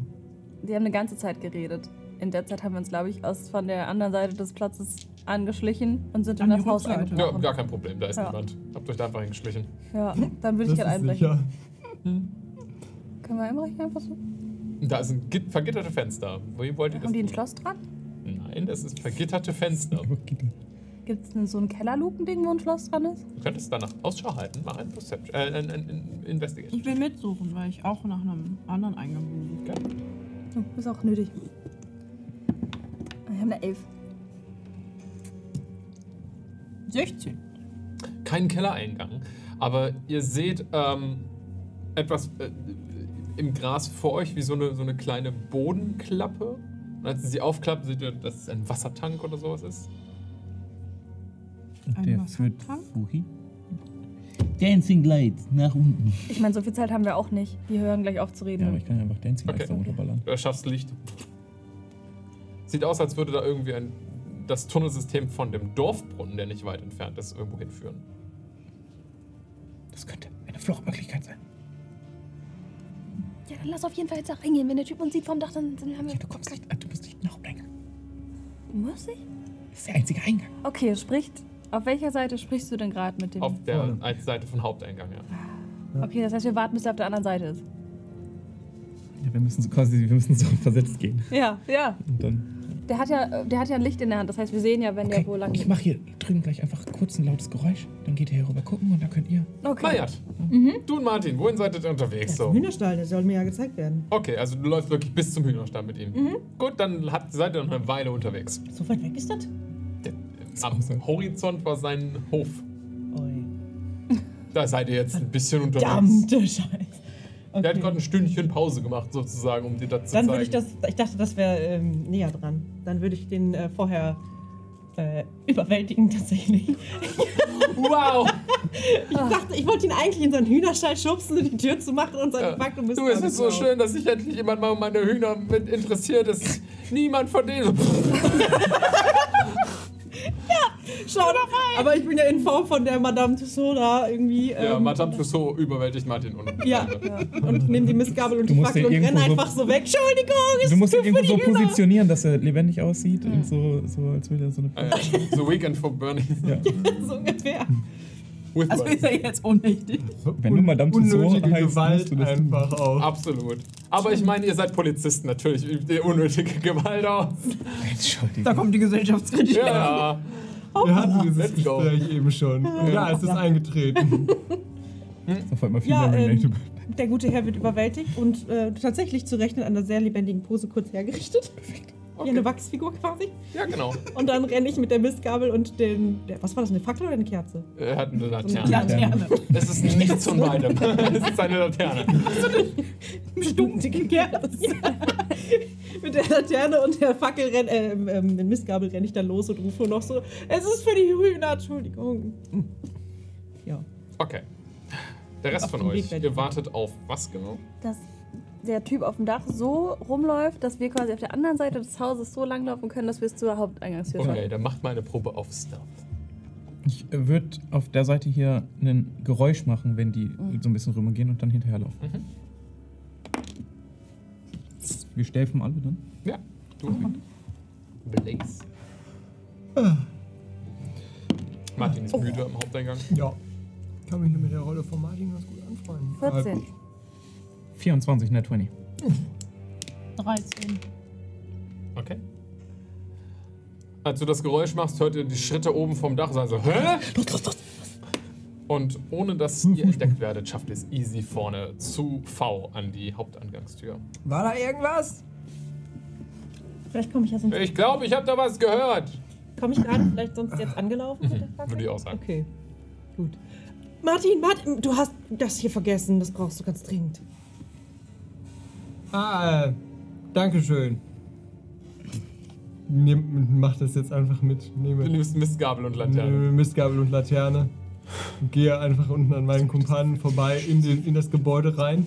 Die haben eine ganze Zeit geredet. In der Zeit haben wir uns, glaube ich, aus von der anderen Seite des Platzes angeschlichen und sind in An das die Haus Rückseite. Ja, eingebrochen. gar kein Problem. Da ist Ja. niemand. Habt euch da einfach hingeschlichen. Ja, dann würde ich gerne einbrechen. Können wir einbrechen einfach so? Da sind git- vergitterte Fenster. Wie wollt ihr das? Haben die ein tun? Schloss dran? Nein, das ist vergitterte Fenster. Gibt es so ein Kellerlukending, wo ein Schloss dran ist? Du könntest danach Ausschau halten. Mach einen Perception. Äh, ein, ein, ein Investigation. Ich will mitsuchen, weil ich auch nach einem anderen Eingang suche. Oh, ist auch nötig. Wir haben eine Elf. 16. Kein Kellereingang. Aber ihr seht ähm, etwas äh, im Gras vor euch, wie so eine, so eine kleine Bodenklappe. Und als ihr sie aufklappt, seht ihr, dass es ein Wassertank oder sowas ist. Ein Der führt Wassertank? wohin? Dancing Light nach unten. Ich meine, so viel Zeit haben wir auch nicht. Die hören gleich auf zu Ja, aber reden. ich kann ja einfach Dancing Lights Okay. da runterballern. Du schaffst Licht. Sieht aus, als würde da irgendwie ein, das Tunnelsystem von dem Dorfbrunnen, der nicht weit entfernt ist, irgendwo hinführen. Das könnte eine Fluchtmöglichkeit sein. Ja, dann lass auf jeden Fall jetzt da reingehen. Wenn der Typ uns sieht vom Dach, dann, dann haben wir. Ja, du kommst nicht, äh, du bist nicht nach Umdenken. Muss ich? Das ist der einzige Eingang. Okay, spricht. Auf welcher Seite sprichst du denn gerade mit dem? Auf der als Seite von Haupteingang, ja. Okay, das heißt, wir warten, bis er auf der anderen Seite ist. Ja, wir müssen so quasi, wir müssen so *laughs* versetzt gehen. Ja, ja. Und dann. Der hat ja, der hat ja ein Licht in der Hand. Das heißt, wir sehen ja, wenn der wo lang Ich mache hier drüben gleich einfach kurz ein lautes Geräusch. Dann geht ihr hier rüber gucken und dann könnt ihr. Okay. Ah, Mariat, Mhm. du und Martin, wohin seid ihr unterwegs? So. Hühnerstall, der soll mir ja gezeigt werden. Okay, also du läufst wirklich bis zum Hühnerstall mit ihm. Mhm. Gut, dann habt, seid ihr noch eine Weile unterwegs. So weit weg ist das? Am Horizont war sein Hof. Da seid ihr jetzt ein bisschen unterwegs. Verdammte Scheiße. Der hat gerade ein Stündchen Pause gemacht, sozusagen, um dir das zu Dann zeigen. *laughs* würde ich das, ich dachte, das wäre ähm, näher dran. Dann würde ich den äh, vorher äh, überwältigen tatsächlich. wow! Ich Ah. dachte, ich wollte ihn eigentlich in so einen Hühnerstall schubsen, um die Tür zu machen und Ja. sagen, *laughs* fuck, du bist Du, es damit ist so raus." schön, dass sich endlich jemand mal um meine Hühner mit interessiert ist. Niemand von denen. Schau doch rein! Aber ich bin ja in Form von der Madame Tussauds da irgendwie. Ja, ähm, Madame Tussaud überwältigt Martin und ja. Und nimm die Mistgabel und Du die musst Fackel den und renn irgendwo so- einfach so weg. Entschuldigung, ist Du musst ihn für irgendwo die so Hühner. positionieren, dass er lebendig aussieht und so, so als würde er so eine. Ah, Äh, The Weekend for *laughs* Burning. Ja. so ungefähr. With Also ist Burning. er jetzt ohnmächtig. Wenn du Madame Tussauds Unnötige heißt, musst Gewalt du das tun. einfach auch. Absolut. Aber ich meine, ihr seid Polizisten, natürlich übt ihr unnötige *laughs* Gewalt aus. Da Entschuldigung. kommt die Gesellschaftskritik. Ja. Wir hatten dieses Let's go. Gespräch eben schon. Ja, es ist eingetreten. Auf einmal viel Ja, mehr ähm, relatable. der gute Herr wird überwältigt und äh, tatsächlich zu Recht in einer sehr lebendigen Pose kurz hergerichtet. Wie eine Wachsfigur quasi. Ja, genau. Und dann renne ich mit der Mistgabel und den. Der, was war das, eine Fackel oder eine Kerze? Er hat eine Laterne. Ja, gerne. Es ist nichts von beidem. *laughs* Es ist eine Laterne. Stummdicke Kerze. *laughs* mit der Laterne und der Fackel renn, äh, ähm, ähm, den Mistgabel renne ich dann los und rufe nur noch so: Es ist für die Hühner, Entschuldigung. Ja. Okay. Der Rest von den euch, Weg werde ich ihr wartet auf was genau? dass der Typ auf dem Dach so rumläuft, dass wir quasi auf der anderen Seite des Hauses so langlaufen können, dass wir es zur Haupteingangstür schaffen. Okay, dann macht mal eine Probe auf Stealth. Ich würde auf der Seite hier ein Geräusch machen, wenn die so ein bisschen rübergehen und dann hinterherlaufen. Wir stäfen alle dann. Ja, du. Blaze. Ah. Martin ist müde am Haupteingang. Ja. Ich kann mich mit der Rolle von Martin ganz gut anfreunden. 14. 24, net 20. 13. Okay. Als du das Geräusch machst, hört ihr die Schritte oben vom Dach. Sagen so, hä? Und ohne dass ihr entdeckt werdet, schafft ihr es easy vorne zu V an die Haupteingangstür. War da irgendwas? Vielleicht komme ich ja sonst. Ich glaube, ich habe da was gehört. Komme ich gerade vielleicht sonst jetzt angelaufen mit der Fackel? Würde ich auch sagen. Okay, gut. Martin, Martin, du hast das hier vergessen. Das brauchst du ganz dringend. Ah, äh, Dankeschön. Nehm, mach das jetzt einfach mit. Du Nehme, nimmst Mistgabel und Laterne. nehme Mistgabel und Laterne. Und gehe einfach unten an meinen Kumpanen vorbei in, den, in das Gebäude rein.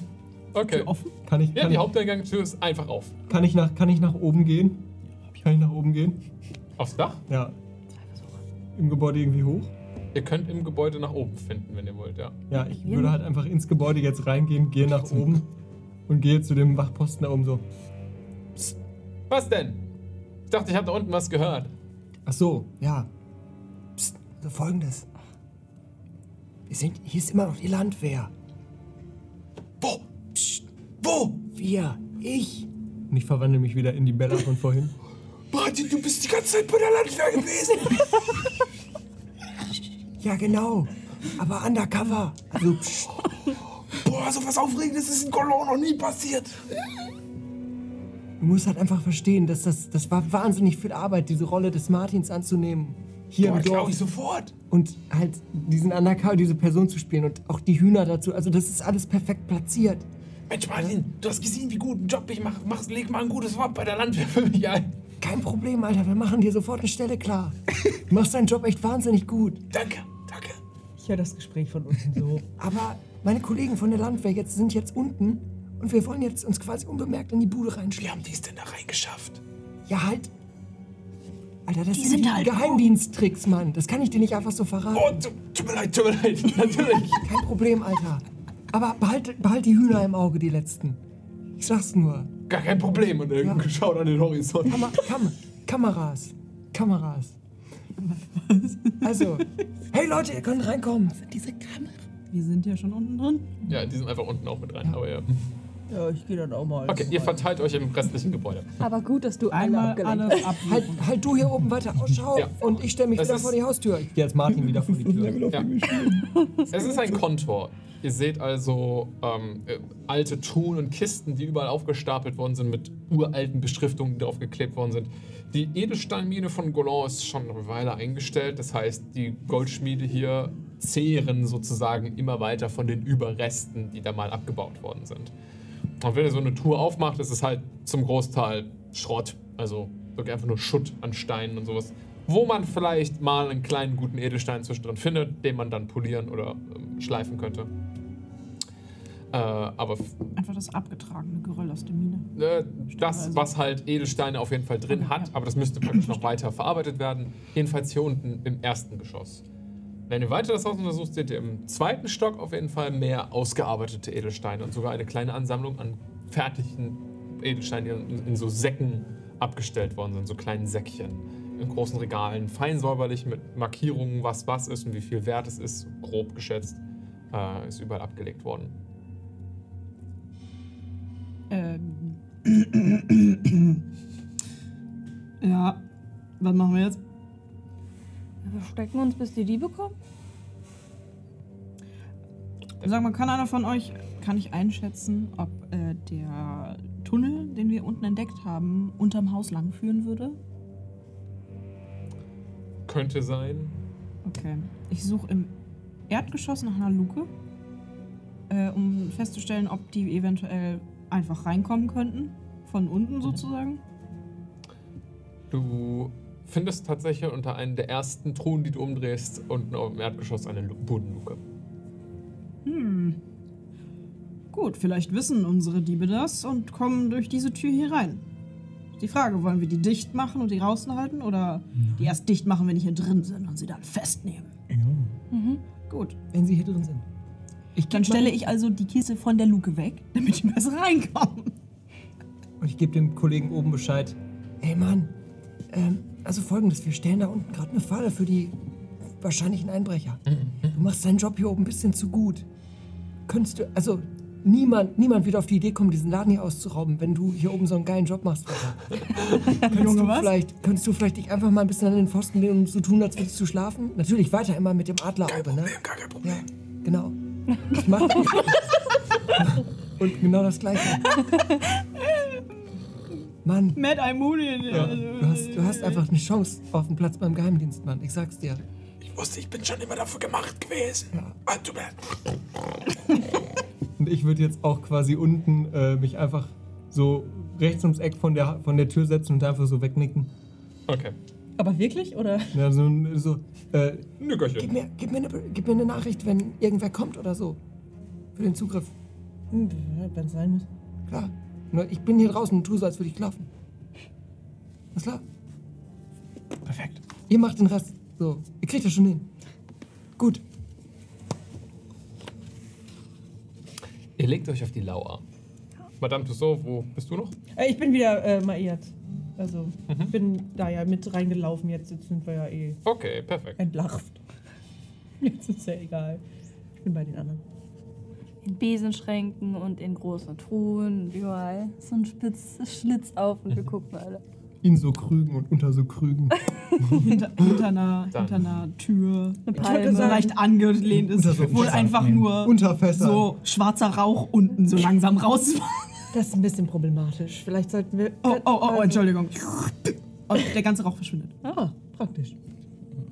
Okay. Kann ich, Ja, kann, die Haupteingangstür ist einfach auf. kann, ich nach, kann ich nach oben gehen? Kann ich nach oben gehen? Aufs Dach? Ja. Im Gebäude irgendwie hoch? Ihr könnt im Gebäude nach oben finden, wenn ihr wollt, ja. Ja, ich würde halt einfach ins Gebäude jetzt reingehen, gehe nach oben und gehe zu dem Wachposten da oben so. Was denn? Ich dachte, ich habe da unten was gehört. Ach so, ja. Psst, also folgendes. Wir sind, hier ist immer noch die Landwehr. Wo? Psst, wo? Wir, ich. Und ich verwandle mich wieder in die Bella von vorhin. *laughs* Martin, du bist die ganze Zeit bei der Landwehr gewesen. *laughs* ja, genau. Aber undercover. Also, psst. Boah, so was Aufregendes ist in Cologne noch nie passiert. Du musst halt einfach verstehen, dass das, das war wahnsinnig viel Arbeit, diese Rolle des Martins anzunehmen. Hier im Dorf. ich sofort. Und halt diesen Undercover, diese Person zu spielen und auch die Hühner dazu. Also das ist alles perfekt platziert. Mensch, Martin, du hast gesehen, wie gut einen Job ich mache. Mach, leg mal ein gutes Wort bei der Landwehr für mich ein. Kein Problem, Alter, wir machen dir sofort eine Stelle klar. Du machst deinen Job echt wahnsinnig gut. Danke, danke. Ich höre das Gespräch von unten so. Aber meine Kollegen von der Landwehr jetzt sind jetzt unten und wir wollen jetzt uns quasi unbemerkt in die Bude reinschleichen. Wie haben die es denn da reingeschafft? Ja, halt. Alter, das sind, halt die Geheimdiensttricks, Mann. Das kann ich dir nicht einfach so verraten. Oh, tu- tut mir leid, tut mir leid. Natürlich. Kein Problem, Alter. Aber behalt, behalt die Hühner im Auge, die letzten. Ich sag's nur. Gar kein Problem. Und irgendwie schaut an den Horizont. Kam Kam Kameras. Kameras. Also, hey Leute, ihr könnt reinkommen. Was sind diese Kameras? Wir sind ja schon unten drin. Ja, die sind einfach unten auch mit rein. Aber ja. Ja, ich gehe dann auch mal. Okay, ihr verteilt euch im restlichen Gebäude. Aber gut, dass du einmal alles halt, halt du hier oben weiter Ausschau Ja. und ich stelle mich Das wieder ist- vor die Haustür. Ich gehe jetzt Martin wieder vor die *laughs* Tür. Ja. Es ist ein Kontor. Ihr seht also ähm, äh, alte Truhen und Kisten, die überall aufgestapelt worden sind, mit uralten Beschriftungen, die drauf geklebt worden sind. Die Edelsteinmine von Golan ist schon eine Weile eingestellt. Das heißt, die Goldschmiede hier zehren sozusagen immer weiter von den Überresten, die da mal abgebaut worden sind. Und wenn ihr so eine Tour aufmacht, ist es halt zum Großteil Schrott. Also wirklich einfach nur Schutt an Steinen und sowas. Wo man vielleicht mal einen kleinen guten Edelstein zwischendrin findet, den man dann polieren oder ähm, schleifen könnte. Äh, aber f- Einfach das abgetragene Geröll aus der Mine. äh, das, was halt Edelsteine auf jeden Fall drin hat, aber das müsste praktisch noch weiter verarbeitet werden. Jedenfalls hier unten im ersten Geschoss. Wenn ihr weiter das Haus untersucht, seht ihr im zweiten Stock auf jeden Fall mehr ausgearbeitete Edelsteine und sogar eine kleine Ansammlung an fertigen Edelsteinen, die in, in so Säcken abgestellt worden sind, so kleinen Säckchen. In großen Regalen, fein säuberlich mit Markierungen, was was ist und wie viel wert es ist, grob geschätzt, äh, ist überall abgelegt worden. Ähm. *clears throat* ja, was machen wir jetzt? Also Wir verstecken uns, bis die Diebe kommen. Sag mal, kann einer von euch, kann ich einschätzen, ob äh, der Tunnel, den wir unten entdeckt haben, unterm Haus lang führen würde? Könnte sein. Okay. Ich suche im Erdgeschoss nach einer Luke, äh, um festzustellen, ob die eventuell einfach *laughs* reinkommen könnten. Von unten sozusagen. Du findest tatsächlich unter einem der ersten Truhen, die du umdrehst, unten auf dem Erdgeschoss eine Lu- Bodenluke. Hm. Gut, vielleicht wissen unsere Diebe das und kommen durch diese Tür hier rein. Die Frage, wollen wir die dicht machen und die raushalten oder die erst dicht machen, wenn die hier drin sind und sie dann festnehmen? Mhm. Gut. Wenn sie hier drin sind. dann stelle ich also die Kiste von der Luke weg, damit die besser reinkommen. Und ich gebe dem Kollegen oben Bescheid. Hey Mann, ähm, also folgendes, wir stellen da unten gerade eine Falle für die wahrscheinlichen Einbrecher. Du machst deinen Job hier oben ein bisschen zu gut. Könntest du, also niemand, niemand wird auf die Idee kommen, diesen Laden hier auszurauben, wenn du hier oben so einen geilen Job machst. könntest, du Vielleicht, könntest du vielleicht dich einfach mal ein bisschen an den Pfosten lehnen, um so tun, als würdest du schlafen? Natürlich weiter immer mit dem Adlerauge, ne? Gar kein Problem. Ja, genau. Ich mach Und genau das Gleiche. Mann. Mad Eye Moody. Ja. Du, hast, du hast einfach eine Chance auf den Platz beim Geheimdienst, Mann. Ich sag's dir. Ich wusste, ich bin schon immer dafür gemacht gewesen. Ah, tut mir leid. Und ich würde jetzt auch quasi unten äh, mich einfach so rechts ums Eck von der, von der Tür setzen und einfach so wegnicken. Okay. Aber wirklich? Oder? Ja, so, so, äh, Nückerchen. Gib mir, gib, mir eine, gib mir eine Nachricht, wenn irgendwer kommt oder so. Für den Zugriff. Wenn es Hm, sein muss. Klar. Nur ich bin hier draußen und tu so, als würde ich laufen. Alles klar? Perfekt. Ihr macht den Rest. So, ihr kriegt das schon hin. Gut. Ihr legt euch auf die Lauer. Madame Tussaud, wo bist du noch? Äh, Ich bin wieder äh, maiert. Also, ich bin da ja mit reingelaufen. Jetzt, jetzt sind wir ja eh Okay, perfekt. entlarvt. Jetzt ist ja egal. Ich bin bei den anderen. In Besenschränken und in großen Truhen und überall. So ein Spitz Schlitz auf und wir gucken alle. In so Krügen und unter so Krügen. hinter, hinter, einer, Dann. hinter einer Tür, die Palme. leicht angelehnt ist, Unter so einem wohl Sand einfach nehmen. nur Unter Fässer. so schwarzer Rauch unten so langsam *laughs* raus. Das ist ein bisschen problematisch. Vielleicht sollten wir. Oh, oh, oh, oh, Entschuldigung. Und der ganze Rauch verschwindet. Ah, praktisch.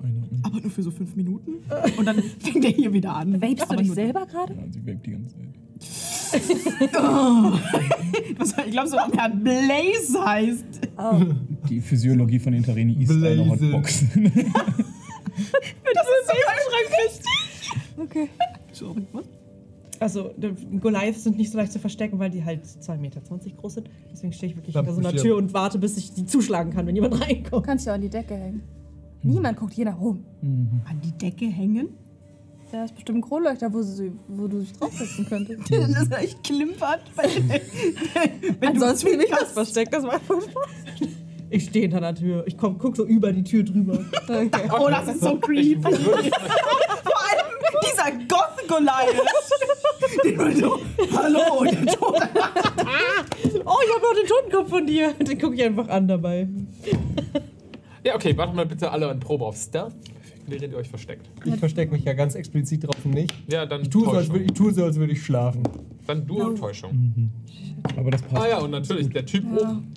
Ah. Aber nur für so fünf Minuten. Und *laughs* dann fängt er hier wieder an. Vapest Aber du dich nur- selber gerade? Ja, sie wirkt die ganze Zeit. Was, ich glaube, so der Blaze heißt. Die Physiologie von Interini ist eine Blazing. Hotbox. Das ist so schrecklich. Okay. Sorry, was? Also, die Goliaths sind nicht so leicht zu verstecken, weil die halt 2,20 Meter groß sind. Deswegen stehe ich wirklich Dann hinter so einer pushieren. Tür und warte, bis ich die zuschlagen kann, wenn jemand *laughs* Du reinkommt. kannst ja an die Decke hängen. Niemand guckt hier nach oben. An die Decke hängen? *laughs* Da ist bestimmt ein Kronleuchter, wo, sie, wo du dich draufsetzen *laughs* könntest. Das ist *laughs* echt klimpert. Wenn, wenn Ansonsten du bin ich das zwinkerst. versteckt, das war voll Spaß. Ich stehe hinter der Tür. Ich komm, guck so über die Tür drüber. Oh, das ist so creepy. Vor allem dieser *laughs* Goth *laughs* Goliath. Den war so, Hallo, der Totenkopf. oh, ich habe noch den Totenkopf von dir. *laughs* Den gucke ich einfach an dabei. Ja, okay, macht mal bitte alle eine Probe auf Stealth, während ihr euch versteckt. Ich verstecke mich ja ganz explizit drauf und nicht. Ja, dann Ich tue so, als Täuschung. würde ich, tue so, als würde ich schlafen. Dann du und Täuschung. Hm. Aber das passt. Ah ja, und natürlich der Typ oben,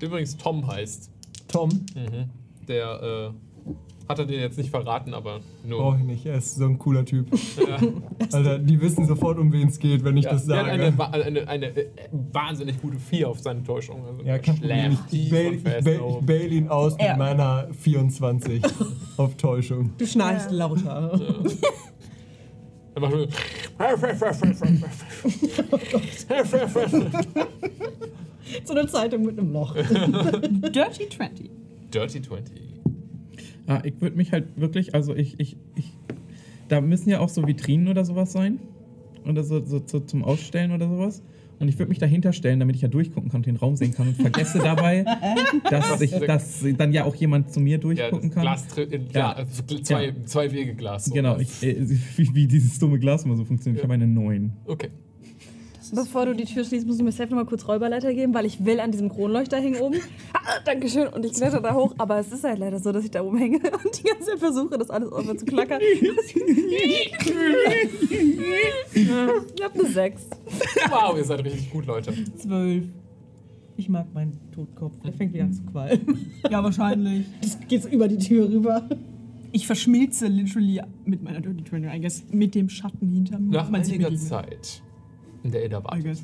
der übrigens Tom heißt, Tom, mhm. der äh, hat er den jetzt nicht verraten, aber nur. brauche ich nicht. Er ist so ein cooler Typ. Ja. Alter, die wissen sofort, um wen es geht, wenn ich Ja, das Also, der hat sage. eine, wa- eine, eine äh, wahnsinnig gute 4 auf seine Täuschung. Also Ja, der kein Problem. schläft Ich tief bail, und ich fest bail, oben. ich bail ihn aus Ja. mit meiner 24 auf Täuschung. Du schnarchst lauter. Dann macht er so- *laughs* so eine Zeitung mit einem Loch. Dirty 20. Dirty 20. Ah, ich würde mich halt wirklich, also ich, ich, ich, da müssen ja auch so Vitrinen oder sowas sein. Oder so, so, so zum Ausstellen oder sowas. Und ich würde mich dahinter stellen, damit ich ja durchgucken kann und den Raum sehen kann und vergesse *laughs* dabei, dass, ich, dass dann ja auch jemand zu Ja, mir das durchgucken kann. Glas, tri- in, ja. also Ja. zwei, zwei Wege Glas. so. Genau, ich, äh, *laughs* wie, wie dieses dumme Glas immer so funktioniert. Ich habe eine 9. Okay. Bevor du die Tür schließt, musst du mir selbst nochmal kurz Räuberleiter geben, weil ich will an diesem Kronleuchter hängen oben. *laughs* Ah, Dankeschön. Und ich kletter da hoch, aber es ist halt leider so, dass ich da oben hänge *laughs* und die ganze Zeit versuche, das alles irgendwann zu *laughs* klackern. *laughs* ich hab eine 6. Wow, ihr seid richtig gut, Leute. Zwölf. Ich mag meinen Totenkopf. Der fängt wieder an zu qualmen. Ja, wahrscheinlich. Das geht so über die Tür rüber. Ich verschmilze literally mit meiner Dirty 20, I guess, mit dem Schatten hinter mir. Nach Man sieht einiger mich nicht mehr, Zeit, in der ihr da I wart, guess.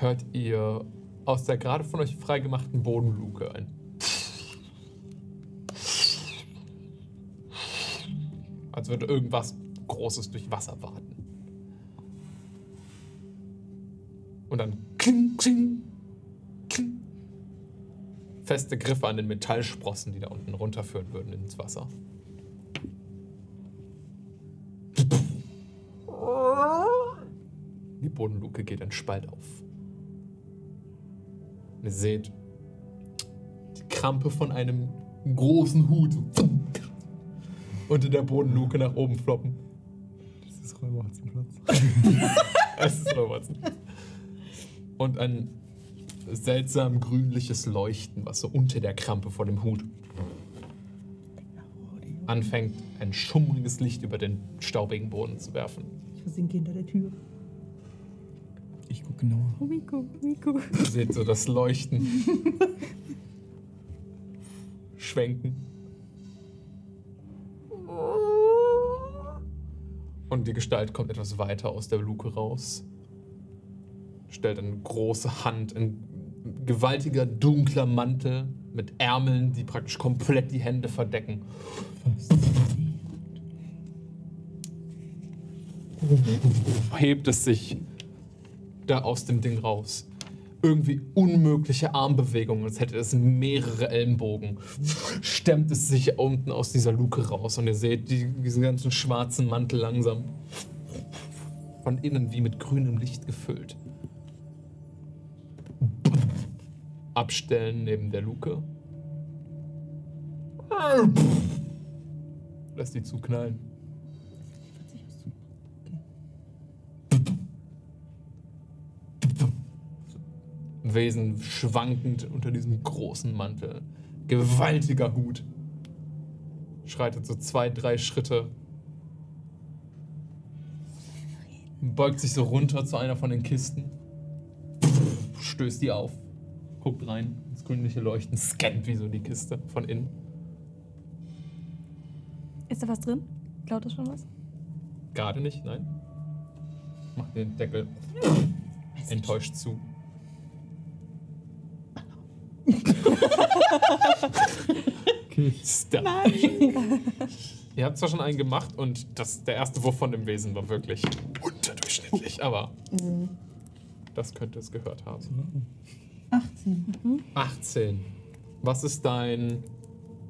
hört ihr aus der gerade von euch freigemachten Bodenluke ein. Als würde irgendwas Großes durch Wasser warten. Und dann kling, kling, kling. Feste Griffe an den Metallsprossen, die da unten runterführen würden ins Wasser. Die Bodenluke geht ein Spalt auf. Und ihr seht die Krampe von einem großen Hut so unter der Bodenluke nach oben floppen. Das ist Räuberhotzenplatz. *laughs* Es ist nur was. Und ein seltsam grünliches Leuchten, was so unter der Krampe vor dem Hut anfängt, ein schummriges Licht über den staubigen Boden zu werfen. Ich versinke hinter der Tür. Ich gucke genauer. Miku, Miku. Ihr seht so das Leuchten. Schwenken. Und die Gestalt kommt etwas weiter aus der Luke raus. Stellt eine große Hand, ein gewaltiger dunkler Mantel mit Ärmeln, die praktisch komplett die Hände verdecken. Hebt es sich da aus dem Ding raus. Irgendwie unmögliche Armbewegungen, als hätte es mehrere Ellenbogen. Stemmt es sich unten aus dieser Luke raus und ihr seht die, diesen ganzen schwarzen Mantel langsam von innen wie mit grünem Licht gefüllt. Abstellen neben der Luke. Lass die zuknallen. Wesen schwankend unter diesem großen Mantel. Gewaltiger Hut. Schreitet so zwei, drei Schritte. Beugt sich so runter zu einer von den Kisten. Stößt die auf. Guckt rein ins grünliche Leuchten. Scannt wie so die Kiste von innen. Ist da was drin? Klaut das schon was? Gerade nicht, nein. Macht den Deckel enttäuscht zu. Okay. Stop. *laughs* Ihr habt zwar schon einen gemacht und das, der erste Wurf von dem Wesen war wirklich unterdurchschnittlich, aber das könnte es gehört haben. 18. 18. Was ist dein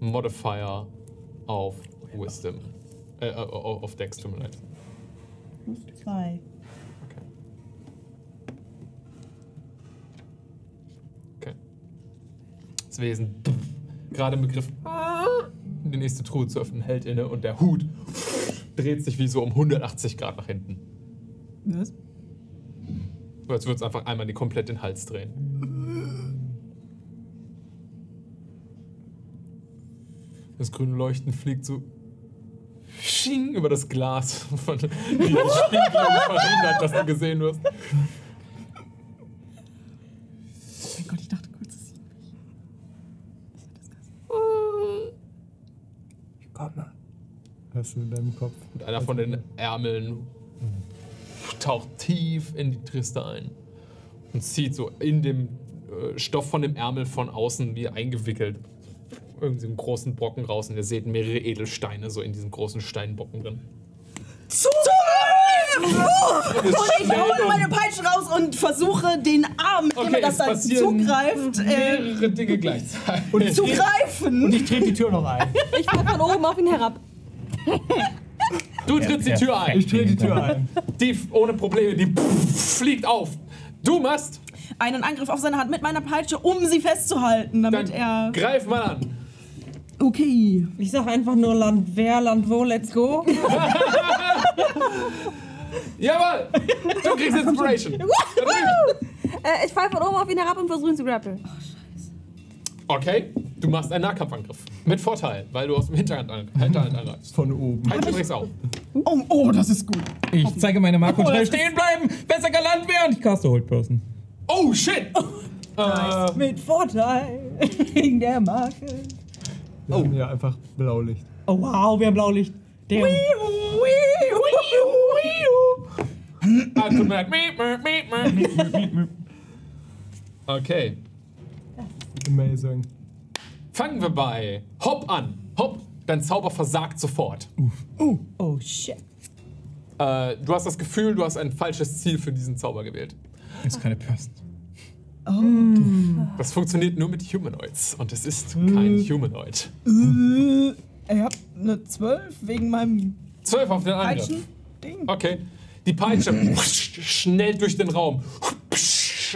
Modifier auf Wisdom? Äh, äh, auf Dex, tut mir leid. Plus 2. Okay. Geistwesen gerade im Begriff, die nächste Truhe zu öffnen, hält inne und der Hut dreht sich wie so um 180 Grad nach hinten. Was? So, Als würde es einfach einmal die komplett den Hals drehen. Das grüne Leuchten fliegt so sching über das Glas *laughs* von die Spiegelung verhindert, dass du gesehen wirst. mein Gott, ich dachte kurz, es sieht Partner. Hast du in deinem Kopf. Und einer von Also- den Ärmeln taucht tief in die Triste ein und zieht so in dem äh, Stoff von dem Ärmel von außen wie eingewickelt irgendwie einen großen Brocken raus und ihr seht mehrere Edelsteine so in diesem großen Steinbocken drin. Zu! Und ich hole meine Peitsche raus und versuche den Arm, mit dem Okay, er das es dann passieren zugreift, äh, Mehrere Dinge gleichzeitig. Und zu greifen. Und ich trete die Tür noch ein. Ich guck von oben auf ihn herab. Du trittst die Tür ein. Ich trete die Tür ein. Die f- ohne Probleme, die fliegt auf. Du machst, einen Angriff auf seine Hand mit meiner Peitsche, um sie festzuhalten, dann damit er. greif mal an. Okay. Ich sag einfach nur Land wer, Land wo, let's go. Jawohl! Du *laughs* kriegst Inspiration. Äh, ich fall von oben auf ihn herab und versuche ihn zu grappeln. *laughs* Okay, du machst einen Nahkampfangriff. Mit Vorteil, weil du aus dem Hinterhand, an, Hinterhand angreifst. Von oben. Halt übrigens auf. Oh, oh, das ist gut. Ich zeige meine Marke und Oh, schnell stehen bleiben! Besser galant werden! Ich caste Hold Person. Oh shit! Äh, Mit Vorteil *laughs* wegen der Marke. Wir haben ja einfach Blaulicht. Oh wow, wir haben Blaulicht. Damn. ah, tut mir leid. Miep, miep, miep, miep, miep, miep, miep, miep. Okay, Amazing. fangen wir bei Hopp an. Hopp, dein Zauber versagt sofort. Oh shit. Äh, du hast das Gefühl, du hast ein falsches Ziel für diesen Zauber gewählt. Ist keine Person. Das funktioniert nur mit Humanoids und es ist kein Humanoid. Äh, er hat eine 12 wegen meinem Zwölf auf den Angriff. Peitschen-Ding. Okay. Die Peitsche *laughs* schnellt durch den Raum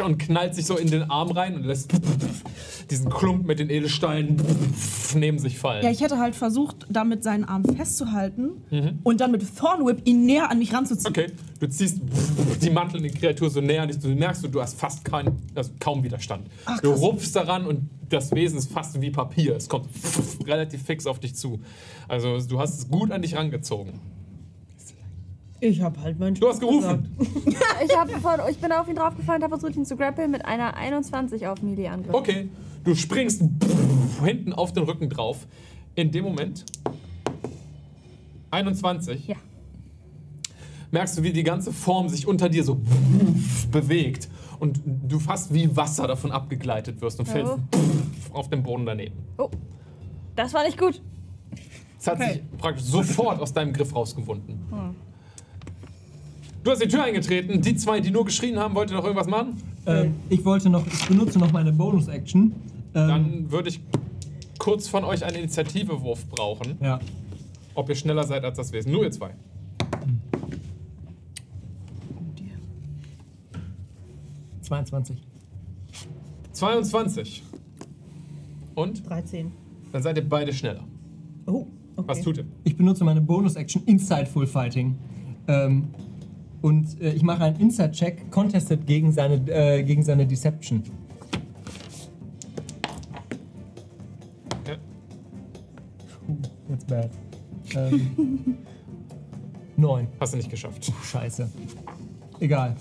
und knallt sich so in den Arm rein und lässt diesen Klump mit den Edelsteinen neben sich Ja, fallen. ich hätte halt versucht, damit seinen Arm festzuhalten und dann mit Thornwhip ihn näher an mich ranzuziehen. Okay, du ziehst die mantelnde Kreatur so näher an dich, du merkst, du hast fast keinen, also kaum Widerstand. du rupfst daran und das Wesen ist fast wie Papier. Es kommt relativ fix auf dich zu. Also du hast es gut an dich rangezogen. Ich hab halt meinen Du hast gerufen. Ich, hab von, ich bin auf ihn draufgefallen und habe versucht, ihn zu grappeln mit einer 21 auf Melee-Angriff. Okay, du springst hinten auf den Rücken drauf. In dem Moment, 21, Ja. merkst du, wie die ganze Form sich unter dir so bewegt und du fast wie Wasser davon abgegleitet wirst und fällst auf den Boden daneben. Oh, das war nicht gut. Es hat sich praktisch sofort aus deinem Griff rausgewunden. Du hast die Tür eingetreten. Die zwei, die nur geschrien haben, wollten noch irgendwas machen. Ähm, ich wollte noch, ich benutze noch meine Bonus-Action. Ähm, Dann würde ich kurz von euch einen Initiativewurf brauchen. Ja. ob ihr schneller seid als das Wesen. Nur ihr zwei. Oh dear. 22. 22. Und? 13. Dann seid ihr beide schneller. Oh, okay. Was tut ihr? Ich benutze meine Bonus-Action Insightful Fighting. Ähm, und äh, ich mache einen Insight-Check, contested gegen seine, äh, gegen seine Deception. Ja. Puh, that's bad. Ähm, *laughs* neun. Hast du nicht geschafft. Puh, scheiße. Egal.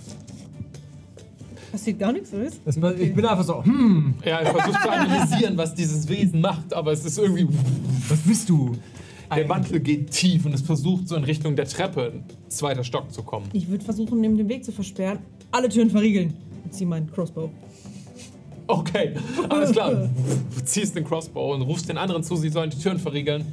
Passiert gar nichts, oder? Das, war- Ich bin einfach so, hm, Ja, ich versuche zu analysieren, was dieses Wesen macht, aber es ist irgendwie. was bist du? Der Mantel geht tief und es versucht so in Richtung der Treppe, zweiter Stock, zu kommen. Ich würde versuchen, neben dem Weg zu versperren. Alle Türen verriegeln. Und zieh meinen Crossbow. Okay, alles klar. Du ziehst den Crossbow und rufst den anderen zu, sie sollen die Türen verriegeln.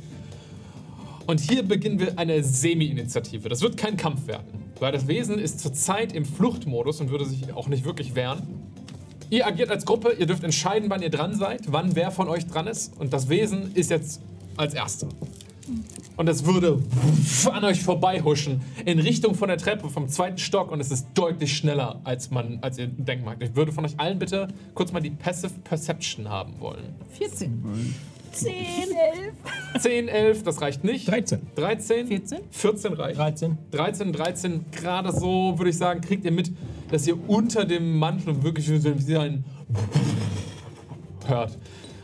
Und hier beginnen wir eine Semi-Initiative. Das wird kein Kampf werden, weil das Wesen ist zurzeit im Fluchtmodus und würde sich auch nicht wirklich wehren. Ihr agiert als Gruppe, ihr dürft entscheiden, wann ihr dran seid, wann wer von euch dran ist. Und das Wesen ist jetzt als Erster. Und es würde an euch vorbeihuschen in Richtung von der Treppe vom zweiten Stock und es ist deutlich schneller, als, man, als ihr denken mag. Ich würde von euch allen bitte kurz mal die Passive Perception haben wollen. 14. 10, 10, 11, das reicht nicht. 13. 13. 14? 14 reicht. 13. 13, 13, gerade so, würde ich sagen, kriegt ihr mit, dass ihr unter dem Mantel wirklich so wie ein hört.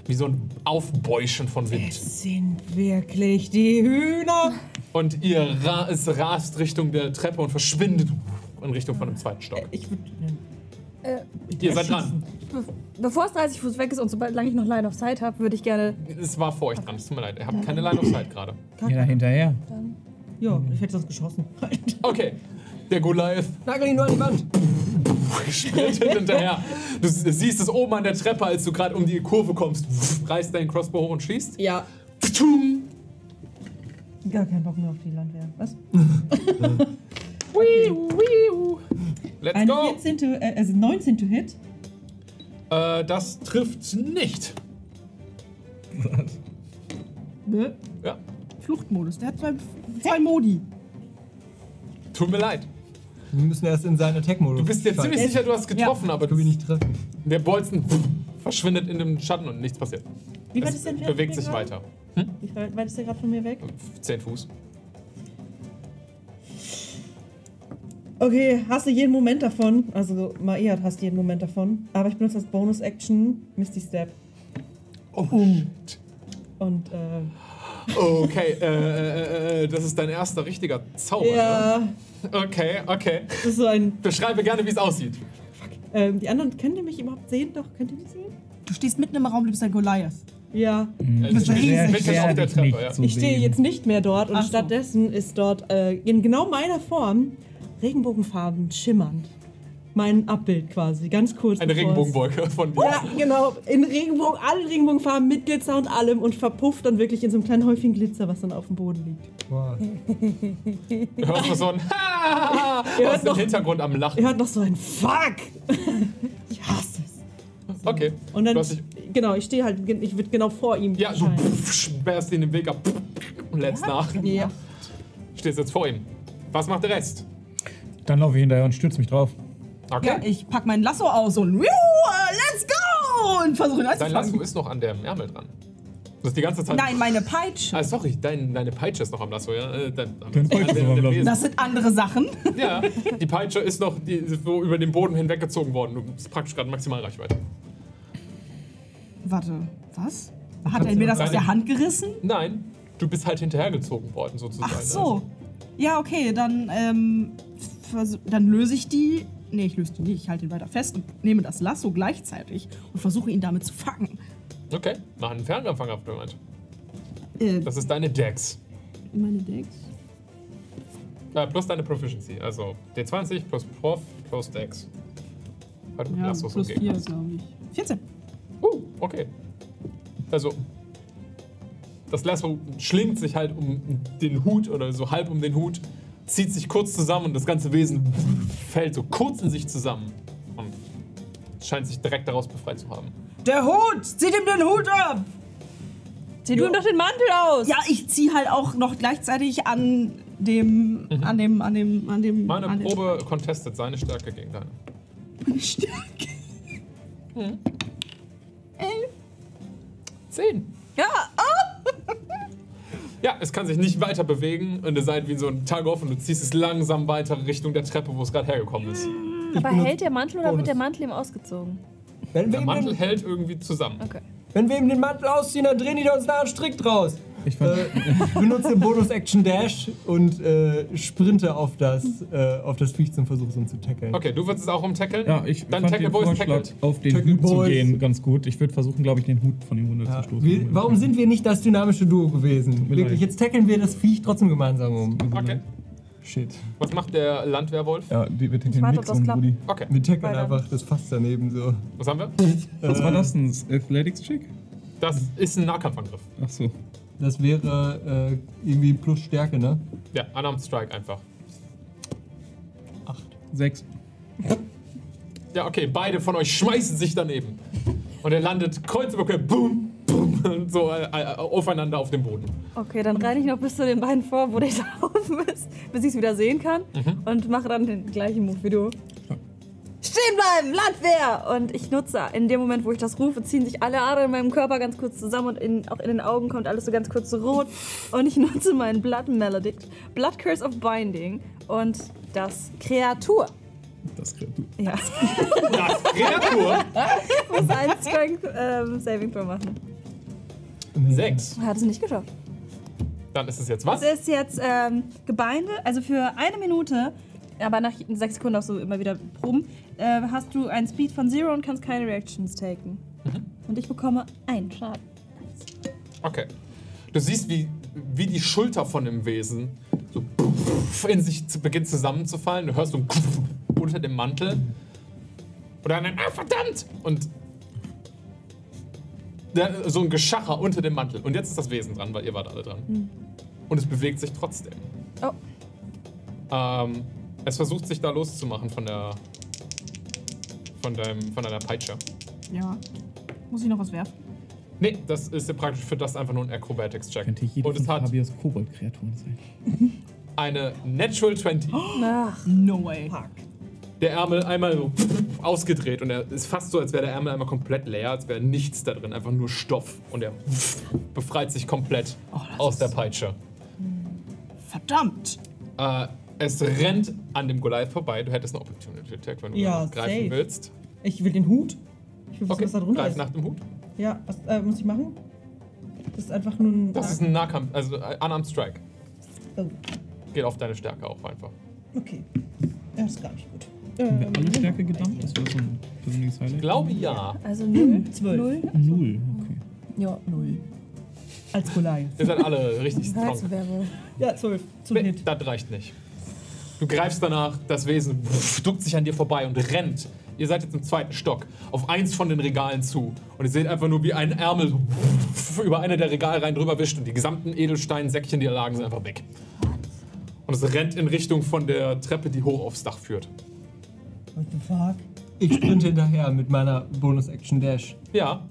Wie so ein Aufbäuschen von Wind. Sind wirklich die Hühner? Und ihr ra es rast Richtung der Treppe und verschwindet in Richtung von dem zweiten Stock. Äh, ihr seid dran. be bevor es 30 Fuß weg ist und sobald lange ich noch Line of Sight habe, würde ich gerne. Es war vor euch dran, es tut mir leid. Ihr habt keine Line of Sight gerade. Ja, hinterher. Ja, ich hätte sonst geschossen. *laughs* Okay, *laughs* der Goliath *laughs* Nagel ihn nur an die Wand. sprintet hinterher. Du s- siehst es oben an der Treppe, als du gerade um die Kurve kommst. *laughs* Reißt deinen Crossbow hoch und schießt. Ja. Tschum. Gar keinen Bock mehr auf die Landwehr. Was? Let's Eine go! 14. to- Äh, also 19. to Hit. Äh, das trifft nicht. Bäh. Ja. Ne? Fluchtmodus. Der hat zwei, zwei Modi. Tut mir leid. Wir müssen erst in seinen Attack-Modus. Du bist dir ziemlich sicher, du hast getroffen, aber Du ihn nicht treffen. der Bolzen *laughs* verschwindet in dem Schatten und nichts passiert. Wie weit es ist der entfernt Also bewegt von mir sich gerade? weiter. Wie weit ist der gerade von mir weg? 10 Fuß. Okay, hast du jeden Moment davon. Also, Maia hast jeden Moment davon. Aber ich benutze als Bonus-Action Misty Step. Oh, Und, äh. Okay, äh, äh, äh, äh, das ist dein erster richtiger Zauber. Ne? Ja, Okay, okay. das ist so ein. Beschreibe gerne, wie es aussieht. Ähm, die anderen, könnt ihr mich überhaupt sehen? Doch, könnt ihr mich sehen? Du stehst mitten im Raum, du bist ein Goliath. Ja. Äh, bist mitten- riesig. mitten auf der Treppe, ja. Ich stehe jetzt nicht mehr dort und Ach so. stattdessen ist dort äh, in genau meiner Form regenbogenfarben schimmernd. Mein Abbild quasi, ganz kurz. Eine bevor es- Regenbogenwolke von dir. Ja, genau. In Regenbogen, alle Regenbogenfarben mit Glitzer und allem und verpufft dann wirklich in so einem kleinen Häufchen Glitzer, was dann auf dem Boden liegt. Wow. Du hörst nur so ein Ihr aus hört dem noch- Hintergrund am Ihr Lachen. hört noch so ein Fuck! *laughs* ich hasse es. Okay. Und dann, Du hast dich- genau, ich stehe halt, ich würde genau vor ihm Ja, du erscheinen. sperrst ihn den Weg ab und lädst nach. Ja. Stehst jetzt vor ihm. Was macht der Rest? Dann laufe ich hinterher und stürze mich drauf. Okay. Ja, ich pack mein Lasso aus und. Juhu, Let's go! Und versuche ihn Dein anzufangen. Lasso ist noch an dem Ärmel dran. Das ist die ganze Zeit. Nein, meine Peitsche. Ah, sorry, dein, deine Peitsche ist noch am Lasso, ja? Äh, Dein, am- Deine Peitsche ist noch am Lasso. Das sind andere Sachen. Ja, die Peitsche ist noch die, ist so über den Boden hinweggezogen worden. Du bist praktisch gerade maximal Reichweite. Warte, was? Hat er mir das aus der Hand gerissen? Nein, du bist halt hinterhergezogen worden, sozusagen. Also, Ach so. Ja, okay, dann, ähm, vers- dann löse ich die. Nee, ich löse die nicht. Ich halte ihn weiter fest und nehme das Lasso gleichzeitig und versuche ihn damit zu fangen. Also, okay, mach einen Fernanfang ab, Moment. Äh, Das ist deine Dex. meine Decks. Äh, plus deine Proficiency. Also D20 plus Prof plus Dex. Weil du mit Ja, Lassos plus umgehen 4, kannst. glaube ich. 14. Uh, okay. Also, das Lasso schlingt sich halt um den Hut oder so halb um den Hut, zieht sich kurz zusammen und das ganze Wesen fällt so kurz in sich zusammen und scheint sich direkt daraus befreit zu haben. Der Hut! Zieht ihm den Hut ab! Zieh du ihm doch den Mantel aus! Ja, ich ziehe halt auch noch gleichzeitig an dem. an dem. an dem. an dem. Mhm. Meine an dem Probe contestet seine Stärke gegen deine. Stärke. Zehn. Ja! *laughs* Ja, es kann sich nicht weiter bewegen und ihr seid wie so ein Tag off und du ziehst es langsam weiter Richtung der Treppe, wo es gerade hergekommen ist. Aber benutze hält der Mantel oder Bonus. wird der Mantel ihm ausgezogen? Wenn wir, Der ihm Mantel den, hält irgendwie zusammen. Okay. wenn wir ihm den Mantel ausziehen, dann drehen die da uns nach einem Strick draus. Ich äh, ich benutze Bonus-Action-Dash und äh, sprinte auf das, äh, auf das Viech zum Versuch, es um zu tackeln. Okay, du würdest es auch umtackeln? Ja, ich Dann fand Tackle den Boy ist Vorschlag, tackled. auf den Tackle Hut zu Boys. gehen, ganz gut. Ich würde versuchen, glaube ich, den Hut von dem Ja, runterzustoßen. wir, warum sind wir nicht das dynamische Duo mir gewesen? Wirklich, leid. jetzt tackeln wir das Viech trotzdem gemeinsam um. Okay. Shit. Was macht der Landwehrwolf? Ja, die wird Ich den warte, Mix ob das um, klappt. Rudi. Okay, Wir tackeln Weiter. einfach das Fass daneben so. was haben wir? Was war das denn? Das Athletics-Check? Das ist ein Nahkampfangriff. Achso. Das wäre äh, irgendwie plus Stärke, ne? Ja, Unarmed Strike einfach. Sechs. Ja, okay, beide von euch schmeißen sich daneben. Und er landet kreuz über quer, boom, *laughs* boom, liegen so äh, äh, aufeinander auf dem Boden. Okay, dann reite ich noch bis zu den beiden vor, wo der *laughs* Haufen ist, bis ich es wieder sehen kann. Und mache dann den gleichen Move wie du. Stehen bleiben, Landwehr! Und ich nutze, in dem Moment, wo ich das rufe, ziehen sich alle Adern in meinem Körper ganz kurz zusammen und in, auch in den Augen kommt alles so ganz kurz zu rot. Und ich *laughs* nutze meinen Blood Maledict, Blood Curse of Binding und das Kreatur. Das kriegst du. Ja. Das Kreatur? *laughs* Muss einen Strength ähm, Saving Throw machen. Sechs. Hat es nicht geschafft. Dann ist es jetzt was? Es ist jetzt ähm, Gebeinde, also für eine Minute, aber nach sechs Sekunden darfst du immer wieder proben, äh, hast du einen Speed von Zero und kannst keine Reactions taken. Und ich bekomme einen Schaden. Okay. Du siehst, wie, wie die Schulter von dem Wesen so in sich zu, beginnt zusammenzufallen. Du hörst so ein *laughs* unter dem Mantel. Und dann ein, ah, verdammt! Und dann so ein Geschacher unter dem Mantel. Und jetzt ist das Wesen dran, weil ihr wart alle dran. Und es bewegt sich trotzdem. Oh. Ähm, es versucht sich da loszumachen von der. von, deinem, von deiner Peitsche. Ja. Muss ich noch was werfen? Nee, das ist ja praktisch für das einfach nur ein Acrobatics-Check. Könnte jede Und es von hat Fabius Kobold-Kreaturen sein. eine Natural 20. Ach, No way. Der Ärmel einmal so ausgedreht und er ist fast so, als wäre der Ärmel einmal komplett leer, als wäre nichts da drin, einfach nur Stoff. Und er befreit sich komplett Oh, aus der Peitsche. Verdammt. Äh, es rennt an dem Goliath vorbei. Du hättest eine Opportunity Attack, wenn du Ja, greifen safe. willst. Ich will den Hut. Ich will wissen, Okay, was da drunter greif ist. nach dem Hut. Ja, was äh, muss ich machen? Das ist einfach nur ein. Das ist ein Nahkampf, also äh, Unarmed Strike. Oh. Geht auf deine Stärke auch einfach. Okay. Ja, das ist gar nicht gut. Haben wir alle Stärke gedammt? Das war schon ein persönliches Ich Highlight. glaube ja. also null. Zwölf. Null. Null, okay. Ja, null. Als Goliath. Ihr seid alle richtig strong. Also wer wohl? Ja, zwölf. Zum Nee, Hit. Das reicht nicht. Du greifst danach, das Wesen duckt sich an dir vorbei und rennt. Ihr seid jetzt im zweiten Stock, auf eins von den Regalen zu. Und ihr seht einfach nur, wie ein Ärmel so über eine der Regalreihen drüber wischt und die gesamten Edelsteinsäckchen, die da lagen, sind einfach weg. Und es rennt in Richtung von der Treppe, die hoch aufs Dach führt. What the fuck? Ich sprinte hinterher mit meiner Bonus-Action-Dash Ja,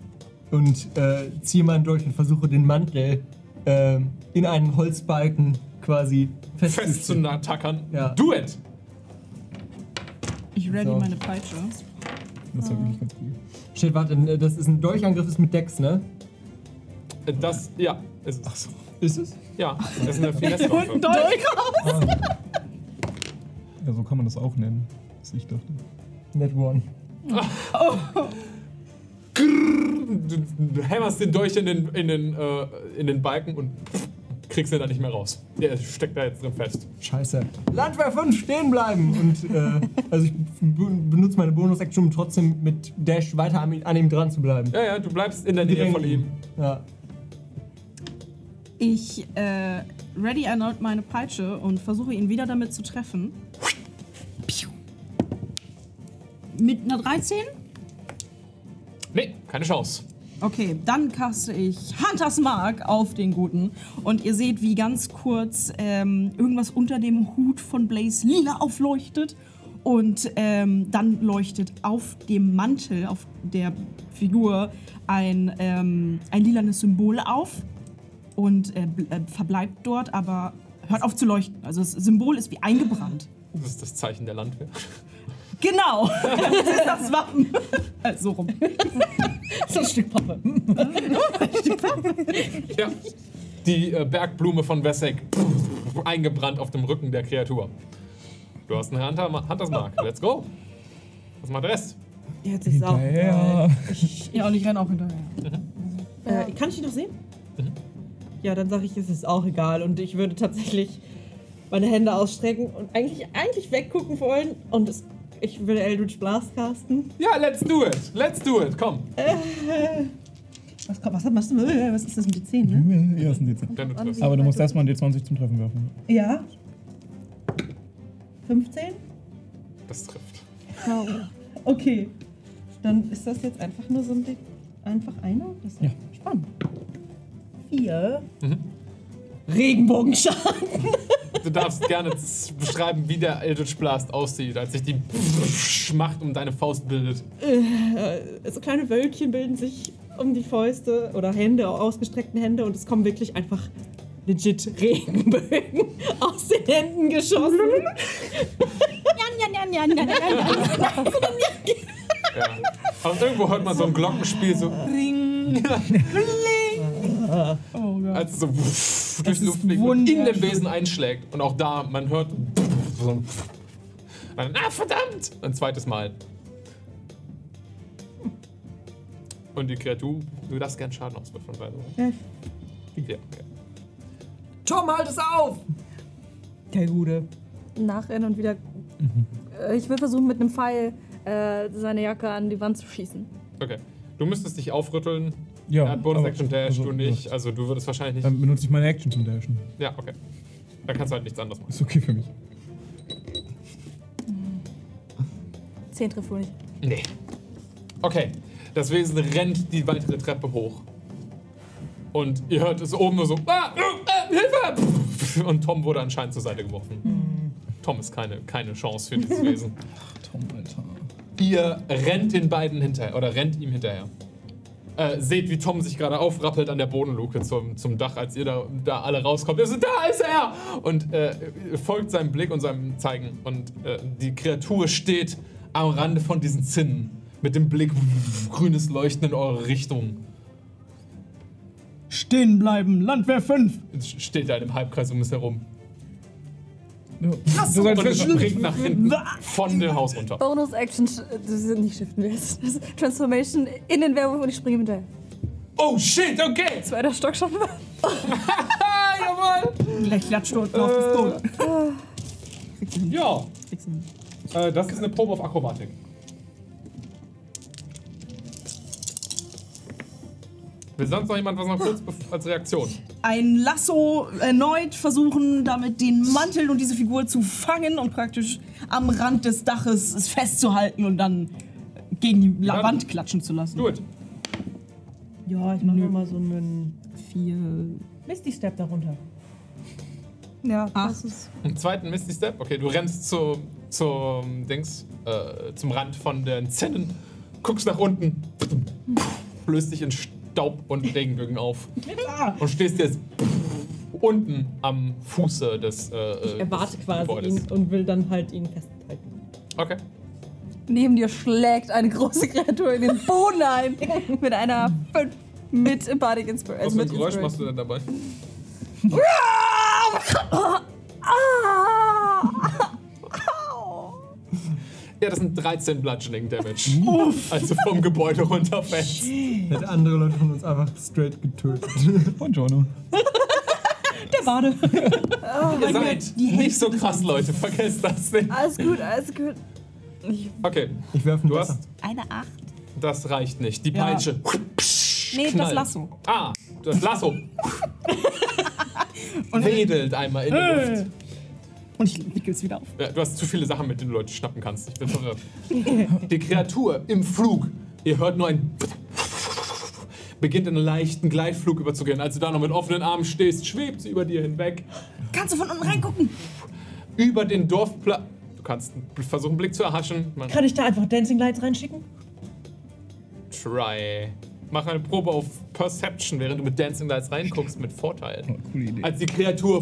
und äh, ziehe meinen Dolch und versuche den Mantel ähm, in einen Holzbalken quasi fest zu festzuziehen. tackern. Ja. Do it! Ich ready So. meine Peitsche. Das war wirklich ganz cool. Shit, warte, äh, das ist ein Dolchangriff, ist mit Dex, ne? Das, ja, es ist, Ist es? ja, es ist eine Finesse-Waffe. Ja, so kann man das auch nennen, was ich dachte. Net one. Du hämmerst den Dolch in den, in den, äh, in den Balken und kriegst ihn da nicht mehr raus. Der steckt da jetzt drin fest. Scheiße. Landwehr 5, stehen bleiben! Und, äh, also ich b- benutze meine Bonus-Action, um trotzdem mit Dash weiter an, an ihm dran zu bleiben. Ja, ja, du bleibst in der Nähe von ihm. Ja. Ich äh, ready erneut meine Peitsche und versuche ihn wieder damit zu treffen. Piu. Mit einer 13? Nee, keine Chance. Okay, dann kaste ich Hunters Mark auf den Guten. Und ihr seht, wie ganz kurz ähm, irgendwas unter dem Hut von Blaze lila aufleuchtet. Und ähm, dann leuchtet auf dem Mantel, auf der Figur, ein, ähm, ein lilanes Symbol auf. Und äh, bl- äh, verbleibt dort, aber hört auf zu leuchten. Also das Symbol ist wie eingebrannt. Das ist das Zeichen der Landwehr. *laughs* Genau! *laughs* Das ist das Wappen. Äh, so rum. *laughs* So ein Stück Pappe. Ja. Die äh, Bergblume von Wessek eingebrannt auf dem Rücken der Kreatur. Du hast einen Hunter, Huntersmark. Let's go. Was macht der Rest? Jetzt ist es auch. Hinterher. geil. Ich, ich, Ja, und ich renne auch hinterher. äh, kann ich ihn noch sehen? Ja, dann sage ich, es ist auch egal. Und ich würde tatsächlich meine Hände ausstrecken und eigentlich, eigentlich weggucken wollen. Und es, ich will Eldritch Blast casten. Ja, let's do it. Let's do it. Komm. Was, kommt, was, was, was ist das mit den 10, *laughs* ne? Ja, das sind die Zahlen. Wenn du triffst. Aber du musst erstmal einen D20 zum Treffen werfen. Ja. 15? Das trifft. Okay. Dann ist das jetzt einfach nur so ein Ding. Einfach einer? Das ist ja. spannend. Vier. Mhm. *laughs* Regenbogenschaden. du darfst gerne z- beschreiben, wie der Eldritch Blast aussieht, als sich die Schmacht um deine Faust bildet. Äh, Also so kleine Wölkchen bilden sich um die Fäuste oder Hände, ausgestreckten Hände und es kommen wirklich einfach legit *laughs* Regenbögen aus den Händen geschossen. Ja. Aber irgendwo hört man so ein Glockenspiel, so Ring, Kling. Als es Also so wuff durch die Luft fliegt und in den Besen einschlägt. Und auch da, man hört so ein dann, Ah, verdammt! Ein zweites Mal. Und die Kreatur, du darfst gern Schaden auswürfeln, weil du. Ja, okay. Tom, halt es auf! Keine gute. Mhm. Nachrennen und wieder. Äh, Ich will versuchen, mit einem Pfeil äh, seine Jacke an die Wand zu schießen. Okay. Du müsstest dich aufrütteln. Ja, er hat Bonus aber- Action Dash, also, du nicht. Also du würdest wahrscheinlich nicht. Dann benutze ich meine Action zum Dashen. Ja, okay. Da kannst du halt nichts anderes machen. Ist okay für mich. Zehn trifft wohl nicht. Nee. Okay. Das Wesen rennt die weitere Treppe hoch. Und ihr hört es oben nur so. Ah, äh, äh, Hilfe! Und Tom wurde anscheinend zur Seite geworfen. Tom ist keine, keine Chance für dieses Wesen. Hm. Tom, Alter. Ihr rennt den beiden hinterher oder rennt ihm hinterher. Äh, seht, wie Tom sich gerade aufrappelt an der Bodenluke zum, zum Dach, als ihr da, da alle rauskommt. Ihr so, da ist er! Und äh, folgt seinem Blick und seinem Zeigen. Und äh, die Kreatur steht am Rande von diesen Zinnen. Mit dem Blick grünes Leuchten in eure Richtung. Stehen bleiben, Landwehr 5. Es steht da in einem Halbkreis um es herum. Du sollst Und es wissen, springt nach hinten von dem Haus runter. Bonus-Action. sch- äh, Das sind nicht shiften wir jetzt. Das ist Transformation in den Werwolf und ich springe hinterher. Oh shit, okay! Zweiter Stock schon. Ah, jawohl! Gleich klatscht und läuft es tot. Äh. Ja. Äh, das ist eine Probe auf Akrobatik. Will sonst noch jemand was noch kurz bef- als Reaktion? Ein Lasso erneut versuchen, damit den Mantel und diese Figur zu fangen und praktisch am Rand des Daches es festzuhalten und dann gegen die La Ja. Wand klatschen zu lassen. Gut. Ja, ich mach noch mal so einen Vier. Misty Step darunter. Ja, Ach. das ist. Im zweiten Misty Step. Okay, du rennst zu, zum Dings, äh, zum Rand von den Zinnen, guckst nach unten, löst dich in Staub und Regenbögen auf und stehst jetzt unten am Fuße des. Äh, Ich erwarte des quasi Gebäudes. ihn und will dann halt ihn festhalten. Okay. Neben dir schlägt eine große Kreatur in den Boden ein. mit einer 5. Mit Bardic Inspiration. Also Was für ein mit Geräusch machst Inspiration. du denn dabei? Ah! Au! Ja, das sind 13 Bludgeoning Damage. Als du vom Gebäude runterfällst. Hätte andere Leute von uns einfach straight getötet. Buongiorno. Ihr seid nicht so krass, Leute. Vergesst das nicht. Alles gut, alles gut. Okay, Ich werfe ein du Messer. hast. Eine Acht. Das reicht nicht. Die Peitsche. Nee, das knallt. Lasso. Ah, das *laughs* Lasso. Wedelt einmal in die Äh. Luft. Und ich wickel's wieder auf. Ja, du hast zu viele Sachen, mit denen du Leute schnappen kannst. Ich bin verwirrt. Die Kreatur im Flug, ihr hört nur ein beginnt in einen leichten Gleitflug überzugehen. Als du da noch mit offenen Armen stehst, schwebt sie über dir hinweg. Kannst du von unten reingucken? über den Dorfplatz. Du kannst versuchen, einen Blick zu erhaschen. Man Kann ich da einfach Dancing Lights reinschicken? try. Mach eine Probe auf Perception, während du mit Dancing Lights reinguckst, mit Vorteil. Oh, Coole Idee. Als die Kreatur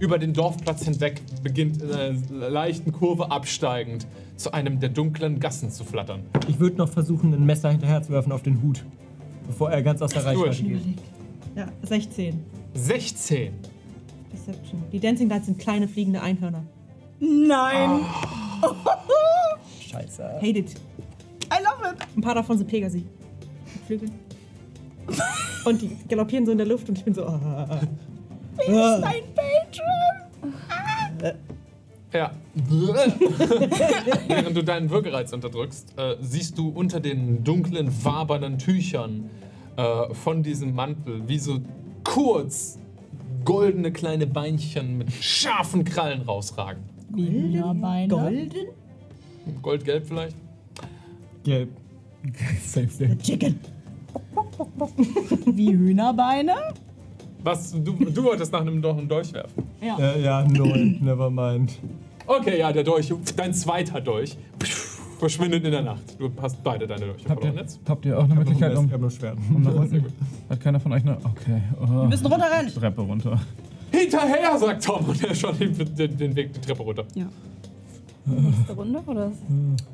über den Dorfplatz hinweg beginnt, in einer leichten Kurve absteigend, zu einem der dunklen Gassen zu flattern. Ich würde noch versuchen, ein Messer hinterherzuwerfen auf den Hut, bevor er ganz aus der Reichweite geht. Ja, 16. 16. Deception. Die Dancing Lights sind kleine fliegende Einhörner. Nein. Scheiße. Hate it. Ah. I love it. Ein paar davon sind Pegasi. Mit Flügeln. und die galoppieren so in der Luft und ich bin so. Ah, Ein Patron. Ja. *laughs* Während du deinen Würgereiz unterdrückst, äh, siehst du unter den dunklen, wabernden Tüchern äh, von diesem Mantel, wie so kurz goldene kleine Beinchen mit scharfen Krallen rausragen. Golden. Golden. Goldgelb vielleicht? *laughs* Gelb. Safe, safe. Chicken. Wie Hühnerbeine? Was? Du, du wolltest nach einem Dolch, einen Dolch werfen. Ja. Äh, ja, null. Never mind. Okay, ja, der Dolch, dein zweiter Dolch, verschwindet in der Nacht. Du hast beide deine Dolche Habt verloren ihr, jetzt. habt ihr auch eine Möglichkeit, um, Ich hab nur Schwert. um *laughs* nach unten? Hat keiner von euch eine. Okay. Oh, müssen runterrennen. Treppe runter. Hinterher, sagt Tom, und er schaut den, den, den Weg die Treppe runter. Nächste Runde, oder?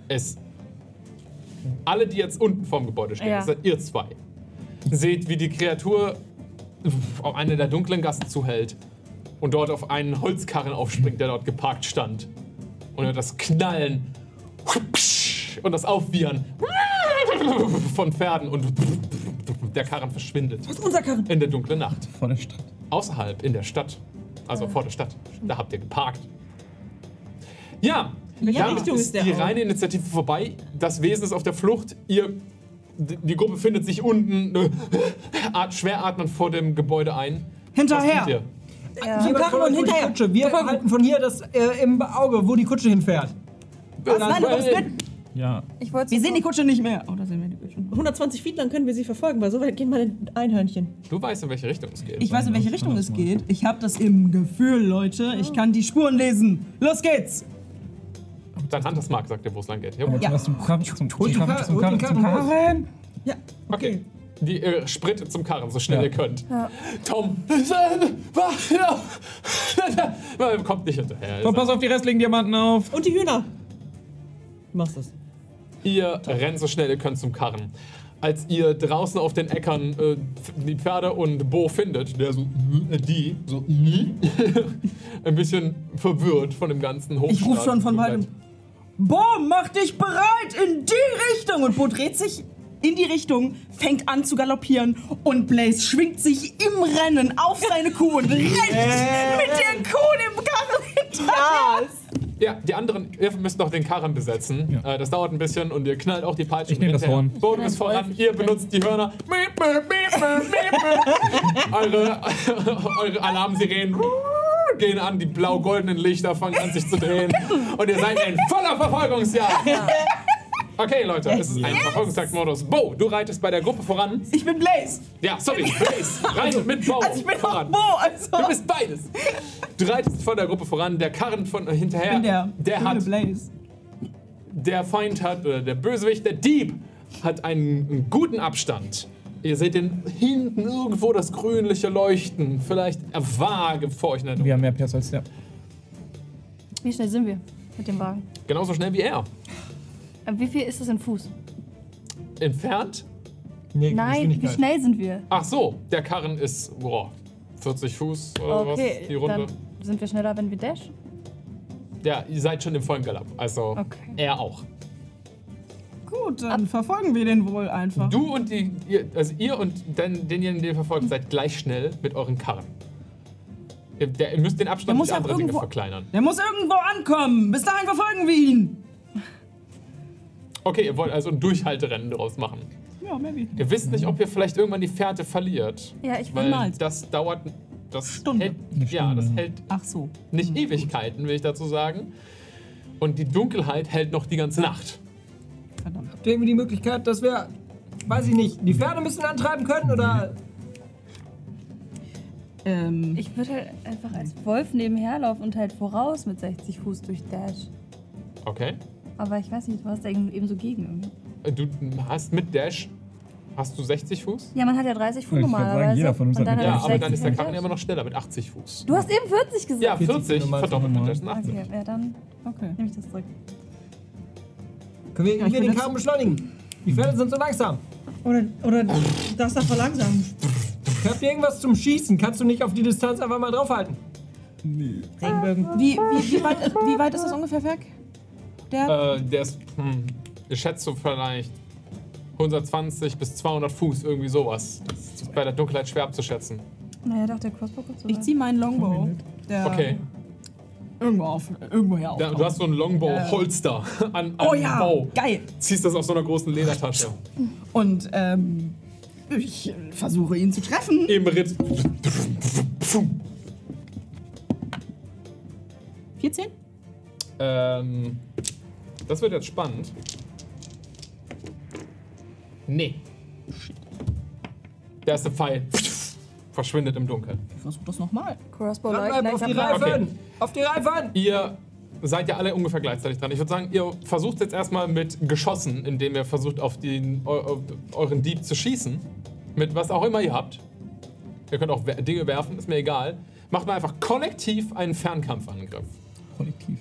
Es. Alle, die jetzt unten vorm Gebäude stehen, Ja. das seid ihr zwei, seht, wie die Kreatur auf eine der dunklen Gassen zuhält und dort auf einen Holzkarren aufspringt, der dort geparkt stand. Und hört das Knallen und das Aufwiehern von Pferden und der Karren verschwindet. Was ist unser Karren? In der dunklen Nacht. Vor der Stadt. Außerhalb, in der Stadt. Also vor der Stadt. Da habt ihr geparkt. Ja, damit Richtung ist ist der die auch. reine Initiative vorbei. Das Wesen ist auf der Flucht. Ihr, d- die Gruppe findet sich unten *laughs* äh, at- schwer atmend vor dem Gebäude ein. Was tut Hinterher! ihr? Die Karren und hinterher. Kutsche. Wir halten von hier das äh, im Auge, wo die Kutsche hinfährt. Nein, du kommst mit! Ja. Ich wollte Wir sehen die Kutsche nicht mehr. Oder sehen wir die Kutsche? 120 Feet lang können wir sie verfolgen, weil so weit gehen meine Einhörnchen. du weißt, in welche Richtung es geht. Ich weiß, in welche Richtung es geht. Ich habe das im Gefühl, Leute. Ich kann die Spuren lesen. Los geht's! Dein Huntersmark sagt dir, wo es lang geht. Ja. Ja. Was zum Karren, zum, zum Holt die Karren, Karre- zum holt die Karren, zum Karren. Karre. Okay. Die äh, sprintet zum Karren, so schnell Ja. ihr könnt. Tom, *laughs* wach, kommt nicht hinterher. So, pass auf die restlichen Diamanten auf. Und die Hühner. Du machst das. Ihr rennt so schnell ihr könnt zum Karren. Als ihr draußen auf den Äckern äh, die Pferde und Bo findet, der so, äh, die, so, *laughs* äh, ein bisschen verwirrt von dem ganzen Hochstaat. Ich ruf schon von weitem. Boah, mach dich bereit in die Richtung! Und Bo dreht sich in die Richtung, fängt an zu galoppieren und Blaze schwingt sich im Rennen auf seine Kuh und rennt mit Äh. der Kuh dem Karren hinterher. Ja, die anderen, ihr müsst noch den Karren besetzen. Ja. Äh, das dauert ein bisschen und ihr knallt auch die Peitsche. Ich nehm das Horn. Boden ist voran, ihr benutzt die Hörner. Miep, miep, miep, miep, miep. eure, *laughs* eure Alarmsirenen gehen an, die blau-goldenen Lichter fangen an sich zu drehen. Und ihr seid in voller Verfolgungsjagd. Okay, Leute, es ist ein Verfolgungsjagdmodus. Bo, du reitest bei der Gruppe voran. Ich bin Blaze. Ja, sorry, Blaze, reitet mit Bo Also ich bin auch voran. Bo. Also. Du bist beides. Du reitest vor der Gruppe voran, der Karren von äh, hinterher. bin der, der coole hat Blaze. der Feind hat, oder der Bösewicht, der Dieb, hat einen, einen guten Abstand. Ihr seht den hinten irgendwo das grünliche Leuchten. Vielleicht vage vor euch. in der Dunkel- Wir haben mehr Pers als der. Wie schnell sind wir mit dem Wagen? Genauso schnell wie er. Äh, Wie viel ist das in Fuß? Entfernt. Nee, Nein, wie halt. Geschwindigkeit. schnell sind wir? Ach so, der Karren ist boah, 40 Fuß oder was. Die Runde. dann sind wir schneller, wenn wir dashen. Ja, ihr seid schon im vollen Galopp. Also Okay. er auch. Gut, dann verfolgen wir den wohl einfach. Du und die, ihr, also ihr und den, denjenigen, den ihr verfolgt, seid gleich schnell mit euren Karren. Ihr, der, ihr müsst den Der Abstand muss durch ja andere Dinge irgendwo- verkleinern. Der muss irgendwo ankommen. Bis dahin verfolgen wir ihn. Okay, ihr wollt also ein Durchhalterennen draus machen. Ja, maybe. Ihr wisst nicht, ob ihr vielleicht irgendwann die Fährte verliert. Ja, ich Weil Niemals. das dauert. Das Stunde. Hält, ja, das hält Ach so. Hm. nicht Ewigkeiten, will ich dazu sagen. Und die Dunkelheit hält noch die ganze Nacht. Verdammt. Habt ihr irgendwie die Möglichkeit, dass wir, weiß ich nicht, die Pferde ein bisschen antreiben können oder Ähm, Ich würde halt einfach als Wolf nebenherlaufen und halt voraus mit 60 Fuß durch Dash. Okay. Aber ich weiß nicht, du hast da eben eben so gegen. irgendwie. Du hast mit Dash. Hast du 60 Fuß? Ja, man hat ja 30 Fuß Ich wollte normalerweise. sagen, jeder von uns und hat dann mit hat Ja, er aber dann 60 ist der mit Karren Dash. immer noch schneller mit 80 Fuß. Du hast eben 40 gesagt. Ja, 40 normal, verdoppelt mit normal. Dash. sind 80. Okay, ja, dann okay. nehme ich das zurück. können wir ich irgendwie bin den jetzt- Karren beschleunigen? Die Pferde sind so langsam. Oder, oder das da verlangsamen. Habt ihr irgendwas zum Schießen? Kannst du nicht auf die Distanz einfach mal draufhalten? Regenbögen. Wie, wie, wie, weit, wie weit ist das ungefähr weg? Der. Äh, der ist, hm, ich schätze so vielleicht 120 bis 200 Fuß, irgendwie sowas. Das ist bei der Dunkelheit schwer abzuschätzen. Naja, doch, der Crossbow kommt so ich Äh, weit. ziehe meinen Longbow. Der Okay. Irgendwo auf. Irgendwo her auf. Ja, du hast so einen Longbow-Holster an, an oh ja! Bow. Geil! Ziehst das aus so einer großen Ledertasche. Und ähm, ich äh, versuche ihn zu treffen. Im Ritt. 14? Ähm, das wird jetzt spannend. Nee. Der erste Pfeil verschwindet im Dunkeln. Versuch das nochmal. Crossbow Dranbleiben, Leute, auf die langsam. Reifen! Auf die Reifen! Ihr seid ja alle ungefähr gleichzeitig dran. Ich würde sagen, ihr versucht jetzt erstmal mit Geschossen, indem ihr versucht, auf, den, eu- auf euren Dieb zu schießen. Mit was auch immer ihr habt. Ihr könnt auch we- Dinge werfen, ist mir egal. Macht mal einfach kollektiv einen Fernkampfangriff. Kollektiv.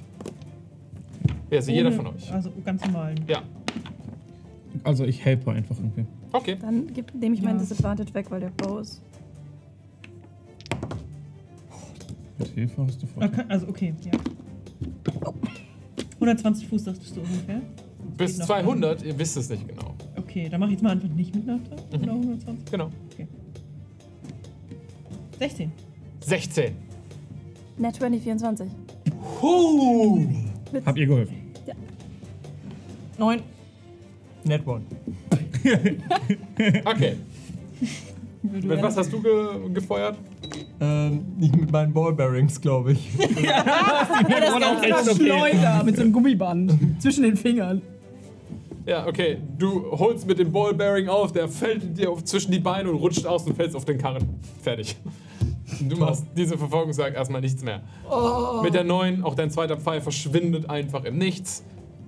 Ja, also jeder von euch. Also ganz normalen. Ja, Also ich helfe einfach irgendwie. okay. Dann gib- nehme ich meinen Disadvantage weg, weil der Bow ist. Mit Hilfe hast du Ah, Vorteil. kann- Also okay, ja. 120 Fuß, sagtest du ungefähr? Bis noch 200, ihr wisst es nicht genau. Okay, dann mache ich jetzt mal einfach nicht mit Nachteil. Oder 120? Genau. 16. 16. Net 20, 24. Habt ihr geholfen? Neun. Net one. Okay. Mit was hast du ge gefeuert? Ähm, nicht mit meinen Ballbearings, glaube ich. Schleuder mit so einem Gummiband zwischen den Fingern. Ja, okay. Du holst mit dem Ballbearing auf, der fällt dir auf zwischen die Beine und rutscht aus und fällst auf den Karren. Fertig. Du machst diese Verfolgungsjagd erstmal nichts mehr. Mit der neuen, auch dein zweiter Pfeil verschwindet einfach im Nichts.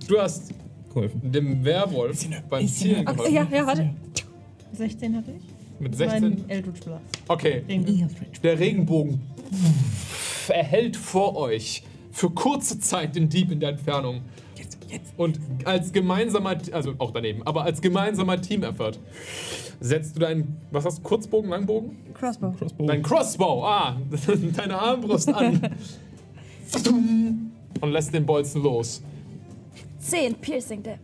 Du hast Geholfen. dem Werwolf beim Zielen Ach, geholfen. ja, ja, warte. 16 hatte ich. Mit Mein 16. Eldritch Blast. Okay, Der Regenbogen erhält vor euch für kurze Zeit den Dieb in der Entfernung. Und als gemeinsamer, also auch daneben, aber als gemeinsamer Team-Effort setzt du deinen, was hast du, Kurzbogen, Langbogen? Crossbow. Oh. Dein Crossbow, ah, *laughs* deine Armbrust an. Und lässt den Bolzen los. 10 Piercing Damage.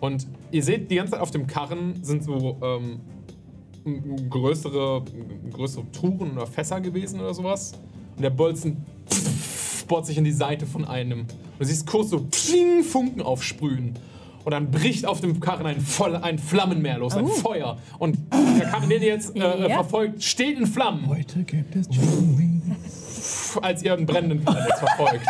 Und ihr seht, die ganze Zeit auf dem Karren sind so ähm, m- m- größere, m- größere Touren oder Fässer gewesen oder sowas. Und der Bolzen *laughs* bohrt sich in die Seite von einem. Und du siehst kurz so psching, Funken aufsprühen. Und dann bricht auf dem Karren ein, voll, ein Flammenmeer los, Oh. ein Feuer. Und der Karren, den ihr jetzt äh, äh, verfolgt, steht in Flammen, Heute gibt es Chicken Wings. pf, als ihr einen brennenden Karren jetzt verfolgt.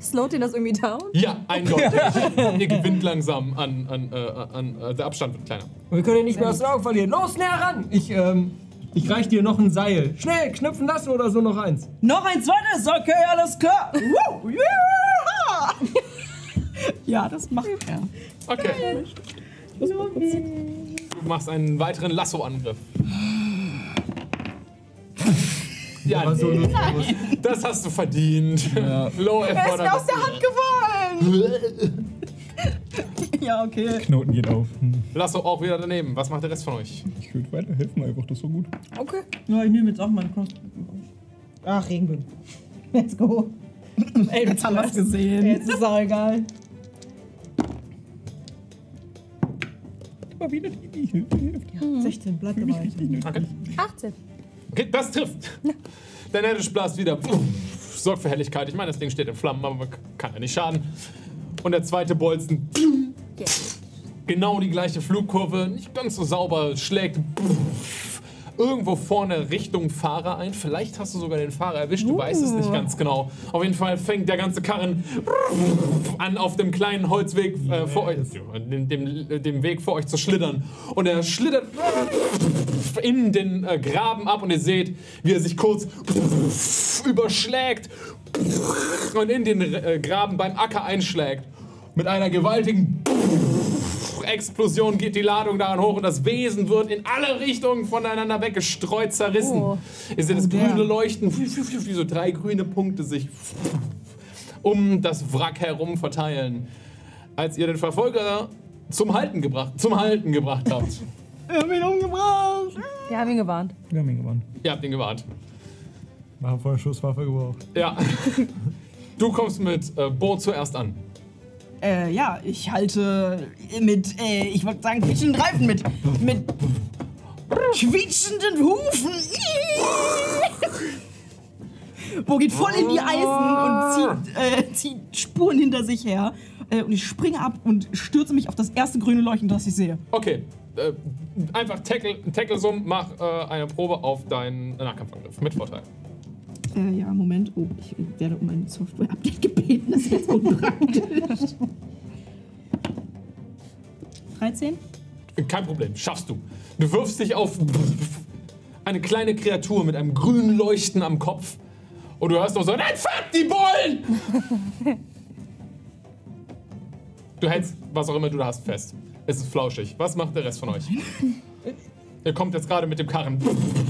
Slowt ihn das irgendwie down? Ja, eindeutig. *laughs* ihr gewinnt langsam an, an, äh, an äh, der Abstand wird kleiner. Und *laughs* wir können ihn nicht mehr aus den Augen verlieren. Los, näher ran! Ich, ähm, ich reich dir noch ein Seil. Schnell, knüpfen lassen oder so noch eins. Noch ein zweites, okay, alles klar. *laughs* Woo, yeah. ja, das macht er. Okay. Du machst einen weiteren Lasso-Angriff. Ja, also- Aber so nee, nutzlos. das hast du verdient. Low Effort. Er ist aus der Hand gefallen. Ja, okay. Knoten geht auf. Hm. Lasso auch wieder daneben. Was macht der Rest von euch? Ich würde weiterhelfen einfach, das ist so gut. Okay. Ja, ich nehme jetzt auch meinen Cross. Ach, Regenbögen. Let's go. Jetzt haben wir es gesehen. Jetzt ist auch egal. Immer wieder die, die Hilfe hilft. 16, bleibt dabei. Okay. 18. Okay, das trifft. Dein Hellish Blast wieder. Sorgt für Helligkeit. Ich meine, das Ding steht in Flammen, aber man kann ja nicht schaden. Und der zweite Bolzen. Genau die gleiche Flugkurve, nicht ganz so sauber, schlägt irgendwo vorne Richtung Fahrer ein. Vielleicht hast du sogar den Fahrer erwischt, du weißt es nicht ganz genau. Auf jeden Fall fängt der ganze Karren an, auf dem kleinen Holzweg äh, vor euch, dem, dem, dem Weg vor euch zu schlittern. Und er schlittert in den äh, Graben ab und ihr seht, wie er sich kurz überschlägt und in den äh, Graben beim Acker einschlägt. Mit einer gewaltigen Explosion geht die Ladung daran hoch und das Wesen wird in alle Richtungen voneinander weggestreut, zerrissen. Ihr seht das grüne Leuchten, wie so drei grüne Punkte sich um das Wrack herum verteilen. Als ihr den Verfolger zum Halten gebracht, zum Halten gebracht habt. Wir haben ihn gewarnt. Wir haben ihn gewonnen. ihr habt ihn gewarnt. Wir haben vorhin Schusswaffe gebraucht. Ja. Du kommst mit äh, Bo zuerst an. Äh, ja, ich halte mit, äh, ich wollte sagen, quietschenden Reifen mit, mit quietschenden Hufen. *laughs* Bo geht voll in die Eisen und zieht, äh, zieht Spuren hinter sich her. Äh, und ich springe ab und stürze mich auf das erste grüne Leuchten, das ich sehe. Okay. Äh, einfach tackle, tackle Summ, mach äh, eine Probe auf deinen Nahkampfangriff. Mit Vorteil. Äh, ja, Moment. Oh, ich werde um ein Software-Update gebeten. Das ist jetzt unpraktisch. 13? Kein Problem, schaffst du. Du wirfst dich auf eine kleine Kreatur mit einem grünen Leuchten am Kopf und du hörst noch so, nein, fuck die Bullen! du hältst, was auch immer du da hast, fest. Es ist flauschig. Was macht der Rest von euch? Ihr kommt jetzt gerade mit dem Karren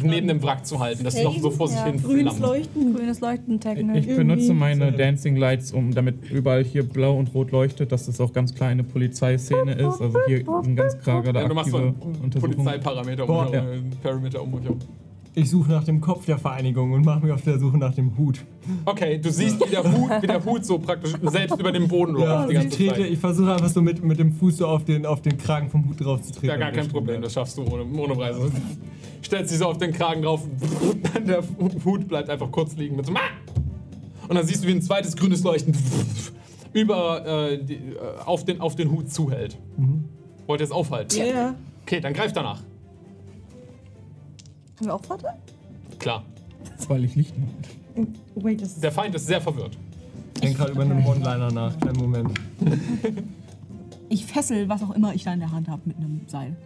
neben dem Wrack zu halten, das noch so vor sich hin Grünes flammt. Leuchten. Grünes Leuchten, Technik. Ich benutze meine Dancing Lights, um damit überall hier blau und rot leuchtet, dass das auch ganz klar eine Polizeiszene ist. Also hier sind ganz klar gerade Ja, du machst so aktive einen Untersuchungen. Polizeiparameter Boah, um, ja. einen Perimeter um euch herum. Ich suche nach dem Kopf der Vereinigung und mache mich auf der Suche nach dem Hut. Okay, du siehst, wie der Hut, wie der Hut so praktisch selbst über dem Boden läuft die ich, ganze Zeit. trete, also ich versuche einfach so mit, mit dem Fuß so auf den, auf den Kragen vom Hut drauf zu treten. Ja, gar kein Problem, das schaffst du ohne, ohne Preise. *laughs* Stellst dich so auf den Kragen drauf, *laughs* der Hut bleibt einfach kurz liegen mit so. "Ah!" Und dann siehst du, wie ein zweites grünes Leuchten *laughs* über, äh, die, äh, auf, den, auf den Hut zuhält. Mhm. Wollt ihr es aufhalten? Ja. Okay, dann greif danach. Haben wir auch Vorteil? Klar. Weil ich Licht mache. Wait, das ist. Der Feind ist sehr verwirrt. Ich denke gerade über einen One-Liner nach. Kleinen Moment. Ich fessel, was auch immer ich da in der Hand habe, mit einem Seil.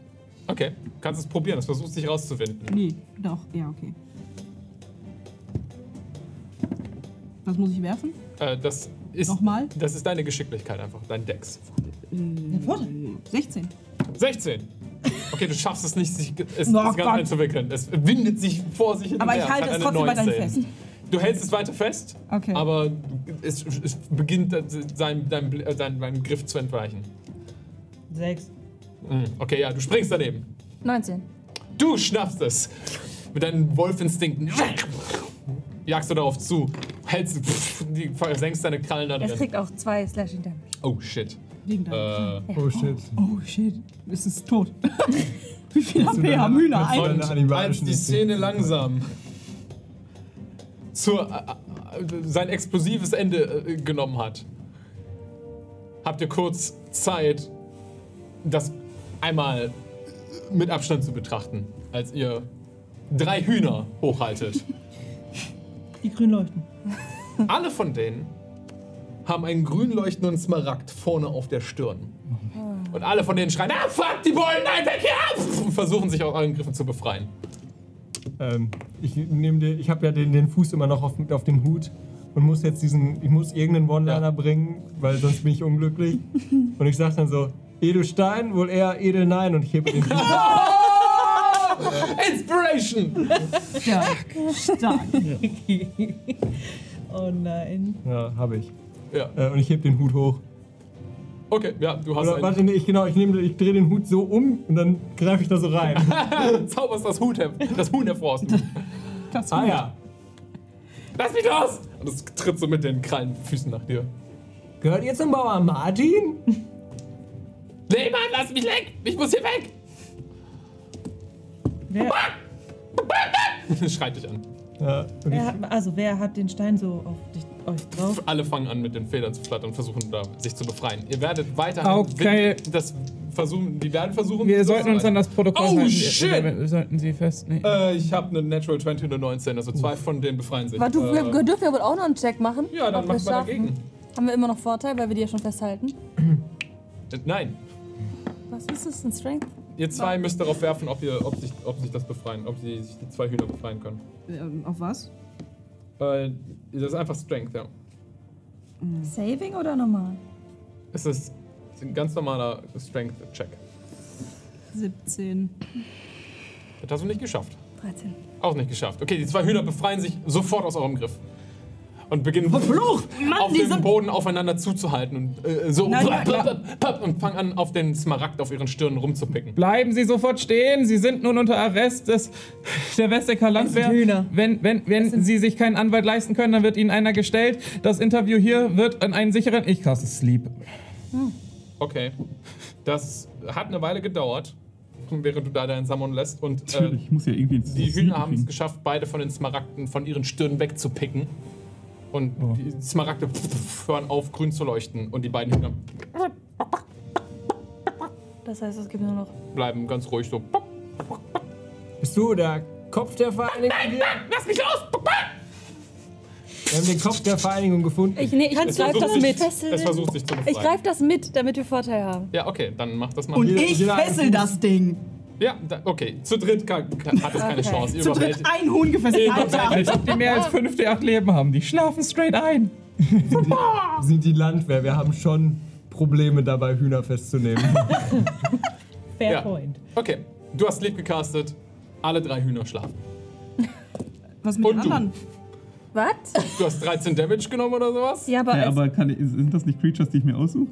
Okay, kannst es probieren, das versuchst dich rauszufinden. Nee, doch, ja, okay. Was muss ich werfen? Äh, das ist. Nochmal? Das ist deine Geschicklichkeit einfach, dein Dex. Äh, 16. 16. Okay, du schaffst es nicht, sich es, das Oh Ganze Gott. einzuwickeln. Es windet sich vor sich hin. Aber und ich her. halte hat es eine trotzdem weiterhin 19. fest. Du hältst es weiter fest, Okay. aber es, es beginnt äh, seinem, deinem, Bl- äh, deinem, deinem Griff zu entweichen. Sechs. Mhm. Okay, ja, du springst daneben. 19. Du schnappst es. Mit deinen Wolfinstinkten jagst du darauf zu, hältst, die, versenkst deine Krallen da Es drin. kriegt auch zwei Slashing Damage. Oh shit. Wegen deinem- Äh, Oh shit. Oh shit, es ist *laughs* tot. Wie viel HP haben Hühner? Mit so Ein. einer Und als animalischen die Instinkt. Szene langsam zur, äh, äh, sein explosives Ende äh, genommen hat, habt ihr kurz Zeit, das einmal mit Abstand zu betrachten, als ihr drei Hühner hochhaltet. *laughs* Die grün leuchten. Alle von denen haben einen grün leuchtenden Smaragd vorne auf der Stirn. Und alle von denen schreien, ah, fuck, die wollen, nein, weg hier! Und versuchen sich aus euren Griffen zu befreien. Ähm, ich nehme den, ich habe ja den, den Fuß immer noch auf, auf dem Hut und muss jetzt diesen, ich muss irgendeinen One-Liner Ja. bringen, weil sonst bin ich unglücklich. und ich sage dann so, Edelstein, wohl eher Edelnein und ich hebe den Fuß. Inspiration! Oh nein. ja, habe ich. Ja. Äh, und ich hebe den Hut hoch. Okay, ja, du hast Oder, einen- warte, nee, ich, genau, ich, nehm, den- ich drehe den Hut so um und dann greife ich da so rein. zauberst das, Hut her das Huhn hervor aus dem Hut. Das ah ja. Lass mich los! Und es tritt so mit den krallen Füßen nach dir. Gehört ihr zum Bauer Martin? Nee, Mann, lass mich weg! Ich muss hier weg! *laughs* Wer, Schreit dich an. Ja, und ich, wer hat, also, wer hat den Stein so auf dich, euch drauf? Alle fangen an, mit den Federn zu flattern und versuchen, da sich zu befreien. Ihr werdet weiterhin Ah, Okay. win- das versuchen, die werden versuchen... Wir das sollten uns zu an das Protokoll Oh, halten. Wir- shit! Wir, wir sollten sie festnehmen. äh, ich habe eine Natural 20 und eine 19, also zwei von denen befreien sich. Warte, du, äh, wir dürfen ja wohl auch noch einen Check machen. ja, dann Ob mach wir's mal schaffen. dagegen. Haben wir immer noch Vorteil, weil wir die ja schon festhalten. Äh, Nein, Was ist das? Ein Strength? ihr zwei müsst darauf werfen, ob, ihr, ob, sich, ob sich das befreien, ob sie sich die zwei Hühner befreien können. Ähm, auf was? Äh, das ist einfach Strength, ja. Saving oder normal? Es ist ein ganz normaler Strength-Check. 17. Das hast du nicht geschafft. 13. Auch nicht geschafft. Okay, die zwei Hühner befreien sich sofort aus eurem Griff. Und beginnen Verflucht, auf dem Boden aufeinander zuzuhalten und äh, so *laughs* ja, papp, papp, papp, und fangen an, auf den Smaragd auf ihren Stirnen rumzupicken. Bleiben Sie sofort stehen. Sie sind nun unter Arrest des, der Wessecker Landwehr. Hühner. Wenn, wenn, wenn Sie sich keinen Anwalt leisten können, dann wird Ihnen einer gestellt. Das Interview hier wird an einen sicheren. Ich kasse Sleep. Okay. Das hat eine Weile gedauert, während du da deinen Sammon lässt. Und äh, Natürlich, ich muss ja irgendwie ins die ins Hühner Sieben haben es kriegen. geschafft, beide von den Smaragden von ihren Stirnen wegzupicken. Und Oh. die Smaragde hören auf, grün zu leuchten. Und die beiden Hühner Das heißt, es gibt nur noch. bleiben ganz ruhig so. bist du der Kopf der Vereinigung hier? Lass mich los! Wir haben den Kopf der Vereinigung gefunden. Ich, nee, ich Es greife das versucht mit. sich- Es versucht sich zu befreien. Ich greife das mit, damit wir Vorteil haben. Ja, okay, dann mach das mal. Und Jeder- ich jeder- fessel das Ding. Ja, da, okay. Zu dritt kann, kann, hat es keine Okay. Chance. Zu dritt ein Huhn gefesselt. Alter. Die mehr *laughs* als 5 D8 Leben haben, die schlafen straight ein. Sind die Landwehr. Wir haben schon Probleme dabei, *laughs* Hühner festzunehmen. Mhm. Fair Ja. point. Okay, du hast Lied gecastet. Alle drei Hühner schlafen. Was mit Und den du. anderen? Was? Du hast 13 Damage genommen oder sowas? Ja, aber, Ja, als, aber kann ich, sind das nicht Creatures, die ich mir aussuche?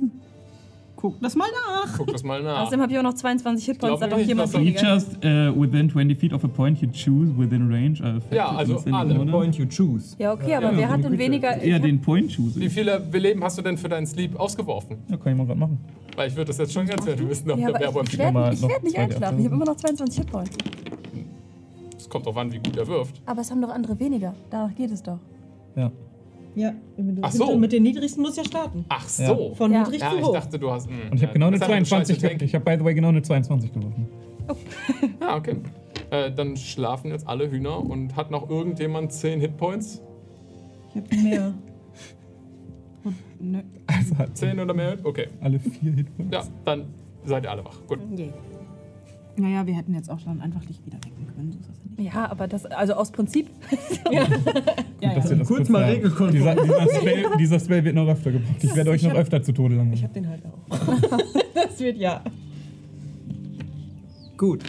Guck das mal nach. Guck das mal nach. außerdem habe ich auch noch 22 Glaub Hitpoints, da hat doch nicht, jemand dass er- weniger. Creatures äh, within 20 feet of a point you choose within range. are affected Ja, also instantly, alle. oder? Point you choose. Ja, okay, aber wer hat denn weniger? Ja, den Point choose Wie ich. viele Leben hast du denn für deinen Sleep ausgeworfen? Ja, kann ich mal gerade machen. Weil ich würde das jetzt schon ganz gerne wissen, ob Ja, der aber Werwolf ich, ich mal werde ich noch werd nicht zwei, die einschlafen. Ich habe immer noch 22 Hitpoints. Es kommt drauf an, wie gut er wirft. Aber es haben doch andere weniger. Danach geht es doch. Ja, wenn du- Ach so. mit den niedrigsten musst du ja starten. Ach so. Von Ja. niedrig Ja, zu ich hoch. dachte, du hast. Und ich habe genau eine 22 gehabt. denke Ich habe, by the way, genau eine 22 geworfen. Ah, okay. Äh, dann schlafen jetzt alle Hühner und hat noch irgendjemand 10 Hitpoints? ich hab *laughs* mehr. Nö. Also hat 10 oder mehr? Okay. alle vier Hitpoints. Ja, dann seid ihr alle wach. Gut. Naja, wir hätten jetzt auch dann einfach dich wieder wecken können. So ist das ja nicht. Ja, aber das, also aus Prinzip. Ja, ja. Dass ihr das Kurz mal sagen. regelkonform. Dieser, dieser, Spell, dieser Spell wird noch öfter gebraucht. Ich werde euch noch öfter zu Tode Ich langweilen. hab den halt auch. das wird ja. Gut.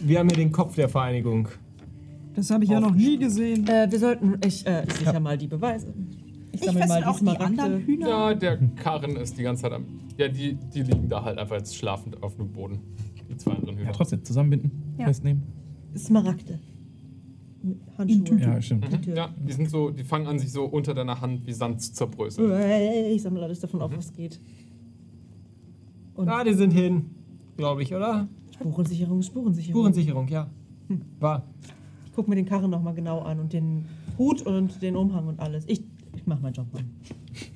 Wir haben hier den Kopf der Vereinigung. Das habe ich ja noch nie gesehen. Äh, wir sollten. Ich äh, ich sicher mal die Beweise. Ich fessel auch die anderen Hühner. Ja, der Karren ist die ganze Zeit am. Ja, die, die liegen da halt einfach jetzt schlafend auf dem Boden. Die zwei anderen Hühner. Ja, trotzdem, zusammenbinden, Ja. festnehmen. Smaragde. Mit Handschuhe. Ja, stimmt. Mhm. Ja, die sind so, die fangen an, sich so unter deiner Hand wie Sand zu zerbröseln. Äh, Ich sammle alles davon auf, was geht. Und Ah, die sind hin. Glaube ich, oder? Mhm. Spurensicherung, Spurensicherung. Spurensicherung, ja. Hm. War. Ich guck mir den Karren nochmal genau an und den Hut und den Umhang und alles. Ich, ich mach meinen Job mal.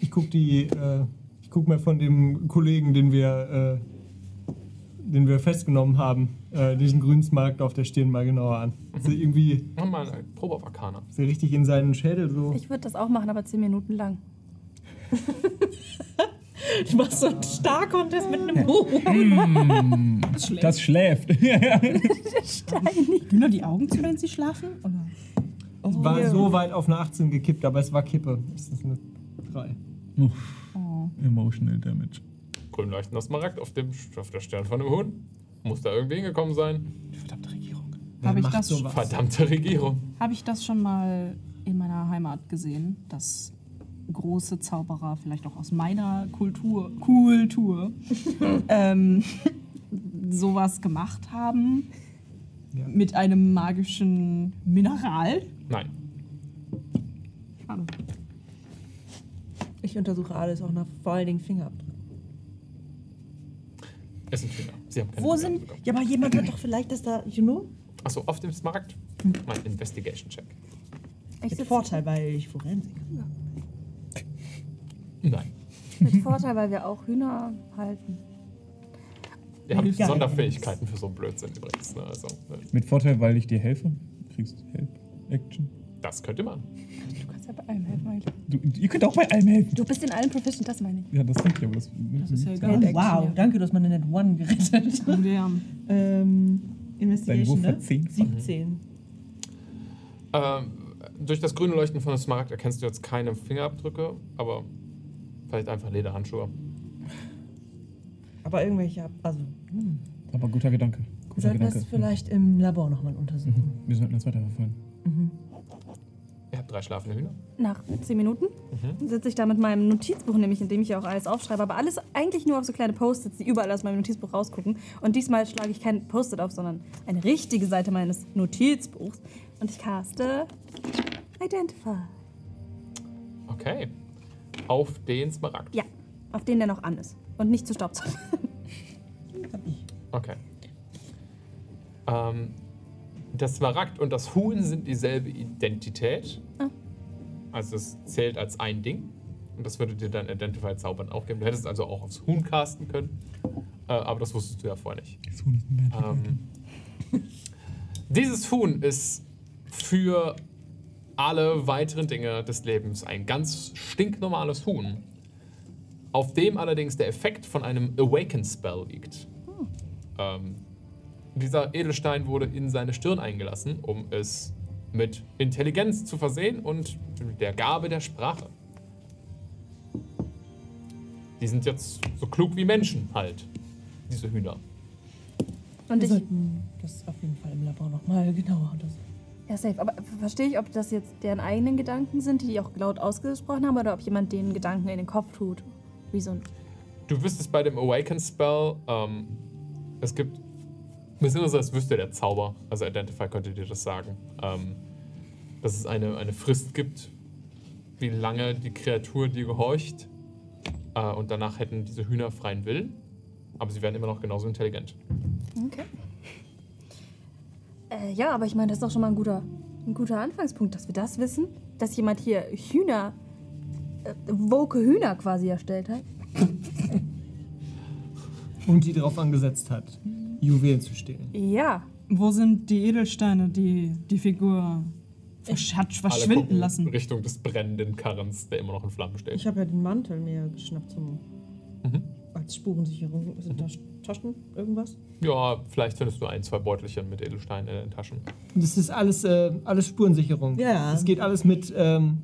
Ich guck die, äh, ich guck mal von dem Kollegen, den wir, äh, den wir festgenommen haben, äh, diesen Grünsmarkt auf der Stirn mal genauer an. Also irgendwie Mach mal eine Probe auf Arcana. so richtig in seinen Schädel so. Ich würde das auch machen, aber 10 Minuten lang. Ich mach so einen *laughs* Star-Contest mit *laughs* einem Buch. Das schläft. *laughs* Hühner die Augen zu, wenn sie schlafen? Oder? war so weit auf eine 18 gekippt, aber es war Kippe. Das ist eine 3. Emotional Damage. Grün leuchtender Smaragd auf, dem, auf der Stirn von einem Huhn. Muss da irgendwie hingekommen sein. Verdammte Regierung. Habe ich, das- Verdammte Regierung. habe ich das schon mal in meiner Heimat gesehen, dass große Zauberer, vielleicht auch aus meiner Kultur, Kultur ähm, *laughs* sowas gemacht haben Ja. mit einem magischen Mineral. Nein. Schade. Ich untersuche alles, auch nach vor allen Dingen Fingerabdrücken. Es sind Hühner. Sie haben keine Wo Hühner sind. bekommen. Ja, aber jemand hat doch vielleicht das da, you know? Achso, auf dem Smaragd. Mein Investigation-Check. Ich Mit sitz- Vorteil, weil ich Forensik. Nein. Mit Vorteil, weil wir auch Hühner halten. Ihr habt Ja. Sonderfähigkeiten für so einen Blödsinn übrigens. Ne? Also, ne? Mit Vorteil, weil ich dir helfe. Du kriegst Help. Action. das könnt ihr machen. Du kannst ja bei allem helfen, eigentlich. Du, ihr könnt auch bei allem helfen. Du bist in allen proficient, das meine ich. Ja, das denke ich, aber das, Das ist ja Oh, egal. wow, danke, du hast meine Net One gerettet. *laughs* Modern. ähm, dein Investigation, Wurf ne? verzehn. 17. Ähm, durch das grüne Leuchten von dem Smaragd erkennst du jetzt keine Fingerabdrücke, aber vielleicht einfach Lederhandschuhe. Aber irgendwelche. Ab also, hm. Aber guter Gedanke. Guter sollten wir Gedanke. das vielleicht im Labor nochmal untersuchen. Wir sollten das weiterverfolgen. Ihr habt drei schlafende Hühner. Nach 10 Minuten sitze ich da mit meinem Notizbuch, nämlich in dem ich ja auch alles aufschreibe, aber alles eigentlich nur auf so kleine Post-its, die überall aus meinem Notizbuch rausgucken. Und diesmal schlage ich kein Post-it auf, sondern eine richtige Seite meines Notizbuchs. Und ich caste Identify. Okay. Auf den Smaragd. Ja, auf den, der noch an ist und nicht zu Staub zu Okay. Ähm, das Smaragd und das Huhn sind dieselbe Identität. Ah. Also es zählt als ein Ding. Und das würde dir dann Identify zaubern auch geben. Du hättest also auch aufs Huhn casten können. Äh, aber das wusstest du ja vorher nicht. Das Huhn ist ein Mensch. Ähm, dieses Huhn ist für alle weiteren Dinge des Lebens ein ganz stinknormales Huhn, auf dem allerdings der Effekt von einem Awaken Spell liegt. Ähm, dieser Edelstein wurde in seine Stirn eingelassen, um es mit Intelligenz zu versehen und mit der Gabe der Sprache. Die sind jetzt so klug wie Menschen halt, diese Hühner. *laughs* Und Wir ich. sollten Mhm. das auf jeden Fall im Labor nochmal genauer untersuchen. Ja, safe. Aber verstehe ich, ob das jetzt deren eigenen Gedanken sind, die die auch laut ausgesprochen haben, oder ob jemand den Gedanken in den Kopf tut. Wie so ein. Du wüsstest bei dem Awaken Spell, ähm, es gibt. Beziehungsweise das wüsste der Zauber, also Identify könnte dir das sagen, ähm, dass es eine, eine Frist gibt, wie lange die Kreatur dir gehorcht. Äh, und danach hätten diese Hühner freien Willen, aber sie wären immer noch genauso intelligent. Okay. Äh, ja, aber ich meine, das ist doch schon mal ein guter, ein guter Anfangspunkt, dass wir das wissen, dass jemand hier Hühner. Äh, woke Hühner quasi erstellt hat. Und die darauf angesetzt hat, Juwelen zu stehlen. Ja. Wo sind die Edelsteine, die die Figur versch hat Alle verschwinden gucken lassen? Richtung des brennenden Karrens, der immer noch in Flammen steht. Ich habe ja den Mantel mir geschnappt zum. Mhm. Als Spurensicherung. Sind da Taschen? Irgendwas? Ja, vielleicht findest du ein, zwei Beutelchen mit Edelsteinen in den Taschen. Das ist alles, äh, alles Spurensicherung. Ja. Das geht alles mit ähm,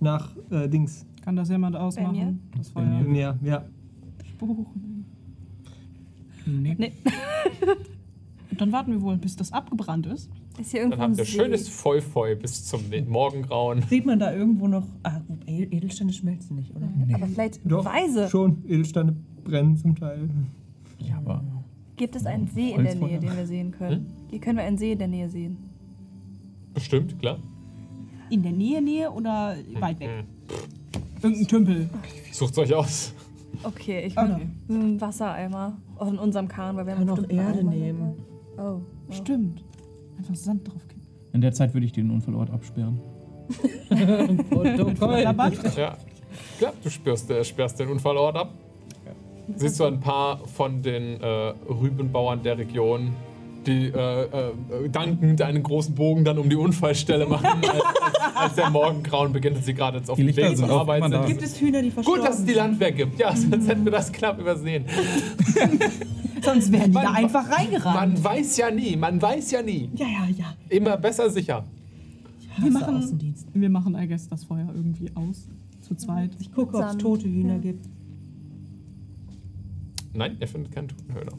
nach äh, Dings. Kann das jemand ausmachen? Das Oh, Feuer. Ja, ja. Nee. *laughs* Und dann warten wir wohl, bis das abgebrannt ist. Ist hier Dann irgendwo ein habt ihr See? schönes Foi-Foi bis zum Morgengrauen. Sieht man da irgendwo noch. Ah, gut, Edel- Edelsteine schmelzen nicht, oder? Aber vielleicht Doch, Weise. schon. Edelsteine brennen zum Teil. Ja, aber Gibt es einen See in der Holzfeuer. Nähe, den wir sehen Hm? können? Hier können wir einen See in der Nähe sehen. Bestimmt, klar. In der Nähe, Nähe oder Hm, weit weg? Irgendein Tümpel. Sucht's euch aus. Okay, ich will Genau. so einen Wassereimer aus unserem Kahn, weil wir haben Kann auch bestimmt einen Erde Eimer nehmen. dabei. Oh, wow. Stimmt. Einfach Sand draufkippen. In der Zeit würde ich den Unfallort absperren. Laband? Ja. Klar, du spürst, äh, sperrst den Unfallort ab. Siehst du ein paar von den äh, Rübenbauern der Region, die äh, äh, dankend einen großen Bogen dann um die Unfallstelle machen, als, als der Morgengrauen beginnt und sie gerade jetzt auf Die dem Lichter Weg zur sind auf, Arbeit immer da. sind. Gibt es Hühner, die verschwunden Gut, dass es die Landwehr gibt. Ja, sonst hätten wir das knapp übersehen. Sonst werden die da Man- einfach reingerannt. Man weiß ja nie, man weiß ja nie. Ja, ja, ja. Immer besser sicher. Wir Hasse machen, Außendienst. wir machen, I guess, das Feuer irgendwie aus. Zu zweit. Ich gucke, ob es Sand, tote Hühner gibt. Nein, er findet keinen Totenhöhler.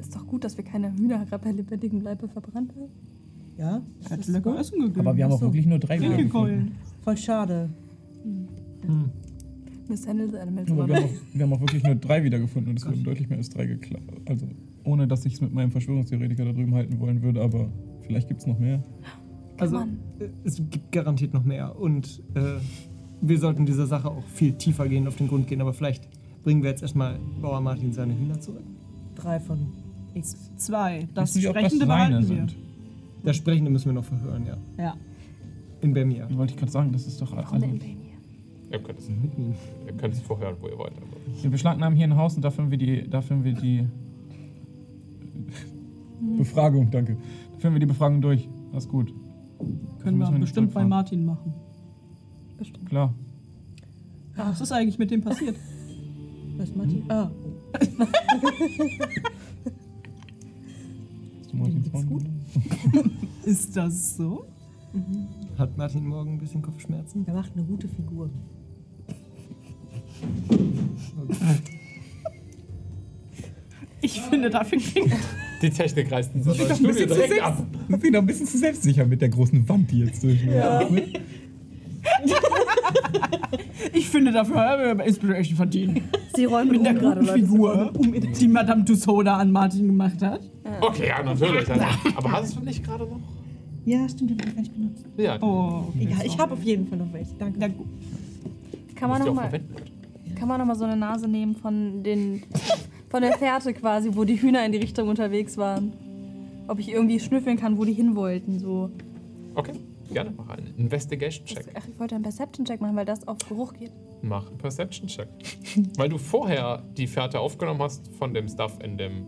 Ist doch gut, dass wir keine Hühnerrappe lebendigem Leibe verbrannt haben. Ja? Er hat lecker Essen gegeben. Aber wir haben auch wirklich nur drei Hühner gefunden. Gekeult. Voll schade. Mishandles Animals. Aber wir, haben auch, wir haben auch wirklich nur drei wiedergefunden und es wurden deutlich mehr als drei geklappt. Also ohne, dass ich es mit meinem Verschwörungstheoretiker da drüben halten wollen würde, aber vielleicht gibt es noch mehr. Also on. äh, es gibt garantiert noch mehr. Und äh, wir sollten dieser Sache auch viel tiefer gehen, auf den Grund gehen. Aber vielleicht bringen wir jetzt erstmal Bauer Martin seine Hühner zurück. Drei von. Zwei. Das Wissen wir, ob das Sprechende Leine behalten wir. sind? Das Sprechende müssen wir noch verhören, ja. Ja. In Bermia. Wollte ich gerade sagen, das ist doch. Also, Ihr könnt es, Mhm. Mitnehmen. ihr könnt es vorhören, wo ihr wollt. aber- wir beschlagnahmen hier ein Haus und dafür haben wir die. Dafür haben wir die Befragung, danke. Dafür haben wir die Befragung durch. Das ist gut. Können wir müssen nicht bestimmt bei zurückfahren. Martin machen. Klar. Was ist eigentlich mit dem passiert? Was, Martin? Ah, Hast du Martins geht's gut. Freund? Ist das so? Hat Martin morgen ein bisschen Kopfschmerzen? er macht eine gute Figur. Ich finde, dafür klingt Die Technik reißt in so einem ein Studio bisschen zu direkt sechs. ab. Das klingt doch ein bisschen zu selbstsicher mit der großen Wand, die jetzt zwischen ja. Ich finde, dafür haben wir *laughs* Inspiration verdient. Sie räumen Mit der um gerade, guten Leute. Figur, die Madame Tussaud da an Martin gemacht hat. Okay, ja, natürlich. Also, aber hast du nicht gerade noch? Ja, stimmt, den habe ich gar nicht benutzt. Ja, du Oh. Egal, ich habe auf jeden Fall noch welche. Danke. Kann man musst die auch nochmal verwenden. noch mal so eine Nase nehmen von, den, von der Fährte quasi, wo die Hühner in die Richtung unterwegs waren? Ob ich irgendwie schnüffeln kann, wo die hin wollten. So. Okay, gerne. Mach einen Investigation-Check. Ach, ich wollte einen Perception-Check machen, weil das auf Geruch geht. Mach einen *laughs* Perception-Check. Weil du vorher die Fährte aufgenommen hast von dem Stuff in dem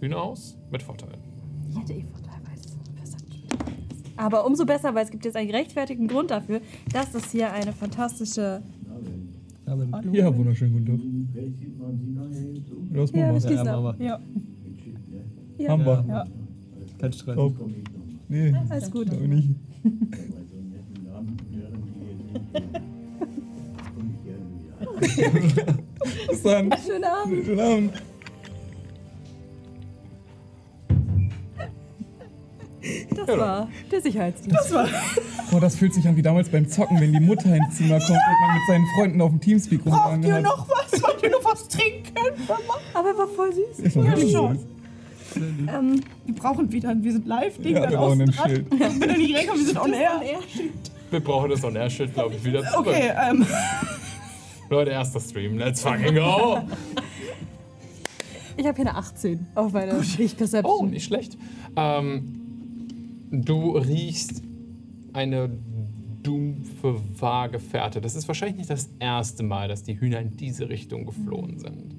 Hühnerhaus mit Vorteil. Ich hätte eh Vorteil, weil es Perception-Check ist. Aber umso besser, weil es gibt jetzt einen gerechtfertigten Grund dafür, dass das hier eine fantastische Ja, wunderschönen guten Tag. Los, Mama. das gießt Ja, ab. machen wir. Ja. Haben wir. Ja. Kein Stress. Top. Nee, Alles gut. glaub ich nicht. Bis dann. Schönen Abend. Guten Abend. Das war der Sicherheitsdienst. Boah, das fühlt sich an wie damals beim Zocken, wenn die Mutter ins Zimmer kommt und man mit seinen Freunden auf dem Teamspeak rumgehangen hat. noch was? Wollt ihr noch was trinken? Aber er war voll süß. Ist doch Ja, wirklich schon. süß. Ähm, Wir brauchen wieder ein Wir sind live-Ding Ja, dann wir brauchen außen ein dran. Schild. Wenn er nicht reinkommt, wir sind on air. Wir brauchen das on air schild glaube ich, wieder zurück. Okay, ähm, Leute, erster Stream. Let's fucking go. ich habe hier eine 18 auf meiner Oh, Riech-Perception. nicht schlecht. Ähm, du riechst eine dumpfe, vage Fährte. Das ist wahrscheinlich nicht das erste Mal, dass die Hühner in diese Richtung geflohen sind.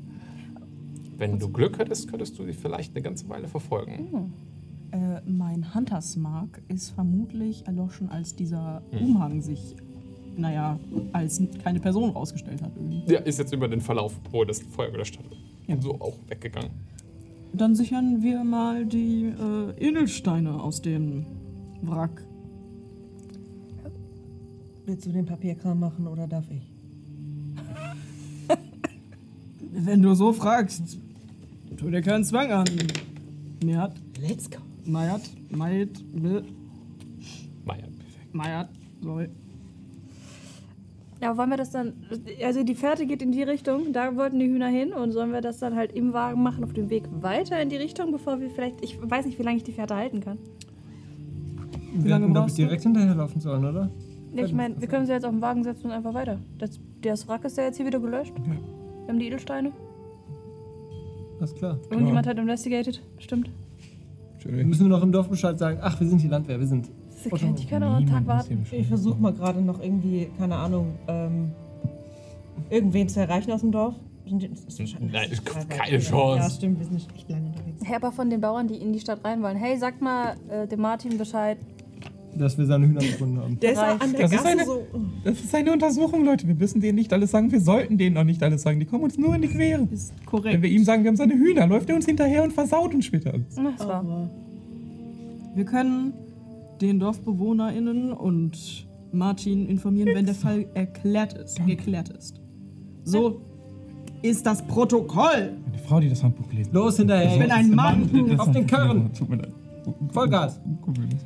Wenn du Glück hättest, könntest du sie vielleicht eine ganze Weile verfolgen. äh, mein Hunters Mark ist vermutlich erloschen, als dieser Hm. Umhang sich, naja, als keine Person rausgestellt hat. Irgendwie. Ja, ist jetzt über den Verlauf, wo das Feuer gelöscht hat. So auch weggegangen. Dann sichern wir mal die äh, Edelsteine aus dem Wrack. Willst du den Papierkram machen oder darf ich? *laughs* Wenn du so fragst, tu dir keinen Zwang an. Mir hat. Let's go. Meiert, meiert, will- Meier. meiert, sorry. Ja, wollen wir das dann. Also die Fährte geht in die Richtung, da wollten die Hühner hin und sollen wir das dann halt im Wagen machen auf dem Weg weiter in die Richtung, bevor wir vielleicht. Ich weiß nicht, wie lange ich die Fährte halten kann. Wie lange lange wir brauchst du? direkt hinterherlaufen sollen, oder? Ja, ich meine, wir können sie jetzt auf den Wagen setzen und einfach weiter. Das, das Wrack ist ja jetzt hier wieder gelöscht. Wir haben die Edelsteine. Alles klar. Irgendjemand hat investigated, stimmt. Wir müssen nur noch im Dorf Bescheid sagen, ach, wir sind die Landwehr, wir sind. Das kann, ich kann auch einen Tag warten. Ich versuche mal gerade noch irgendwie, keine Ahnung, ähm, irgendwen zu erreichen aus dem Dorf. Sind die- das ist wahrscheinlich- Nein, das ist total keine weit weg. Chance. Ja, stimmt, wir sind echt lange unterwegs. Herber von den Bauern, die in die Stadt rein wollen. Hey, sagt mal äh, dem Martin Bescheid. Dass wir seine Hühner gefunden haben. Der ist auch an der Das ist Gasse eine- so. uh. Das ist eine Untersuchung, Leute. Wir müssen denen nicht alles sagen. Wir sollten denen auch nicht alles sagen. Die kommen uns nur in die Quere. Ist Wenn korrekt. wir ihm sagen, wir haben seine Hühner, läuft er uns hinterher und versaut uns später alles. Na, Oh, Das war. Wir können den DorfbewohnerInnen und Martin informieren, wenn der Fall erklärt ist, geklärt ist. So ist das Protokoll. Die Frau, die das Handbuch gelesen hat. Los, hinterher. Ich bin ein Mann. Das auf Handbuch den gelesen Körren. hat. Tut mir leid. Vollgas. Guck mal, das-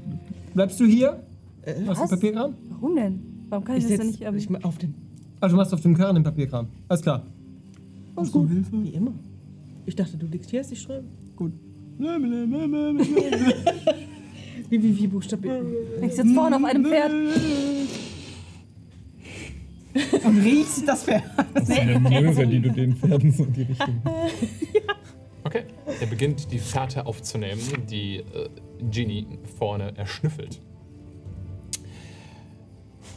Bleibst du hier? Äh, Machst was? du Papierkram? Warum denn? Warum kann ich, Ich das denn setz nicht? Ähm, mich mal auf den. Also du machst auf dem Körren den Papierkram. Alles klar. Alles gut. Wie immer. Ich dachte, du diktierst, ich schreibe. Gut. wie, wie, wie buchstabiert? ich sitze vorne auf einem Pferd. Und riechst das Pferd. Das ist eine Möhre, die du den Pferden so in die Richtung. Okay. Er beginnt die Fährte aufzunehmen, die äh, Genie vorne erschnüffelt.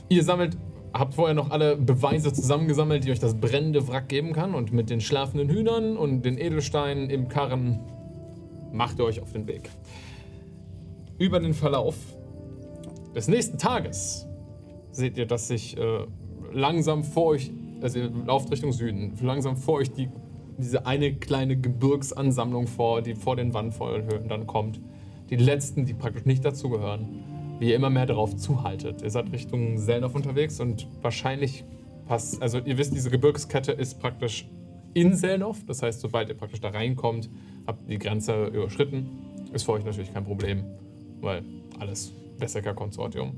Ihr sammelt, habt vorher noch alle Beweise zusammengesammelt, die euch das brennende Wrack geben kann. Und mit den schlafenden Hühnern und den Edelsteinen im Karren macht ihr euch auf den Weg. Über den Verlauf des nächsten Tages seht ihr, dass sich äh, langsam vor euch, also ihr lauft Richtung Süden, langsam vor euch die, diese eine kleine Gebirgsansammlung vor, die vor den Wandfeuerhöhen dann kommt. Die letzten, die praktisch nicht dazugehören, wie ihr immer mehr darauf zuhaltet. Ihr seid Richtung Selnow unterwegs und wahrscheinlich passt, also ihr wisst, diese Gebirgskette ist praktisch in Selnow. Das heißt, sobald ihr praktisch da reinkommt, habt ihr die Grenze überschritten. Ist für euch natürlich kein Problem, weil alles Wessecker-Konsortium.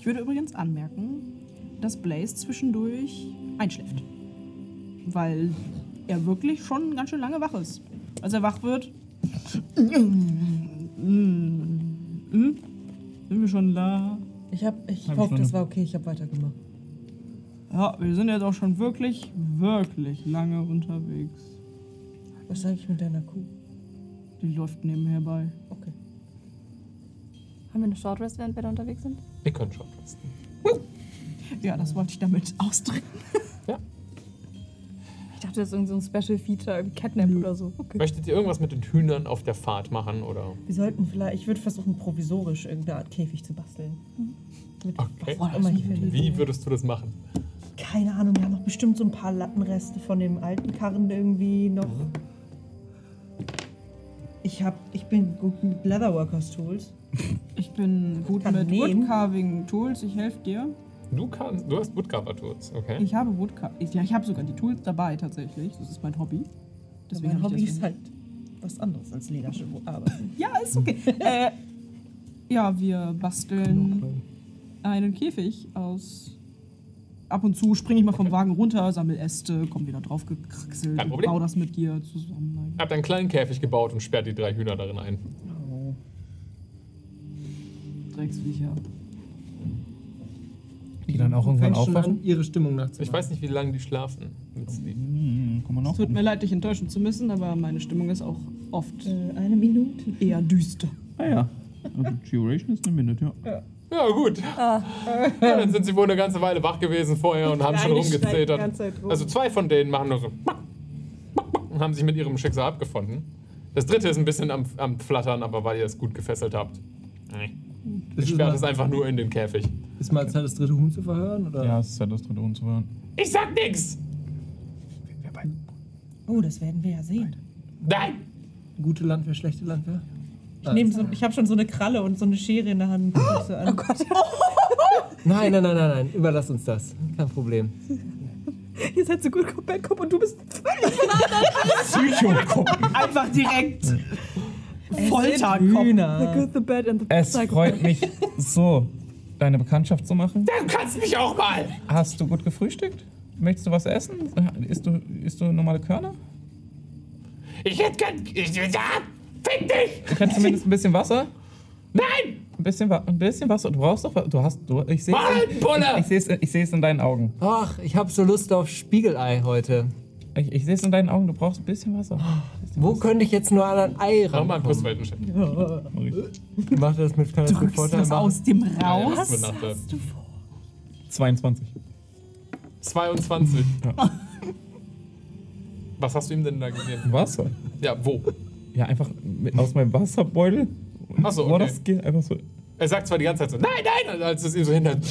Ich würde übrigens anmerken, dass Blaze zwischendurch einschläft. Weil er wirklich schon ganz schön lange wach ist. Als er wach wird. Hm? Sind wir schon da? Ich, hab, ich hoffe, das war okay, ich habe weitergemacht. Ja, wir sind jetzt auch schon wirklich, wirklich lange unterwegs. Was sage ich mit deiner Kuh? Die läuft nebenher bei. Okay. Haben wir eine Short Rest, während wir da unterwegs sind? Ihr könnt schon. *laughs* Ja, das wollte ich damit ausdrücken. Ich dachte, dachte, das ist irgendein so ein Special Feature, irgendwie Catnap oder so. Oh, Okay. Möchtet ihr irgendwas mit den Hühnern auf der Fahrt machen oder? Wir sollten vielleicht, ich würde versuchen, provisorisch irgendeine Art Käfig zu basteln. Mit Okay. was auch immer ich finde. Wie würdest du das machen? Keine Ahnung, wir haben noch bestimmt so ein paar Lattenreste von dem alten Karren irgendwie noch. Mhm. Ich, hab, ich bin gut mit Leatherworkers Tools. Ich bin gut kann mit nähen. Woodcarving Tools, ich helfe dir. Du kannst, du hast Woodcarver-Tools, okay? Ich habe Woodcarving. Ja, ich habe sogar die Tools dabei tatsächlich. Das ist mein Hobby. Deswegen mein habe Hobby ich das ist halt was anderes als Lederschiff arbeiten. *laughs* Ja, ist okay. äh, ja, wir basteln einen Käfig aus. Ab und zu springe ich mal vom Wagen runter, sammel Äste, komm wieder drauf gekraxelt, Kein und Problem. bau das mit dir zusammen. Habt einen kleinen Käfig gebaut und sperrt die drei Hühner darin ein. Drecksviecher. Die dann auch irgendwann Fängt schon aufwachen. an, ihre Stimmung nachzumachen. Ich weiß nicht, wie lange die schlafen. Mit Sleep. Hm, guck mal Es noch. tut mir leid, dich enttäuschen zu müssen, aber meine Stimmung ist auch oft Äh, Eine Minute. eher düster. Ah ja. Also, Duration ist eine Minute, ja. Ja, gut. *laughs* Ja, dann sind sie wohl eine ganze Weile wach gewesen vorher und haben schon Kleine schreien Ah. die rumgezetert. ganze Zeit rum. Also zwei von denen machen nur so und haben sich mit ihrem Schicksal abgefunden. Das dritte ist ein bisschen am, am Flattern, aber weil ihr es gut gefesselt habt. Ich Ist sperrt mal, es einfach nur in den Käfig. ist mal Zeit, das dritte Huhn zu verhören? Oder? Ja, es ist ja das dritte Unzuhören. Ich sag nix! Oh, das werden wir ja sehen. Nein! Gute Landwehr, schlechte Landwehr? Ich, nehm so, ich habe schon so eine Kralle und so eine Schere in der Hand. Oh, und guck so an. Nein, nein, nein, nein, nein. Überlass uns das. Kein Problem. Ihr seid so gut, Bad Cop und du bist Äh. Einfach direkt Folterkopf. Hühner. the bad and the Äh. Es freut mich so, deine Bekanntschaft zu machen. Du kannst mich auch mal! Hast du gut gefrühstückt? Möchtest du was essen? Isst du, isst du normale Körner? Ich hätte gern. Ich, ja, fick dich! Ich hätte zumindest ein bisschen Wasser. Nein! Ein bisschen, Wa- ein bisschen Wasser. Du brauchst doch was. Du hast. Du, ich sehe Mann, Bulle! ich seh's, ich seh's in deinen Augen. Ach, ich habe so Lust auf Spiegelei heute. Ich, ich sehe es in deinen Augen. Du brauchst ein bisschen Wasser. Oh, Wo könnte ich jetzt nur an ein Ei Mach mal ran? einen Plus-Weltencheck. Macht das mit keinem Vorteil Das machen? aus dem Raum. Was? Mit Nachteil. 22. 22. *laughs* Was hast du ihm denn da gegeben? Wasser. Ja, wo? Ja, einfach mit, aus meinem Wasserbeutel. Ach so, War okay. das geht einfach so. Er sagt zwar die ganze Zeit so, nein, nein, und als es ihm so hinter. kommt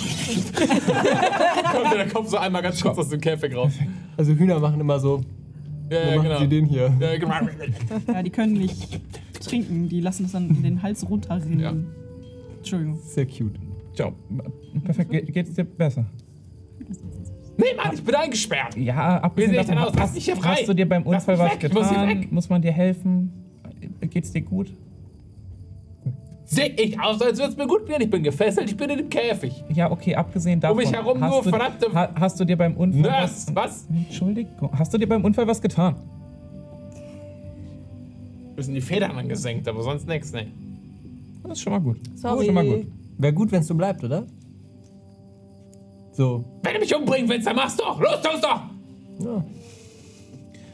dir der Kopf so einmal ganz kurz aus dem Käfig raus. Also Hühner machen immer so. Ja, Dann ja, machen genau. sie den hier. Ja, genau. Ja, die können nicht trinken, die lassen das dann in den Hals runterrinnen. Ja. Entschuldigung. Sehr cute. Ciao. Perfekt. Ge geht's dir besser? Nee, Mann, ich bin eingesperrt. Ja, Wie abgesehen sehe ich denn davon, aus? Lass mich hier frei! Hast du dir beim Lass Unfall mich was weg, ich muss hier getan? weg. Muss, man dir helfen? Geht's dir gut? Sehe ich aus, als würde es mir gut gehen. Ich bin gefesselt, ich bin in dem Käfig. Ja, okay, abgesehen davon. Um mich herum hast nur du, verdammte- ha, Hast du dir beim Unfall Nurse, Ne? was? was... Entschuldigung. Hast du dir beim Unfall was getan? Müssen die Federn angesenkt, aber sonst nichts, ne? Das ist schon mal gut. Das ist Sorry. Schon mal gut. Wäre gut, wenn es so bleibt, oder? So. Wenn du mich umbringen willst, dann mach's doch! Los, los, doch!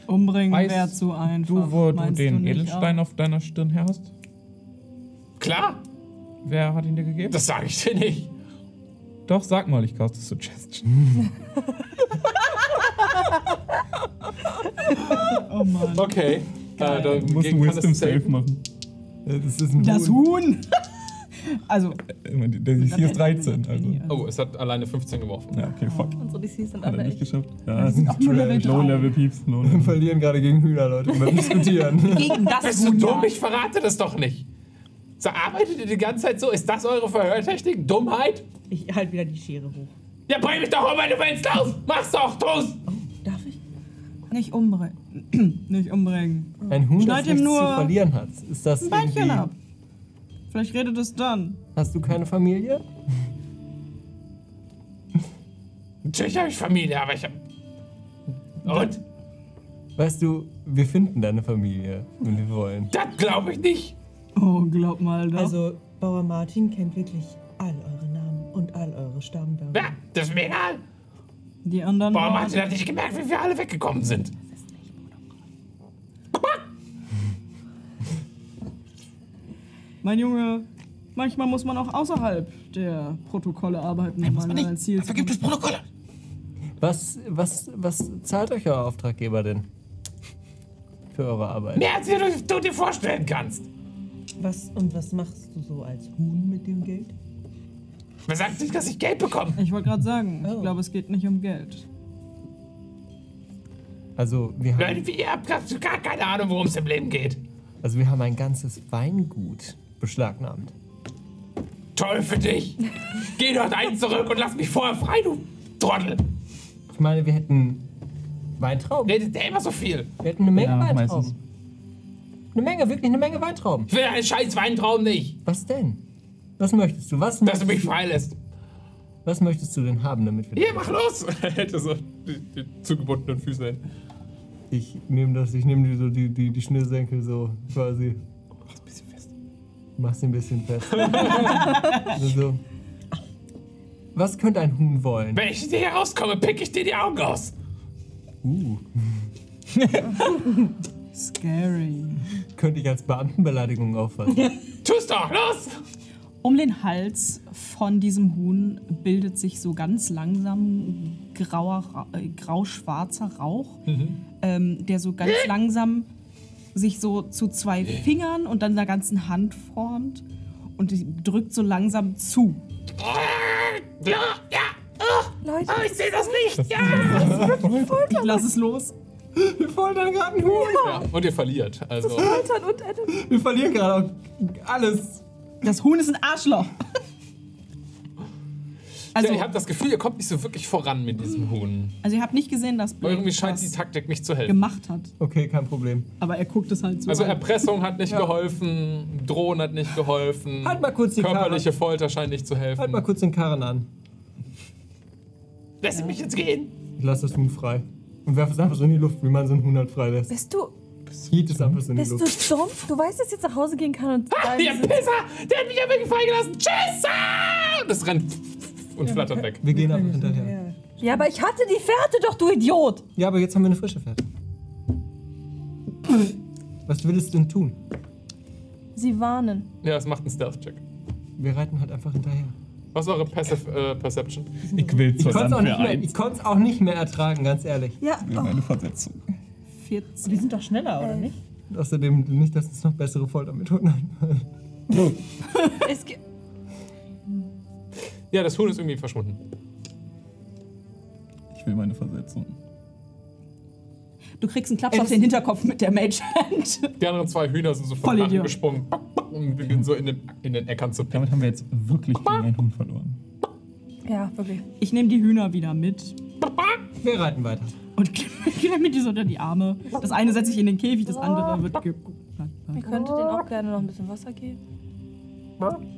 Umbringen Weißt wäre zu einfach. Du, wo du meinst den nicht Edelstein auf deiner Stirn her hast? Klar, Wer hat ihn dir gegeben? das sage ich dir nicht. Doch, sag mal, ich caste Suggestion. Okay. Äh, dann Musst gegen du kann Wisdom es Save safe. machen. Das ist ein auch. Das Huhn! also, Immer die- Der DC ist 13, also. Oh, es hat alleine 15 geworfen. Ja, okay, fuck. Hat Unsere DCs sind er alle nicht echt. geschafft. Ja, sind auch nur Level drei. Low-Level-Pieps. Wir Low-Level. verlieren gerade gegen Hühner, Leute. Wir *laughs* diskutieren. gegen das Bist du Huhn. dumm? Ich verrate das doch nicht. So, arbeitet ihr die ganze Zeit so? Ist das eure Verhörtechnik? Dummheit? Ich halte wieder die Schere hoch. Ja, bring mich doch um, wenn du willst. Los! Mach's doch, tu's! Darf ich? Nicht umbringen. *clears throat* nicht umbringen. Ein Huhn, das Schneid ihm nichts zu nur verlieren hat. Ist das Beinchen irgendwie- ab. Vielleicht redet es dann. Hast du keine Familie? Natürlich habe ich Familie, aber ich hab. Und? Weißt du, wir finden deine Familie, wenn wir wollen. Das glaube ich nicht. Oh, glaub mal doch. Also, Bauer Martin kennt wirklich all eure Namen und all eure Stammbäume. Äh. Ja, das ist mir egal. die anderen. Warum waren- hat ihr das nicht gemerkt, wie wir alle weggekommen sind? Mein Junge, manchmal muss man auch außerhalb der Protokolle arbeiten, um an ein Ziel zu Dafür gibt es Protokolle. Was, was, was zahlt euch euer Auftraggeber denn? Für eure Arbeit? Mehr als du, du dir vorstellen kannst. Was, und was machst du so als Huhn mit dem Geld? Wer sagt nicht, dass ich Geld bekomme? Ich wollte gerade sagen, ich glaube, es geht nicht um Geld. Also wir, haben, Leute, wie ihr habt gar keine Ahnung, worum es im Leben geht. also wir haben ein ganzes Weingut beschlagnahmt. Toll für dich. Geh dort ein zurück und lass mich vorher frei, du Trottel. Ich meine, wir hätten Weintrauben. Redet der immer so viel. Wir hätten eine Menge Ja, Weintrauben. meistens. Eine Menge, wirklich eine Menge Weintrauben. Ich will einen scheiß Weintraum nicht, Was denn? Was möchtest du? dass Was, du möchtest, mich freilässt. was möchtest du denn haben, damit wir Hier, mach los. Er *laughs* hätte so die, die zugebundenen Füße hin. Ich nehme das, ich nehme die, so die, die, die Schnürsenkel so quasi. Mach's ein bisschen fest. *laughs* Mach's ein bisschen fest. so. Was könnte ein Huhn wollen? Wenn ich hier rauskomme, pick ich dir die Augen aus. Uh, Scary. könnte ich als Beamtenbeleidigung auffassen. Tu's doch, los! Um den Hals von diesem Huhn bildet sich so ganz langsam grauer, Ra- äh, grau-schwarzer Rauch, Mhm. ähm, der so ganz langsam sich so zu zwei Fingern und dann der ganzen Hand formt und die drückt so langsam zu. Ja, ja. Oh, Leute, oh, ich sehe das nicht. Ja. Ich lass es los. wir foltern gerade einen Huhn. Und ihr verliert. Also, Eltern und Eltern. Wir verlieren gerade auch alles. Das Huhn ist ein Arschloch. Also, ja, ich habe das Gefühl, ihr kommt nicht so wirklich voran mit diesem Huhn. also ihr habt nicht gesehen, dass Aber Blake irgendwie scheint die das Taktik nicht zu helfen. gemacht hat. Okay, kein Problem. Aber er guckt es halt so. Also an. Erpressung hat nicht geholfen, Drohen hat nicht geholfen, Halt mal kurz die körperliche Karre. Folter scheint nicht zu helfen. Halt Mhm. mal kurz den Karren an. Lass mich jetzt gehen. Ich lasse das Huhn frei. Und werfe es einfach so in die Luft, wie man so ein Huhn halt frei lässt. Bist du, Hielt es einfach so in die bist du Luft. dumm? Du weißt, dass ich jetzt nach Hause gehen kann und Ah, ihr Pisser, der hat mich ja wirklich freigelassen. Tschüss! Ah! Das rennt und flattert weg. Wir gehen einfach hinterher. Ja, aber ich hatte die Fährte doch, du Idiot. Ja, aber jetzt haben wir eine frische *laughs* Fährte. Was willst du denn tun? Sie warnen. Ja, es macht einen Stealth-Check. Wir reiten halt einfach hinterher. Was ist eure Passive äh, Perception? Ich will Ich zur konnte es auch, Sandwehr nicht mehr- ein. ich konnte es auch nicht mehr ertragen, ganz ehrlich. Eine Fortsetzung. 14. Die sind doch schneller, oder nicht? Und Außerdem nicht, dass es noch bessere Foltermethoden hat. Es gibt. Ja, das Huhn ist irgendwie verschwunden. Ich will meine Versetzung. Du kriegst einen Klaps auf den Hinterkopf mit der Mage Hand. Die anderen zwei Hühner sind so von Vollidiot. Hand gesprungen und beginnen so in den, in den Äckern zu picken. Damit haben wir jetzt wirklich gegen einen Huhn verloren. Ja, wirklich. Ich nehme die Hühner wieder mit Wir reiten weiter. und *laughs* klemme die so unter die Arme. Das eine setze ich in den Käfig, das andere wird geguckt. Ich könnte denen auch gerne noch ein bisschen Wasser geben.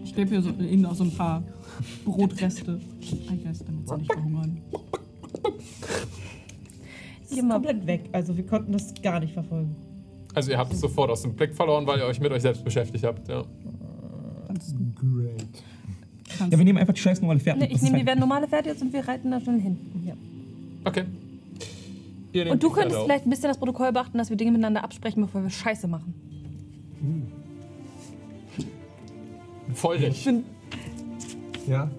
Ich klebe hier so, ihnen noch so ein paar Brotreste. I guess, damit sie nicht verhungern. Das ist komplett weg. Also wir konnten das gar nicht verfolgen. Also ihr habt es sofort aus dem Blick verloren, weil ihr euch mit euch selbst beschäftigt habt. Ja. Great. Ja, wir nehmen einfach die scheiß normale Fährten. Nee, ich Das nehme die ist werden normale Pferde jetzt und wir reiten da schon hin. Okay. Ihr nehmt Und die du Pferde könntest auf. vielleicht ein bisschen das Protokoll beachten, dass wir Dinge miteinander absprechen, bevor wir Scheiße machen. Feurig. *laughs* Ja?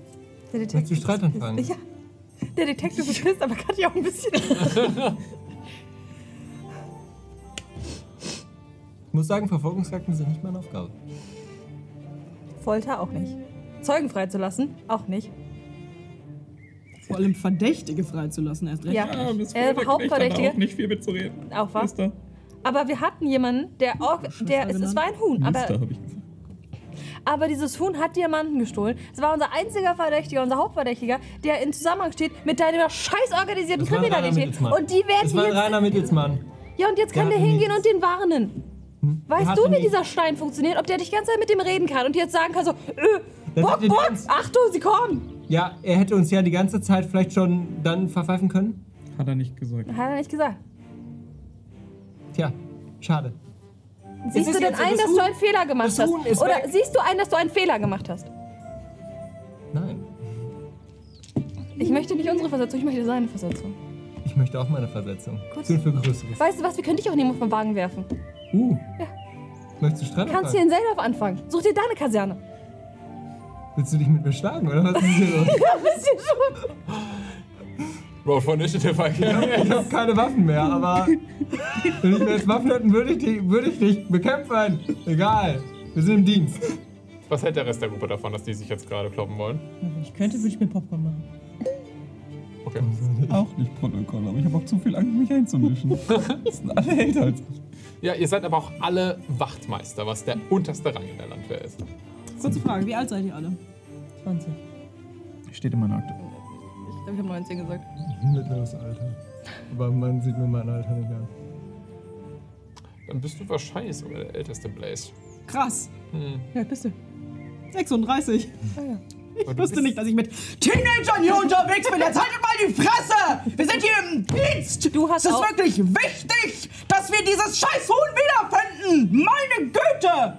Der Willst du Streit anfangen? Ja. Der Detective ist pisst, aber Katja auch ein bisschen. Ich muss sagen, Verfolgungsjagden sind nicht meine Aufgabe. Folter auch nicht. Zeugen freizulassen auch nicht. Vor allem Verdächtige freizulassen erst recht. Ja. Ah, Äh, Hauptverdächtige Nicht viel mitzureden. auch was. Aber wir hatten jemanden, Hm, der auch, der es, es war ein Huhn, Da aber, habe ich gesagt. aber dieses Huhn hat Diamanten gestohlen. Es war unser einziger Verdächtiger, unser Hauptverdächtiger, der in Zusammenhang steht mit deiner scheiß organisierten Das war ein reiner Kriminalität. Mittelsmann. Und die werden Das war ein jetzt reiner Mittelsmann. Ja, und jetzt kann Der der, hatte hingehen nichts. und den warnen. Weißt hatte du, wie nichts. dieser Stein funktioniert? Ob der dich die ganze Zeit mit dem reden kann und jetzt sagen kann so, äh, Das Bock, hat den Bock, Ernst. Achtung, sie kommen. Ja, er hätte uns ja die ganze Zeit vielleicht schon dann verpfeifen können. Hat er nicht gesagt. Hat er nicht gesagt. Tja, schade. Siehst ist du denn jetzt- ein, das dass du Huhn- einen Fehler gemacht das hast? Huhn ist Oder weg. siehst du ein, dass du einen Fehler gemacht hast? Nein. Ich möchte nicht unsere Versetzung, ich möchte seine Versetzung. Ich möchte auch meine Versetzung. Gut. Gut. Für Größeres. Weißt du was, wir können dich auch nehmen und vom Wagen werfen. Uh. Möchtest du Streit Kannst anfangen? hier in Seldorf anfangen. Such dir deine Kaserne. *laughs* Willst du dich mit mir schlagen, oder was ist hier los? Wisst ihr schon? Roll for Initiative, okay. Ich habe keine Waffen mehr, aber wenn ich mir jetzt Waffen hätten, würde ich, die- würde ich dich bekämpfen. Egal. Wir sind im Dienst. Was hält der Rest der Gruppe davon, dass die sich jetzt gerade kloppen wollen? Ich könnte, würde ich mir Popcorn machen. Okay. Auch nicht Protokoll, aber ich habe auch zu viel Angst, mich einzumischen. Das sind alle älter als ich. Ja, ihr seid aber auch alle Wachtmeister, was der unterste Rang in der Landwehr ist. Kurze Frage, wie alt seid ihr alle? 20. Steht in meiner Akte. Ich glaube, ich habe 19 gesagt. Mittleres Alter. Aber man sieht mir mein Alter nicht an. Dann bist du wahrscheinlich sogar der älteste Blaze. Krass. Hm. Ja, bist du. Ah, 36. Aber Ich du wusste bist- nicht, dass ich mit Teenagern hier unterwegs bin. Jetzt haltet mal die Fresse! Wir sind hier im Dienst! Du hast es ist auch- wirklich wichtig, dass wir dieses scheiß Huhn wiederfinden! Meine Güte!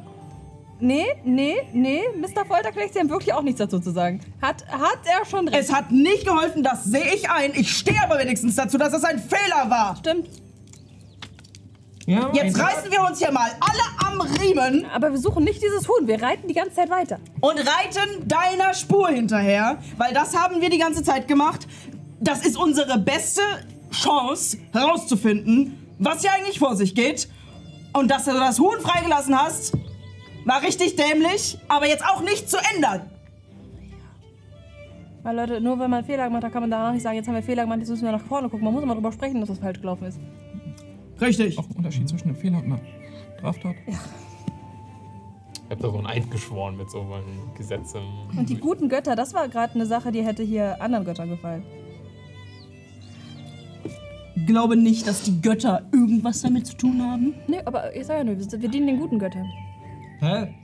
Nee, nee, nee. Mr. Folterknecht, Sie haben wirklich auch nichts dazu zu sagen. Hat, hat er schon recht. Es hat nicht geholfen, das sehe ich ein. Ich stehe aber wenigstens dazu, dass es ein Fehler war. Stimmt. Ja, Jetzt reißen wir uns hier mal alle am Riemen Aber wir suchen nicht dieses Huhn. Wir reiten die ganze Zeit weiter. und reiten deiner Spur hinterher, weil das haben wir die ganze Zeit gemacht. Das ist unsere beste Chance, herauszufinden, was hier eigentlich vor sich geht. Und dass du das Huhn freigelassen hast, war richtig dämlich, aber jetzt auch nicht zu ändern. Weil Leute, nur wenn man Fehler gemacht hat, kann man danach nicht sagen, jetzt haben wir Fehler gemacht, jetzt müssen wir nach vorne gucken. Man muss immer drüber sprechen, dass das falsch gelaufen ist. Richtig. Auch ein Unterschied zwischen einem Fehler und einer Straftat. Ich hab da so einen Eid geschworen mit so einem Gesetz. im- Und die guten Götter, das war gerade eine Sache, die hätte hier anderen Göttern gefallen. Glaube nicht, dass die Götter irgendwas damit zu tun haben. Nee, aber ich sag ja nur, wir sind- wir dienen den guten Göttern. Hä?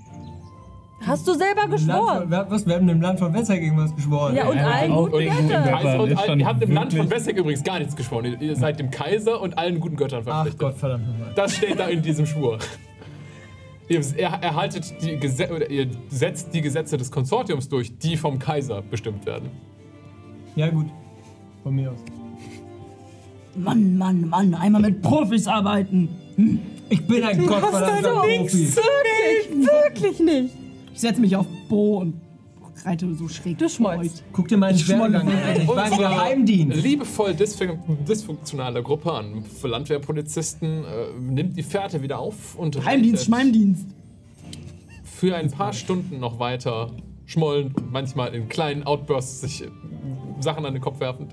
Hast du selber Im Land von, geschworen? wer- was? Wir haben dem Land von Wässer gegen was geschworen. Ja, und allen auch guten den guten Göttern. Göttern. Kaiser und ist allen, schon ihr habt dem Land von wirklich- Wessex übrigens gar nichts geschworen. Ihr, ihr seid dem Kaiser und allen guten Göttern Ach verpflichtet. Gott, verdammt nochmal. Das steht da in diesem Schwur. Ihr er- erhaltet die Gese oder ihr setzt die Gesetze des Konsortiums durch, die vom Kaiser bestimmt werden. Ja, gut. Von mir aus. Mann, Mann, Mann, einmal mit Profis arbeiten. Ich bin ein gottverdammter Profi. Wirklich, wirklich nicht. Ich setze mich auf Bo und reite so schräg. Du schmollst. Guck dir meinen Ich schmolle Schwergang an. Ich war im Unsere Geheimdienst. Liebevoll dysfun dysfunktionale Gruppe an Landwehrpolizisten äh, nimmt die Fährte wieder auf und Heimdienst, reitet Schmeimdienst. für ein paar Stunden noch weiter schmollend, manchmal in kleinen Outbursts sich äh, Sachen an den Kopf werfend.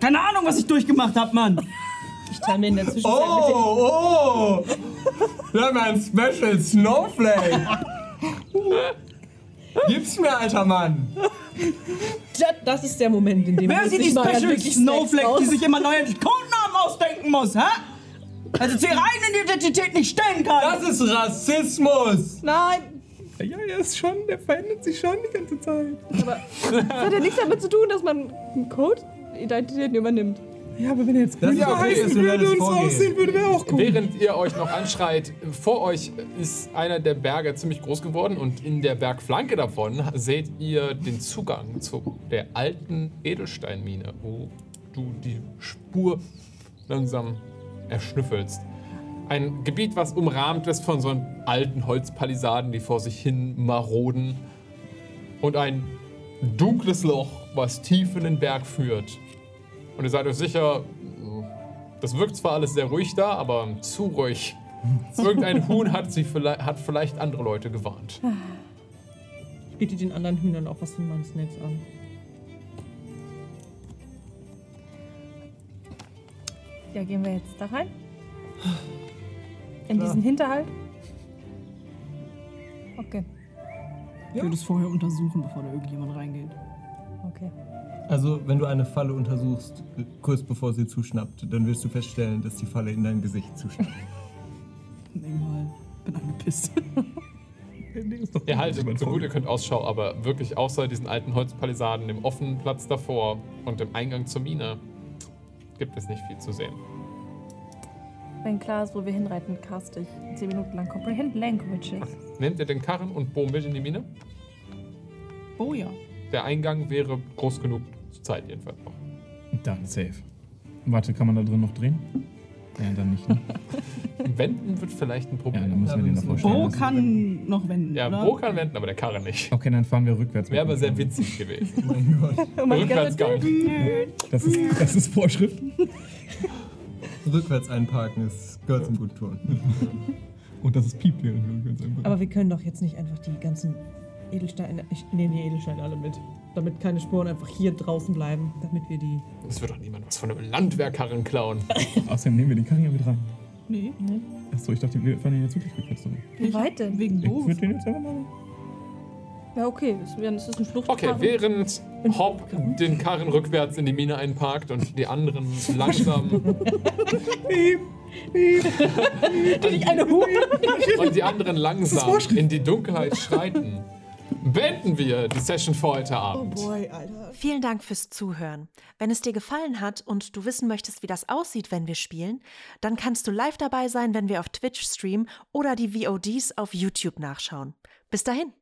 Keine Ahnung, was ich durchgemacht hab, Mann. Ich teile mir in der Oh, Zwischenzeit mit oh! Wir haben ein Special Snowflake. Gib's mir, alter Mann. den, Das ist der Moment, in dem Wer ich sind die mal ganz Special wirklich Snacks Snowflake, die sich immer neue Codenamen ausdenken muss, hä? Also zu ihrer eigenen Identität nicht stellen kann. Das ist Rassismus. Nein! Ja, ja, ist schon, der verändert sich schon die ganze Zeit. Das hat ja nichts damit zu tun, dass man einen Code Identitäten übernimmt. Ja, aber wenn er jetzt Das grün ist okay, heißen ist ein würde reelles und so Vorgehen. aussehen würde, wäre auch cool. Während ihr euch noch anschreit, vor euch ist einer der Berge ziemlich groß geworden und in der Bergflanke davon seht ihr den Zugang zu der alten Edelsteinmine, wo du die Spur langsam erschnüffelst. Ein Gebiet, was umrahmt ist von so alten Holzpalisaden, die vor sich hin maroden. Und ein dunkles Loch, was tief in den Berg führt. Und ihr seid euch sicher, das wirkt zwar alles sehr ruhig da, aber zu *laughs* ruhig. Irgendein Huhn hat, sie vielleicht, hat vielleicht andere Leute gewarnt. Ich biete den anderen Hühnern auch was von meinen Snacks an. Mhm. Ja, gehen wir jetzt da rein. In diesen Hinterhalt. Okay, Ich würde es vorher untersuchen, bevor da irgendjemand reingeht. okay. Also, wenn du eine Falle untersuchst, kurz bevor sie zuschnappt, dann wirst du feststellen, dass die Falle in dein Gesicht zuschnappt. Egal. Bin angepisst. Ihr haltet so gut ihr könnt Ausschau, aber wirklich außer diesen alten Holzpalisaden, dem offenen Platz davor und dem Eingang zur Mine gibt es nicht viel zu sehen. Wenn klar ist, wo wir hinreiten, cast ich 10 Minuten lang Comprehend Languages. Nehmt ihr den Karren und bohren mit in die Mine? Oh ja. Der Eingang wäre groß *laughs* genug zur Zeit jedenfalls noch. Dann safe. Warte, kann man da drin noch drehen? Ja, dann nicht. Ne? Wenden wird vielleicht ein Ja, Problem. dann müssen wir den noch vorstellen. Bo lassen. kann noch wenden. Ja, oder? Bo kann wenden, aber der Karre nicht. Okay, dann fahren wir rückwärts. Wäre aber sehr witzig gewesen. *laughs* Oh mein Gott. Rückwärtsgang. Das ist, das ist Vorschrift. Rückwärts einparken ist, gehört zum guten Ton. *laughs* Und das ist Piep während wir uns einfach. Aber wir können doch jetzt nicht einfach die ganzen Edelsteine. Ich nehme die Edelsteine alle mit. Damit keine Spuren einfach hier draußen bleiben. Damit wir die. Es wird doch niemand was von einem Landwehrkarren klauen. Außerdem nehmen wir den Karren ja mit rein. Nee. Achso, ich dachte, wir fahren den jetzt wirklich rückwärts. zurück. Wie weit denn? Wegen Ich Bo. würde den jetzt einfach mal. Ja, okay. Das dann ist es ein Flucht. Okay, während Hop den Karren rückwärts in die Mine einparkt und die *laughs* anderen langsam Eine Hupe! und die anderen langsam in die Dunkelheit schreiten, beenden wir die Session für heute Abend. Boy, Alter. Vielen Dank fürs Zuhören. Wenn es dir gefallen hat und du wissen möchtest, wie das aussieht, wenn wir spielen, dann kannst du live dabei sein, wenn wir auf Twitch streamen oder die VODs auf YouTube nachschauen. Bis dahin.